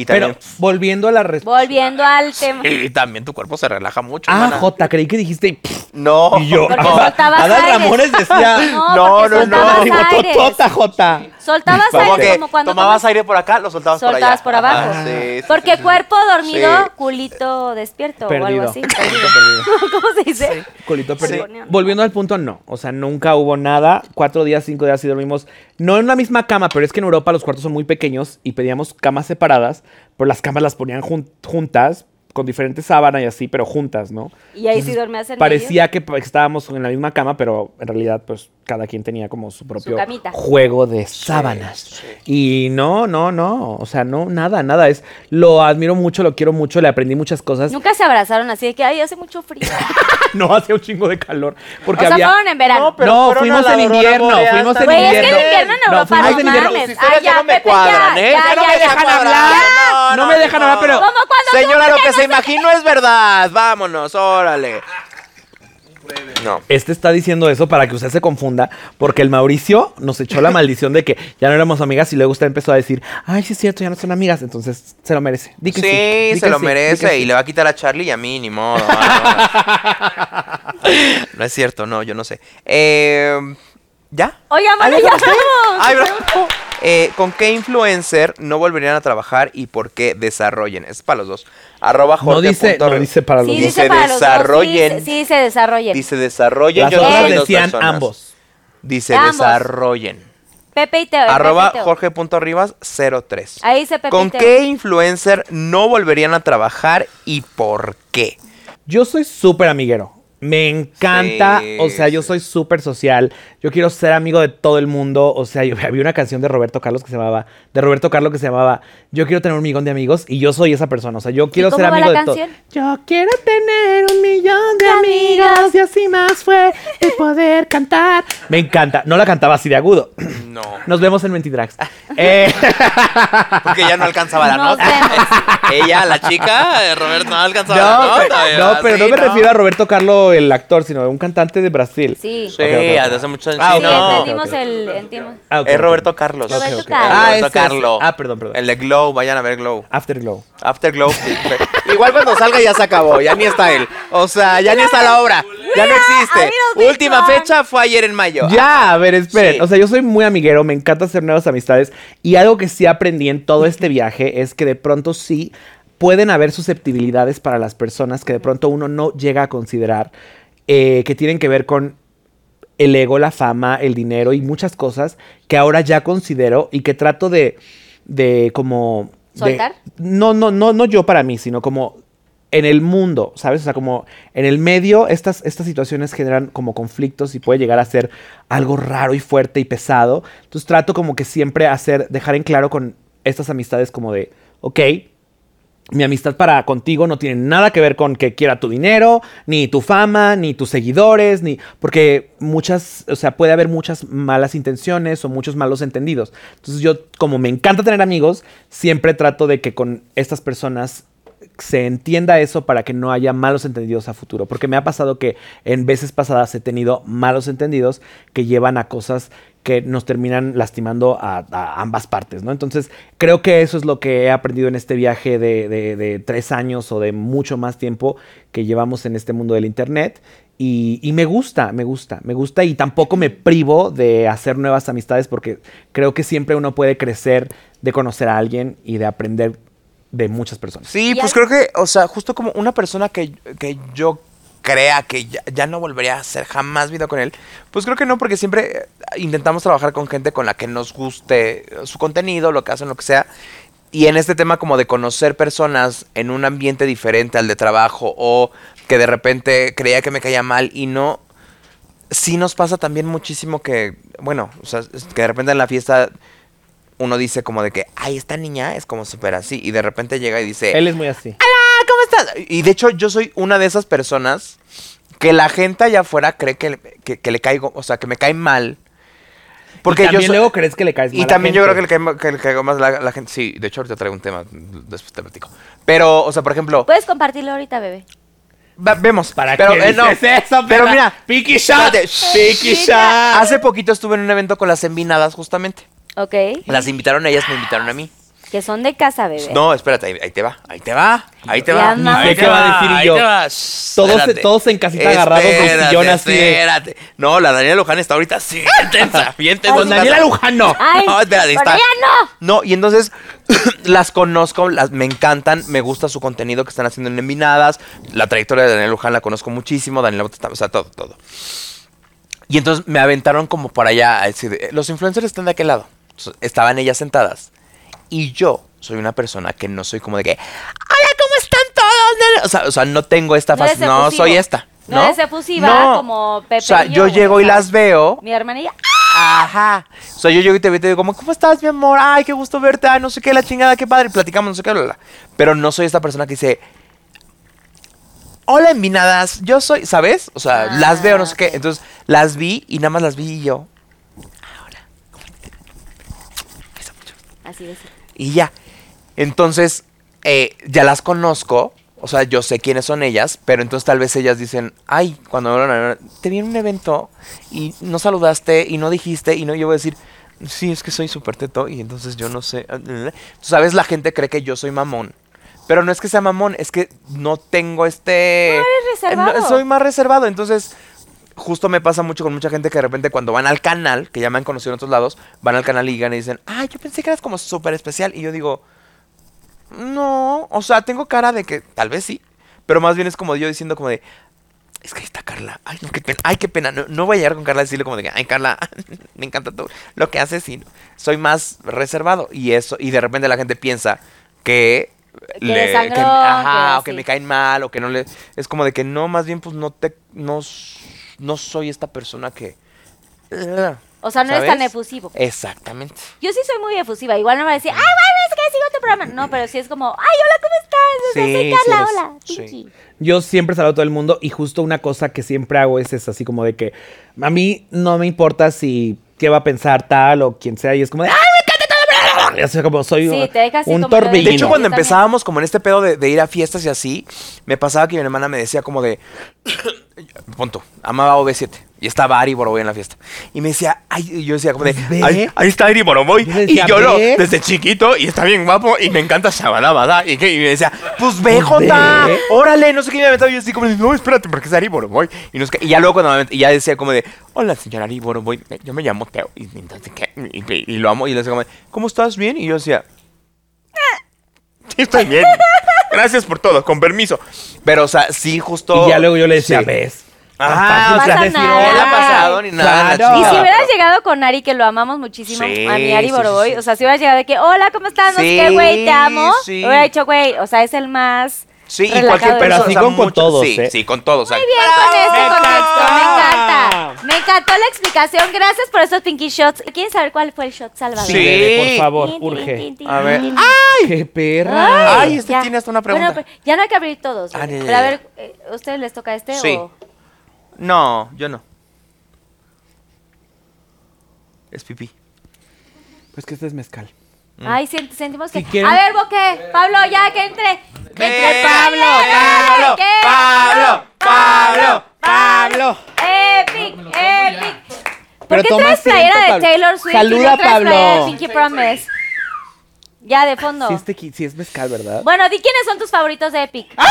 Speaker 4: Pero volviendo a la respuesta.
Speaker 9: Volviendo al tema.
Speaker 5: Y también tu cuerpo se relaja mucho.
Speaker 4: Ah,
Speaker 5: hermana.
Speaker 4: Jota, creí que dijiste. y, pff,
Speaker 5: No.
Speaker 4: Y yo.
Speaker 9: Porque
Speaker 4: no.
Speaker 9: soltabas
Speaker 4: Adal
Speaker 9: aires.
Speaker 4: Ramones decía.
Speaker 9: No, No, porque no, soltabas no. aires.
Speaker 4: Ribototota, Jota.
Speaker 9: Soltabas
Speaker 5: Como
Speaker 9: aire
Speaker 5: que
Speaker 9: como cuando
Speaker 5: tomabas
Speaker 9: tomas-
Speaker 5: aire por acá, lo soltabas,
Speaker 9: Soltabas por
Speaker 5: por allá.
Speaker 9: abajo.
Speaker 5: Ajá, sí, sí,
Speaker 9: Porque
Speaker 5: sí, sí.
Speaker 9: cuerpo dormido,
Speaker 5: Sí.
Speaker 9: culito despierto o algo
Speaker 4: Perdido.
Speaker 9: así.
Speaker 4: Culito perdido.
Speaker 9: ¿Cómo se dice?
Speaker 4: Colito perdido.
Speaker 9: Sí.
Speaker 4: Volviendo al punto, no. O sea, nunca hubo nada. Cuatro días, cinco días y dormimos. No en la misma cama, pero es que en Europa los cuartos son muy pequeños y pedíamos camas separadas, pero las camas las ponían jun- juntas, con diferentes sábanas y así, pero juntas, ¿no?
Speaker 9: Y ahí sí dormías en
Speaker 4: Parecía que pa- estábamos en la misma cama, pero en realidad, pues cada quien tenía como su propio
Speaker 9: camita.
Speaker 4: juego de sábanas. Y no, no, no. O sea, no, nada, nada. Es lo admiro mucho, lo quiero mucho, le aprendí muchas cosas.
Speaker 9: Nunca se abrazaron así de que, ay, hace mucho frío.
Speaker 4: No hacía un chingo de calor. Porque
Speaker 9: o sea,
Speaker 4: había.
Speaker 9: fueron en verano.
Speaker 4: No, fuimos en invierno, fuimos en
Speaker 9: Güey,
Speaker 4: invierno.
Speaker 9: es que el invierno en
Speaker 4: No,
Speaker 9: Europa
Speaker 4: fuimos
Speaker 9: no,
Speaker 4: en invierno.
Speaker 9: mames.
Speaker 4: Sus
Speaker 9: Ay, ya,
Speaker 5: no me
Speaker 9: Pepe,
Speaker 5: cuadran,
Speaker 9: ya,
Speaker 5: ¿eh?
Speaker 9: ya,
Speaker 5: Ya no me
Speaker 9: ya,
Speaker 5: dejan
Speaker 9: ya.
Speaker 5: hablar.
Speaker 9: Ya.
Speaker 4: No me dejan hablar, pero.
Speaker 9: Como cuando tú,
Speaker 5: Señora,
Speaker 9: ¿por
Speaker 5: lo
Speaker 9: qué
Speaker 5: que
Speaker 9: no
Speaker 5: se imaginó es verdad. Vámonos, órale. No.
Speaker 4: Este está diciendo eso para que usted se confunda, porque el Mauricio nos echó la maldición de que ya no éramos amigas y luego usted empezó a decir, ay, sí es cierto, ya no son amigas, entonces se lo merece. Di que sí,
Speaker 5: Sí,
Speaker 4: di
Speaker 5: se
Speaker 4: que
Speaker 5: lo
Speaker 4: sí, di
Speaker 5: merece
Speaker 4: que
Speaker 5: y
Speaker 4: sí.
Speaker 5: le va a quitar a Charlie y a mí, ni modo. Ah, no, no. No es cierto, no, yo no sé. Eh, ¿Ya?
Speaker 9: Oigan, bueno,
Speaker 5: Ay,
Speaker 9: ya
Speaker 5: ya se
Speaker 9: vamos.
Speaker 5: Ay, bro. Eh, ¿Con qué influencer no volverían a trabajar y por qué desarrollen? Es para los dos. Arroba
Speaker 4: No
Speaker 5: Jorge.
Speaker 4: dice,
Speaker 5: punto
Speaker 4: no
Speaker 5: re-
Speaker 4: dice para los
Speaker 9: Sí,
Speaker 4: dos.
Speaker 9: dice
Speaker 5: se
Speaker 9: para los dos,
Speaker 5: desarrollen.
Speaker 9: Sí, sí, se desarrollen.
Speaker 5: Dice desarrollen.
Speaker 4: Las
Speaker 5: yo no
Speaker 4: otras
Speaker 5: soy dos
Speaker 4: decían
Speaker 5: personas.
Speaker 4: ambos.
Speaker 5: Dice
Speaker 9: Ambos.
Speaker 5: desarrollen.
Speaker 9: Pepe y Teo. eh,
Speaker 5: Arroba
Speaker 9: Pepe y Teo.
Speaker 5: jorge.rivas03.
Speaker 9: Ahí dice Pepe y
Speaker 5: ¿Con
Speaker 9: Teo.
Speaker 5: qué influencer no volverían a trabajar y por qué?
Speaker 4: Yo soy súper amiguero. Me encanta.
Speaker 5: Sí,
Speaker 4: o sea, yo soy súper social. Yo quiero ser amigo de todo el mundo. O sea, yo había una canción de Roberto Carlos que se llamaba. De Roberto Carlos que se llamaba Yo quiero tener un millón de amigos. Y yo soy esa persona. O sea, yo quiero
Speaker 28: cómo
Speaker 4: ser
Speaker 28: va
Speaker 4: amigo
Speaker 28: la
Speaker 4: de todos.
Speaker 28: canción?
Speaker 4: Yo quiero tener un millón de
Speaker 28: amigos
Speaker 4: y así más fue de poder cantar. Me encanta. No la cantaba así de agudo.
Speaker 5: No.
Speaker 4: Nos vemos en Mentidrags. Eh,
Speaker 5: Porque ya no alcanzaba la
Speaker 9: Nos
Speaker 5: nota. Ella, la chica, eh, Roberto, no alcanzaba
Speaker 4: no,
Speaker 5: la
Speaker 4: pe-
Speaker 5: nota. eh,
Speaker 4: no, pero
Speaker 5: así,
Speaker 4: no me refiero a Roberto Carlos, el actor, sino a un cantante de Brasil.
Speaker 9: Sí.
Speaker 5: Sí,
Speaker 4: Ok, ok, ok.
Speaker 5: desde hace muchos años.
Speaker 4: Ah,
Speaker 9: Sí,
Speaker 4: ok, ok, ok.
Speaker 9: entendimos el. entendimos.
Speaker 4: Ah, ok,
Speaker 5: es
Speaker 4: ok.
Speaker 5: Roberto Carlos.
Speaker 4: Ok,
Speaker 9: Roberto
Speaker 4: ok.
Speaker 9: Carlos.
Speaker 4: Ah,
Speaker 5: Roberto
Speaker 4: ese es-
Speaker 5: Carlos.
Speaker 4: Ah, perdón, perdón.
Speaker 5: El de Glow, vayan a ver Glow.
Speaker 4: Afterglow.
Speaker 5: Afterglow. Igual cuando salga ya se acabó, ya ni está él. O sea, ya ni está la obra. Ya no existe. Última fecha fue ayer en mayo.
Speaker 4: Ya, a ver, esperen.
Speaker 5: Sí.
Speaker 4: O sea, yo soy muy amiguero, me encanta hacer nuevas amistades. Y algo que sí aprendí en todo este viaje es que de pronto sí pueden haber susceptibilidades para las personas que de pronto uno no llega a considerar eh, que tienen que ver con el ego, la fama, el dinero y muchas cosas que ahora ya considero y que trato de, de como... de-
Speaker 9: ¿Soltar?
Speaker 4: no, no, no, no yo para mí, sino como en el mundo, ¿sabes? O sea, como en el medio, estas, estas situaciones generan como conflictos y puede llegar a ser algo raro y fuerte y pesado. Entonces trato como que siempre hacer, dejar en claro con estas amistades como de, ok, mi amistad para contigo no tiene nada que ver con que quiera tu dinero, ni tu fama, ni tus seguidores, ni porque muchas, o sea, puede haber muchas malas intenciones o muchos malos entendidos. Entonces yo, como me encanta tener amigos, siempre trato de que con estas personas se entienda eso para que no haya malos entendidos a futuro, porque me ha pasado que en veces pasadas he tenido malos entendidos que llevan a cosas que nos terminan lastimando a, a ambas partes, ¿no? Entonces, creo que eso es lo que he aprendido en este viaje de, de- de tres años o de mucho más tiempo que llevamos en este mundo del Internet. Y, y me gusta, me gusta, me gusta y tampoco me privo de hacer nuevas amistades porque creo que siempre uno puede crecer de conocer a alguien y de aprender de muchas personas.
Speaker 5: Sí, pues creo que, o sea, justo como una persona que, que yo crea que ya, ya no volvería a hacer jamás vida con él, pues creo que no, porque siempre eh, intentamos trabajar con gente con la que nos guste eh, su contenido, lo que hacen, lo que sea. Y en este tema como de conocer personas en un ambiente diferente al de trabajo o que de repente creía que me caía mal y no, sí nos pasa también muchísimo que, bueno, o sea, es que de repente en la fiesta uno dice como de que, ay, esta niña es como súper así. Y de repente llega y dice,
Speaker 4: Él es muy así.
Speaker 5: hola, ¿cómo estás? Y de hecho yo soy una de esas personas que la gente allá afuera cree que, que- que le caigo, o sea, que me cae mal. Porque
Speaker 4: y
Speaker 5: yo
Speaker 4: también
Speaker 5: soy-
Speaker 4: luego crees que le caes mal
Speaker 5: y
Speaker 4: a
Speaker 5: también yo
Speaker 4: gente.
Speaker 5: creo que le, cae ma- que le caigo más la, la gente. Sí, de hecho ahorita traigo un tema, después te platico. Pero, o sea, por ejemplo,
Speaker 9: Puedes compartirlo ahorita, bebé.
Speaker 5: Va- vemos. ¿Para
Speaker 4: qué dices eso,
Speaker 5: eh, pero
Speaker 4: perra?
Speaker 5: mira.
Speaker 4: Picky shot,
Speaker 5: espérate, shh, ah,
Speaker 4: picky shot.
Speaker 5: Hace poquito estuve en un evento con las envinadas, justamente.
Speaker 9: Ok.
Speaker 5: Las invitaron a ellas, me invitaron a mí.
Speaker 9: Que son de casa, bebé.
Speaker 5: No, espérate, ahí, ahí te va, ahí te va, ahí te va.
Speaker 9: Ya, mamá.
Speaker 5: ahí
Speaker 4: Sé
Speaker 5: te
Speaker 4: qué
Speaker 5: va,
Speaker 4: va a decir
Speaker 5: ahí
Speaker 4: yo.
Speaker 5: te va.
Speaker 4: Todos se-
Speaker 5: Espérate.
Speaker 4: todos en casita agarrados del
Speaker 5: Espérate,
Speaker 4: sillón así de-
Speaker 5: Espérate. No, la Daniela Luján está ahorita así, bien tensa, bien tensa.
Speaker 4: Con
Speaker 5: en su casa.
Speaker 4: Daniela Luján no.
Speaker 5: Ay, No, espérate, ahí
Speaker 9: con
Speaker 5: está.
Speaker 9: ella
Speaker 5: No, y entonces las conozco, las, me encantan, me gusta su contenido que están haciendo en Envinadas. La trayectoria de Daniel Luján la conozco muchísimo, Daniel, o sea, todo, todo. Y entonces me aventaron como para allá a decir, "Eh, los influencers están de aquel lado. Entonces, estaban ellas sentadas. Y yo soy una persona que no soy como de que, hola, ¿cómo están todos? nene?" O sea, o sea, no tengo esta
Speaker 9: No eres
Speaker 5: fase, no
Speaker 9: efusivo.
Speaker 5: soy esta.
Speaker 9: No,
Speaker 5: No,
Speaker 9: eres efusiva
Speaker 5: No.
Speaker 9: como Pepe.
Speaker 5: O sea,
Speaker 9: y
Speaker 5: yo
Speaker 9: güey,
Speaker 5: llego
Speaker 9: o
Speaker 5: y
Speaker 9: sea,
Speaker 5: las veo.
Speaker 9: Mi hermanilla.
Speaker 5: Ajá. O sea, yo llego y te veo y te digo, como, ¿cómo estás, mi amor? Ay, qué gusto verte. Ay, no sé qué, la chingada, qué padre. Platicamos, no sé qué, bla, bla. Pero no soy esta persona que dice, hola, envinadas. Yo soy, ¿sabes? O sea, las veo, no sé qué. Entonces, las vi y nada más las vi y yo.
Speaker 9: Así es.
Speaker 5: y ya. Entonces, eh, ya las conozco, o sea, yo sé quiénes son ellas, pero entonces tal vez ellas dicen, ay, cuando me hablan, te vi en un evento y no saludaste y no dijiste y no, yo voy a decir, sí, es que soy súper teto y entonces yo no sé. ah, Sabes, la gente cree que yo soy mamón. Pero no es que sea mamón, es que no tengo este...
Speaker 9: No, eres
Speaker 5: Eh, no,
Speaker 9: reservado.
Speaker 5: soy más reservado, entonces justo me pasa mucho con mucha gente que de repente cuando van al canal, que ya me han conocido en otros lados, van al canal y llegan y dicen, ah, yo pensé que eras como súper especial. Y yo digo, no, o sea, tengo cara de que tal vez sí, pero más bien es como yo diciendo como de, es que ahí está Carla. Ay, no, qué pena. Ay, qué pena. No, no voy a llegar con Carla a decirle como de que, ay, Carla, me encanta todo lo que haces y soy más reservado. Y eso, y de repente la gente piensa que.
Speaker 21: Que eres sangrón,
Speaker 5: ajá,
Speaker 21: que
Speaker 5: o que
Speaker 21: sí.
Speaker 5: me caen mal, o que no le. Es como de que no, más bien, pues no te. No, s- no soy esta persona que.
Speaker 21: O sea, no eres
Speaker 5: ¿sabes?
Speaker 21: tan efusivo.
Speaker 5: Exactamente.
Speaker 21: Yo sí soy muy efusiva. Igual no me va a decir, ay, bueno, es que sigo tu programa. No, pero sí es como, ay, hola, ¿cómo estás? O sea,
Speaker 4: Sí,
Speaker 21: soy
Speaker 4: sí
Speaker 21: Carla,
Speaker 4: eres-
Speaker 21: hola.
Speaker 4: sí.
Speaker 21: Pinky.
Speaker 4: Yo siempre saludo a todo el mundo y justo una cosa que siempre hago es esa, así como de que a mí no me importa si qué va a pensar tal o quien sea y es como de ¡Ay, me encanta todo! Y así como soy
Speaker 21: Sí,
Speaker 4: un-
Speaker 21: te deja así
Speaker 4: un
Speaker 21: como yo de-
Speaker 4: torbellino.
Speaker 5: De hecho, cuando
Speaker 21: Yo también.
Speaker 5: empezábamos como en este pedo de, de ir a fiestas y así, me pasaba que mi hermana me decía como de, punto, amaba OV7 y estaba Ari Boroboy en la fiesta. Y me decía, ay, y yo decía como de,
Speaker 2: Pues
Speaker 5: ay, ahí está Ari Boroboy
Speaker 2: decía,
Speaker 5: y yo lo,
Speaker 2: "Ve".
Speaker 5: desde chiquito y está bien guapo y me encanta Shabalabada y, que, y me decía, pues ve, Jota,
Speaker 2: ve".
Speaker 5: órale, no sé qué me aventaba. Y yo así como de, no, espérate, porque es Ari Boroboy. Y, no sé qué. y ya luego cuando me avent- y ya decía como de, hola, señora Ari Boroboy, me- yo me llamo Teo y, entonces, ¿qué? y, y- y lo amo. Y le decía como de, ¿cómo estás? ¿Bien? Y yo decía, Sí, estoy bien. Gracias por todo, con permiso. Pero, o sea, sí, justo.
Speaker 4: Y ya luego yo le decía,
Speaker 5: Sí. Ah,
Speaker 4: ves. Ah, pues,
Speaker 5: Ajá,
Speaker 4: No
Speaker 5: o sea,
Speaker 4: pasa
Speaker 5: decir,
Speaker 4: nada.
Speaker 5: no le ha pasado ni nada.
Speaker 4: Claro.
Speaker 5: la
Speaker 21: Y si
Speaker 5: chingada.
Speaker 21: hubieras llegado con Ari, que lo amamos muchísimo,
Speaker 5: Ah. Sí,
Speaker 21: a mi Ari
Speaker 5: sí,
Speaker 21: Boroboy,
Speaker 5: sí, sí.
Speaker 21: o sea, si hubieras llegado de que, hola, ¿cómo estás? No sé qué,
Speaker 5: Sí,
Speaker 21: güey, te amo.
Speaker 5: sí.
Speaker 21: Hubiera dicho, güey, o sea, es el más.
Speaker 5: Sí, y
Speaker 21: relajado
Speaker 5: cualquier
Speaker 21: del
Speaker 5: persona.
Speaker 21: mundo.
Speaker 5: o sea, mucho- Sí,
Speaker 4: ¿eh?
Speaker 5: sí, con todos. o sea,
Speaker 21: Muy bien con esto, con esto, me encanta. Me encantó la explicación, gracias por estos pinky shots. ¿Quieren saber cuál fue el shot salvador?
Speaker 4: Sí, Bebe, por favor, urge.
Speaker 5: A ver.
Speaker 4: ¡Ay! ¡Qué perra!
Speaker 5: Ay, este tiene hasta una pregunta.
Speaker 21: Bueno, pues, ya no hay que abrir todos.
Speaker 5: Ah,
Speaker 21: güey.
Speaker 5: ya, ya,
Speaker 21: Pero a
Speaker 5: ya.
Speaker 21: ver, eh, ¿a ¿ustedes les toca este
Speaker 5: Sí.
Speaker 21: o...?
Speaker 5: No, yo no. Es pipí.
Speaker 4: Pues que este es mezcal.
Speaker 21: Ay, sent- sentimos que...
Speaker 4: Si quieren-
Speaker 21: A ver, Boque, Pablo, ya, que entre. Que
Speaker 5: Eh,
Speaker 21: entre Pablo,
Speaker 4: Pablo,
Speaker 21: Pablo, Pablo,
Speaker 4: Pablo.
Speaker 21: Epic, epic. ¿Por
Speaker 4: Pero
Speaker 21: qué
Speaker 4: toma
Speaker 21: traes
Speaker 4: asiento,
Speaker 21: playera de
Speaker 4: Pablo.
Speaker 21: Taylor Swift?
Speaker 4: Saluda,
Speaker 21: y no traes
Speaker 4: Pablo.
Speaker 21: playera de Pinky Promise. Ya, de fondo.
Speaker 4: Si este qui- sí es mezcal, ¿verdad?
Speaker 21: Bueno, di quiénes son tus favoritos de Epic.
Speaker 4: ¡Ah!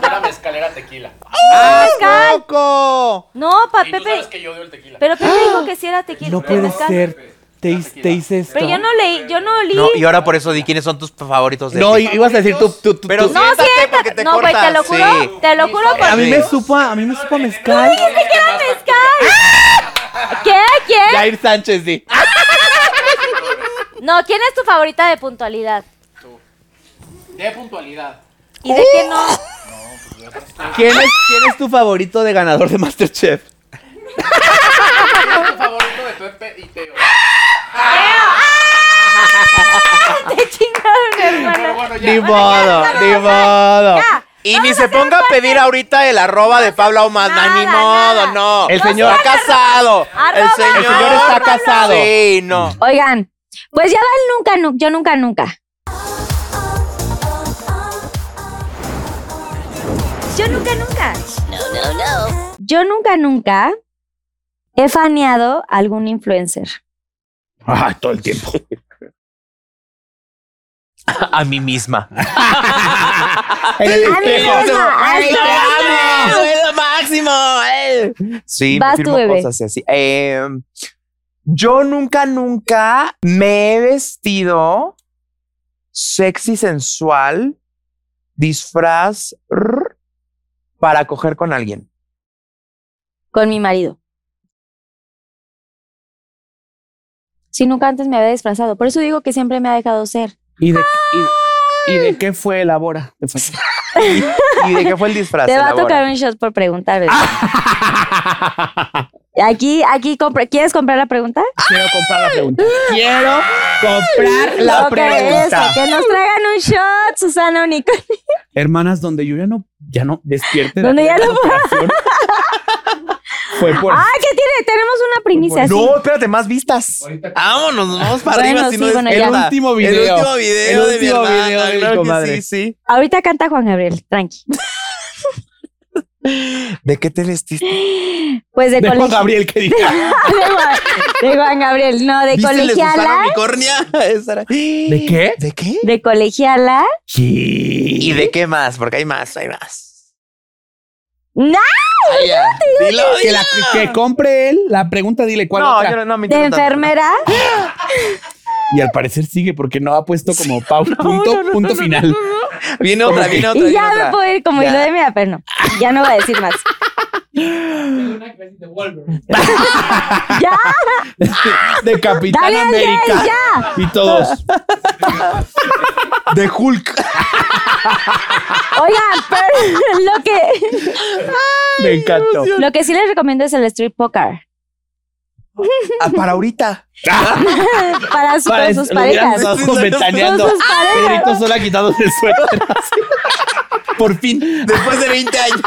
Speaker 22: Era mezcalera tequila.
Speaker 21: ¡Ah, mezcal!
Speaker 4: ¡Loco!
Speaker 21: No, pa,
Speaker 22: Y tú
Speaker 21: Pepe.
Speaker 22: sabes que yo odio el tequila.
Speaker 21: Pero Pepe dijo que sí era tequila.
Speaker 4: No puede
Speaker 21: mezcal.
Speaker 4: ser. Te, hice- te hice esto.
Speaker 21: Pero yo no leí, yo no leí.
Speaker 5: No, y ahora por eso di quiénes son tus favoritos de
Speaker 4: No,
Speaker 5: ti.
Speaker 4: i- ibas a decir tú, tú, tú.
Speaker 5: Pero
Speaker 4: tú.
Speaker 21: No, siéntate. No, güey, te lo
Speaker 5: cortas.
Speaker 21: juro.
Speaker 5: Sí.
Speaker 21: Te lo juro por
Speaker 4: A mí me supo, a a mí me supo
Speaker 21: ¡Tú
Speaker 4: a mezcal.
Speaker 21: dijiste que era mezcal! ¡Ah! ¿Qué? ¿Quién?
Speaker 4: Jair Sánchez, sí.
Speaker 21: No, ¿quién es tu favorita de puntualidad?
Speaker 22: De puntualidad.
Speaker 21: ¿Y de qué no?
Speaker 4: ¡Oh! ¿Quién es, quién es tu favorito de ganador de Masterchef?
Speaker 22: ¿Quién es tu favorito de Pepe y Teo?
Speaker 21: Te chingaron, hermana.
Speaker 4: Ni modo, ni modo.
Speaker 5: Y ni se ponga a pedir ahorita el arroba de Pablo Ahumada, ni modo, no.
Speaker 4: El señor-
Speaker 5: está casado. El
Speaker 4: Arroba
Speaker 5: señor,
Speaker 4: El señor está Pablo. casado.
Speaker 5: Sí, no.
Speaker 9: Oigan, pues ya va el nunca, nu- yo nunca, nunca. Yo nunca, nunca. Yo nunca, nunca he faneado a algún influencer.
Speaker 5: Ah, todo el tiempo. A mí misma.
Speaker 4: En el
Speaker 5: lo máximo! Sí,
Speaker 4: Vas
Speaker 5: me
Speaker 4: tú,
Speaker 5: firmo
Speaker 4: bebé.
Speaker 5: cosas y así. Eh, yo nunca, nunca me he vestido sexy, sensual, disfraz rrr, para coger con alguien.
Speaker 9: Con mi marido. Si nunca antes me había disfrazado. Por eso digo que siempre me ha dejado ser.
Speaker 4: ¿Y de, y, y de qué fue el Abora?
Speaker 5: ¿Y de qué fue el disfraz?
Speaker 9: Te va a
Speaker 5: Elabora.
Speaker 9: tocar un shot por preguntar. bebé. aquí, aquí, compra- ¿quieres comprar la pregunta?
Speaker 4: Quiero comprar la pregunta. Quiero comprar la
Speaker 9: Ok,
Speaker 4: pregunta.
Speaker 9: eso, que nos traigan un shot, Susana o Nico.
Speaker 4: Hermanas, donde yo ya no, ya no despierte. la-
Speaker 9: Donde ya
Speaker 4: la
Speaker 9: no-
Speaker 4: operación. Fue por.
Speaker 9: Ah, ¿qué tiene? Tenemos una primicia. sí.
Speaker 5: No, espérate, más vistas. Vámonos, vamos para
Speaker 9: Bueno,
Speaker 5: arriba. si
Speaker 9: sí,
Speaker 5: no
Speaker 9: bueno,
Speaker 5: es-
Speaker 9: ya.
Speaker 4: El último video.
Speaker 5: El último video
Speaker 4: El
Speaker 5: de mi
Speaker 4: último
Speaker 5: hermana,
Speaker 4: video de mi
Speaker 5: claro que
Speaker 4: comadre.
Speaker 5: Sí, sí.
Speaker 9: Ahorita canta Juan Gabriel, tranqui.
Speaker 5: ¿De qué te vestiste?
Speaker 9: Pues de,
Speaker 5: De Juan
Speaker 9: colegiala.
Speaker 5: Gabriel, que diga.
Speaker 9: de, Juan Gabriel, no, de
Speaker 5: ¿Viste el de Susana
Speaker 9: colegiala.
Speaker 5: Unicornia? Esa era- ¿De qué? ¿De qué?
Speaker 9: De colegiala.
Speaker 5: ¿Y de qué más? Porque hay más, hay más.
Speaker 9: ¡No!
Speaker 5: Dilo,
Speaker 4: que, la- que compre él la pregunta, dile cuál
Speaker 5: No,
Speaker 4: otra.
Speaker 5: yo no- no me
Speaker 9: De enfermera.
Speaker 4: Y al parecer sigue porque no ha puesto como pau- punto, punto final.
Speaker 5: Viene otra, viene otra.
Speaker 9: Y
Speaker 5: viene
Speaker 9: ya
Speaker 5: otra.
Speaker 9: me puedo ir como hilo de media, pero no. Ya no voy a decir más. ¡Ya!
Speaker 4: De Capitán
Speaker 9: Dale al diez,
Speaker 4: América.
Speaker 9: ya.
Speaker 4: Y todos. De Hulk.
Speaker 9: Oigan, pero lo que.
Speaker 4: Me encantó.
Speaker 9: Lo que sí les recomiendo es el street poker.
Speaker 5: Ah,
Speaker 4: para ahorita.
Speaker 9: para su- con sus parejas.
Speaker 4: Todos
Speaker 9: Con sus
Speaker 4: ventaneando. Ah,
Speaker 9: parejas.
Speaker 4: Pedrito sola quitándose el suéter. Por fin.
Speaker 5: Después de 20 años.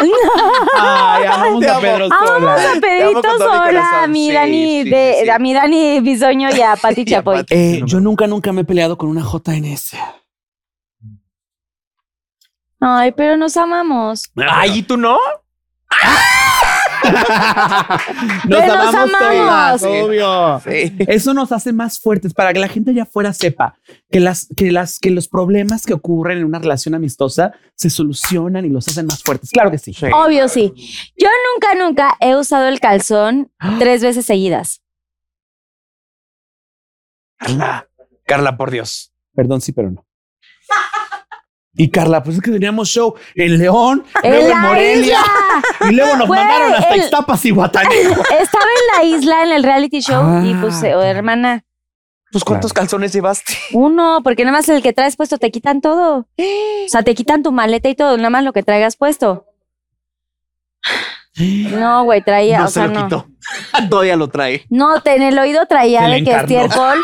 Speaker 4: Ay, amamos
Speaker 9: Te
Speaker 4: a
Speaker 9: amo.
Speaker 4: Pedro Sola.
Speaker 9: Amamos Ah, a Pedrito
Speaker 4: Te amo con todo mi
Speaker 9: Sola, a
Speaker 4: corazón.
Speaker 9: mi
Speaker 4: Sí,
Speaker 9: Dani,
Speaker 4: sí,
Speaker 9: de, a mi Dani Bisoño y a Pati Chapoy.
Speaker 11: Eh, yo nunca, nunca me he peleado con una JNS.
Speaker 9: Ay, pero nos amamos.
Speaker 5: Ay, ¿y tú no?
Speaker 4: Nos
Speaker 9: Pero nos
Speaker 4: amamos
Speaker 9: amamos.
Speaker 4: todas, obvio. Eso nos hace más fuertes para que la gente allá afuera sepa que, las, que, las, que los problemas que ocurren en una relación amistosa se solucionan y los hacen más fuertes. Claro que sí.
Speaker 9: Obvio, sí. Yo nunca, nunca he usado el calzón tres veces seguidas.
Speaker 5: Carla, Carla, por Dios.
Speaker 4: Perdón, sí, pero no. Y Carla, pues es que teníamos show en León,
Speaker 9: ¡En
Speaker 4: luego en
Speaker 9: la
Speaker 4: Morelia,
Speaker 9: isla!
Speaker 4: y luego nos
Speaker 9: Güey,
Speaker 4: mandaron hasta
Speaker 9: el-
Speaker 4: Ixtapas y Guatanejo.
Speaker 9: Estaba en la isla, en el reality show, y pues, eh, hermana,
Speaker 5: Pues cuántos calzones llevaste.
Speaker 9: uno, porque nada más el que traes puesto te quitan todo. O sea, te quitan tu maleta y todo, nada más lo que traigas puesto. No, güey, traía, o
Speaker 5: no se
Speaker 9: sea,
Speaker 5: lo
Speaker 9: no.
Speaker 5: quitó. Todavía lo trae.
Speaker 9: No, te- en el oído traía
Speaker 5: Se le
Speaker 9: de que
Speaker 5: encarnó.
Speaker 9: estiércol.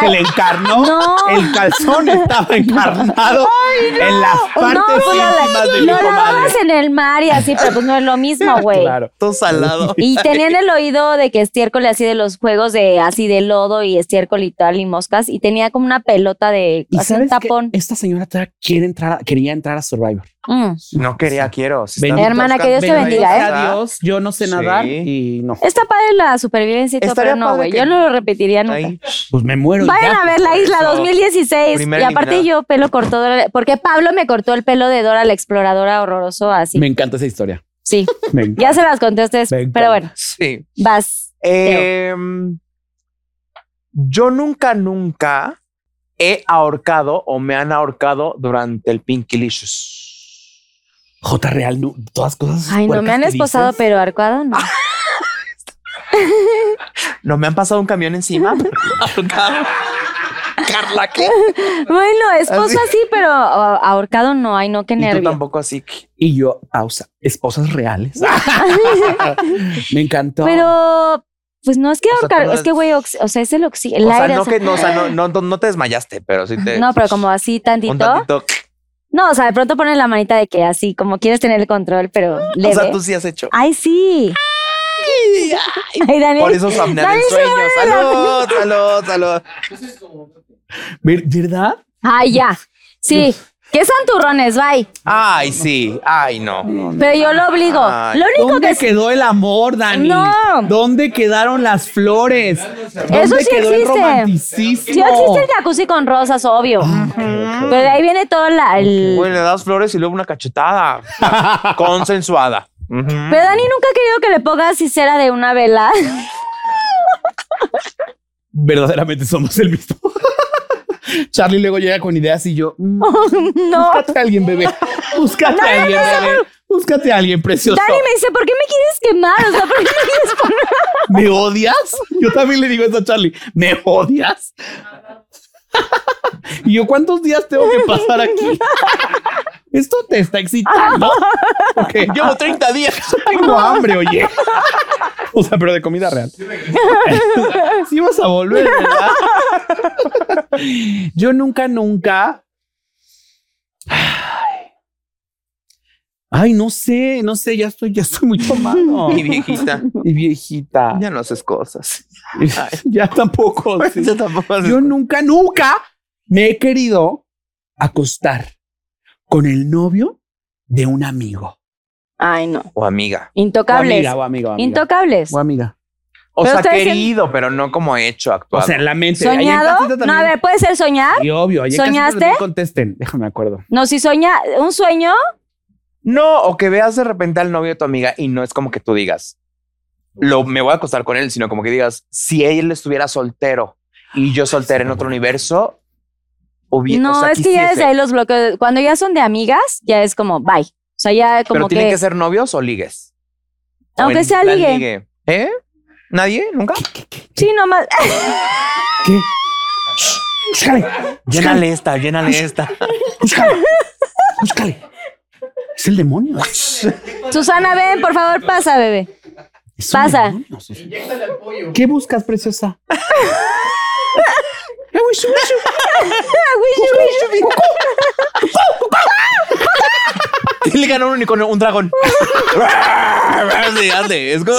Speaker 4: Se le encarnó.
Speaker 9: No.
Speaker 4: El calzón estaba encarnado
Speaker 9: Ay, no.
Speaker 4: en las partes
Speaker 9: no, pues, lo-
Speaker 4: íntimas de mi
Speaker 9: lo
Speaker 4: comadre.
Speaker 9: lavabas en el mar y así, pero pues no es lo mismo, güey.
Speaker 5: Todo salado.
Speaker 9: Y tenían el oído de que estiércol y así de los juegos de así de lodo y estiércol y tal y moscas y tenía como una pelota de
Speaker 4: ¿Y
Speaker 9: así un
Speaker 4: sabes qué?
Speaker 9: tapón.
Speaker 4: Esta señora todavía quiere entrar, a- quería entrar a Survivor.
Speaker 9: Mm.
Speaker 5: No quería, quiero.
Speaker 4: Bendito
Speaker 9: Hermana,
Speaker 4: sea-
Speaker 9: que Dios te
Speaker 4: bendito
Speaker 9: bendiga, ¿eh?
Speaker 4: sea Dios, yo no sé
Speaker 9: Sí.
Speaker 4: nadar y no.
Speaker 9: Está padre la supervivencia, y todo,
Speaker 4: Estaría
Speaker 9: pero no,
Speaker 4: padre
Speaker 9: güey.
Speaker 4: que-
Speaker 9: Yo no lo repetiría nunca.
Speaker 4: Pues me muero.
Speaker 9: Vayan a ver la isla 2016.
Speaker 4: Primera
Speaker 9: y aparte
Speaker 4: eliminada.
Speaker 9: yo pelo cortó, porque Pablo me cortó el pelo de Dora la exploradora horroroso así.
Speaker 4: Me encanta esa historia.
Speaker 9: Sí.
Speaker 4: Me encanta.
Speaker 9: Ya se las conté a ustedes, pero bueno,
Speaker 5: Sí.
Speaker 9: vas.
Speaker 5: Em, yo nunca, nunca he ahorcado o me han ahorcado durante el Pinkilicious.
Speaker 4: J Real, no, todas cosas.
Speaker 9: Ay, no
Speaker 5: puercas
Speaker 9: me han
Speaker 5: que
Speaker 9: esposado,
Speaker 5: dices.
Speaker 9: pero arcuado no.
Speaker 5: No me han pasado un camión encima. pero ahorcado. Carla, ¿qué?
Speaker 9: Bueno, esposo
Speaker 5: Así.
Speaker 9: así, pero ah, ahorcado no. Ay, no, qué
Speaker 5: Y tú
Speaker 9: nervio.
Speaker 5: tampoco así. que-
Speaker 4: Y yo, pausa, esposas reales. me encantó.
Speaker 9: Pero, pues no es que
Speaker 5: sea,
Speaker 9: ahorcar,
Speaker 5: tú no
Speaker 9: es que, güey, oxi- o sea, es el oxi, el
Speaker 5: o sea,
Speaker 9: aire.
Speaker 5: no
Speaker 9: o sea-
Speaker 5: que no, o sea, no, no, no te desmayaste, pero sí te.
Speaker 9: No, pero como así tantito.
Speaker 5: un tantito.
Speaker 9: No, o sea, de pronto pones la manita de que así, como quieres tener el control, pero leve.
Speaker 5: O sea, tú sí has hecho.
Speaker 9: Ay, sí. Ay, Daniel.
Speaker 5: Por eso somnar en
Speaker 9: Daniel se
Speaker 5: sueño.
Speaker 9: muere de la-
Speaker 5: Salud, salud, salud.
Speaker 4: Ver- ¿Verdad?
Speaker 9: Ay, ya. Sí. ¿Qué santurrones? Bye.
Speaker 5: Ay, sí. Ay, no.
Speaker 9: Pero yo lo obligo.
Speaker 5: Ay.
Speaker 9: Lo único
Speaker 4: ¿Dónde
Speaker 9: que sí-
Speaker 4: quedó el amor, Dani?
Speaker 9: No.
Speaker 4: ¿Dónde quedaron las flores? ¿Dónde
Speaker 9: Eso sí
Speaker 4: quedó el
Speaker 9: existe.
Speaker 4: romanticismo?
Speaker 9: Sí existe el jacuzzi con rosas, obvio. Pero de ahí viene todo la, el...
Speaker 5: Güey, le das flores y luego una cachetada. Consensuada. Ujú.
Speaker 9: Pero Dani nunca ha querido que le pongas cera de una vela.
Speaker 4: Verdaderamente somos el mismo. Charlie luego llega con ideas y yo. mm,
Speaker 9: no.
Speaker 4: Búscate a alguien, bebé. Búscate a alguien, bebé. Búscate a alguien precioso.
Speaker 9: Dani me dice, ¿por qué me quieres quemar? O sea, ¿por qué me quieres poner?
Speaker 4: ¿Me odias? Yo también le digo eso a Charlie. ¿Me odias? y yo, ¿cuántos días tengo que pasar aquí? Esto te está excitando. Porque
Speaker 5: Llevo 30 días.
Speaker 4: Tengo hambre, oye. O sea, pero de comida real. Sí vas a volver, ¿verdad? Yo nunca, nunca. Ay. Ay, no sé, no sé, ya estoy, ya estoy muy tomado.
Speaker 5: Y viejita.
Speaker 4: Y viejita.
Speaker 5: Ya no haces cosas.
Speaker 4: ya tampoco. Pues sí.
Speaker 5: Ya tampoco haces
Speaker 4: Yo nunca, nunca me he querido acostar con el novio de un amigo.
Speaker 9: Ay, no.
Speaker 5: O amiga.
Speaker 9: Intocables.
Speaker 4: O amiga, o amiga, o amiga.
Speaker 9: Intocables.
Speaker 4: O amiga.
Speaker 5: O
Speaker 9: Pero
Speaker 5: sea,
Speaker 9: ustedes
Speaker 5: querido, pero no como hecho, actuado.
Speaker 4: O sea, en la mente. Ahí en casita
Speaker 9: ¿Soñado?
Speaker 4: también.
Speaker 9: No, a ver, ¿puede ser soñar?
Speaker 4: Y obvio, ahí en casita
Speaker 9: ¿Soñaste?
Speaker 4: también contesten. Déjame acuerdo.
Speaker 9: No, si soña, ¿un sueño?
Speaker 5: No, o que veas de repente al novio de tu amiga y no es como que tú digas, lo, me voy a acostar con él, sino como que digas, si él estuviera soltero y yo soltera en otro universo, O bien,
Speaker 9: no,
Speaker 5: o sea,
Speaker 9: es que ya
Speaker 5: quisiese.
Speaker 9: desde ahí los bloqueos. Cuando ya son de amigas, ya es como bye. O sea, ya como
Speaker 5: Pero tienen
Speaker 9: que.
Speaker 5: que ser novios o ligues. O
Speaker 9: Aunque
Speaker 5: en
Speaker 9: sea
Speaker 5: plan
Speaker 9: ligue.
Speaker 5: ¿Eh? ¿Nadie? ¿Nunca?
Speaker 9: Sí, nomás.
Speaker 5: Llénale esta, llénale esta.
Speaker 4: Búscale. Es el demonio.
Speaker 9: Susana, ven, por favor, pasa, bebé. Pasa.
Speaker 4: ¿Qué buscas, preciosa? ¡Ah,
Speaker 5: Y le ganó un unicornio, un dragón. sí, hazle. Es como...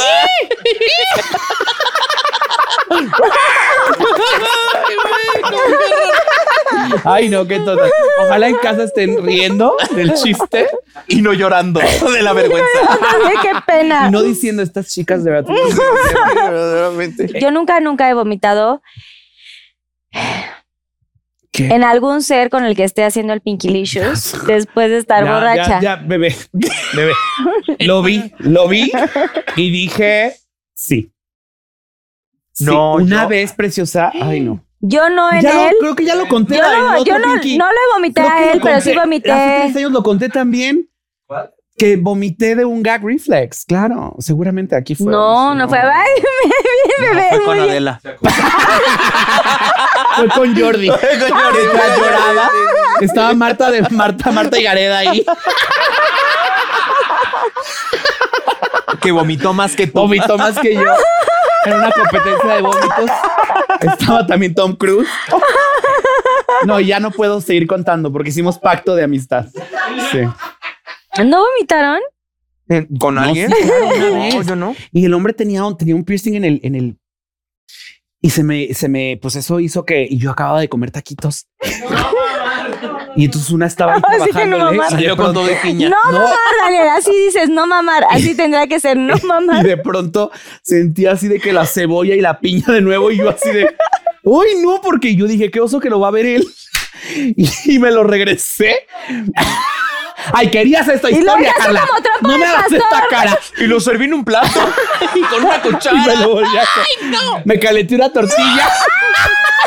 Speaker 4: Ay, no, qué tonta. Ojalá en casa estén riendo del chiste
Speaker 5: y no llorando de la vergüenza.
Speaker 9: qué pena.
Speaker 4: Y no diciendo estas chicas de verdad.
Speaker 9: Yo nunca, nunca he vomitado en algún ser con el que esté haciendo el Pinkilicious después de estar
Speaker 4: Ya,
Speaker 9: borracha.
Speaker 4: Ya, ya, bebé, bebé. Lo vi, lo vi y dije sí.
Speaker 29: No,
Speaker 4: no, una
Speaker 29: yo-
Speaker 4: vez preciosa. Ay, no.
Speaker 9: Yo no en
Speaker 4: Ya lo-
Speaker 9: él.
Speaker 4: creo que ya lo conté.
Speaker 9: Yo,
Speaker 4: en
Speaker 9: no,
Speaker 4: otro
Speaker 9: yo no,
Speaker 4: Pinky.
Speaker 9: no le vomité
Speaker 4: Creo que
Speaker 9: a
Speaker 4: lo
Speaker 9: él, pero sí
Speaker 4: conté. Hace
Speaker 9: vomité.
Speaker 4: tres años lo conté también. Que vomité de un gag reflex. Claro, seguramente aquí fue.
Speaker 9: No, no fue. Ay, me- me- me- me- muy bien.
Speaker 4: Adela. Fue con Jordi.
Speaker 5: Fue con Jordi.
Speaker 4: Mientras lloraba. Estaba Marta de Marta, Marta y Gareda ahí.
Speaker 5: Que vomitó más que tú.
Speaker 4: Vomitó más que yo. En una competencia de vómitos. Estaba también Tom Cruise. No, ya no puedo seguir contando porque hicimos pacto de amistad. Sí.
Speaker 9: ¿No vomitaron?
Speaker 5: ¿Con
Speaker 4: alguien?
Speaker 5: yo no.
Speaker 4: Y el hombre tenía un, tenía un piercing en el, en el. Y se me, se me, pues eso hizo que y yo acababa de comer taquitos. Y entonces una estaba ahí
Speaker 9: Así que no
Speaker 4: trabajándole,
Speaker 9: mamar.
Speaker 4: y de
Speaker 9: Salió con
Speaker 4: pronto-
Speaker 9: todo y piña. No, mamar, Daniel, así dices, no mamar, así tendrá que ser, no
Speaker 4: Y
Speaker 9: mamar.
Speaker 4: de pronto sentí así de que la cebolla y la piña de nuevo y yo así de, uy, no, porque yo dije, qué oso que lo va a ver él. Y, y me lo regresé. Ay, querías esta
Speaker 5: Y luego
Speaker 4: historia,
Speaker 5: ya así
Speaker 4: Carla.
Speaker 5: como trompo
Speaker 4: No
Speaker 5: de
Speaker 4: me hagas
Speaker 5: pastor.
Speaker 4: esta cara.
Speaker 5: Y lo serví en un plato y con una cuchara.
Speaker 4: Y me lo volví a-
Speaker 5: ¡Ay, no!
Speaker 4: Me calenté una tortilla.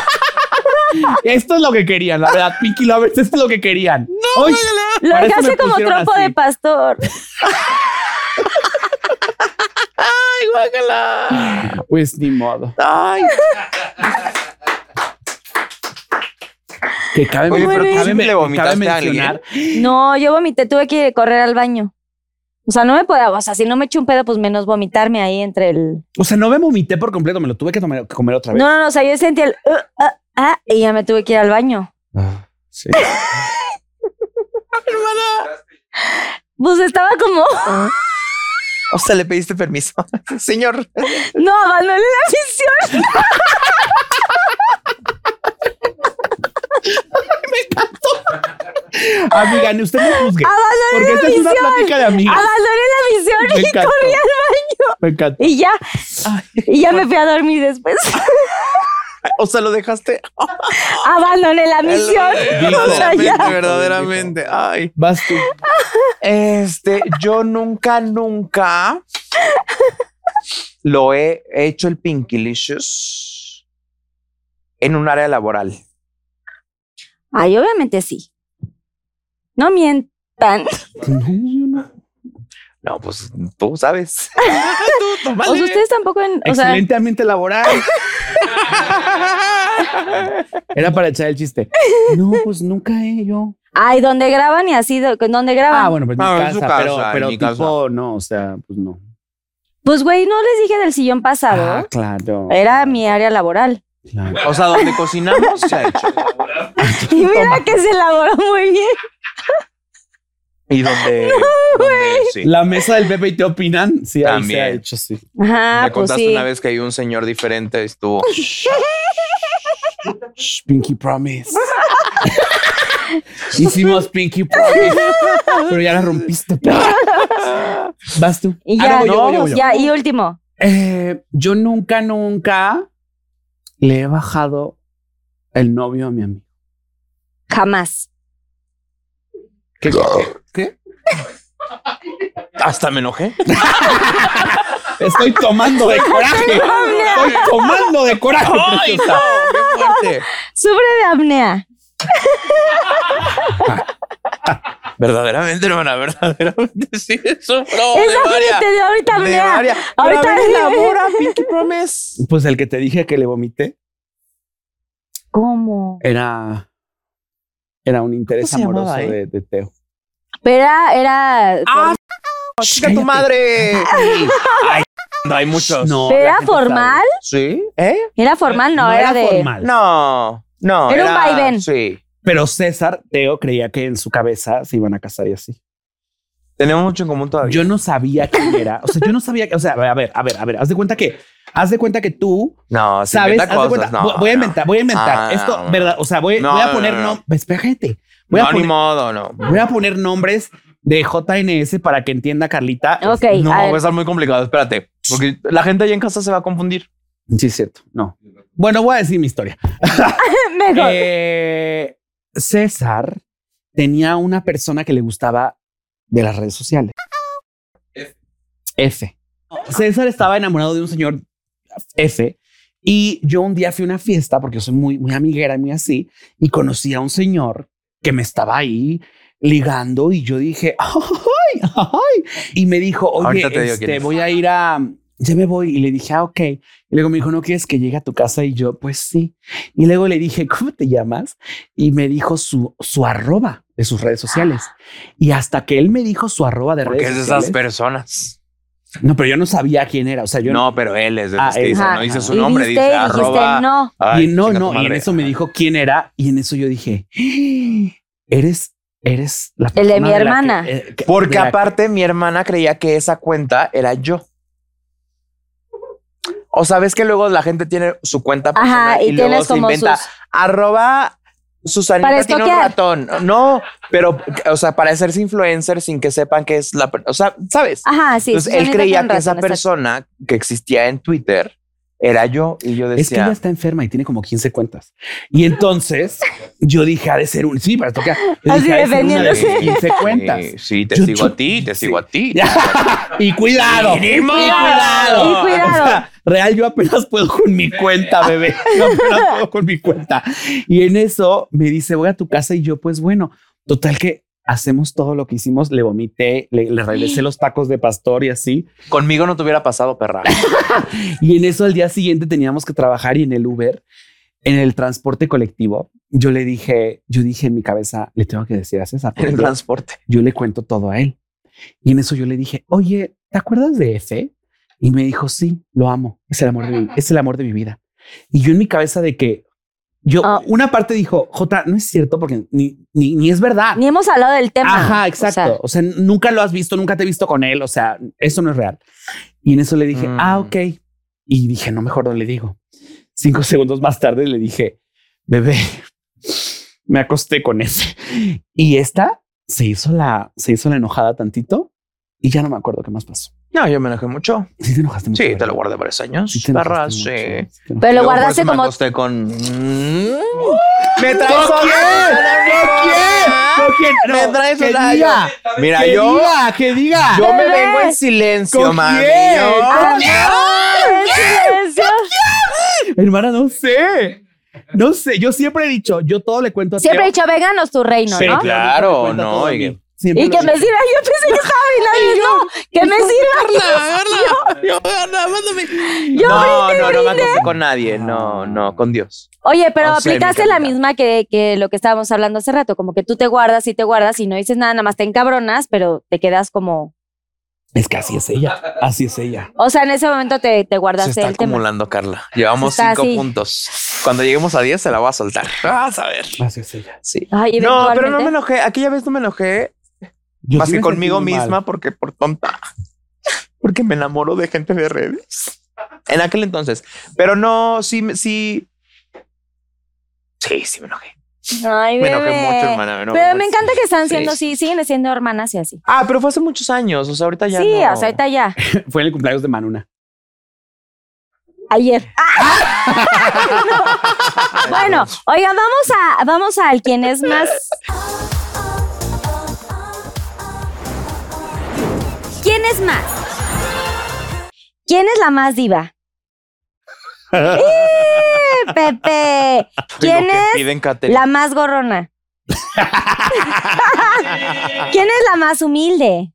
Speaker 4: Esto es lo que querían, la verdad. Pinky Lovers, esto es lo que querían. No,
Speaker 9: Lo dejaste como trompo de pastor.
Speaker 5: ¡Ay, guácala!
Speaker 4: Pues ni modo.
Speaker 5: ¡Ay!
Speaker 4: Que cabe,
Speaker 5: Oye,
Speaker 4: men-
Speaker 5: pero tú
Speaker 4: cabe
Speaker 5: siempre
Speaker 4: men-
Speaker 5: vomitaste
Speaker 4: cabe
Speaker 5: a
Speaker 4: mencionar.
Speaker 9: No, yo vomité, tuve que correr al baño. O sea, no me podía, o sea, si no me eché un pedo, pues menos vomitarme ahí entre el.
Speaker 4: O sea, no me vomité por completo, me lo tuve que tomar- que comer otra vez.
Speaker 9: No, no, no, o sea, yo sentí el. "Uh, ah, ah", y ya me tuve que ir al baño.
Speaker 4: Sí.
Speaker 9: Pues estaba como.
Speaker 5: O sea, le pediste permiso. Señor.
Speaker 9: No, Manuel, la misión.
Speaker 5: Ah,
Speaker 4: Amiga, ni usted me juzgue.
Speaker 9: Abandoné
Speaker 4: Porque
Speaker 9: la
Speaker 4: esta es
Speaker 9: misión.
Speaker 4: una plática de amigas.
Speaker 9: Abandoné la misión
Speaker 4: Me
Speaker 9: y
Speaker 4: encantó.
Speaker 9: corrí al baño.
Speaker 4: Me encanta.
Speaker 9: Y ya. Y ya me fui a dormir después.
Speaker 5: O sea, lo dejaste.
Speaker 9: Abandoné la misión. O sea,
Speaker 5: Verdaderamente,
Speaker 9: ya.
Speaker 5: verdaderamente. Ay.
Speaker 4: Vas tú.
Speaker 5: Este, yo nunca, nunca lo he hecho el Pinkilicious en un área laboral.
Speaker 9: Ay, obviamente sí. No mientan.
Speaker 5: No, pues tú sabes.
Speaker 9: O sea, ustedes tampoco en. O sea,
Speaker 4: Excelente ambiente laboral. Era para echar el chiste. No, pues nunca he yo.
Speaker 9: ay, donde graban y así, do- donde graban.
Speaker 4: Ah, bueno, pues en mi
Speaker 5: Ah, en
Speaker 4: casa,
Speaker 5: su casa,
Speaker 4: pero,
Speaker 5: en
Speaker 4: pero
Speaker 5: mi
Speaker 4: tipo,
Speaker 5: casa.
Speaker 4: no, o sea, pues no.
Speaker 9: Pues, güey, no les dije del sillón pasado.
Speaker 4: Ah, claro.
Speaker 5: Eh.
Speaker 9: Era mi área laboral.
Speaker 5: O sea, donde cocinamos se ha hecho.
Speaker 9: Y mira que se elaboró muy bien.
Speaker 5: Y donde. donde- sí.
Speaker 4: La mesa del Pepe y te opinan. Sí, ahí se ha
Speaker 5: También.
Speaker 4: hecho, sí.
Speaker 9: Ajá,
Speaker 5: Me
Speaker 9: pues
Speaker 5: contaste
Speaker 9: sí.
Speaker 5: una vez que hay un señor diferente, estuvo.
Speaker 4: Shh, Pinky Promise. Hicimos Pinky Promise. Pero ya la rompiste. Vas tú.
Speaker 9: Y
Speaker 4: Ah,
Speaker 9: ya,
Speaker 4: no, voy yo, voy yo, voy yo.
Speaker 9: ya, y último.
Speaker 4: Eh, yo nunca, nunca le he bajado el novio a mi amigo.
Speaker 9: Jamás.
Speaker 4: ¿Qué? ¿Qué?
Speaker 5: Hasta me enojé.
Speaker 4: Estoy tomando de coraje. Estoy tomando de coraje.
Speaker 5: ¡Ay,
Speaker 4: preciosa.
Speaker 5: no! ¡Qué fuerte!
Speaker 9: Sufre de apnea.
Speaker 5: Verdaderamente, hermana, verdaderamente sí, es un pro
Speaker 9: Esa
Speaker 5: de María.
Speaker 9: te dio ahorita,
Speaker 5: De
Speaker 9: mira.
Speaker 5: María.
Speaker 9: Ahorita
Speaker 5: Pero a ver,
Speaker 9: elabora,
Speaker 4: Pinky Promise. Pues el que te dije que le vomité
Speaker 9: ¿Cómo?
Speaker 4: era, era un interés
Speaker 9: ¿Cómo se
Speaker 4: amoroso
Speaker 9: llamaba, eh?
Speaker 4: de, de Teo.
Speaker 9: Pero era. era
Speaker 4: Ah, chica, tu madre!
Speaker 5: Ay, no, hay muchos.
Speaker 4: No,
Speaker 9: ¿Pero
Speaker 4: la
Speaker 9: era
Speaker 4: gente
Speaker 9: formal?
Speaker 4: sabe.
Speaker 5: ¿Sí?
Speaker 4: ¿Eh?
Speaker 9: Era formal, no,
Speaker 4: No
Speaker 9: era,
Speaker 4: era
Speaker 9: de.
Speaker 4: formal.
Speaker 5: No, no.
Speaker 9: Era un vaivén.
Speaker 5: Sí.
Speaker 4: Pero César, Teo, creía que en su cabeza se iban a casar y así.
Speaker 5: Tenemos mucho en común todavía.
Speaker 4: Yo no sabía quién era. O sea, yo no sabía. que- O sea, a ver, a ver, a ver. Haz de cuenta que. Haz de cuenta que tú.
Speaker 5: No, se
Speaker 4: ¿Sabes?
Speaker 5: inventa
Speaker 4: Haz de
Speaker 5: cosas,
Speaker 4: cuenta.
Speaker 5: no,
Speaker 4: Voy- voy a
Speaker 5: no.
Speaker 4: inventar, voy a inventar.
Speaker 5: Ah,
Speaker 4: Esto,
Speaker 5: no.
Speaker 4: ¿verdad? O sea, voy,
Speaker 5: No,
Speaker 4: voy a
Speaker 5: no,
Speaker 4: poner.
Speaker 5: no, no.
Speaker 4: nom- Espera, gente. Voy a
Speaker 5: no,
Speaker 4: poner,
Speaker 5: ni modo, no.
Speaker 4: Voy a poner nombres de JNS para que entienda Carlita.
Speaker 9: Ok,
Speaker 5: No,
Speaker 9: a ver.
Speaker 5: va a estar muy complicado, espérate. Porque la gente allá en casa se va a confundir.
Speaker 4: Sí, es cierto. No. Bueno, voy a decir mi historia.
Speaker 9: Mejor.
Speaker 4: Eh, César tenía una persona que le gustaba de las redes sociales. F. César estaba enamorado de un señor F. Y yo un día fui a una fiesta, porque yo soy muy, muy amiguera y muy así, y conocí a un señor que me estaba ahí ligando y yo dije, ¡ay! ¡ay! Y me dijo, oye,
Speaker 5: Ahorita te digo quién
Speaker 4: este,
Speaker 5: es.
Speaker 4: voy a ir a... Ya me voy. Y le dije, ah, ok. Y luego me dijo, ¿no quieres que llegue a tu casa? Y yo, pues sí. Y luego le dije, ¿cómo te llamas? Y me dijo su, su arroba de sus redes sociales. Y hasta que él me dijo su arroba de
Speaker 5: Porque
Speaker 4: redes
Speaker 5: es de
Speaker 4: sociales.
Speaker 5: esas personas.
Speaker 4: No, pero yo no sabía quién era. O sea, yo
Speaker 5: no, pero él es de
Speaker 4: Ah,
Speaker 5: los que dice,
Speaker 4: ajá.
Speaker 5: no dice su
Speaker 4: Y
Speaker 5: nombre,
Speaker 4: viste
Speaker 5: dice
Speaker 4: y dijiste,
Speaker 5: arroba.
Speaker 4: no.
Speaker 5: Ay,
Speaker 4: y no,
Speaker 5: chinga tu
Speaker 4: no. Y en
Speaker 5: madre.
Speaker 4: eso me dijo quién era. Y en eso yo dije, "¡Ah! eres, eres la
Speaker 9: El
Speaker 4: persona
Speaker 9: de mi
Speaker 4: la
Speaker 9: hermana.
Speaker 4: que- eh, que- de
Speaker 5: Porque
Speaker 4: la que-
Speaker 5: aparte mi hermana creía que esa cuenta era yo. O sabes que luego la gente tiene su cuenta
Speaker 9: Ajá,
Speaker 5: personal
Speaker 9: y
Speaker 5: y, luego
Speaker 9: tienes
Speaker 5: se
Speaker 9: como
Speaker 5: inventa
Speaker 9: sus-
Speaker 5: arroba
Speaker 9: Para
Speaker 5: Susanita tiene un
Speaker 9: estoquear.
Speaker 5: ratón. No, pero o sea, para hacerse influencer sin que sepan que es la, per- o sea, ¿sabes?
Speaker 9: Ajá, Ah, sí.
Speaker 5: Entonces él
Speaker 9: Susanita
Speaker 5: creía
Speaker 9: tiene
Speaker 5: que esa
Speaker 9: razón, exacto.
Speaker 5: persona que existía en Twitter era yo y yo decía,
Speaker 4: Es que ella está enferma y tiene como 15 cuentas. Y entonces yo dije, ha de ser un... Sí, para tocar. Yo
Speaker 5: Así
Speaker 4: dije, ha de ser una de mis
Speaker 5: defendiéndose.
Speaker 4: 15 cuentas.
Speaker 5: Sí, Eh, sí, te
Speaker 4: Yo-
Speaker 5: sigo
Speaker 4: yo-
Speaker 5: a ti, te sigo a ti.
Speaker 4: Y cuidado.
Speaker 5: Sí, ni
Speaker 4: y
Speaker 5: modo.
Speaker 4: cuidado.
Speaker 5: Y cuidado.
Speaker 4: O sea, real, yo apenas puedo con mi cuenta, bebé. Yo apenas puedo con mi cuenta. Y en eso me dice, voy a tu casa y yo, pues bueno, total que hacemos todo lo que hicimos, le vomité, le, le regresé los tacos de pastor y así.
Speaker 5: Conmigo no te hubiera pasado, perra.
Speaker 4: Y en eso al día siguiente teníamos que trabajar y en el Uber, en el transporte colectivo, yo le dije, yo dije en mi cabeza, le tengo que decir a César.
Speaker 5: En el
Speaker 4: porque yo-
Speaker 5: transporte.
Speaker 4: Yo le cuento todo a él. Y en eso yo le dije, oye, ¿te acuerdas de F? Y me dijo, sí, lo amo. Es el amor de mi, es el amor de mi vida. Y yo en mi cabeza de que yo, una parte dijo, J, no es cierto porque ni, ni, ni es verdad.
Speaker 9: Ni hemos hablado del tema.
Speaker 4: Ajá, exacto. O sea, nunca lo has visto, nunca te he visto con él. O sea, eso no es real. Y en eso le dije,
Speaker 5: Mm.
Speaker 4: ah, ok. Y dije, no, mejor no le digo. Cinco segundos más tarde le dije, bebé, me acosté con ese. Y esta se hizo la, se hizo la enojada tantito y ya no me acuerdo qué más pasó.
Speaker 5: No, yo me enojé mucho.
Speaker 4: Sí, te enojaste
Speaker 5: mucho. Sí, te lo guardé varios años.
Speaker 4: te enojaste
Speaker 5: perra,
Speaker 4: mucho,
Speaker 5: sí.
Speaker 9: Pero lo
Speaker 5: Luego por
Speaker 9: guardaste
Speaker 5: eso me
Speaker 9: como-
Speaker 5: acosté con.
Speaker 4: ¡Me
Speaker 5: Mm. traes
Speaker 4: ¿Con
Speaker 5: odio!
Speaker 4: quién? ¿Con quién? No,
Speaker 5: ¿ah? Me traes
Speaker 4: que
Speaker 5: odio.
Speaker 4: diga.
Speaker 5: Mira,
Speaker 4: Que
Speaker 5: yo-
Speaker 4: diga, que diga.
Speaker 5: Yo me vengo en silencio,
Speaker 4: ¿Con
Speaker 5: mami.
Speaker 4: quién?
Speaker 5: Yo-
Speaker 4: ¿Con
Speaker 9: quién?
Speaker 4: Hermana, no sé. No sé, yo siempre he dicho, yo todo le cuento a
Speaker 9: Siempre he
Speaker 4: Teo.
Speaker 9: dicho, vénganos tu reino,
Speaker 4: Sí,
Speaker 9: ¿no?
Speaker 5: Claro,
Speaker 4: Cuenta todo
Speaker 5: no.
Speaker 4: a
Speaker 5: y-
Speaker 4: mí. Siempre
Speaker 9: Y
Speaker 4: lo
Speaker 9: que me
Speaker 4: digo.
Speaker 9: sirva, yo pensé que estaba bailando. No, que me sirva.
Speaker 5: Yo,
Speaker 9: yo
Speaker 5: no,
Speaker 9: brindé,
Speaker 5: no, no me
Speaker 9: brindé.
Speaker 5: acosté con nadie. No, no, con Dios.
Speaker 9: Oye, pero
Speaker 5: O sea, mi
Speaker 9: aplicaste la misma que, que lo que estábamos hablando hace rato, como que tú te guardas y te guardas y no dices nada, nada más te encabronas, pero te quedas como...
Speaker 4: Es que así es ella, así es ella.
Speaker 9: O sea, en ese momento te, te
Speaker 5: Se
Speaker 9: guardaste
Speaker 5: está
Speaker 9: el tema.
Speaker 5: acumulando, Carla. Llevamos
Speaker 9: Está
Speaker 5: cinco
Speaker 9: así.
Speaker 5: puntos. Cuando lleguemos a diez, se la voy a soltar. Ah, Vas a ver.
Speaker 4: Así es ella.
Speaker 5: Sí. no,
Speaker 9: Ay,
Speaker 5: pero no
Speaker 9: eventualmente.
Speaker 5: me enojé. Aquella vez no me enojé.
Speaker 4: Yo
Speaker 5: más
Speaker 4: sí
Speaker 5: que
Speaker 4: me
Speaker 5: conmigo
Speaker 4: sentí muy
Speaker 5: misma,
Speaker 4: mal.
Speaker 5: porque por tonta. Porque me enamoro de gente de redes. En aquel entonces. Pero no, sí, me- sí. Sí, sí me enojé.
Speaker 9: Ay,
Speaker 5: Me
Speaker 9: bebé.
Speaker 5: enojé mucho, hermana, me enojé
Speaker 9: pero me
Speaker 5: mucho.
Speaker 9: encanta que están
Speaker 5: Sí.
Speaker 9: siendo, sí, siguen siendo hermanas y así.
Speaker 5: Ah, pero fue hace muchos años. O sea, ahorita ya.
Speaker 9: sí,
Speaker 5: no.
Speaker 9: o sea, ahorita ya.
Speaker 4: Fue en el cumpleaños de Manuna.
Speaker 9: Ayer. No. Bueno, oigan, vamos a, vamos al quien es más. ¿Quién es más? ¿Quién es la más diva? ¡Eh! Pepe. ¿Quién
Speaker 5: Lo que piden
Speaker 9: es
Speaker 5: catering.
Speaker 9: la más gorrona? ¿Quién es la más humilde?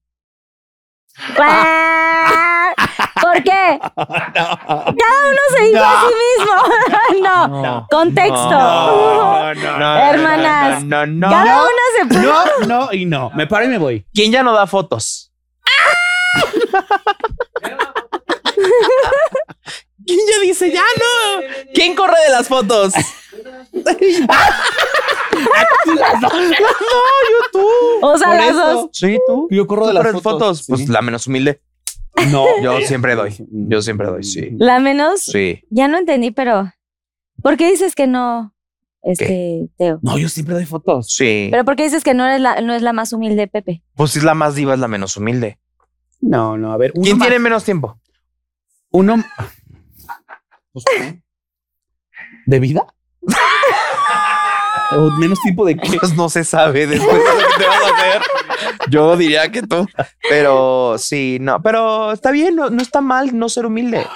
Speaker 9: ¡Guau! ¿Por qué? Cada uno se dijo a sí mismo. no. Contexto.
Speaker 4: No, no, no, no,
Speaker 9: Hermanas.
Speaker 4: No, no, no.
Speaker 9: Cada
Speaker 4: no,
Speaker 9: una se
Speaker 4: No, no y no. Me paro y me voy.
Speaker 5: ¿Quién ya no da fotos?
Speaker 12: ¿Quién ya dice ya no? ¿Quién corre de las fotos?
Speaker 5: no, yo tú.
Speaker 12: O sea, las dos.
Speaker 5: Sí, tú.
Speaker 4: Yo corro
Speaker 5: de las fotos. Pues la menos humilde.
Speaker 4: No.
Speaker 5: Yo siempre doy. Yo siempre doy, sí.
Speaker 9: La menos.
Speaker 5: Sí.
Speaker 9: Ya no entendí, pero. ¿Por qué dices que no? Este, Teo.
Speaker 4: No, yo siempre doy fotos.
Speaker 5: Sí.
Speaker 9: ¿Pero por qué dices que no, eres la, no es la más humilde, Pepe?
Speaker 5: Pues si es la más diva, es la menos humilde.
Speaker 4: No, no, a ver.
Speaker 5: ¿Quién tiene menos tiempo?
Speaker 4: Uno. ¿De vida? ¿O menos tiempo de qué?
Speaker 5: Pues no se sabe después de lo que te vas a hacer. Yo diría que tú. Pero sí, no. Pero está bien, no, no está mal no ser humilde.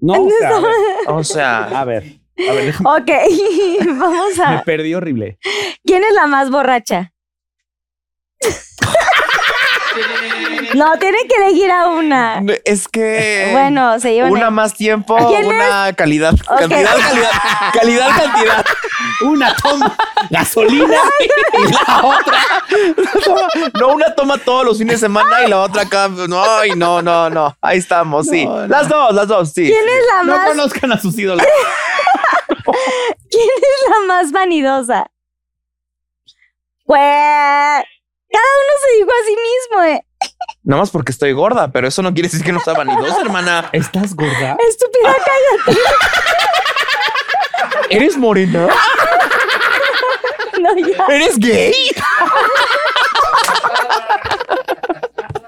Speaker 4: No,
Speaker 9: o sea, a ver.
Speaker 5: o sea.
Speaker 4: A ver. A ver, déjame.
Speaker 9: Ok, vamos
Speaker 4: Me
Speaker 5: Ah.
Speaker 9: a.
Speaker 4: perdí horrible.
Speaker 9: ¿Quién es la más borracha? no, tienen que elegir a
Speaker 12: Ah.
Speaker 9: una.
Speaker 5: Es que.
Speaker 9: Bueno, se llevan.
Speaker 5: Eh, Una
Speaker 9: ahí.
Speaker 5: más tiempo,
Speaker 9: ¿Quién
Speaker 5: una calidad. Cantidad, calidad, calidad, cantidad.
Speaker 4: Una toma gasolina y la otra.
Speaker 5: No, una toma todos los fines de semana y la otra acá. No, ay, no, no, no. Ahí estamos, sí.
Speaker 4: No, no.
Speaker 5: Las dos, las dos, sí.
Speaker 9: ¿Quién es la
Speaker 4: No
Speaker 9: más?
Speaker 4: conozcan a sus ídolos.
Speaker 9: ¿Quién es la más vanidosa? Güey. Cada uno se dijo a sí mismo, eh.
Speaker 5: Nada más porque estoy gorda, pero eso no quiere decir que no sea vanidosa, hermana.
Speaker 4: ¿Estás gorda?
Speaker 9: Estúpida, cállate.
Speaker 5: ¿Eres morena?
Speaker 9: No, ya.
Speaker 5: ¿Eres gay?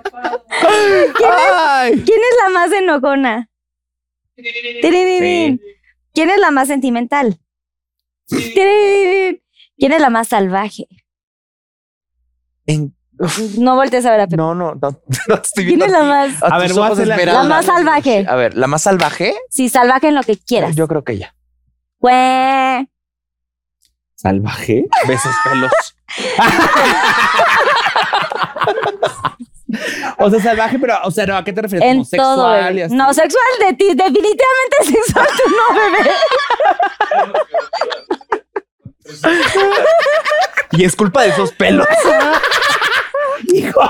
Speaker 9: ¿Quién es, quién es la más enojona? Tiririrín. ¿Quién es la más sentimental? Tiririrín. ¿Quién es la más salvaje? No voltees a ver a Pepe.
Speaker 5: No, no, no, no te estoy
Speaker 9: ¿Quién
Speaker 5: viendo
Speaker 9: es la
Speaker 5: a ti.
Speaker 9: más-
Speaker 5: A
Speaker 4: A ver,
Speaker 5: tus
Speaker 4: voy a
Speaker 5: ojos
Speaker 4: hacer la-
Speaker 5: esmeralda.
Speaker 9: la más salvaje?
Speaker 5: A ver, la más salvaje.
Speaker 9: Sí, salvaje en lo que quieras.
Speaker 5: Yo creo que ella.
Speaker 9: Güey.
Speaker 4: ¿Salvaje?
Speaker 5: Besos, pelos.
Speaker 4: O sea, salvaje, pero, o sea, no, ¿a qué te refieres?
Speaker 9: En
Speaker 4: Como sexual
Speaker 9: todo,
Speaker 4: y
Speaker 9: bebé.
Speaker 4: así.
Speaker 9: No, sexual de ti. Definitivamente sexual tú no, bebé.
Speaker 5: Y es culpa de esos pelos.
Speaker 4: Hijo.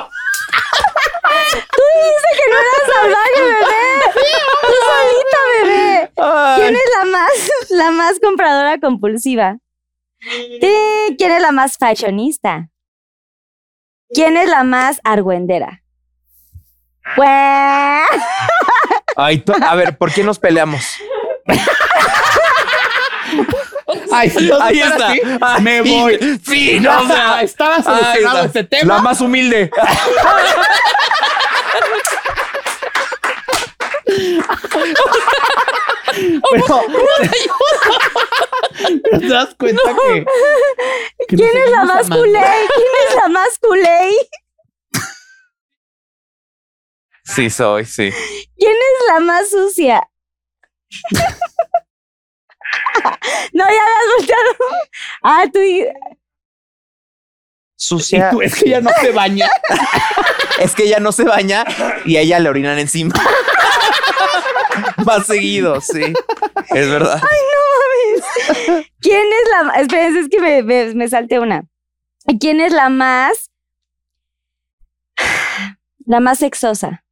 Speaker 9: Tú dijiste que no era salvaje, bebé. Tú solita, bebé. ¿Quién es la más, la más compradora compulsiva? Tirín. ¿Quién es la más fashionista? ¿Quién es la más argüendera? Pues, Güey.
Speaker 5: Ay, to- a ver, ¿por qué nos peleamos?
Speaker 4: Ay, si yo
Speaker 5: Ahí
Speaker 4: fuera
Speaker 5: está.
Speaker 4: así,
Speaker 5: Ay,
Speaker 4: me voy.
Speaker 5: sí, no,
Speaker 4: O sea,
Speaker 5: o sea,
Speaker 4: estaba
Speaker 5: ahí
Speaker 4: solucionado
Speaker 5: está.
Speaker 4: este tema.
Speaker 5: La más humilde.
Speaker 4: Pero, pero te das cuenta que. que
Speaker 9: ¿Quién
Speaker 4: nos
Speaker 9: es la
Speaker 4: seguimos
Speaker 9: más
Speaker 4: amando.
Speaker 9: culé? ¿Quién es la más culé?
Speaker 5: Sí, soy, sí.
Speaker 9: ¿Quién es la más sucia? no, ya la has volteado. Ah, tú. di-
Speaker 5: Sucia.
Speaker 4: Y tú, es que ya no se baña.
Speaker 5: Es que ella no se baña y a ella le orinan encima. Más seguido, sí. Es verdad.
Speaker 9: Ay, no mames. ¿Quién es la más. Espérense, es que me, me, me salté una. ¿Quién es la más. La más sexosa?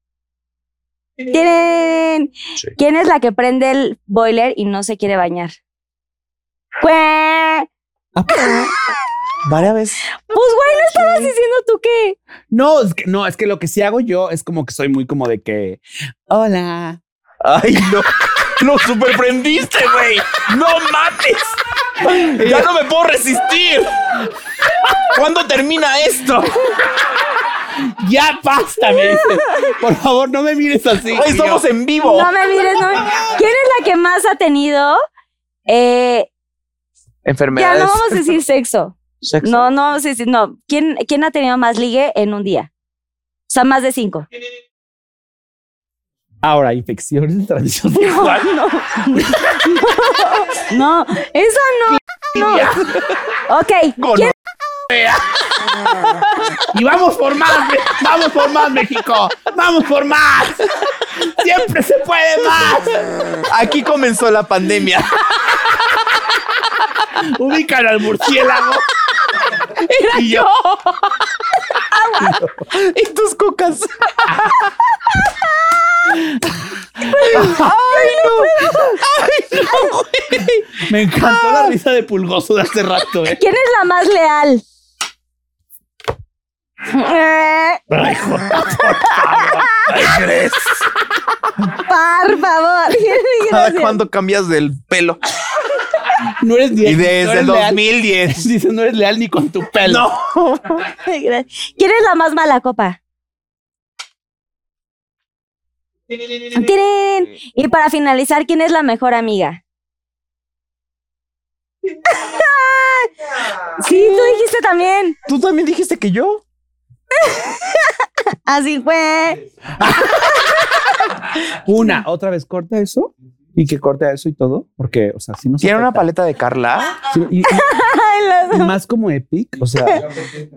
Speaker 9: ¿Quién, ¿Quién es la que prende el boiler y no se quiere bañar? ¡Cué!
Speaker 5: Ah, pues, Varias veces.
Speaker 9: Pues, güey, no estabas diciendo tú qué.
Speaker 4: No, es que, no, es que lo que sí hago yo es como que soy muy como de que. Hola.
Speaker 5: Ay, no. Lo superprendiste, güey. No mates. Ya no me puedo resistir. ¿Cuándo termina esto?
Speaker 4: Ya basta, me dices. Por favor, no me mires así.
Speaker 5: Hoy estamos en vivo.
Speaker 9: No me mires, no me... ¿Quién es la que más ha tenido? Eh, ya
Speaker 5: Enfermedades.
Speaker 9: no vamos a decir sexo.
Speaker 5: Sexo.
Speaker 9: No, no vamos a decir, no. ¿Quién, ¿Quién ha tenido más ligue en un día? O sea, más de cinco.
Speaker 4: Ahora, infecciones de transmisión sexual.
Speaker 9: No, eso no. no. Ok. ¿quién-
Speaker 22: Y vamos por más, me- vamos por más, México. Vamos por más. Siempre se puede más.
Speaker 5: Aquí comenzó la pandemia.
Speaker 22: Ubican al murciélago.
Speaker 5: Era
Speaker 22: Y yo.
Speaker 5: Y tus cucas.
Speaker 22: Ay, no, güey.
Speaker 4: Me encantó
Speaker 9: Ah.
Speaker 4: la risa de pulgoso de hace rato, ¿eh?
Speaker 9: ¿Quién es la más leal? Eh,
Speaker 22: Ay, joder, por favor. Ay, crees.
Speaker 9: Por favor.
Speaker 5: Cada
Speaker 9: Gracias.
Speaker 5: cuando cambias del pelo.
Speaker 4: No eres
Speaker 5: Y desde 2010.
Speaker 4: Dices, no eres leal ni con tu pelo.
Speaker 9: Gracias. ¿Quién es la más mala copa? ¡Tirín! Y para finalizar, ¿quién es la mejor amiga? sí, tú dijiste también.
Speaker 5: ¿Tú también dijiste que yo?
Speaker 9: Así fue.
Speaker 4: Una, otra vez corta eso y que corta eso y todo, porque, o sea, si no
Speaker 5: ¿Tiene una paleta de Carla?
Speaker 4: y, y- y más como Epic, o sea,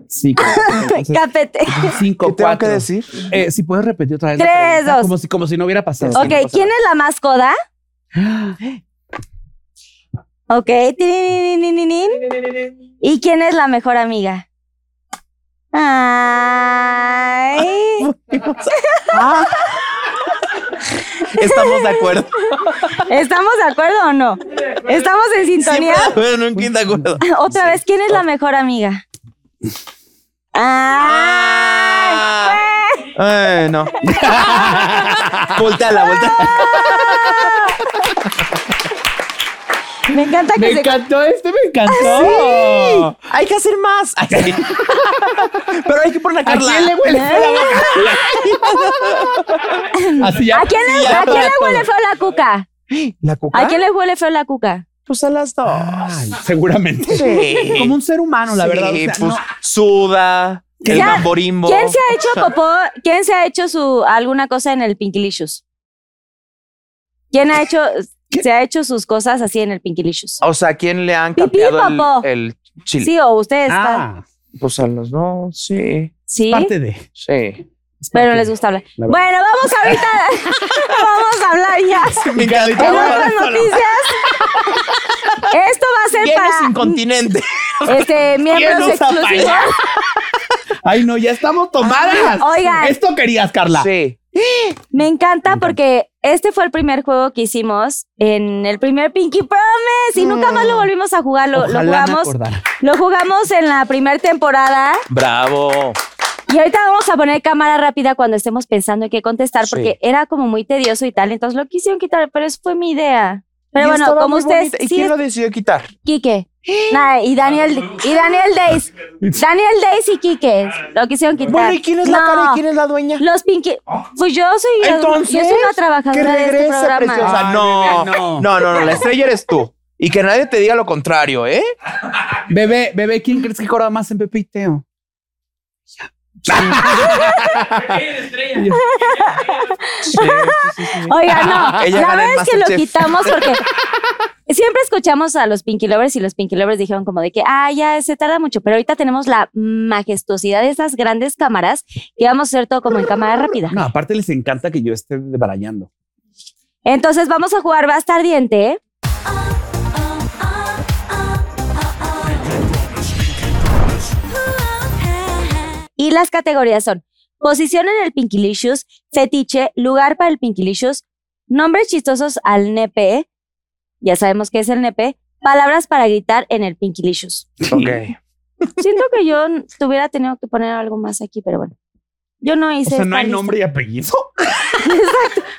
Speaker 4: sí, como- entonces,
Speaker 9: Capete.
Speaker 4: cinco,
Speaker 5: ¿Qué tengo
Speaker 4: cuatro.
Speaker 5: que decir?
Speaker 4: Eh, si puedes repetir otra vez. la
Speaker 9: Tres,
Speaker 4: pregunta,
Speaker 9: dos.
Speaker 4: Como si, como si no hubiera pasado.
Speaker 9: Ok, ¿quién es la más coda? Ok. tiriririririririn. ¿Y quién es la mejor amiga? Ay.
Speaker 5: Estamos de acuerdo.
Speaker 9: ¿Estamos de acuerdo o no? ¿Estamos en sintonía?
Speaker 5: Bueno, en quinta acuerdo.
Speaker 9: Otra vez, ¿quién es
Speaker 5: Ah.
Speaker 9: la mejor amiga? Ah,
Speaker 5: Eh, no. volteala, volteala.
Speaker 4: Ah,
Speaker 9: Me encanta que
Speaker 4: Me
Speaker 9: se-
Speaker 4: encantó este, me
Speaker 5: Sí.
Speaker 4: encantó.
Speaker 5: Hay que hacer más. Ay, sí. Pero hay que poner a
Speaker 4: ¿A
Speaker 5: Carla.
Speaker 4: quién le huele feo la Así ya.
Speaker 9: ¿A quién le,
Speaker 4: Sí, ya
Speaker 9: a quién le
Speaker 4: todo.
Speaker 9: huele feo la cuca?
Speaker 5: ¿La cuca?
Speaker 9: ¿A quién le huele feo la cuca?
Speaker 5: Pues a las dos.
Speaker 4: Ay, seguramente.
Speaker 5: Sí.
Speaker 4: Como un ser humano, la
Speaker 5: Sí,
Speaker 4: verdad. o sea,
Speaker 5: pues,
Speaker 4: no.
Speaker 5: suda, el
Speaker 9: Ya,
Speaker 5: tamborimbo.
Speaker 9: ¿Quién se ha hecho popó? ¿Quién se ha hecho su alguna cosa en el Pinkilicious? ¿Quién ha hecho se ha hecho sus cosas así en el Pinkilicious?
Speaker 5: O sea, ¿quién le han
Speaker 9: Pipí,
Speaker 5: cambiado el-
Speaker 9: popó.
Speaker 5: el, chile?
Speaker 9: Sí, o ustedes
Speaker 4: Ah,
Speaker 9: está-
Speaker 5: Pues a los dos, sí.
Speaker 9: Sí. Parte
Speaker 4: de.
Speaker 5: Sí.
Speaker 9: pero les gusta hablar.
Speaker 5: La
Speaker 9: Bueno, vamos ahorita vamos a hablar ya.
Speaker 5: Me encanta.
Speaker 9: En otras noticias. Esto va a ser
Speaker 5: ¿Quién es
Speaker 9: para
Speaker 5: incontinente?
Speaker 9: este miembros
Speaker 4: nos
Speaker 9: exclusivos.
Speaker 4: apaña? Ay, no, ya estamos tomadas.
Speaker 9: Oigan.
Speaker 4: Esto querías, Carla.
Speaker 5: Sí.
Speaker 9: Me encanta porque este fue el primer juego que hicimos en el primer Pinky Promise y nunca más lo volvimos a jugar. Lo, lo
Speaker 5: Mm. Ojalá me
Speaker 9: jugamos,
Speaker 5: acordara.
Speaker 9: lo jugamos en la primera temporada
Speaker 5: Bravo.
Speaker 9: y ahorita vamos a poner cámara rápida cuando estemos pensando en qué contestar
Speaker 5: Sí.
Speaker 9: porque era como muy tedioso y tal. Entonces lo quisieron quitar, pero eso fue mi idea. Pero
Speaker 5: Y
Speaker 9: bueno,
Speaker 5: estaba
Speaker 9: como
Speaker 5: muy
Speaker 9: ustedes,
Speaker 5: bonita. ¿Y
Speaker 9: sí
Speaker 5: quién
Speaker 9: es-
Speaker 5: lo decidió quitar?
Speaker 9: Quique. Nah, y Daniel y Daniel Days. Daniel Days y Quique. Lo quisieron quitar.
Speaker 5: Bueno, ¿y quién es la cara y quién es la dueña?
Speaker 9: Los Pinky. Pues yo soy,
Speaker 5: Entonces,
Speaker 9: yo soy una
Speaker 5: que
Speaker 9: trabajadora de este
Speaker 5: regrese,
Speaker 9: programa.
Speaker 5: preciosa. Ah, no, no, no, no, la estrella eres tú. Y que nadie te diga lo contrario, ¿eh?
Speaker 4: Bebé, bebé, ¿quién crees que cobra más en Pepe y Teo?
Speaker 9: Oiga, no.
Speaker 4: Ella
Speaker 9: la
Speaker 4: gana en
Speaker 9: verdad es que lo
Speaker 4: Masterchef.
Speaker 9: quitamos porque siempre escuchamos a los Pinky Lovers y los Pinky Lovers dijeron como de que, ah, ya se tarda mucho, pero ahorita tenemos la majestuosidad de esas grandes cámaras que vamos a hacer todo como en cámara rápida.
Speaker 4: No, aparte les encanta que yo esté barallando.
Speaker 9: Entonces vamos a jugar Bastardiente. ¿eh? Y las categorías son posición en el Pinkilicious, fetiche, lugar para el Pinkilicious, nombres chistosos al nepe, ya sabemos qué es el nepe, palabras para gritar en el Pinkilicious.
Speaker 5: Ok.
Speaker 9: Siento que yo n- tuviera tenido que poner algo más aquí, pero bueno. Yo no hice. esta lista.
Speaker 4: y apellido.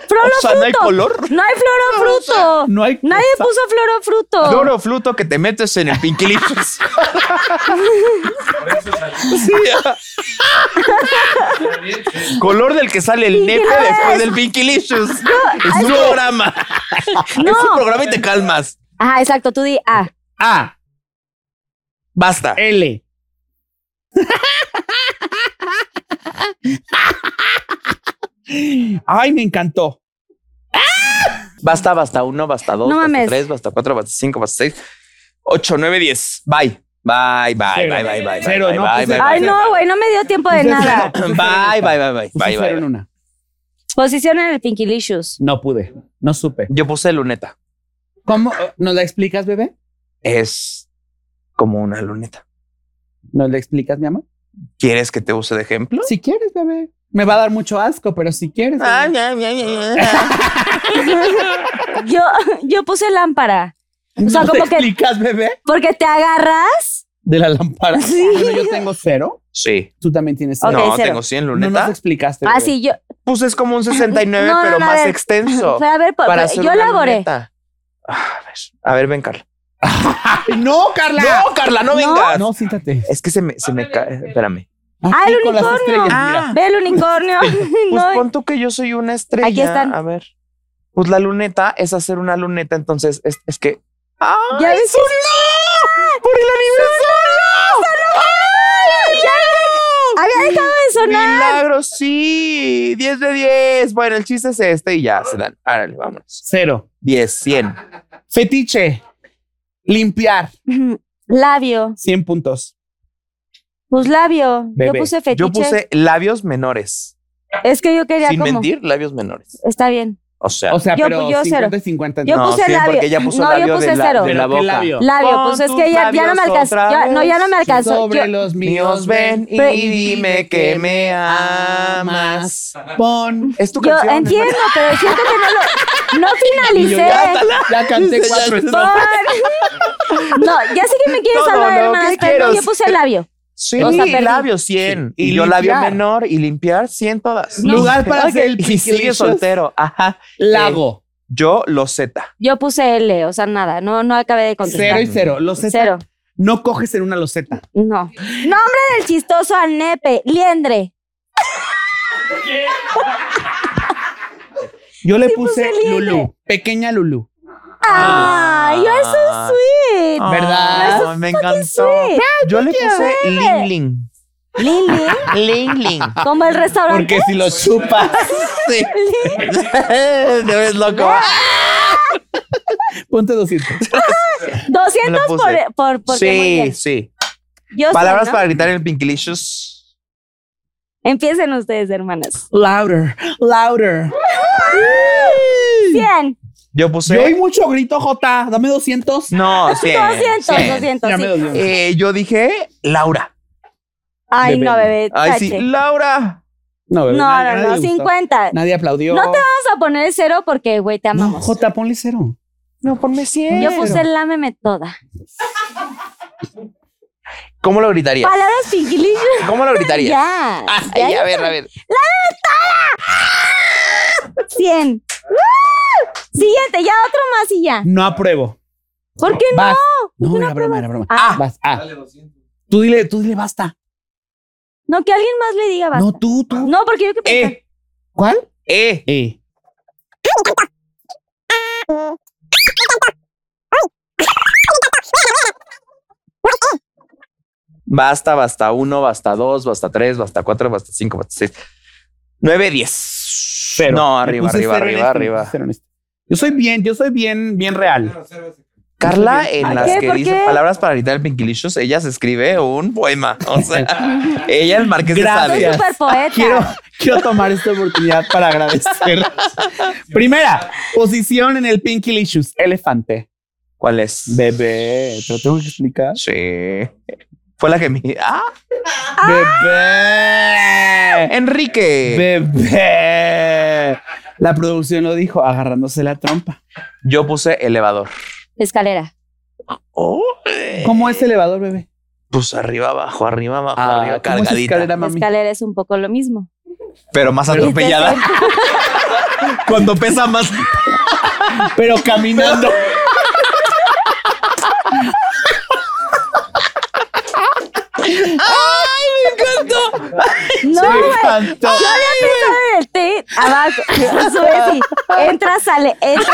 Speaker 9: Floro
Speaker 5: O sea, ¿no hay
Speaker 9: fruto.
Speaker 5: color?
Speaker 9: No hay florofruto.
Speaker 4: No hay.
Speaker 9: Nadie puso florofruto.
Speaker 5: Duro fluto que te metes en el pinquilicious. Sí, ah. Color del que sale el nepe
Speaker 22: Pinky
Speaker 5: después
Speaker 22: Lovers.
Speaker 5: del pinquilicious.
Speaker 22: es
Speaker 5: es
Speaker 22: que-
Speaker 5: un programa.
Speaker 9: No.
Speaker 5: Es un programa y te calmas.
Speaker 9: Ajá, exacto. Tú di A.
Speaker 4: A.
Speaker 5: Basta.
Speaker 9: Eh.
Speaker 4: L. Ay, me encantó.
Speaker 5: Basta, basta uno, basta dos,
Speaker 9: No
Speaker 5: basta
Speaker 9: mames.
Speaker 5: tres, basta cuatro, basta cinco, basta seis, ocho, nueve, diez. Bye. Bye, bye,
Speaker 30: Cero.
Speaker 5: bye, bye, bye.
Speaker 30: Cero,
Speaker 5: bye,
Speaker 30: no,
Speaker 5: bye,
Speaker 30: pues,
Speaker 5: bye,
Speaker 9: Ay,
Speaker 5: bye.
Speaker 9: no, güey, no me dio tiempo de nada.
Speaker 5: Bye, bye, bye, bye, bye, bye.
Speaker 4: una.
Speaker 9: Posición en el Pinkilicious.
Speaker 4: No pude, no supe.
Speaker 5: Yo puse luneta.
Speaker 4: ¿Cómo? ¿Nos la explicas, bebé?
Speaker 5: Es como una luneta.
Speaker 4: ¿Nos la explicas, mi amor?
Speaker 5: ¿Quieres que te use de ejemplo?
Speaker 4: Si quieres, bebé. Me va a dar mucho asco, pero si quieres. bebé.
Speaker 9: Ah,
Speaker 5: Ah.
Speaker 9: Yo, yo puse lámpara. O sea,
Speaker 4: ¿No
Speaker 9: como
Speaker 4: te
Speaker 9: que.
Speaker 4: explicas, bebé?
Speaker 9: Porque te agarras.
Speaker 4: De la lámpara. Bueno, Ah, yo tengo cero.
Speaker 5: Sí.
Speaker 4: Tú también tienes
Speaker 5: Ok,
Speaker 4: cero.
Speaker 5: No, cero. tengo cien, luneta.
Speaker 4: No nos explicaste.
Speaker 9: Ah,
Speaker 4: bebé.
Speaker 9: sí, yo.
Speaker 5: Pues es como un 69,
Speaker 9: No, no,
Speaker 5: pero
Speaker 9: no, a
Speaker 5: más
Speaker 9: ver.
Speaker 5: extenso.
Speaker 9: Pero a ver, pa-
Speaker 5: para
Speaker 9: pa-
Speaker 5: hacer
Speaker 9: yo
Speaker 5: una
Speaker 9: elaboré.
Speaker 5: luneta. Ah, A ver, a ver, ven, Carla.
Speaker 4: no, Carla.
Speaker 5: No, Carla, no vengas.
Speaker 4: No, siéntate.
Speaker 5: Es que se me, se me cae. Espérame.
Speaker 9: Ah, el
Speaker 4: con las
Speaker 9: unicornio.
Speaker 4: estrellas,
Speaker 9: Ah. Ve el unicornio.
Speaker 5: Pues
Speaker 9: No,
Speaker 5: pon tú que yo soy una estrella.
Speaker 9: Aquí están.
Speaker 5: A ver. Pues la luneta es hacer una luneta, entonces es, es que.
Speaker 9: ya
Speaker 5: ¡Ay,
Speaker 9: ves.
Speaker 5: Zulu! ¡Por el aniversario! ¡Ay,
Speaker 9: Ya había dejado de sonar.
Speaker 5: ¡Milagro, sí! ¡10 de 10! Bueno, el chiste es este y ya se dan. Árale, vámonos.
Speaker 4: Cero.
Speaker 5: 10, 100.
Speaker 4: Fetiche. Limpiar.
Speaker 9: Labio.
Speaker 4: 100 puntos.
Speaker 9: Pues labio.
Speaker 5: Bebé.
Speaker 9: Yo puse fetiche.
Speaker 5: Yo puse labios menores.
Speaker 9: Es que yo quería
Speaker 5: Sin
Speaker 9: como.
Speaker 5: mentir, labios menores.
Speaker 9: Está bien.
Speaker 5: O sea,
Speaker 4: O sea,
Speaker 9: Yo-
Speaker 4: pero
Speaker 9: yo cero.
Speaker 4: 50 y 50.
Speaker 9: Yo
Speaker 5: No,
Speaker 9: puse
Speaker 5: sí,
Speaker 9: labio.
Speaker 5: porque ella puso
Speaker 9: no,
Speaker 5: labio
Speaker 9: yo puse
Speaker 5: de la-
Speaker 9: cero.
Speaker 5: de la
Speaker 4: ¿Pero qué
Speaker 5: boca.
Speaker 4: labio?
Speaker 9: Labio,
Speaker 5: Pon
Speaker 9: pues es
Speaker 5: tus
Speaker 9: que ya, ya no me
Speaker 5: labios
Speaker 9: alcanzó.
Speaker 5: otra
Speaker 9: Ya, no, ya no me
Speaker 5: vez.
Speaker 9: alcanzó.
Speaker 4: Sobre
Speaker 9: Yo-
Speaker 4: los míos
Speaker 5: Míos ven y
Speaker 9: Pero-
Speaker 5: dime que me amas.
Speaker 4: Pon.
Speaker 5: Es tu
Speaker 9: yo
Speaker 5: canción.
Speaker 9: entiendo, pero siento que no lo. No
Speaker 4: Y yo
Speaker 9: finalicé.
Speaker 4: ya, ya canté cuatro estrofas.
Speaker 9: Por- No, ya sé que me quieres
Speaker 5: No, no,
Speaker 9: salvar,
Speaker 5: no,
Speaker 9: hermanas,
Speaker 5: ¿qué
Speaker 9: pero
Speaker 5: quieres?
Speaker 9: yo puse labio.
Speaker 5: Sí,
Speaker 9: O sea, perdí.
Speaker 5: labio 100.
Speaker 4: Sí.
Speaker 5: Y,
Speaker 4: Y
Speaker 5: yo labio
Speaker 4: limpiar.
Speaker 5: menor y limpiar 100 todas.
Speaker 4: No. Lugar para
Speaker 5: Ok,
Speaker 4: hacer el
Speaker 5: Y sigue
Speaker 4: piquilicious.
Speaker 5: soltero. Ajá.
Speaker 4: Lago.
Speaker 5: Eh, yo lo Z.
Speaker 9: Yo puse L, o sea, nada, no, no acabé de contestar.
Speaker 4: Cero y cero. Loseta.
Speaker 9: Cero.
Speaker 4: No coges en una loseta.
Speaker 9: No. Nombre del chistoso al nepe, liendre.
Speaker 4: Yo le
Speaker 9: Sí,
Speaker 4: puse
Speaker 9: puse libre.
Speaker 4: Lulu. Pequeña Lulu.
Speaker 9: Ay, you're
Speaker 5: Ah.
Speaker 9: so sweet.
Speaker 4: ¿Verdad?
Speaker 5: Ay, me encantó.
Speaker 9: sweet.
Speaker 5: Yo le puse Lingling.
Speaker 9: Lili,
Speaker 5: Lingling.
Speaker 9: como el restaurante.
Speaker 4: Porque si
Speaker 5: Pues,
Speaker 4: lo chupas,
Speaker 5: eh. Sí. Te ves loco.
Speaker 4: ponte 200.
Speaker 5: Me
Speaker 9: 200
Speaker 5: lo puse.
Speaker 9: por, por, porque muy
Speaker 5: Sí,
Speaker 9: bien.
Speaker 5: sí.
Speaker 9: Yo sé,
Speaker 5: Palabras
Speaker 9: ¿no?
Speaker 5: para gritar en el Pinkilicious.
Speaker 9: Empiecen ustedes, hermanas.
Speaker 4: Louder, louder.
Speaker 9: 100,
Speaker 4: Yo
Speaker 5: Yo
Speaker 4: oí
Speaker 5: puse.
Speaker 4: mucho grito, J. Dame 200.
Speaker 5: No, 100.
Speaker 9: 200, 200.
Speaker 4: Dame
Speaker 9: sí.
Speaker 4: 200.
Speaker 5: Eh, yo dije Laura.
Speaker 9: Ay, no, bebé.
Speaker 5: Ay, sí.
Speaker 9: tache.
Speaker 5: Laura.
Speaker 4: No, bebé,
Speaker 9: No,
Speaker 4: nadie-
Speaker 9: no,
Speaker 4: nadie
Speaker 9: no,
Speaker 4: le gustó.
Speaker 9: 50.
Speaker 4: Nadie aplaudió.
Speaker 9: No te Vamos a poner cero porque, güey, te
Speaker 4: No,
Speaker 9: amamos.
Speaker 4: J, ponle cero.
Speaker 5: No, ponme 100.
Speaker 9: Yo puse lámeme toda.
Speaker 5: ¿Cómo lo gritarías?
Speaker 9: Palabras pinquilicious.
Speaker 5: ¿Cómo lo gritarías?
Speaker 9: Ah, Ya.
Speaker 5: Ay,
Speaker 9: ya,
Speaker 5: a ver, a ver.
Speaker 9: 100. ¡Ah! Siguiente, ya otro más y ya.
Speaker 4: No apruebo.
Speaker 9: ¿Por qué no?
Speaker 4: Vas. No, era broma, era broma.
Speaker 9: Ah.
Speaker 4: Vas. Ah. Tú dile, tú dile basta.
Speaker 9: No, que alguien más le diga basta.
Speaker 4: No, tú, tú.
Speaker 9: No, porque yo que pensé.
Speaker 5: Eh,
Speaker 4: ¿Cuál?
Speaker 5: eh.
Speaker 4: Eh.
Speaker 5: Basta, basta uno, basta dos, basta tres, basta cuatro, basta cinco, basta seis. Nueve, diez.
Speaker 4: Cero.
Speaker 5: No,
Speaker 4: Me
Speaker 5: arriba,
Speaker 4: puse
Speaker 5: arriba,
Speaker 4: cero en este.
Speaker 5: arriba,
Speaker 4: esto, me puse
Speaker 5: arriba.
Speaker 4: cero en esto. Yo soy bien, yo soy bien, bien real.
Speaker 5: Carla, en
Speaker 9: ¿Por
Speaker 5: las
Speaker 9: qué?
Speaker 5: que
Speaker 9: ¿Por
Speaker 5: dice
Speaker 9: qué?
Speaker 5: palabras para gritar el Pinkilicious, ella se escribe un poema. O sea, ella el marqués de
Speaker 4: Gracias.
Speaker 5: Sade.
Speaker 9: Soy súper
Speaker 5: Ah,
Speaker 9: poeta.
Speaker 4: Quiero, quiero tomar esta oportunidad para agradecer. Primera, posición en el Pinky Licious. Elefante.
Speaker 5: ¿Cuál es?
Speaker 4: Bebé, te lo tengo que explicar.
Speaker 5: Sí. Fue la que me. ¡Ah! Eh.
Speaker 4: Bebé.
Speaker 5: ¡Enrique!
Speaker 4: Bebé. La producción lo dijo agarrándose la trompa.
Speaker 5: Yo puse elevador.
Speaker 9: Escalera.
Speaker 5: Eh.
Speaker 4: ¿Cómo es elevador, bebé?
Speaker 5: Pues arriba, abajo, arriba, abajo, Ah, arriba,
Speaker 4: Ah, ¿cómo es
Speaker 5: cargadita.
Speaker 4: escalera, mami?
Speaker 9: Escalera es un poco lo mismo.
Speaker 5: Pero más atropellada. Cuando pesa más.
Speaker 4: Pero caminando.
Speaker 9: No,
Speaker 4: Me
Speaker 9: güey.
Speaker 4: encantó.
Speaker 9: Yo había pensado en el té abajo. Sube así. Entra, sale. Entra.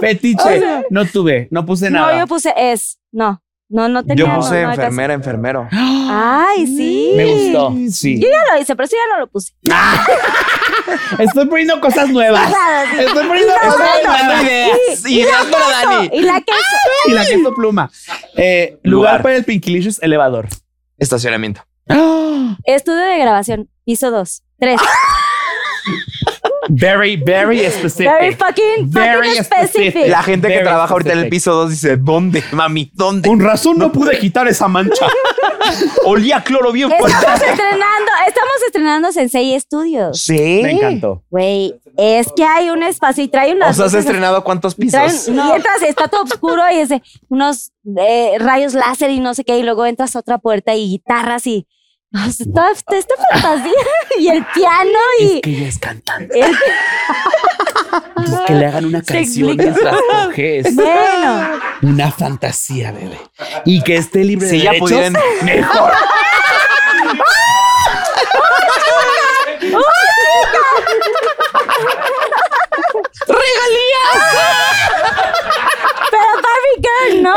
Speaker 4: Fetiche. No tuve, no puse
Speaker 9: No,
Speaker 4: nada.
Speaker 9: yo puse es. No. No, no tenía.
Speaker 5: Yo puse
Speaker 9: no, no
Speaker 5: enfermera, enfermero.
Speaker 4: Ah,
Speaker 9: alcanzó. Ay, sí.
Speaker 5: Me gustó, sí.
Speaker 9: Yo ya lo hice, pero sí ya no lo puse.
Speaker 22: Estoy poniendo cosas
Speaker 5: Ah.
Speaker 22: nuevas. Estoy poniendo
Speaker 9: Y la
Speaker 22: cosas
Speaker 9: foto.
Speaker 22: nuevas.
Speaker 9: Y- y la foto, Y la
Speaker 5: Ah.
Speaker 9: queso.
Speaker 4: Y la queso pluma. Eh, lugar para el Pinkilicious elevador.
Speaker 5: Estacionamiento.
Speaker 9: Estudio de grabación, piso 2, 3.
Speaker 4: Very, very specific.
Speaker 9: Very fucking, fucking specific.
Speaker 5: La gente que
Speaker 22: Very
Speaker 5: trabaja ahorita en el
Speaker 22: specific.
Speaker 5: piso 2 dice, ¿dónde, mami? ¿Dónde?
Speaker 22: Con razón no pude quitar esa mancha.
Speaker 5: Olía a cloro bien
Speaker 9: Estamos estrenando, estamos estrenando Sensei Studios.
Speaker 5: Sí.
Speaker 4: Me encantó.
Speaker 9: Güey, es que hay un espacio y trae unas.
Speaker 5: O sea, has
Speaker 9: luces-
Speaker 5: estrenado cuántos
Speaker 9: y
Speaker 5: pisos.
Speaker 9: traen- Y entras, está todo oscuro y es de unos eh, rayos láser y no sé qué, y luego entras a otra puerta y guitarras y. o sea, toda esta, esta fantasía y el piano y.
Speaker 22: Que ella es cantante.
Speaker 9: el-
Speaker 22: Que le hagan una
Speaker 9: Se
Speaker 22: canción
Speaker 9: explica.
Speaker 22: mientras coge. es
Speaker 9: Bueno.
Speaker 22: Una fantasía, bebé. Y que esté libre
Speaker 5: Si
Speaker 22: de
Speaker 5: ya
Speaker 22: derechos,
Speaker 5: pudieran-
Speaker 22: mejor.
Speaker 9: Pero Barbie Girl, no.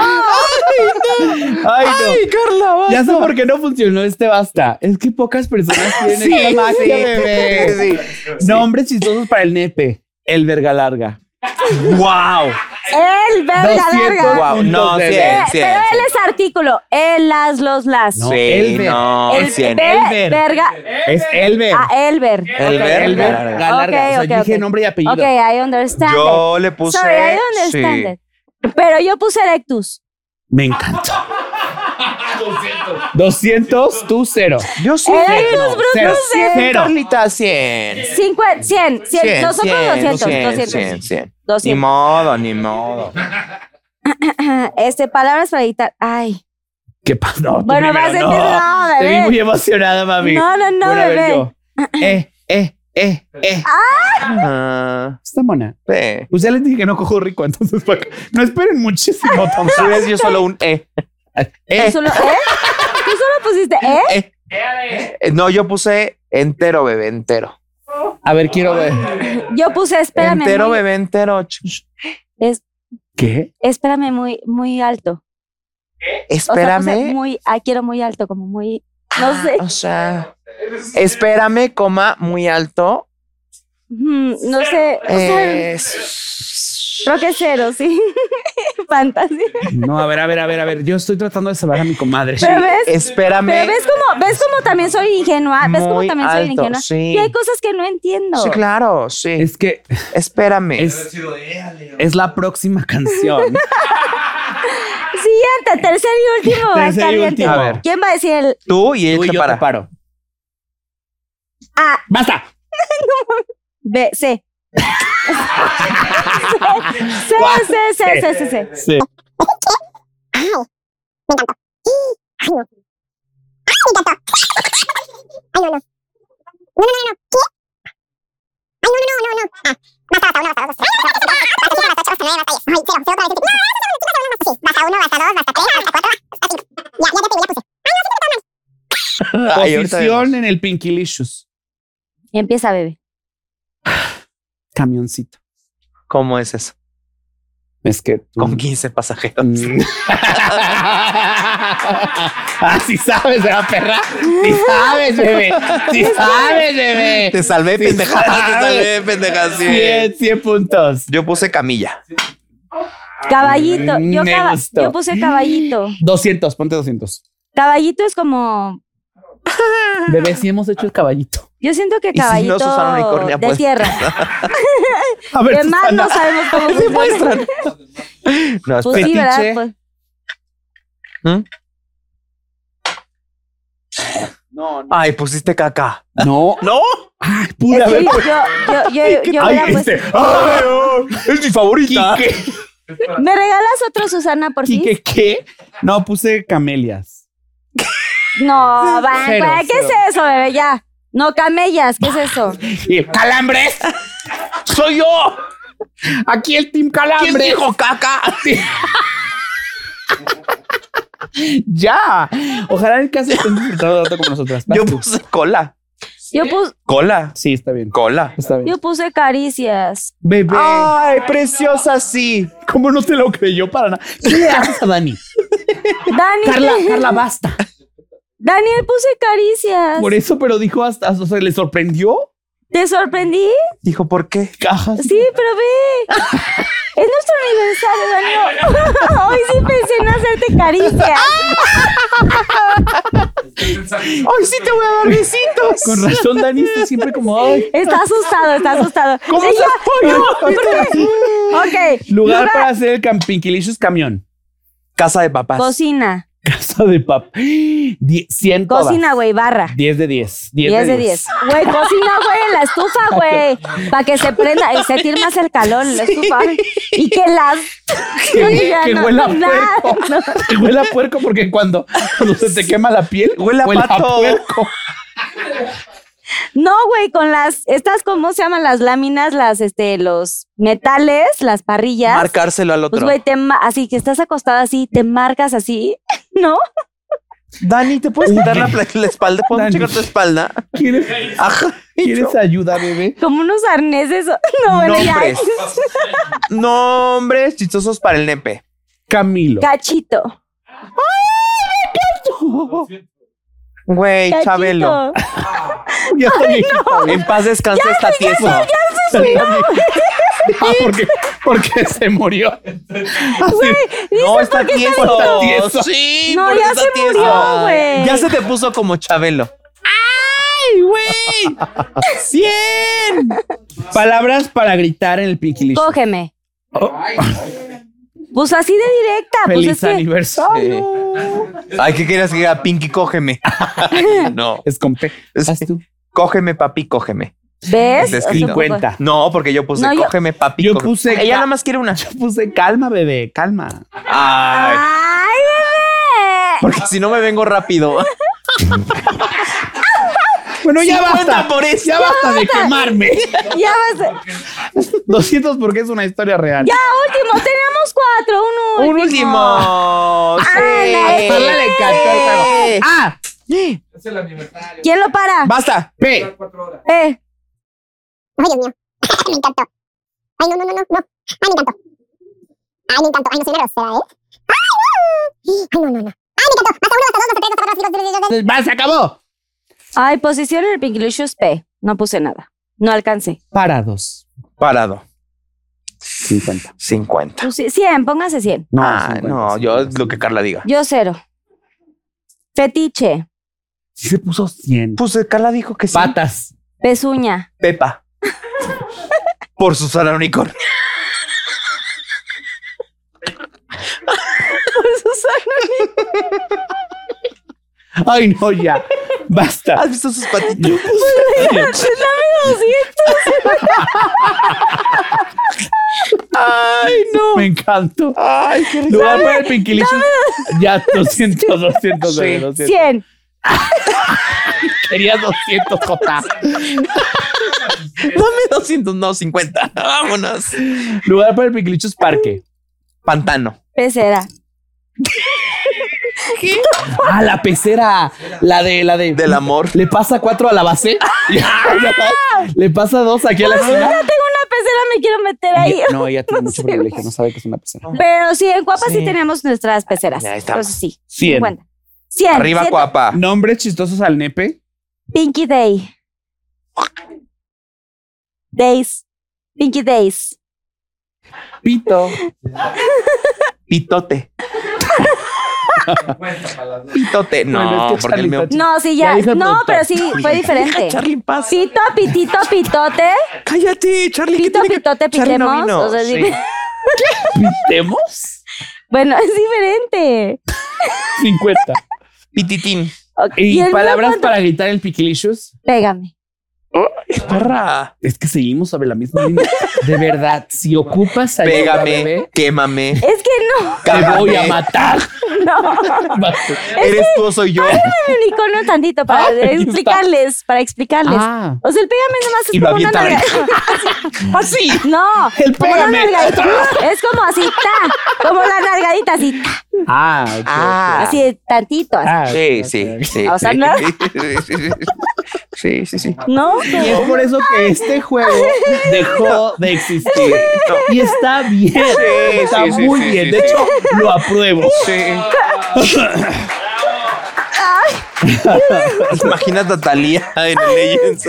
Speaker 4: Ay, no. Ya sé por qué no funcionó este basta. Es que pocas personas tienen
Speaker 22: Sí,
Speaker 4: esta magia,
Speaker 22: sí,
Speaker 4: bebé. Nombres chistosos para el nepe. El verga larga.
Speaker 5: ¡Wow!
Speaker 9: El verga
Speaker 4: 200
Speaker 9: larga.
Speaker 4: Guau, no,
Speaker 9: Eh,
Speaker 4: cien,
Speaker 9: pero
Speaker 4: cien,
Speaker 9: él es artículo. El, las, los, las.
Speaker 4: No, Sí, Elber. no,
Speaker 9: el
Speaker 4: cien.
Speaker 9: ve-
Speaker 4: Elber.
Speaker 9: Verga.
Speaker 4: Es Elber.
Speaker 9: Ah, Elber.
Speaker 4: Elber,
Speaker 9: Ok.
Speaker 4: verga larga. O sea,
Speaker 9: Ok,
Speaker 4: dije
Speaker 9: ok, ok.
Speaker 4: nombre y apellido.
Speaker 9: Ok, I understand.
Speaker 4: Yo
Speaker 9: it.
Speaker 4: le puse-
Speaker 9: Sorry, I understand
Speaker 4: sí.
Speaker 9: it. Pero yo puse Erectus.
Speaker 4: Me encantó. 200, tú cero. Yo
Speaker 9: sí. Erectus Brutus
Speaker 4: cero.
Speaker 9: cero.
Speaker 4: Cero.
Speaker 5: Carlita, 100.
Speaker 9: Cincu- 100, 100. Nosotros 200. 200.
Speaker 5: 100, 100.
Speaker 9: 200.
Speaker 5: Ni modo, ni modo.
Speaker 4: Ah.
Speaker 9: Este, palabras para editar. Ay.
Speaker 4: ¿Qué pasó? No, tú
Speaker 9: Bueno, vas
Speaker 4: primero,
Speaker 9: a decir, no,
Speaker 4: Te vi
Speaker 9: bebé.
Speaker 4: muy emocionada, mami.
Speaker 9: No, no, no,
Speaker 4: Bueno, a ver,
Speaker 9: bebé.
Speaker 4: yo. Eh, eh, eh, eh. Ah, Está mona. Pues ya les dije que no cojo rico, entonces pa- no esperen muchísimo.
Speaker 5: Si ves, yo solo un
Speaker 4: eh.
Speaker 5: E.
Speaker 9: ¿Tú solo, ¿eh? ¿Tú solo pusiste, eh?
Speaker 5: Eh. Eh, No, yo puse entero, bebé, entero.
Speaker 4: A ver, quiero ver.
Speaker 9: Yo puse, espérame.
Speaker 5: Entero,
Speaker 9: muy-
Speaker 5: bebé, entero. Ch-
Speaker 9: es-
Speaker 4: ¿Qué?
Speaker 9: espérame muy, muy alto. O sea, puse
Speaker 5: Espérame.
Speaker 9: muy, ah, quiero muy alto, como muy. No sé.
Speaker 5: O sea, espérame, coma, muy alto.
Speaker 9: Mm, no sé. o sea,
Speaker 5: Eh,
Speaker 9: creo que cero, sí. Fantasía.
Speaker 4: No, a ver, a ver, a ver, a ver. Yo estoy tratando de salvar a mi comadre.
Speaker 9: Pero ves,
Speaker 5: Espérame.
Speaker 9: Pero ves como, ves como también soy ingenua. Ves como
Speaker 5: Muy
Speaker 9: también soy
Speaker 5: alto,
Speaker 9: ingenua.
Speaker 5: sí.
Speaker 9: Y hay cosas que no entiendo.
Speaker 5: Sí, claro, sí.
Speaker 4: Es que.
Speaker 5: Espérame.
Speaker 4: Es, es la próxima canción.
Speaker 9: Siguiente, tercer y último. va a
Speaker 4: Tercer
Speaker 9: estar
Speaker 4: y
Speaker 9: bien.
Speaker 4: último. A ver.
Speaker 9: ¿Quién va a decir el
Speaker 5: Tú y él
Speaker 4: te para. paro.
Speaker 9: A,
Speaker 4: ¡Basta!
Speaker 9: B, C? C, C, C, C, C, C.
Speaker 4: Sí.
Speaker 5: Ay, ahorita
Speaker 4: Posición en el Pinkilicious.
Speaker 9: Empieza, bebé.
Speaker 4: Camioncito.
Speaker 5: ¿Cómo es eso?
Speaker 4: Es que
Speaker 5: con 15 pasajeros.
Speaker 4: Mm. Ah, sí sabes, ¿verdad, perra? Sí sabes, bebé. Sí sabes, bebé.
Speaker 5: Te salvé, pendeja. Te
Speaker 4: sabes.
Speaker 5: salvé, pendeja. sí.
Speaker 4: 100, 100 puntos.
Speaker 5: Yo puse camilla.
Speaker 9: Caballito. Yo,
Speaker 4: Me
Speaker 9: caba-
Speaker 4: gustó.
Speaker 9: yo puse caballito.
Speaker 4: 200, ponte 200.
Speaker 9: Caballito es como.
Speaker 4: Bebé, sí hemos hecho el caballito.
Speaker 9: Yo siento que
Speaker 4: Y si no,
Speaker 9: caballito
Speaker 4: Susana Unicornia,
Speaker 9: de
Speaker 4: pues.
Speaker 9: tierra.
Speaker 4: A ver,
Speaker 9: de más
Speaker 4: Susana.
Speaker 9: no sabemos cómo
Speaker 4: ¿Qué
Speaker 9: funciona.
Speaker 5: No,
Speaker 9: Pues sí,
Speaker 5: espera.
Speaker 9: ¿verdad? Pues,
Speaker 5: ¿Mm? Ay, pusiste caca.
Speaker 4: No.
Speaker 5: ¿No?
Speaker 4: Ay,
Speaker 9: es
Speaker 4: pude
Speaker 9: que
Speaker 4: haber
Speaker 9: Pues, yo,
Speaker 4: puesto-
Speaker 9: yo, yo, yo, yo
Speaker 4: Ay,
Speaker 9: hubiera pues, puesto-
Speaker 4: este. Ay, oh, es mi favorita.
Speaker 9: ¿Me regalas otro, Susana, por fin?
Speaker 4: ¿Quique qué? No, puse camelias.
Speaker 9: No, va,
Speaker 4: Cero,
Speaker 9: va, ¿qué
Speaker 4: cero.
Speaker 9: es eso, bebé? Ya. No, camellas, ¿qué es eso?
Speaker 4: Y el ¡Calambres! ¡Soy yo! Aquí el Team Calambres.
Speaker 22: ¿Quién dijo
Speaker 4: caca? ya. Ojalá el caso estén disfrutando tanto como nosotras.
Speaker 5: Yo puse cola.
Speaker 9: Yo, pus-
Speaker 5: Cola.
Speaker 4: Sí, está bien.
Speaker 5: Cola.
Speaker 4: Está
Speaker 9: yo puse caricias.
Speaker 4: Bebé.
Speaker 5: Ay, preciosa, sí.
Speaker 4: ¿Cómo no te lo creyó para nada? ¿Qué le haces a Dani?
Speaker 9: Dani.
Speaker 4: Carla, Carla, basta.
Speaker 9: Daniel puse caricias.
Speaker 4: Por eso, pero dijo hasta, o sea, ¿le sorprendió?
Speaker 9: ¿Te sorprendí?
Speaker 4: Dijo, ¿por qué? Cajas.
Speaker 9: Sí, pero ve. es nuestro aniversario, Daniel. Hoy sí pensé en hacerte caricias.
Speaker 4: Hoy sí te voy a dar besitos. Con razón, Dani está siempre como. Ay.
Speaker 9: Está asustado, está asustado.
Speaker 4: ¿Cómo
Speaker 9: Señor,
Speaker 4: se apoyó?
Speaker 9: no, ¿por qué? Ok.
Speaker 4: Lugar para hacer el campinquilicious camión. Casa de papás.
Speaker 9: Pues Cocina.
Speaker 4: Casa de papás. 100
Speaker 9: Cocina, güey, barra.
Speaker 4: 10 de 10. 10,
Speaker 9: 10 de 10. Güey, cocina, güey, en la estufa, güey. Para que se prenda, eh, se tire más el calor en la estufa. Y que las.
Speaker 4: Que,
Speaker 9: Ya
Speaker 4: que
Speaker 9: no,
Speaker 4: huela a
Speaker 9: no,
Speaker 4: puerco. Que huela a puerco porque cuando, cuando se te quema la piel, huele
Speaker 9: a pato.
Speaker 4: puerco.
Speaker 9: No, güey, con las. Estas, ¿cómo se llaman? Las láminas, las, este, los metales, las parrillas.
Speaker 5: Marcárselo al otro.
Speaker 9: Pues, güey, te ma- así que estás acostada así, te marcas así, ¿no?
Speaker 4: Dani, ¿te
Speaker 5: puedes quitar la, pla- la espalda? ¿Puedo
Speaker 4: Dani.
Speaker 5: checar tu espalda?
Speaker 4: ¿Quieres, ¿Quieres ayuda, bebé?
Speaker 9: Como unos arneses. o- No, bueno, ya.
Speaker 5: Nombres. Nombres chistosos para el nepe.
Speaker 4: Camilo.
Speaker 9: Cachito.
Speaker 5: Güey, Chabelo.
Speaker 4: Ya está
Speaker 5: En paz descanse
Speaker 4: Ya
Speaker 5: esta
Speaker 4: se- ya
Speaker 5: tieso.
Speaker 4: se- ya
Speaker 9: pues
Speaker 4: se subió. Ah, porque, porque se murió.
Speaker 9: Güey,
Speaker 5: No, está tieso.
Speaker 4: Está tieso.
Speaker 5: Sí,
Speaker 9: No,
Speaker 5: porque
Speaker 9: ya
Speaker 5: está
Speaker 9: se
Speaker 5: tieso.
Speaker 9: murió, güey.
Speaker 5: Ya se te puso como Chabelo.
Speaker 4: ¡Ay, güey! ¡Cien! Palabras para gritar en el Pinky List.
Speaker 9: Cógeme. Pues así de directa. pues es
Speaker 4: Oh. ¡Feliz
Speaker 9: que-
Speaker 4: aniversario!
Speaker 5: Ay, ¿qué quieres que diga? Pinky, cógeme. no.
Speaker 4: Es con P.
Speaker 5: Cógeme, papi, cógeme.
Speaker 9: ¿Ves?
Speaker 5: Está escrito.
Speaker 9: O sea, pues, güey.
Speaker 5: No, porque Ah. yo puse
Speaker 9: No, yo-
Speaker 5: cógeme, papi.
Speaker 4: Yo
Speaker 5: cógeme".
Speaker 4: puse.
Speaker 5: Ella nada más.
Speaker 4: quiere una. Yo puse calma, bebé, calma.
Speaker 5: Ay,
Speaker 9: ¡Ay, bebé!
Speaker 5: porque si no me vengo rápido.
Speaker 4: Bueno, ya
Speaker 5: 50
Speaker 4: basta.
Speaker 5: por eso.
Speaker 4: Ya basta de
Speaker 9: basta.
Speaker 4: quemarme.
Speaker 9: Ya vas.
Speaker 4: 200 porque es una historia real.
Speaker 9: Ya, último. Teníamos cuatro. Un
Speaker 5: Un
Speaker 9: último. Ah,
Speaker 5: último.
Speaker 9: Ándale.
Speaker 5: Carla le encantó el juego.
Speaker 4: ¡Ah!
Speaker 9: ¿Quién lo para?
Speaker 4: ¡Basta! ¡P!
Speaker 9: Eh.
Speaker 31: Ay, Dios mío. me encantó. Ay, no, no, no, no, no. Ay, me encantó. Ay, me encantó. Ay, no soy una grosera, ¿eh? Ay, no, no, no.
Speaker 4: ¡Más, se acabó!
Speaker 9: Ay, posición en el Pinkilicious P. No puse nada. No alcancé.
Speaker 4: Parados.
Speaker 5: Parado.
Speaker 4: 50.
Speaker 5: 50.
Speaker 9: Puse 100. Póngase 100.
Speaker 4: No,
Speaker 5: ah, no, yo lo que Carla diga.
Speaker 9: Yo cero. Fetiche.
Speaker 4: Sí se puso 100.
Speaker 5: Puse, eh, Carla dijo que Pues sí.
Speaker 4: Patas.
Speaker 9: Pezuña.
Speaker 5: Pepa. Por Susana Unicorn.
Speaker 9: Por Susana.
Speaker 4: Ay, no, ya. Basta. ¿Has visto sus patitas? Ay, no. Me encantó. Ay, qué rico. Lugar para el Pinquilicious. Ya, 200, 200,
Speaker 5: Sí.
Speaker 4: bebé, 200.
Speaker 9: 100.
Speaker 4: Quería 200, J.
Speaker 5: Dame 200, no, 50. Vámonos.
Speaker 4: Lugar para el Pinquilichus Parque.
Speaker 5: Pantano.
Speaker 9: Pecera.
Speaker 4: Ah, la pecera. La de, la de. Del amor. Le pasa cuatro a la base. Le pasa dos aquí a la
Speaker 9: Pues yo ya
Speaker 4: esquina.
Speaker 9: tengo una pecera, me quiero meter ahí.
Speaker 4: No, ella tiene mucho
Speaker 9: sé,
Speaker 4: privilegio, no sabe que es una pecera.
Speaker 9: Pero sí, en Cuapa sí,
Speaker 4: Sí.
Speaker 9: tenemos nuestras peceras.
Speaker 4: Ahí está.
Speaker 9: Entonces sí.
Speaker 4: 100.
Speaker 9: 50. 100. 100.
Speaker 4: guapa. Nombres chistosos al nepe.
Speaker 9: Pinky Day. Days. Pinky Days.
Speaker 4: Pito.
Speaker 5: Pitote. Pitote. No,
Speaker 4: Bueno, es que
Speaker 5: porque el
Speaker 4: Charlie
Speaker 5: mío.
Speaker 9: No, sí,
Speaker 5: Ya
Speaker 9: ya.
Speaker 5: dijo el
Speaker 9: no,
Speaker 5: productor.
Speaker 9: pero sí, fue diferente.
Speaker 5: Charlie
Speaker 9: Pito, pitito, pitote.
Speaker 5: Cállate, Charlie.
Speaker 9: Pito, pitote,
Speaker 5: Charlie no
Speaker 9: pitemos.
Speaker 5: vino,
Speaker 9: O sea,
Speaker 5: sí.
Speaker 9: dime-
Speaker 4: ¿Pitemos?
Speaker 9: Bueno, es diferente.
Speaker 4: 50.
Speaker 5: Pititín.
Speaker 9: ¿Y
Speaker 4: ¿Y,
Speaker 9: el mío
Speaker 4: palabras
Speaker 9: cuánto?
Speaker 4: para gritar el Piquilicious?
Speaker 9: Pégame.
Speaker 4: Parra. Es que seguimos sobre la misma línea. De verdad, si ocupas ayuda, bebé,
Speaker 5: Pégame, quémame.
Speaker 9: Es que no.
Speaker 4: te voy a matar.
Speaker 9: No.
Speaker 5: ¿Eres tú o soy yo?
Speaker 9: Pégame el icono tantito para
Speaker 5: Ah, ahí está.
Speaker 9: explicarles, para explicarles.
Speaker 5: Ah.
Speaker 9: O sea, el pégame nomás es
Speaker 5: Y lo
Speaker 9: como una
Speaker 5: avienta. Ah,
Speaker 9: nalga- Así. No,
Speaker 4: el
Speaker 9: como una
Speaker 4: pégame.
Speaker 9: nalgadita. Es como así, ta, como la nalgadita así, ta,
Speaker 4: Ah, ok, ok.
Speaker 22: Ah,
Speaker 9: así de tantito.
Speaker 5: sí,
Speaker 9: así.
Speaker 5: sí, sí.
Speaker 9: O sea, no-
Speaker 5: Sí, sí, sí.
Speaker 9: No,
Speaker 4: Y es por eso que este juego dejó de existir. Y está bien.
Speaker 22: Sí,
Speaker 4: está
Speaker 22: sí, sí,
Speaker 4: muy
Speaker 22: sí,
Speaker 4: bien.
Speaker 22: sí,
Speaker 4: de
Speaker 22: sí.
Speaker 4: hecho, lo apruebo.
Speaker 5: Imagínate a Talía en el Legends.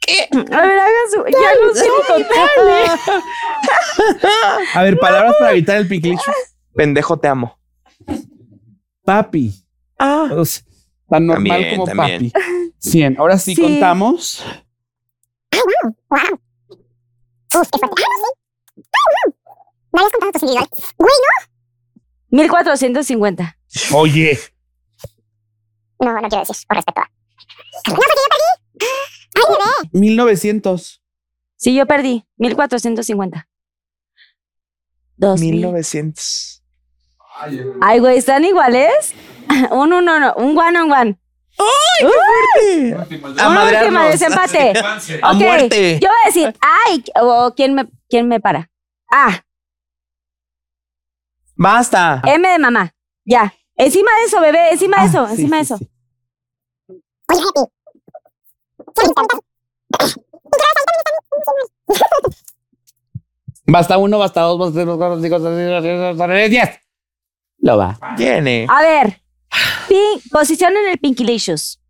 Speaker 9: ¿Qué? A ver, hagan su. Ya no sé ni contarle.
Speaker 4: A ver, palabras para evitar el piclicho.
Speaker 5: Pendejo, te amo.
Speaker 4: Papi. Ah. tan normal
Speaker 5: También,
Speaker 4: como
Speaker 5: también.
Speaker 4: papi. 100. Ahora sí,
Speaker 31: Sí.
Speaker 4: contamos.
Speaker 31: ¡Ay, wow! ¡Wow! ¡Uf, qué fuerte! ¡Ah, no, sí! ¡Ay, wow! No habías contado tus individuales. ¡Güey, no!
Speaker 9: 1450.
Speaker 4: Oye.
Speaker 31: No, no quiero decir, por respeto. a- ¡No, porque yo perdí! ¡Ah! ¡Ay, bebé!
Speaker 4: 1900.
Speaker 9: Sí, yo perdí. 1450. 2000.
Speaker 5: 1900.
Speaker 9: Ay, güey, ¿están iguales? Un uno, no, un one on one. ¡Ay, qué fuerte!
Speaker 22: A
Speaker 9: Una
Speaker 22: madrearnos.
Speaker 9: última desempate.
Speaker 22: A
Speaker 9: Ok,
Speaker 22: muerte.
Speaker 9: Yo voy a decir, ay, o ¿quién me, quién me para? Ah,
Speaker 4: Basta.
Speaker 5: Ah.
Speaker 9: M de mamá. Ya. Encima de eso, bebé, encima de eso, encima de eso.
Speaker 31: Oye, Happy. ¿Qué me encantas?
Speaker 4: Basta uno, basta dos, basta tres, basta cuatro, cinco, seis, siete, ocho, nueve, diez. Lo va. Tiene.
Speaker 9: A ver. Pin- posición en el Pinkilicious.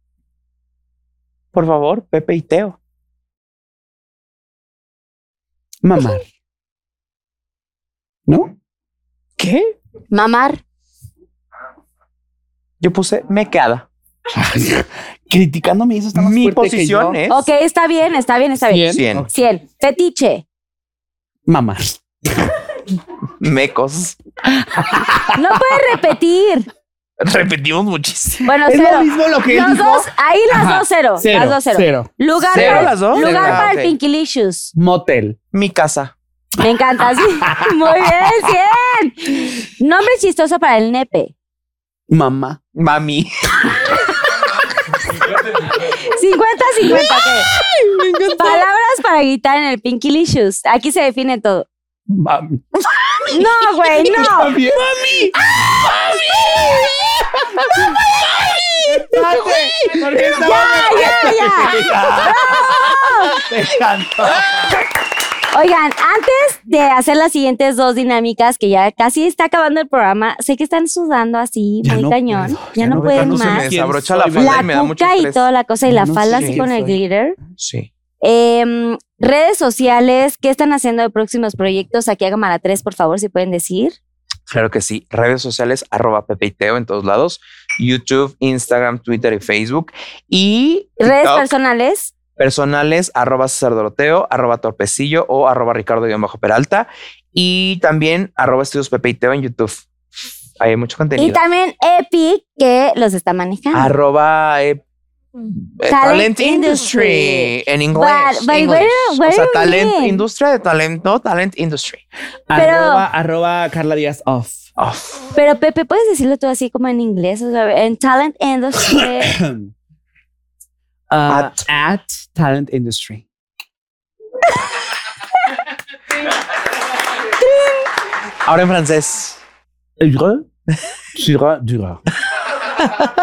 Speaker 5: Por favor, Pepe y Teo.
Speaker 4: Mamar. ¿No?
Speaker 5: ¿Qué?
Speaker 9: Mamar.
Speaker 5: Yo puse me queda.
Speaker 4: Criticándome, eso está más
Speaker 5: Mi
Speaker 4: fuerte que
Speaker 5: posición
Speaker 4: yo.
Speaker 5: es-
Speaker 9: Ok, está bien, está bien, está bien.
Speaker 5: Cien. Cien.
Speaker 9: 100. Fetiche.
Speaker 4: Mamar.
Speaker 5: Mecos.
Speaker 9: No puedes repetir.
Speaker 5: Repetimos muchísimo.
Speaker 9: Bueno,
Speaker 5: Es lo
Speaker 9: cero.
Speaker 5: mismo lo que él
Speaker 9: los
Speaker 5: dijo.
Speaker 9: Dos, ahí las
Speaker 5: Ajá.
Speaker 9: dos cero.
Speaker 5: Cero,
Speaker 9: las dos cero.
Speaker 5: cero.
Speaker 9: Lugar
Speaker 5: ¿Cero
Speaker 9: para,
Speaker 5: las dos?
Speaker 9: Lugar
Speaker 5: Cero.
Speaker 9: para
Speaker 5: Ah,
Speaker 9: el
Speaker 5: ok.
Speaker 9: Pinkilicious.
Speaker 4: Motel.
Speaker 5: Mi casa.
Speaker 9: Me encanta, sí. Muy bien, 100. Nombre chistoso para el nepe.
Speaker 4: Mamá.
Speaker 5: Mami.
Speaker 9: 50-50. ¿qué? Palabras para gritar en el Pinkilicious. Aquí se define todo.
Speaker 4: Mami.
Speaker 9: No, güey, no.
Speaker 4: También.
Speaker 9: ¡Mami!
Speaker 22: Porque
Speaker 4: ¡Ya,
Speaker 22: ya,
Speaker 9: ya!
Speaker 4: Me encantó.
Speaker 9: Oigan, antes de hacer las siguientes dos dinámicas, que ya casi está acabando el programa, sé que están sudando así, muy cañón. ya, no, pueden
Speaker 5: no se me
Speaker 9: más.
Speaker 5: desabrocha la falda y me da mucho
Speaker 9: cuca y
Speaker 5: estrés.
Speaker 9: toda la cosa y
Speaker 5: Ya
Speaker 9: la
Speaker 5: no
Speaker 9: falda
Speaker 5: sé
Speaker 9: así
Speaker 5: quién
Speaker 9: con el
Speaker 5: soy.
Speaker 9: glitter.
Speaker 5: Sí.
Speaker 9: Em, redes sociales, ¿qué están haciendo de próximos proyectos? Aquí a Cámara 3, por favor, si pueden decir.
Speaker 5: Claro que sí. Redes sociales, arroba Pepe y Teo en todos lados. YouTube, Instagram, Twitter y Facebook. Y
Speaker 9: Redes
Speaker 5: TikTok,
Speaker 9: personales.
Speaker 5: personales, arroba César Doroteo, arroba Torpecillo o arroba Ricardo-Peralta. Y también arroba Estudios Pepe y Teo en YouTube. Ahí hay mucho contenido.
Speaker 9: Y también Epic, que los está manejando.
Speaker 5: arroba eh, eh,
Speaker 9: Talent
Speaker 5: Talent
Speaker 9: Industry.
Speaker 5: Industry en inglés.
Speaker 9: But- but
Speaker 5: English.
Speaker 9: where-
Speaker 5: o
Speaker 9: where
Speaker 5: sea,
Speaker 9: we
Speaker 5: talent,
Speaker 9: in?
Speaker 5: industria de talento, talent industry.
Speaker 9: Pero-
Speaker 4: Arroba, arroba Carla Díaz off.
Speaker 5: Off.
Speaker 9: Pero Pepe, ¿puedes decirlo tú así como en inglés? O sea, en Talent Industry.
Speaker 4: Uh, at. Talent Industry.
Speaker 5: Ahora en francés.
Speaker 4: Dura, dura.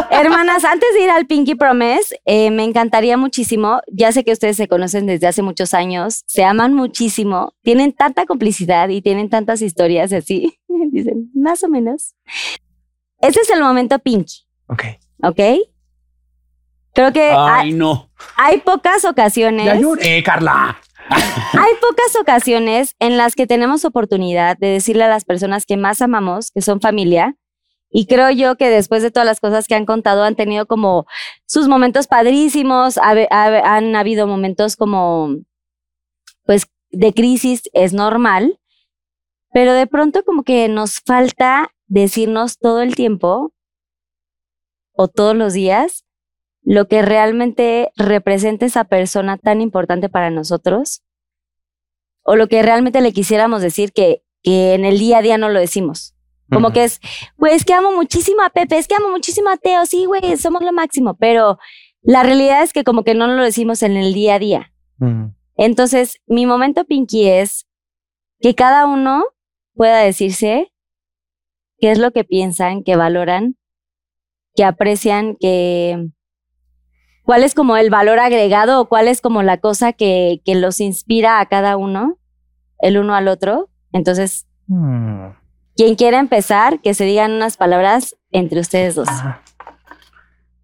Speaker 9: Hermanas, antes de ir al Pinky Promise, eh, me encantaría muchísimo. Ya sé que ustedes se conocen desde hace muchos años, se aman muchísimo, tienen tanta complicidad y tienen tantas historias así. Dicen, más o menos. Este es el momento Pinky.
Speaker 5: Ok.
Speaker 9: ¿Ok? Creo que
Speaker 4: Ay,
Speaker 9: hay,
Speaker 4: no.
Speaker 9: hay pocas ocasiones.
Speaker 4: Ya lloré, Carla.
Speaker 9: Hay pocas ocasiones en las que tenemos oportunidad de decirle a las personas que más amamos, que son familia, y creo yo que después de todas las cosas que han contado han tenido como sus momentos padrísimos, ha- ha- han habido momentos como, pues, de crisis, es normal, pero de pronto como que nos falta decirnos todo el tiempo o todos los días lo que realmente representa esa persona tan importante para nosotros o lo que realmente le quisiéramos decir que, que en el día a día no lo decimos.
Speaker 5: Mm.
Speaker 9: Como que es, güey, es que amo muchísimo a Pepe, es que amo muchísimo a Teo, sí, güey, somos lo máximo, pero la realidad es que como que no lo decimos en el día a día.
Speaker 5: Mm.
Speaker 9: Entonces, mi momento Pinky es que cada uno pueda decirse qué es lo que piensan, que valoran, que aprecian, que, cuál es como el valor agregado o cuál es como la cosa que, que los inspira a cada uno, el uno al otro. Entonces, quien quiera empezar, que se digan unas palabras entre ustedes dos.
Speaker 4: Ah,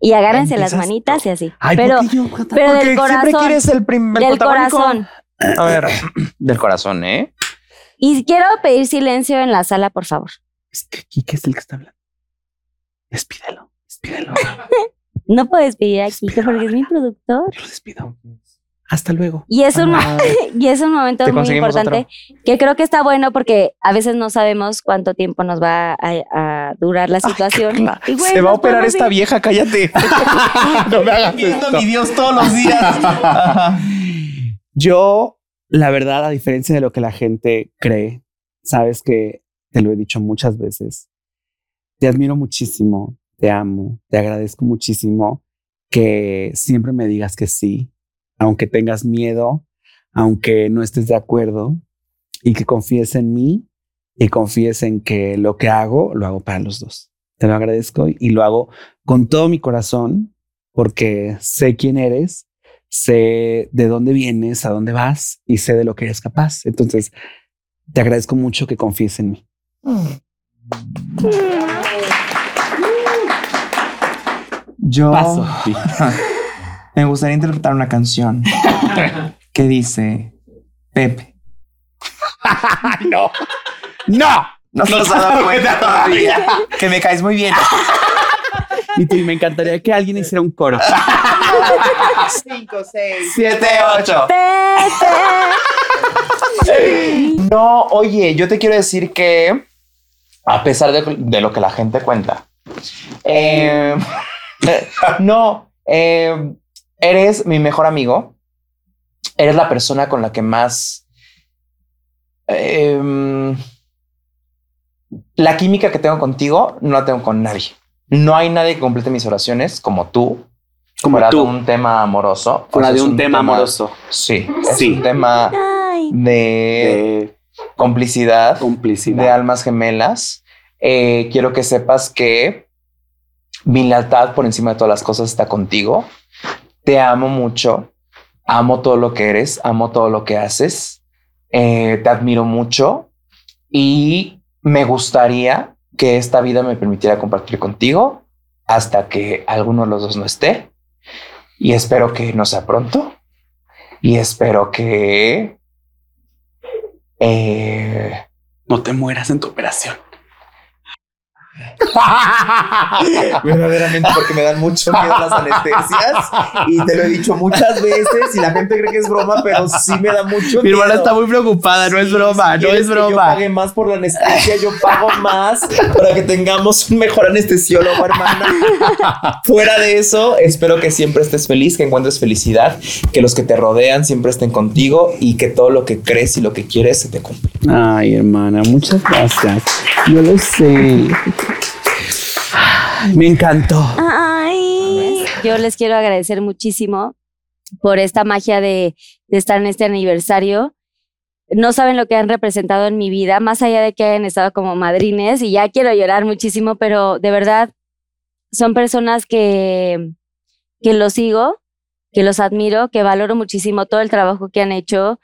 Speaker 9: Y agárrense las
Speaker 5: ¿Empiezas
Speaker 9: manitas y así.
Speaker 5: Ay, ¿por
Speaker 9: pero
Speaker 5: qué yo,
Speaker 9: pero
Speaker 5: Porque
Speaker 9: del
Speaker 5: siempre
Speaker 9: corazón.
Speaker 5: quieres el prim- el
Speaker 9: del
Speaker 5: protagónico.
Speaker 9: corazón.
Speaker 6: A ver, del corazón, ¿eh?
Speaker 9: Y quiero pedir silencio en la sala, por favor.
Speaker 4: Kike es el que está hablando.
Speaker 9: No puedes pedir aquí porque es mi productor.
Speaker 4: Hasta luego.
Speaker 9: Y es un,
Speaker 4: Ah.
Speaker 9: y es un momento
Speaker 4: Te
Speaker 9: muy
Speaker 4: conseguimos
Speaker 9: importante que creo que está bueno porque a veces no sabemos cuánto tiempo nos va a, a durar la situación. Y, güey,
Speaker 5: Se va a
Speaker 9: nos
Speaker 5: operar
Speaker 9: podemos
Speaker 5: esta
Speaker 9: ir.
Speaker 5: vieja, cállate.
Speaker 22: no me hagas
Speaker 5: Viendo
Speaker 22: esto.
Speaker 5: mi Dios todos los días.
Speaker 4: Yo, la verdad, a diferencia de lo que la gente cree, sabes que te lo he dicho muchas veces, te admiro muchísimo, te amo, te agradezco muchísimo que siempre me digas que sí, aunque tengas miedo, aunque no estés de acuerdo, y que confíes en mí y confíes en que lo que hago, lo hago para los dos. Te lo agradezco y- y lo hago con todo mi corazón porque sé quién eres, sé de dónde vienes, a dónde vas y sé de lo que eres capaz. Entonces, te agradezco mucho que confíes en mí.
Speaker 5: Yo
Speaker 4: Paso.
Speaker 5: me gustaría interpretar una canción que dice Pepe.
Speaker 22: no. No.
Speaker 5: No se nos ha dado cuenta todavía. Que me caes muy bien.
Speaker 4: Y tú, y me encantaría que alguien hiciera un coro.
Speaker 22: 5, 6,
Speaker 5: Siete, ocho.
Speaker 6: No, oye, yo te quiero decir que, a pesar de, de lo que la gente cuenta, eh, no, eh, eres mi mejor amigo, eres la persona con la que más... em, la química que tengo contigo no la tengo con nadie. No hay nadie que complete mis oraciones como tú.
Speaker 4: Como
Speaker 6: fuera
Speaker 4: tú.
Speaker 6: de un tema amoroso.
Speaker 4: Fuera
Speaker 6: O sea,
Speaker 4: de
Speaker 6: es
Speaker 4: un tema amoroso.
Speaker 6: Sí, es
Speaker 4: Sí.
Speaker 6: un tema
Speaker 4: eh,
Speaker 6: de, complicidad, de almas gemelas. Eh, quiero que sepas que mi lealtad por encima de todas las cosas está contigo. Te amo mucho. Amo todo lo que eres. Amo todo lo que haces. Eh, te admiro mucho y me gustaría que esta vida me permitiera compartir contigo hasta que alguno de los dos no esté. Y espero que no sea pronto. Y espero que... eh,
Speaker 4: No te mueras en tu operación.
Speaker 5: Verdaderamente, porque me dan mucho miedo las anestesias y te lo he dicho muchas veces y la gente cree que es broma, pero sí me da mucho miedo.
Speaker 4: Mi hermana está muy preocupada, no es broma, no
Speaker 5: ¿Quieres
Speaker 4: es
Speaker 5: que
Speaker 4: broma.
Speaker 5: yo pague más por la anestesia, yo pago más para que tengamos un mejor anestesiólogo, hermana.
Speaker 6: Fuera de eso, espero que siempre estés feliz, que encuentres felicidad, que los que te rodean siempre estén contigo y que todo lo que crees y lo que quieres se te cumpla.
Speaker 4: Ay, hermana, muchas gracias. Yo lo sé. Ay, Me encantó.
Speaker 9: Ay. Yo les quiero agradecer muchísimo por esta magia de, de estar en este aniversario. No saben lo que han representado en mi vida, más allá de que hayan estado como madrines y ya quiero llorar muchísimo, pero de verdad son personas que, que los sigo, que los admiro, que valoro muchísimo todo el trabajo que han hecho,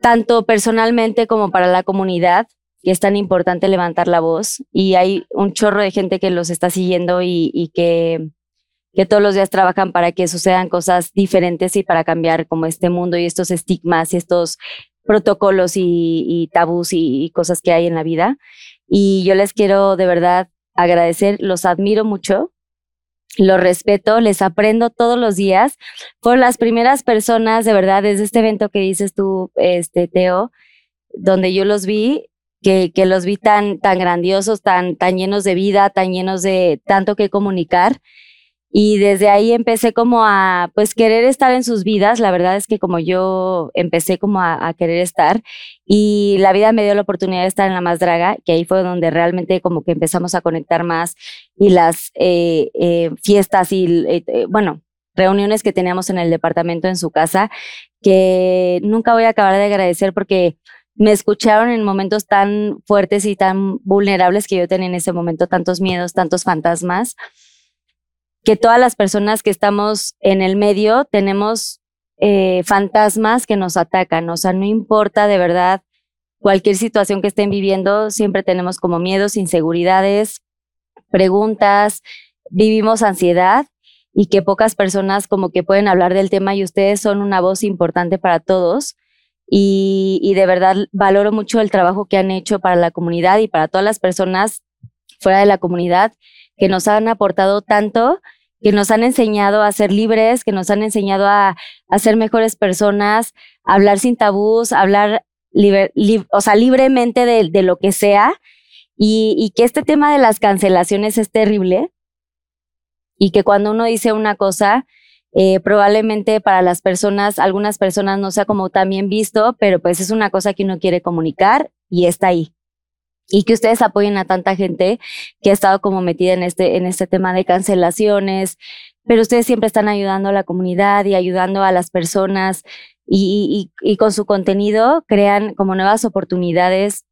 Speaker 9: tanto personalmente como para la comunidad, que es tan importante levantar la voz. Y hay un chorro de gente que los está siguiendo y, y que, que todos los días trabajan para que sucedan cosas diferentes y para cambiar como este mundo y estos estigmas y estos protocolos y, y tabús y, y cosas que hay en la vida. Y yo les quiero de verdad agradecer, los admiro mucho, los respeto, les aprendo todos los días. Por las primeras personas, de verdad, desde este evento que dices tú, este, Teo, donde yo los vi, que, que los vi tan, tan grandiosos, tan, tan llenos de vida, tan llenos de tanto que comunicar. Y desde ahí empecé como a, pues, querer estar en sus vidas. La verdad es que como yo empecé como a, a querer estar y la vida me dio la oportunidad de estar en La Más Draga, que ahí fue donde realmente como que empezamos a conectar más y las eh, eh, fiestas y, eh, eh, bueno, reuniones que teníamos en el departamento, en su casa, que nunca voy a acabar de agradecer porque me escucharon en momentos tan fuertes y tan vulnerables que yo tenía en ese momento, tantos miedos, tantos fantasmas que todas las personas que estamos en el medio tenemos eh, fantasmas que nos atacan. O sea, no importa de verdad cualquier situación que estén viviendo, siempre tenemos como miedos, inseguridades, preguntas, vivimos ansiedad y que pocas personas como que pueden hablar del tema y ustedes son una voz importante para todos. Y, y de verdad valoro mucho el trabajo que han hecho para la comunidad y para todas las personas fuera de la comunidad que nos han aportado tanto, que nos han enseñado a ser libres, que nos han enseñado a, a ser mejores personas, a hablar sin tabús, a hablar liber- lib- o sea, libremente de, de lo que sea. Y, y que este tema de las cancelaciones es terrible y que cuando uno dice una cosa, eh, probablemente para las personas, algunas personas no sea como tan bien visto, pero pues es una cosa que uno quiere comunicar y está ahí. Y que ustedes apoyen a tanta gente que ha estado como metida en este, en este tema de cancelaciones, pero ustedes siempre están ayudando a la comunidad y ayudando a las personas y, y- y- y con su contenido crean como nuevas oportunidades,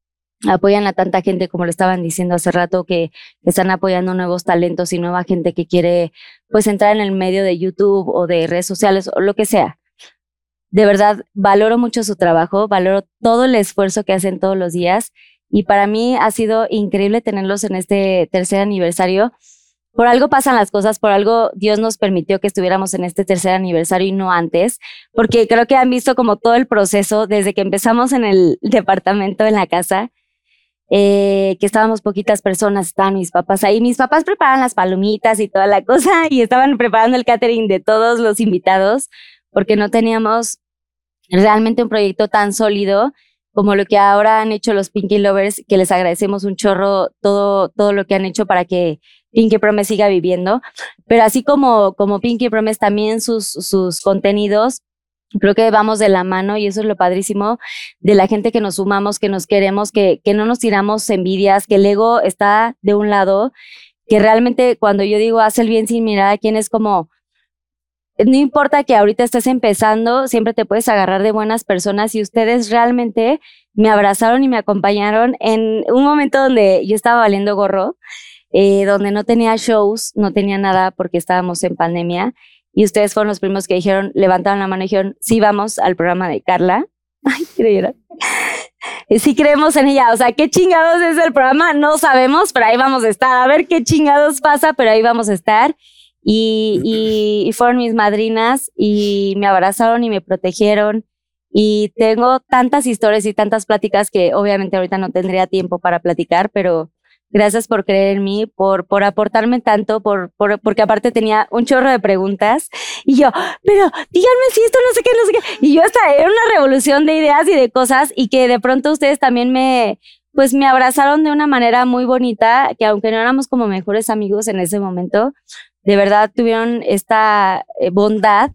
Speaker 9: apoyan a tanta gente como lo estaban diciendo hace rato que están apoyando nuevos talentos y nueva gente que quiere pues entrar en el medio de YouTube o de redes sociales o lo que sea. De verdad, valoro mucho su trabajo, valoro todo el esfuerzo que hacen todos los días y para mí ha sido increíble tenerlos en este tercer aniversario. Por algo pasan las cosas, por algo Dios nos permitió que estuviéramos en este tercer aniversario y no antes, porque creo que han visto como todo el proceso desde que empezamos en el departamento, en la casa, eh, que estábamos poquitas personas, estaban mis papás ahí. Mis papás preparan las palomitas y toda la cosa y estaban preparando el catering de todos los invitados porque no teníamos realmente un proyecto tan sólido como lo que ahora han hecho los Pinky Lovers, que les agradecemos un chorro todo, todo lo que han hecho para que Pinky Promise siga viviendo. Pero así como, como Pinky Promise, también sus, sus contenidos creo que vamos de la mano y eso es lo padrísimo de la gente que nos sumamos, que nos queremos, que, que no nos tiramos envidias, que el ego está de un lado, que realmente cuando yo digo haz el bien sin mirar a quién es como, no importa que ahorita estés empezando, siempre te puedes agarrar de buenas personas y ustedes realmente me abrazaron y me acompañaron en un momento donde yo estaba valiendo gorro, eh, donde no tenía shows, no tenía nada porque estábamos en pandemia y ustedes fueron los primeros que dijeron, levantaron la mano y dijeron, sí vamos al programa de Carla. Ay, quiero llorar. Y sí creemos en ella. O sea, qué chingados es el programa, no sabemos, pero ahí vamos a estar. A ver qué chingados pasa, pero ahí vamos a estar. Y, y- y fueron mis madrinas y me abrazaron y me protegieron. Y tengo tantas historias y tantas pláticas que obviamente ahorita no tendría tiempo para platicar, pero gracias por creer en mí, por, por aportarme tanto, por, por- porque aparte tenía un chorro de preguntas. Y yo, pero díganme si esto no sé qué, no sé qué. Y yo hasta era una revolución de ideas y de cosas y que de pronto ustedes también me, pues me abrazaron de una manera muy bonita, que aunque no éramos como mejores amigos en ese momento, de verdad tuvieron esta eh, bondad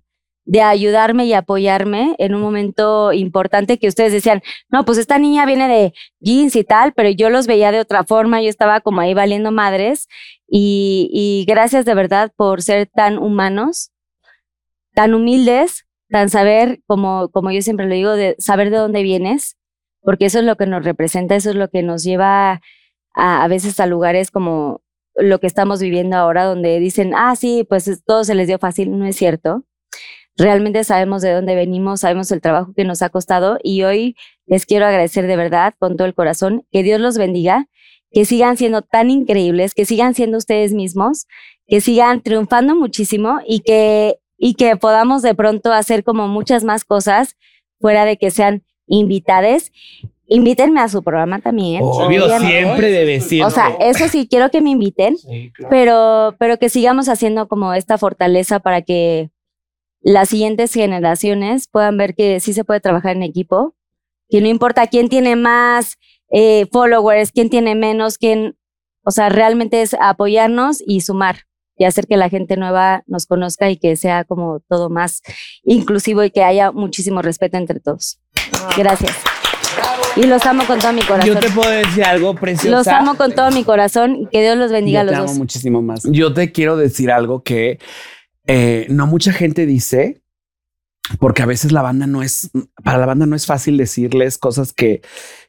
Speaker 9: de ayudarme y apoyarme en un momento importante que ustedes decían, no, pues esta niña viene de jeans y tal, pero yo los veía de otra forma, yo estaba como ahí valiendo madres y, y gracias de verdad por ser tan humanos, tan humildes, tan saber, como, como yo siempre lo digo, de saber de dónde vienes, porque eso es lo que nos representa, eso es lo que nos lleva a, a veces a lugares como lo que estamos viviendo ahora, donde dicen, ah, sí, pues es- todo se les dio fácil, no es cierto realmente sabemos de dónde venimos, sabemos el trabajo que nos ha costado y hoy les quiero agradecer de verdad con todo el corazón, que Dios los bendiga, que sigan siendo tan increíbles, que sigan siendo ustedes mismos, que sigan triunfando muchísimo y que, y que podamos de pronto hacer como muchas más cosas fuera de que sean invitades. Invítenme a su programa también.
Speaker 4: Obvio,
Speaker 9: Díganme.
Speaker 4: siempre debe ser.
Speaker 9: O sea, eso sí, quiero que me inviten, pero, pero que sigamos haciendo como esta fortaleza para que las siguientes generaciones puedan ver que sí se puede trabajar en equipo, que no importa quién tiene más eh, followers, quién tiene menos, quién, o sea, realmente es apoyarnos y sumar y hacer que la gente nueva nos conozca y que sea como todo más inclusivo y que haya muchísimo respeto entre todos. Gracias. Y los amo con todo mi corazón.
Speaker 4: Yo te puedo decir algo precioso.
Speaker 9: Los amo con todo mi corazón y que Dios los bendiga a los dos.
Speaker 4: muchísimo más.
Speaker 29: Yo te quiero decir algo que eh, no mucha gente dice, porque a veces la banda no es, para la banda no es fácil decirles cosas que,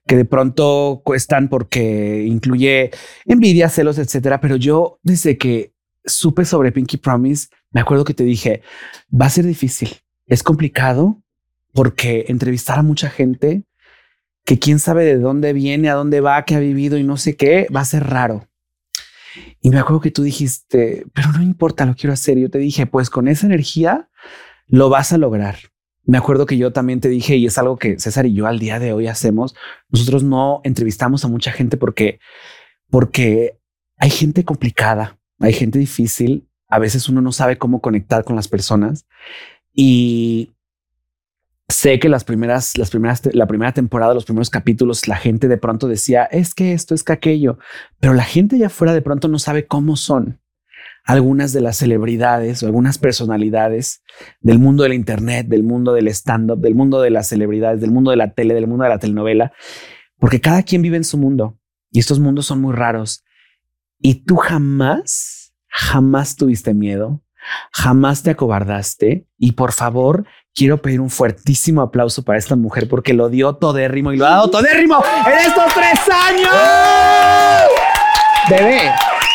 Speaker 29: que de pronto cuestan porque incluye envidia, celos, etcétera. Pero yo desde que
Speaker 4: supe sobre Pinky Promise, me acuerdo que te dije, va a ser difícil, es complicado porque entrevistar a mucha gente que quién sabe de dónde viene, a dónde va, qué ha vivido y no sé qué, va a ser raro. Y me acuerdo que tú dijiste, pero no importa, lo quiero hacer. Y yo te dije, pues con esa energía lo vas a lograr. Me acuerdo que yo también te dije, y es algo que César y yo al día de hoy hacemos, nosotros no entrevistamos a mucha gente porque, porque hay gente complicada, hay gente difícil, a veces uno no sabe cómo conectar con las personas. Y sé que las primeras, las primeras, la primera temporada, los primeros capítulos, la gente de pronto decía, es que esto, es que aquello, pero la gente ya afuera de pronto no sabe cómo son algunas de las celebridades o algunas personalidades del mundo del internet, del mundo del stand-up, del mundo de las celebridades, del mundo de la tele, del mundo de la telenovela, porque cada quien vive en su mundo y estos mundos son muy raros. Y tú jamás, jamás tuviste miedo, jamás te acobardaste y por favor quiero pedir un fuertísimo aplauso para esta mujer porque lo dio todérrimo y lo ha dado todérrimo en estos tres años. Bebé,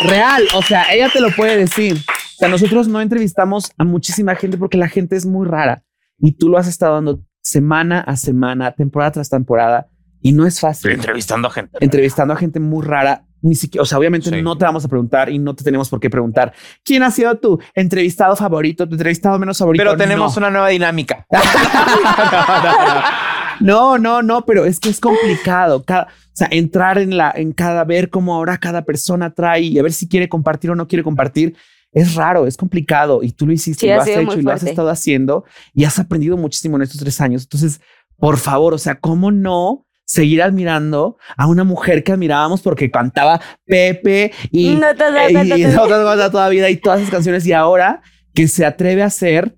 Speaker 4: real, o sea, ella te lo puede decir. O sea, nosotros no entrevistamos a muchísima gente porque la gente es muy rara y tú lo has estado dando semana a semana, temporada tras temporada y no es fácil.
Speaker 5: Entrevistando a gente.
Speaker 4: Entrevistando a gente muy rara. Ni siquiera, o sea, obviamente no te vamos a preguntar y no te tenemos por qué preguntar quién ha sido tu entrevistado favorito, tu entrevistado menos favorito.
Speaker 5: Pero tenemos
Speaker 4: No.
Speaker 5: una nueva dinámica.
Speaker 4: No, no, no, pero es que es complicado. Cada, o sea, entrar en la, en cada, ver cómo ahora cada persona trae y a ver si quiere compartir o no quiere compartir. Es raro, es complicado y tú lo hiciste,
Speaker 9: Sí,
Speaker 4: y
Speaker 9: ha
Speaker 4: lo has
Speaker 9: sido
Speaker 4: hecho
Speaker 9: muy
Speaker 4: y lo has
Speaker 9: fuerte.
Speaker 4: estado haciendo y has aprendido muchísimo en estos tres años. Entonces, por favor, o sea, ¿cómo no seguir admirando a una mujer que admirábamos porque cantaba Pepe y,
Speaker 9: No te das
Speaker 4: y-
Speaker 9: cuenta,
Speaker 4: y
Speaker 9: te-
Speaker 4: toda, toda- toda vida y todas esas canciones y ahora que se atreve a hacer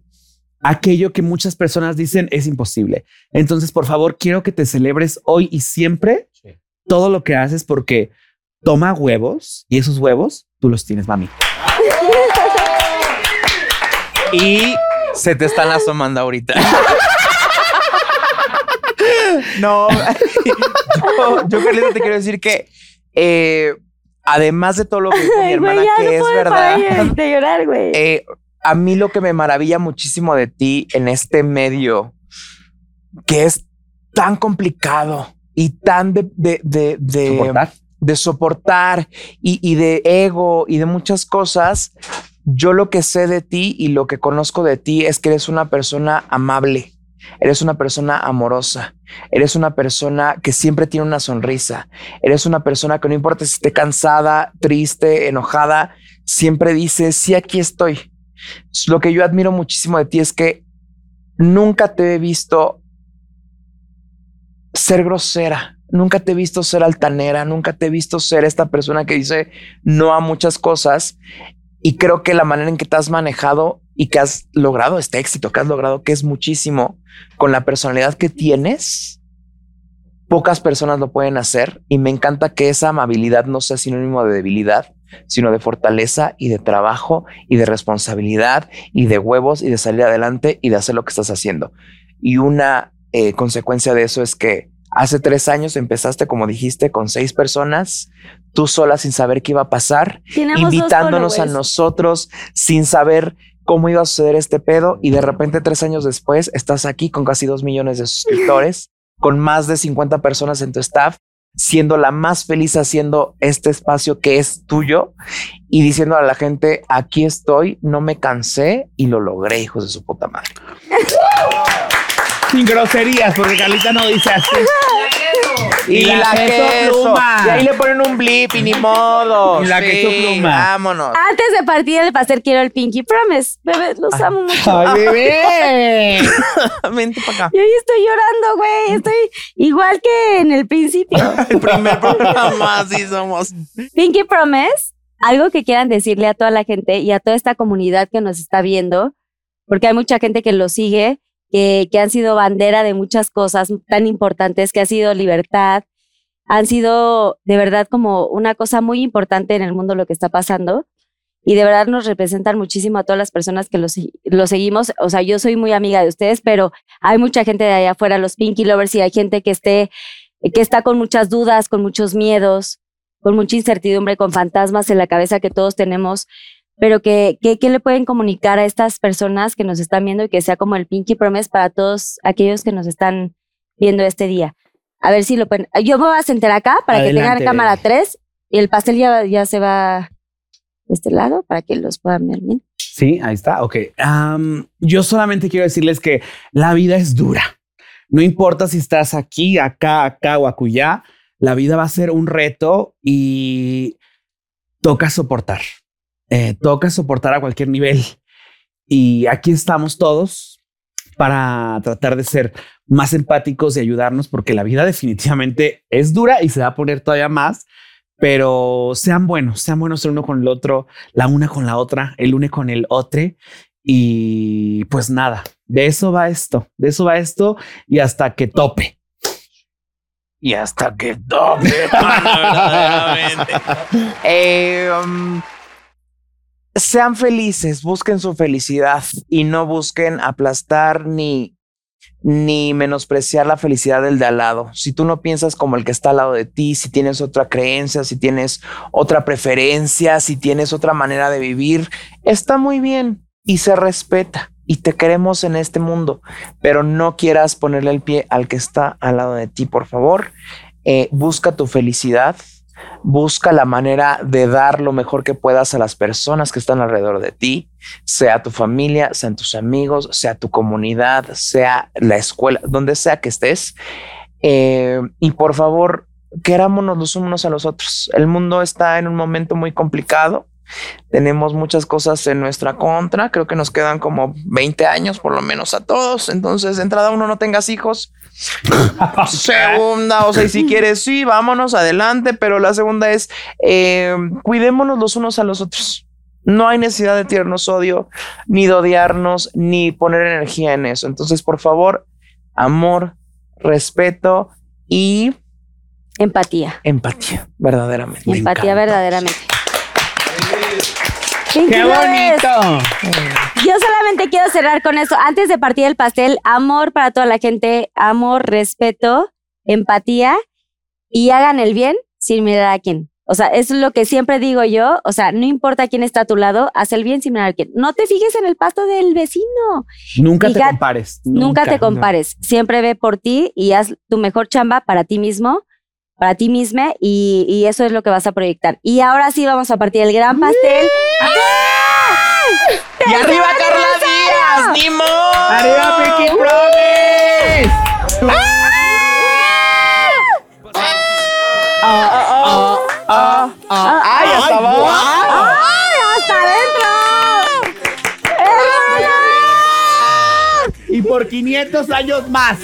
Speaker 4: aquello que muchas personas dicen es imposible. Entonces, por favor, quiero que te celebres hoy y siempre todo lo que haces porque toma huevos y esos huevos tú los tienes, mami.
Speaker 5: Y se te están asomando ahorita. No, yo, yo, Carlita, te quiero decir que eh, además de todo lo que dijo mi
Speaker 9: Ay, güey,
Speaker 5: hermana,
Speaker 9: ya
Speaker 5: que
Speaker 9: no
Speaker 5: es
Speaker 9: puedo
Speaker 5: verdad,
Speaker 9: parar de llorar, güey.
Speaker 5: eh, a mí lo que me maravilla muchísimo de ti en este medio, que es tan complicado y tan de, de, de, de- de soportar y, y de ego y de muchas cosas, yo lo que sé de ti y lo que conozco de ti es que eres una persona amable. Eres una persona amorosa, eres una persona que siempre tiene una sonrisa, eres una persona que no importa si esté cansada, triste, enojada, siempre dice, sí, aquí estoy. Lo que yo admiro muchísimo de ti es que nunca te he visto ser grosera. Nunca te he visto ser altanera, nunca te he visto ser esta persona que dice no a muchas cosas. Y creo que la manera en que te has manejado y que has logrado este éxito que has logrado, que es muchísimo, con la personalidad que tienes, pocas personas lo pueden hacer. Y me encanta que esa amabilidad no sea sinónimo de debilidad, sino de fortaleza y de trabajo y de responsabilidad y de huevos y de salir adelante y de hacer lo que estás haciendo. Y una eh, consecuencia de eso es que hace tres años empezaste, como dijiste, con seis personas, tú sola sin saber qué iba a pasar,
Speaker 9: Teníamos dos
Speaker 5: invitándonos a
Speaker 9: followers.
Speaker 5: nosotros sin saber cómo iba a suceder este pedo y de repente tres años después estás aquí con casi dos millones de suscriptores, con más de 50 personas en tu staff, siendo la más feliz haciendo este espacio que es tuyo y diciendo a la gente, aquí estoy, no me cansé y lo logré, hijos de su puta madre.
Speaker 32: Sin groserías, porque Carlita no dice así.
Speaker 5: Y, la, queso,
Speaker 32: pluma.
Speaker 5: Y ahí le ponen un blip y ni modo.
Speaker 32: Y la
Speaker 5: que
Speaker 32: queso pluma.
Speaker 5: Vámonos.
Speaker 9: Antes de partir el pastel, quiero el Pinky Promise. Bebés, los amo mucho.
Speaker 5: Ay,
Speaker 9: Eh.
Speaker 5: bebé. Ah, Vente para acá.
Speaker 9: Yo ya estoy llorando, güey. Estoy igual que en el principio.
Speaker 5: El primer programa, así somos.
Speaker 9: Pinky Promise, algo que quieran decirle a toda la gente y a toda esta comunidad que nos está viendo, porque hay mucha gente que lo sigue, que, que han sido bandera de muchas cosas tan importantes, que ha sido libertad, han sido de verdad como una cosa muy importante en el mundo lo que está pasando. Y de verdad nos representan muchísimo a todas las personas que los, los seguimos. O sea, yo soy muy amiga de ustedes, pero hay mucha gente de allá afuera, los Pinky Lovers, y hay gente que, esté, que está con muchas dudas, con muchos miedos, con mucha incertidumbre, con fantasmas en la cabeza que todos tenemos. pero que, que, que le pueden comunicar a estas personas que nos están viendo y que sea como el Pinky Promise para todos aquellos que nos están viendo este día. A ver si lo pueden. Yo me voy a sentar acá para que
Speaker 4: Adelante,
Speaker 9: tengan cámara 3 y el pastel ya, ya se va de este lado para que los puedan ver bien.
Speaker 4: Sí, ahí está. Ok. Am, yo solamente quiero decirles que la vida es dura. No importa si estás aquí, acá, acá o acullá, la vida va a ser un reto y toca soportar. Eh, toca soportar a cualquier nivel. Y aquí estamos todos para tratar de ser más empáticos y ayudarnos, porque la vida definitivamente es dura y se va a poner todavía más, pero sean buenos, sean buenos el uno con el otro, la una con la otra, el une con el otro. Y pues nada, de eso va esto, de eso va esto y hasta que tope.
Speaker 5: Y hasta que tope, hermano, verdaderamente. Eh, um, sean felices, busquen su felicidad y no busquen aplastar ni, ni menospreciar la felicidad del de al lado. Si tú no piensas como el que está al lado de ti, si tienes otra creencia, si tienes otra preferencia, si tienes otra manera de vivir, está muy bien y se respeta. Y te queremos en este mundo, pero no quieras ponerle el pie al que está al lado de ti, por favor. Eh, busca tu felicidad, Busca la manera de dar lo mejor que puedas a las personas que están alrededor de ti, sea tu familia, sean tus amigos, sea tu comunidad, sea la escuela, donde sea que estés. Eh, y por favor, querámonos los unos a los otros. El mundo está en un momento muy complicado. Tenemos muchas cosas en nuestra contra. Creo que nos quedan como 20 años, por lo menos a todos. Entonces, de entrada, uno no tengas hijos. Ah, segunda, o sea, y si quieres, sí, vámonos adelante. Pero la segunda es eh, cuidémonos los unos a los otros. No hay necesidad de tirarnos odio, ni de odiarnos, ni poner energía en eso. Entonces, por favor, amor, respeto y
Speaker 9: Empatía.
Speaker 5: empatía, verdaderamente. Me
Speaker 9: empatía
Speaker 5: encanta.
Speaker 9: verdaderamente. Felicidades. Yo solamente quiero cerrar con eso. Antes de partir el pastel, amor para toda la gente, amor, respeto, empatía y hagan el bien sin mirar a quién. O sea, es lo que siempre digo yo. O sea, no importa quién está a tu lado, haz el bien sin mirar a quién. No te fijes en el pasto del vecino.
Speaker 4: Nunca te
Speaker 9: Fija-
Speaker 4: compares.
Speaker 9: Nunca, te compares. Siempre ve por ti y haz tu mejor chamba para ti mismo, para ti misma, y, y eso es lo que vas a proyectar. Y ahora sí vamos a partir el gran pastel.
Speaker 5: ¡Y arriba Carla Díaz! ¡Ni modo! ¡Arriba Pinky Promise!
Speaker 22: ¡Ay, hasta abajo!
Speaker 9: ¡Ay, hasta adentro!
Speaker 22: Y por 500 años más.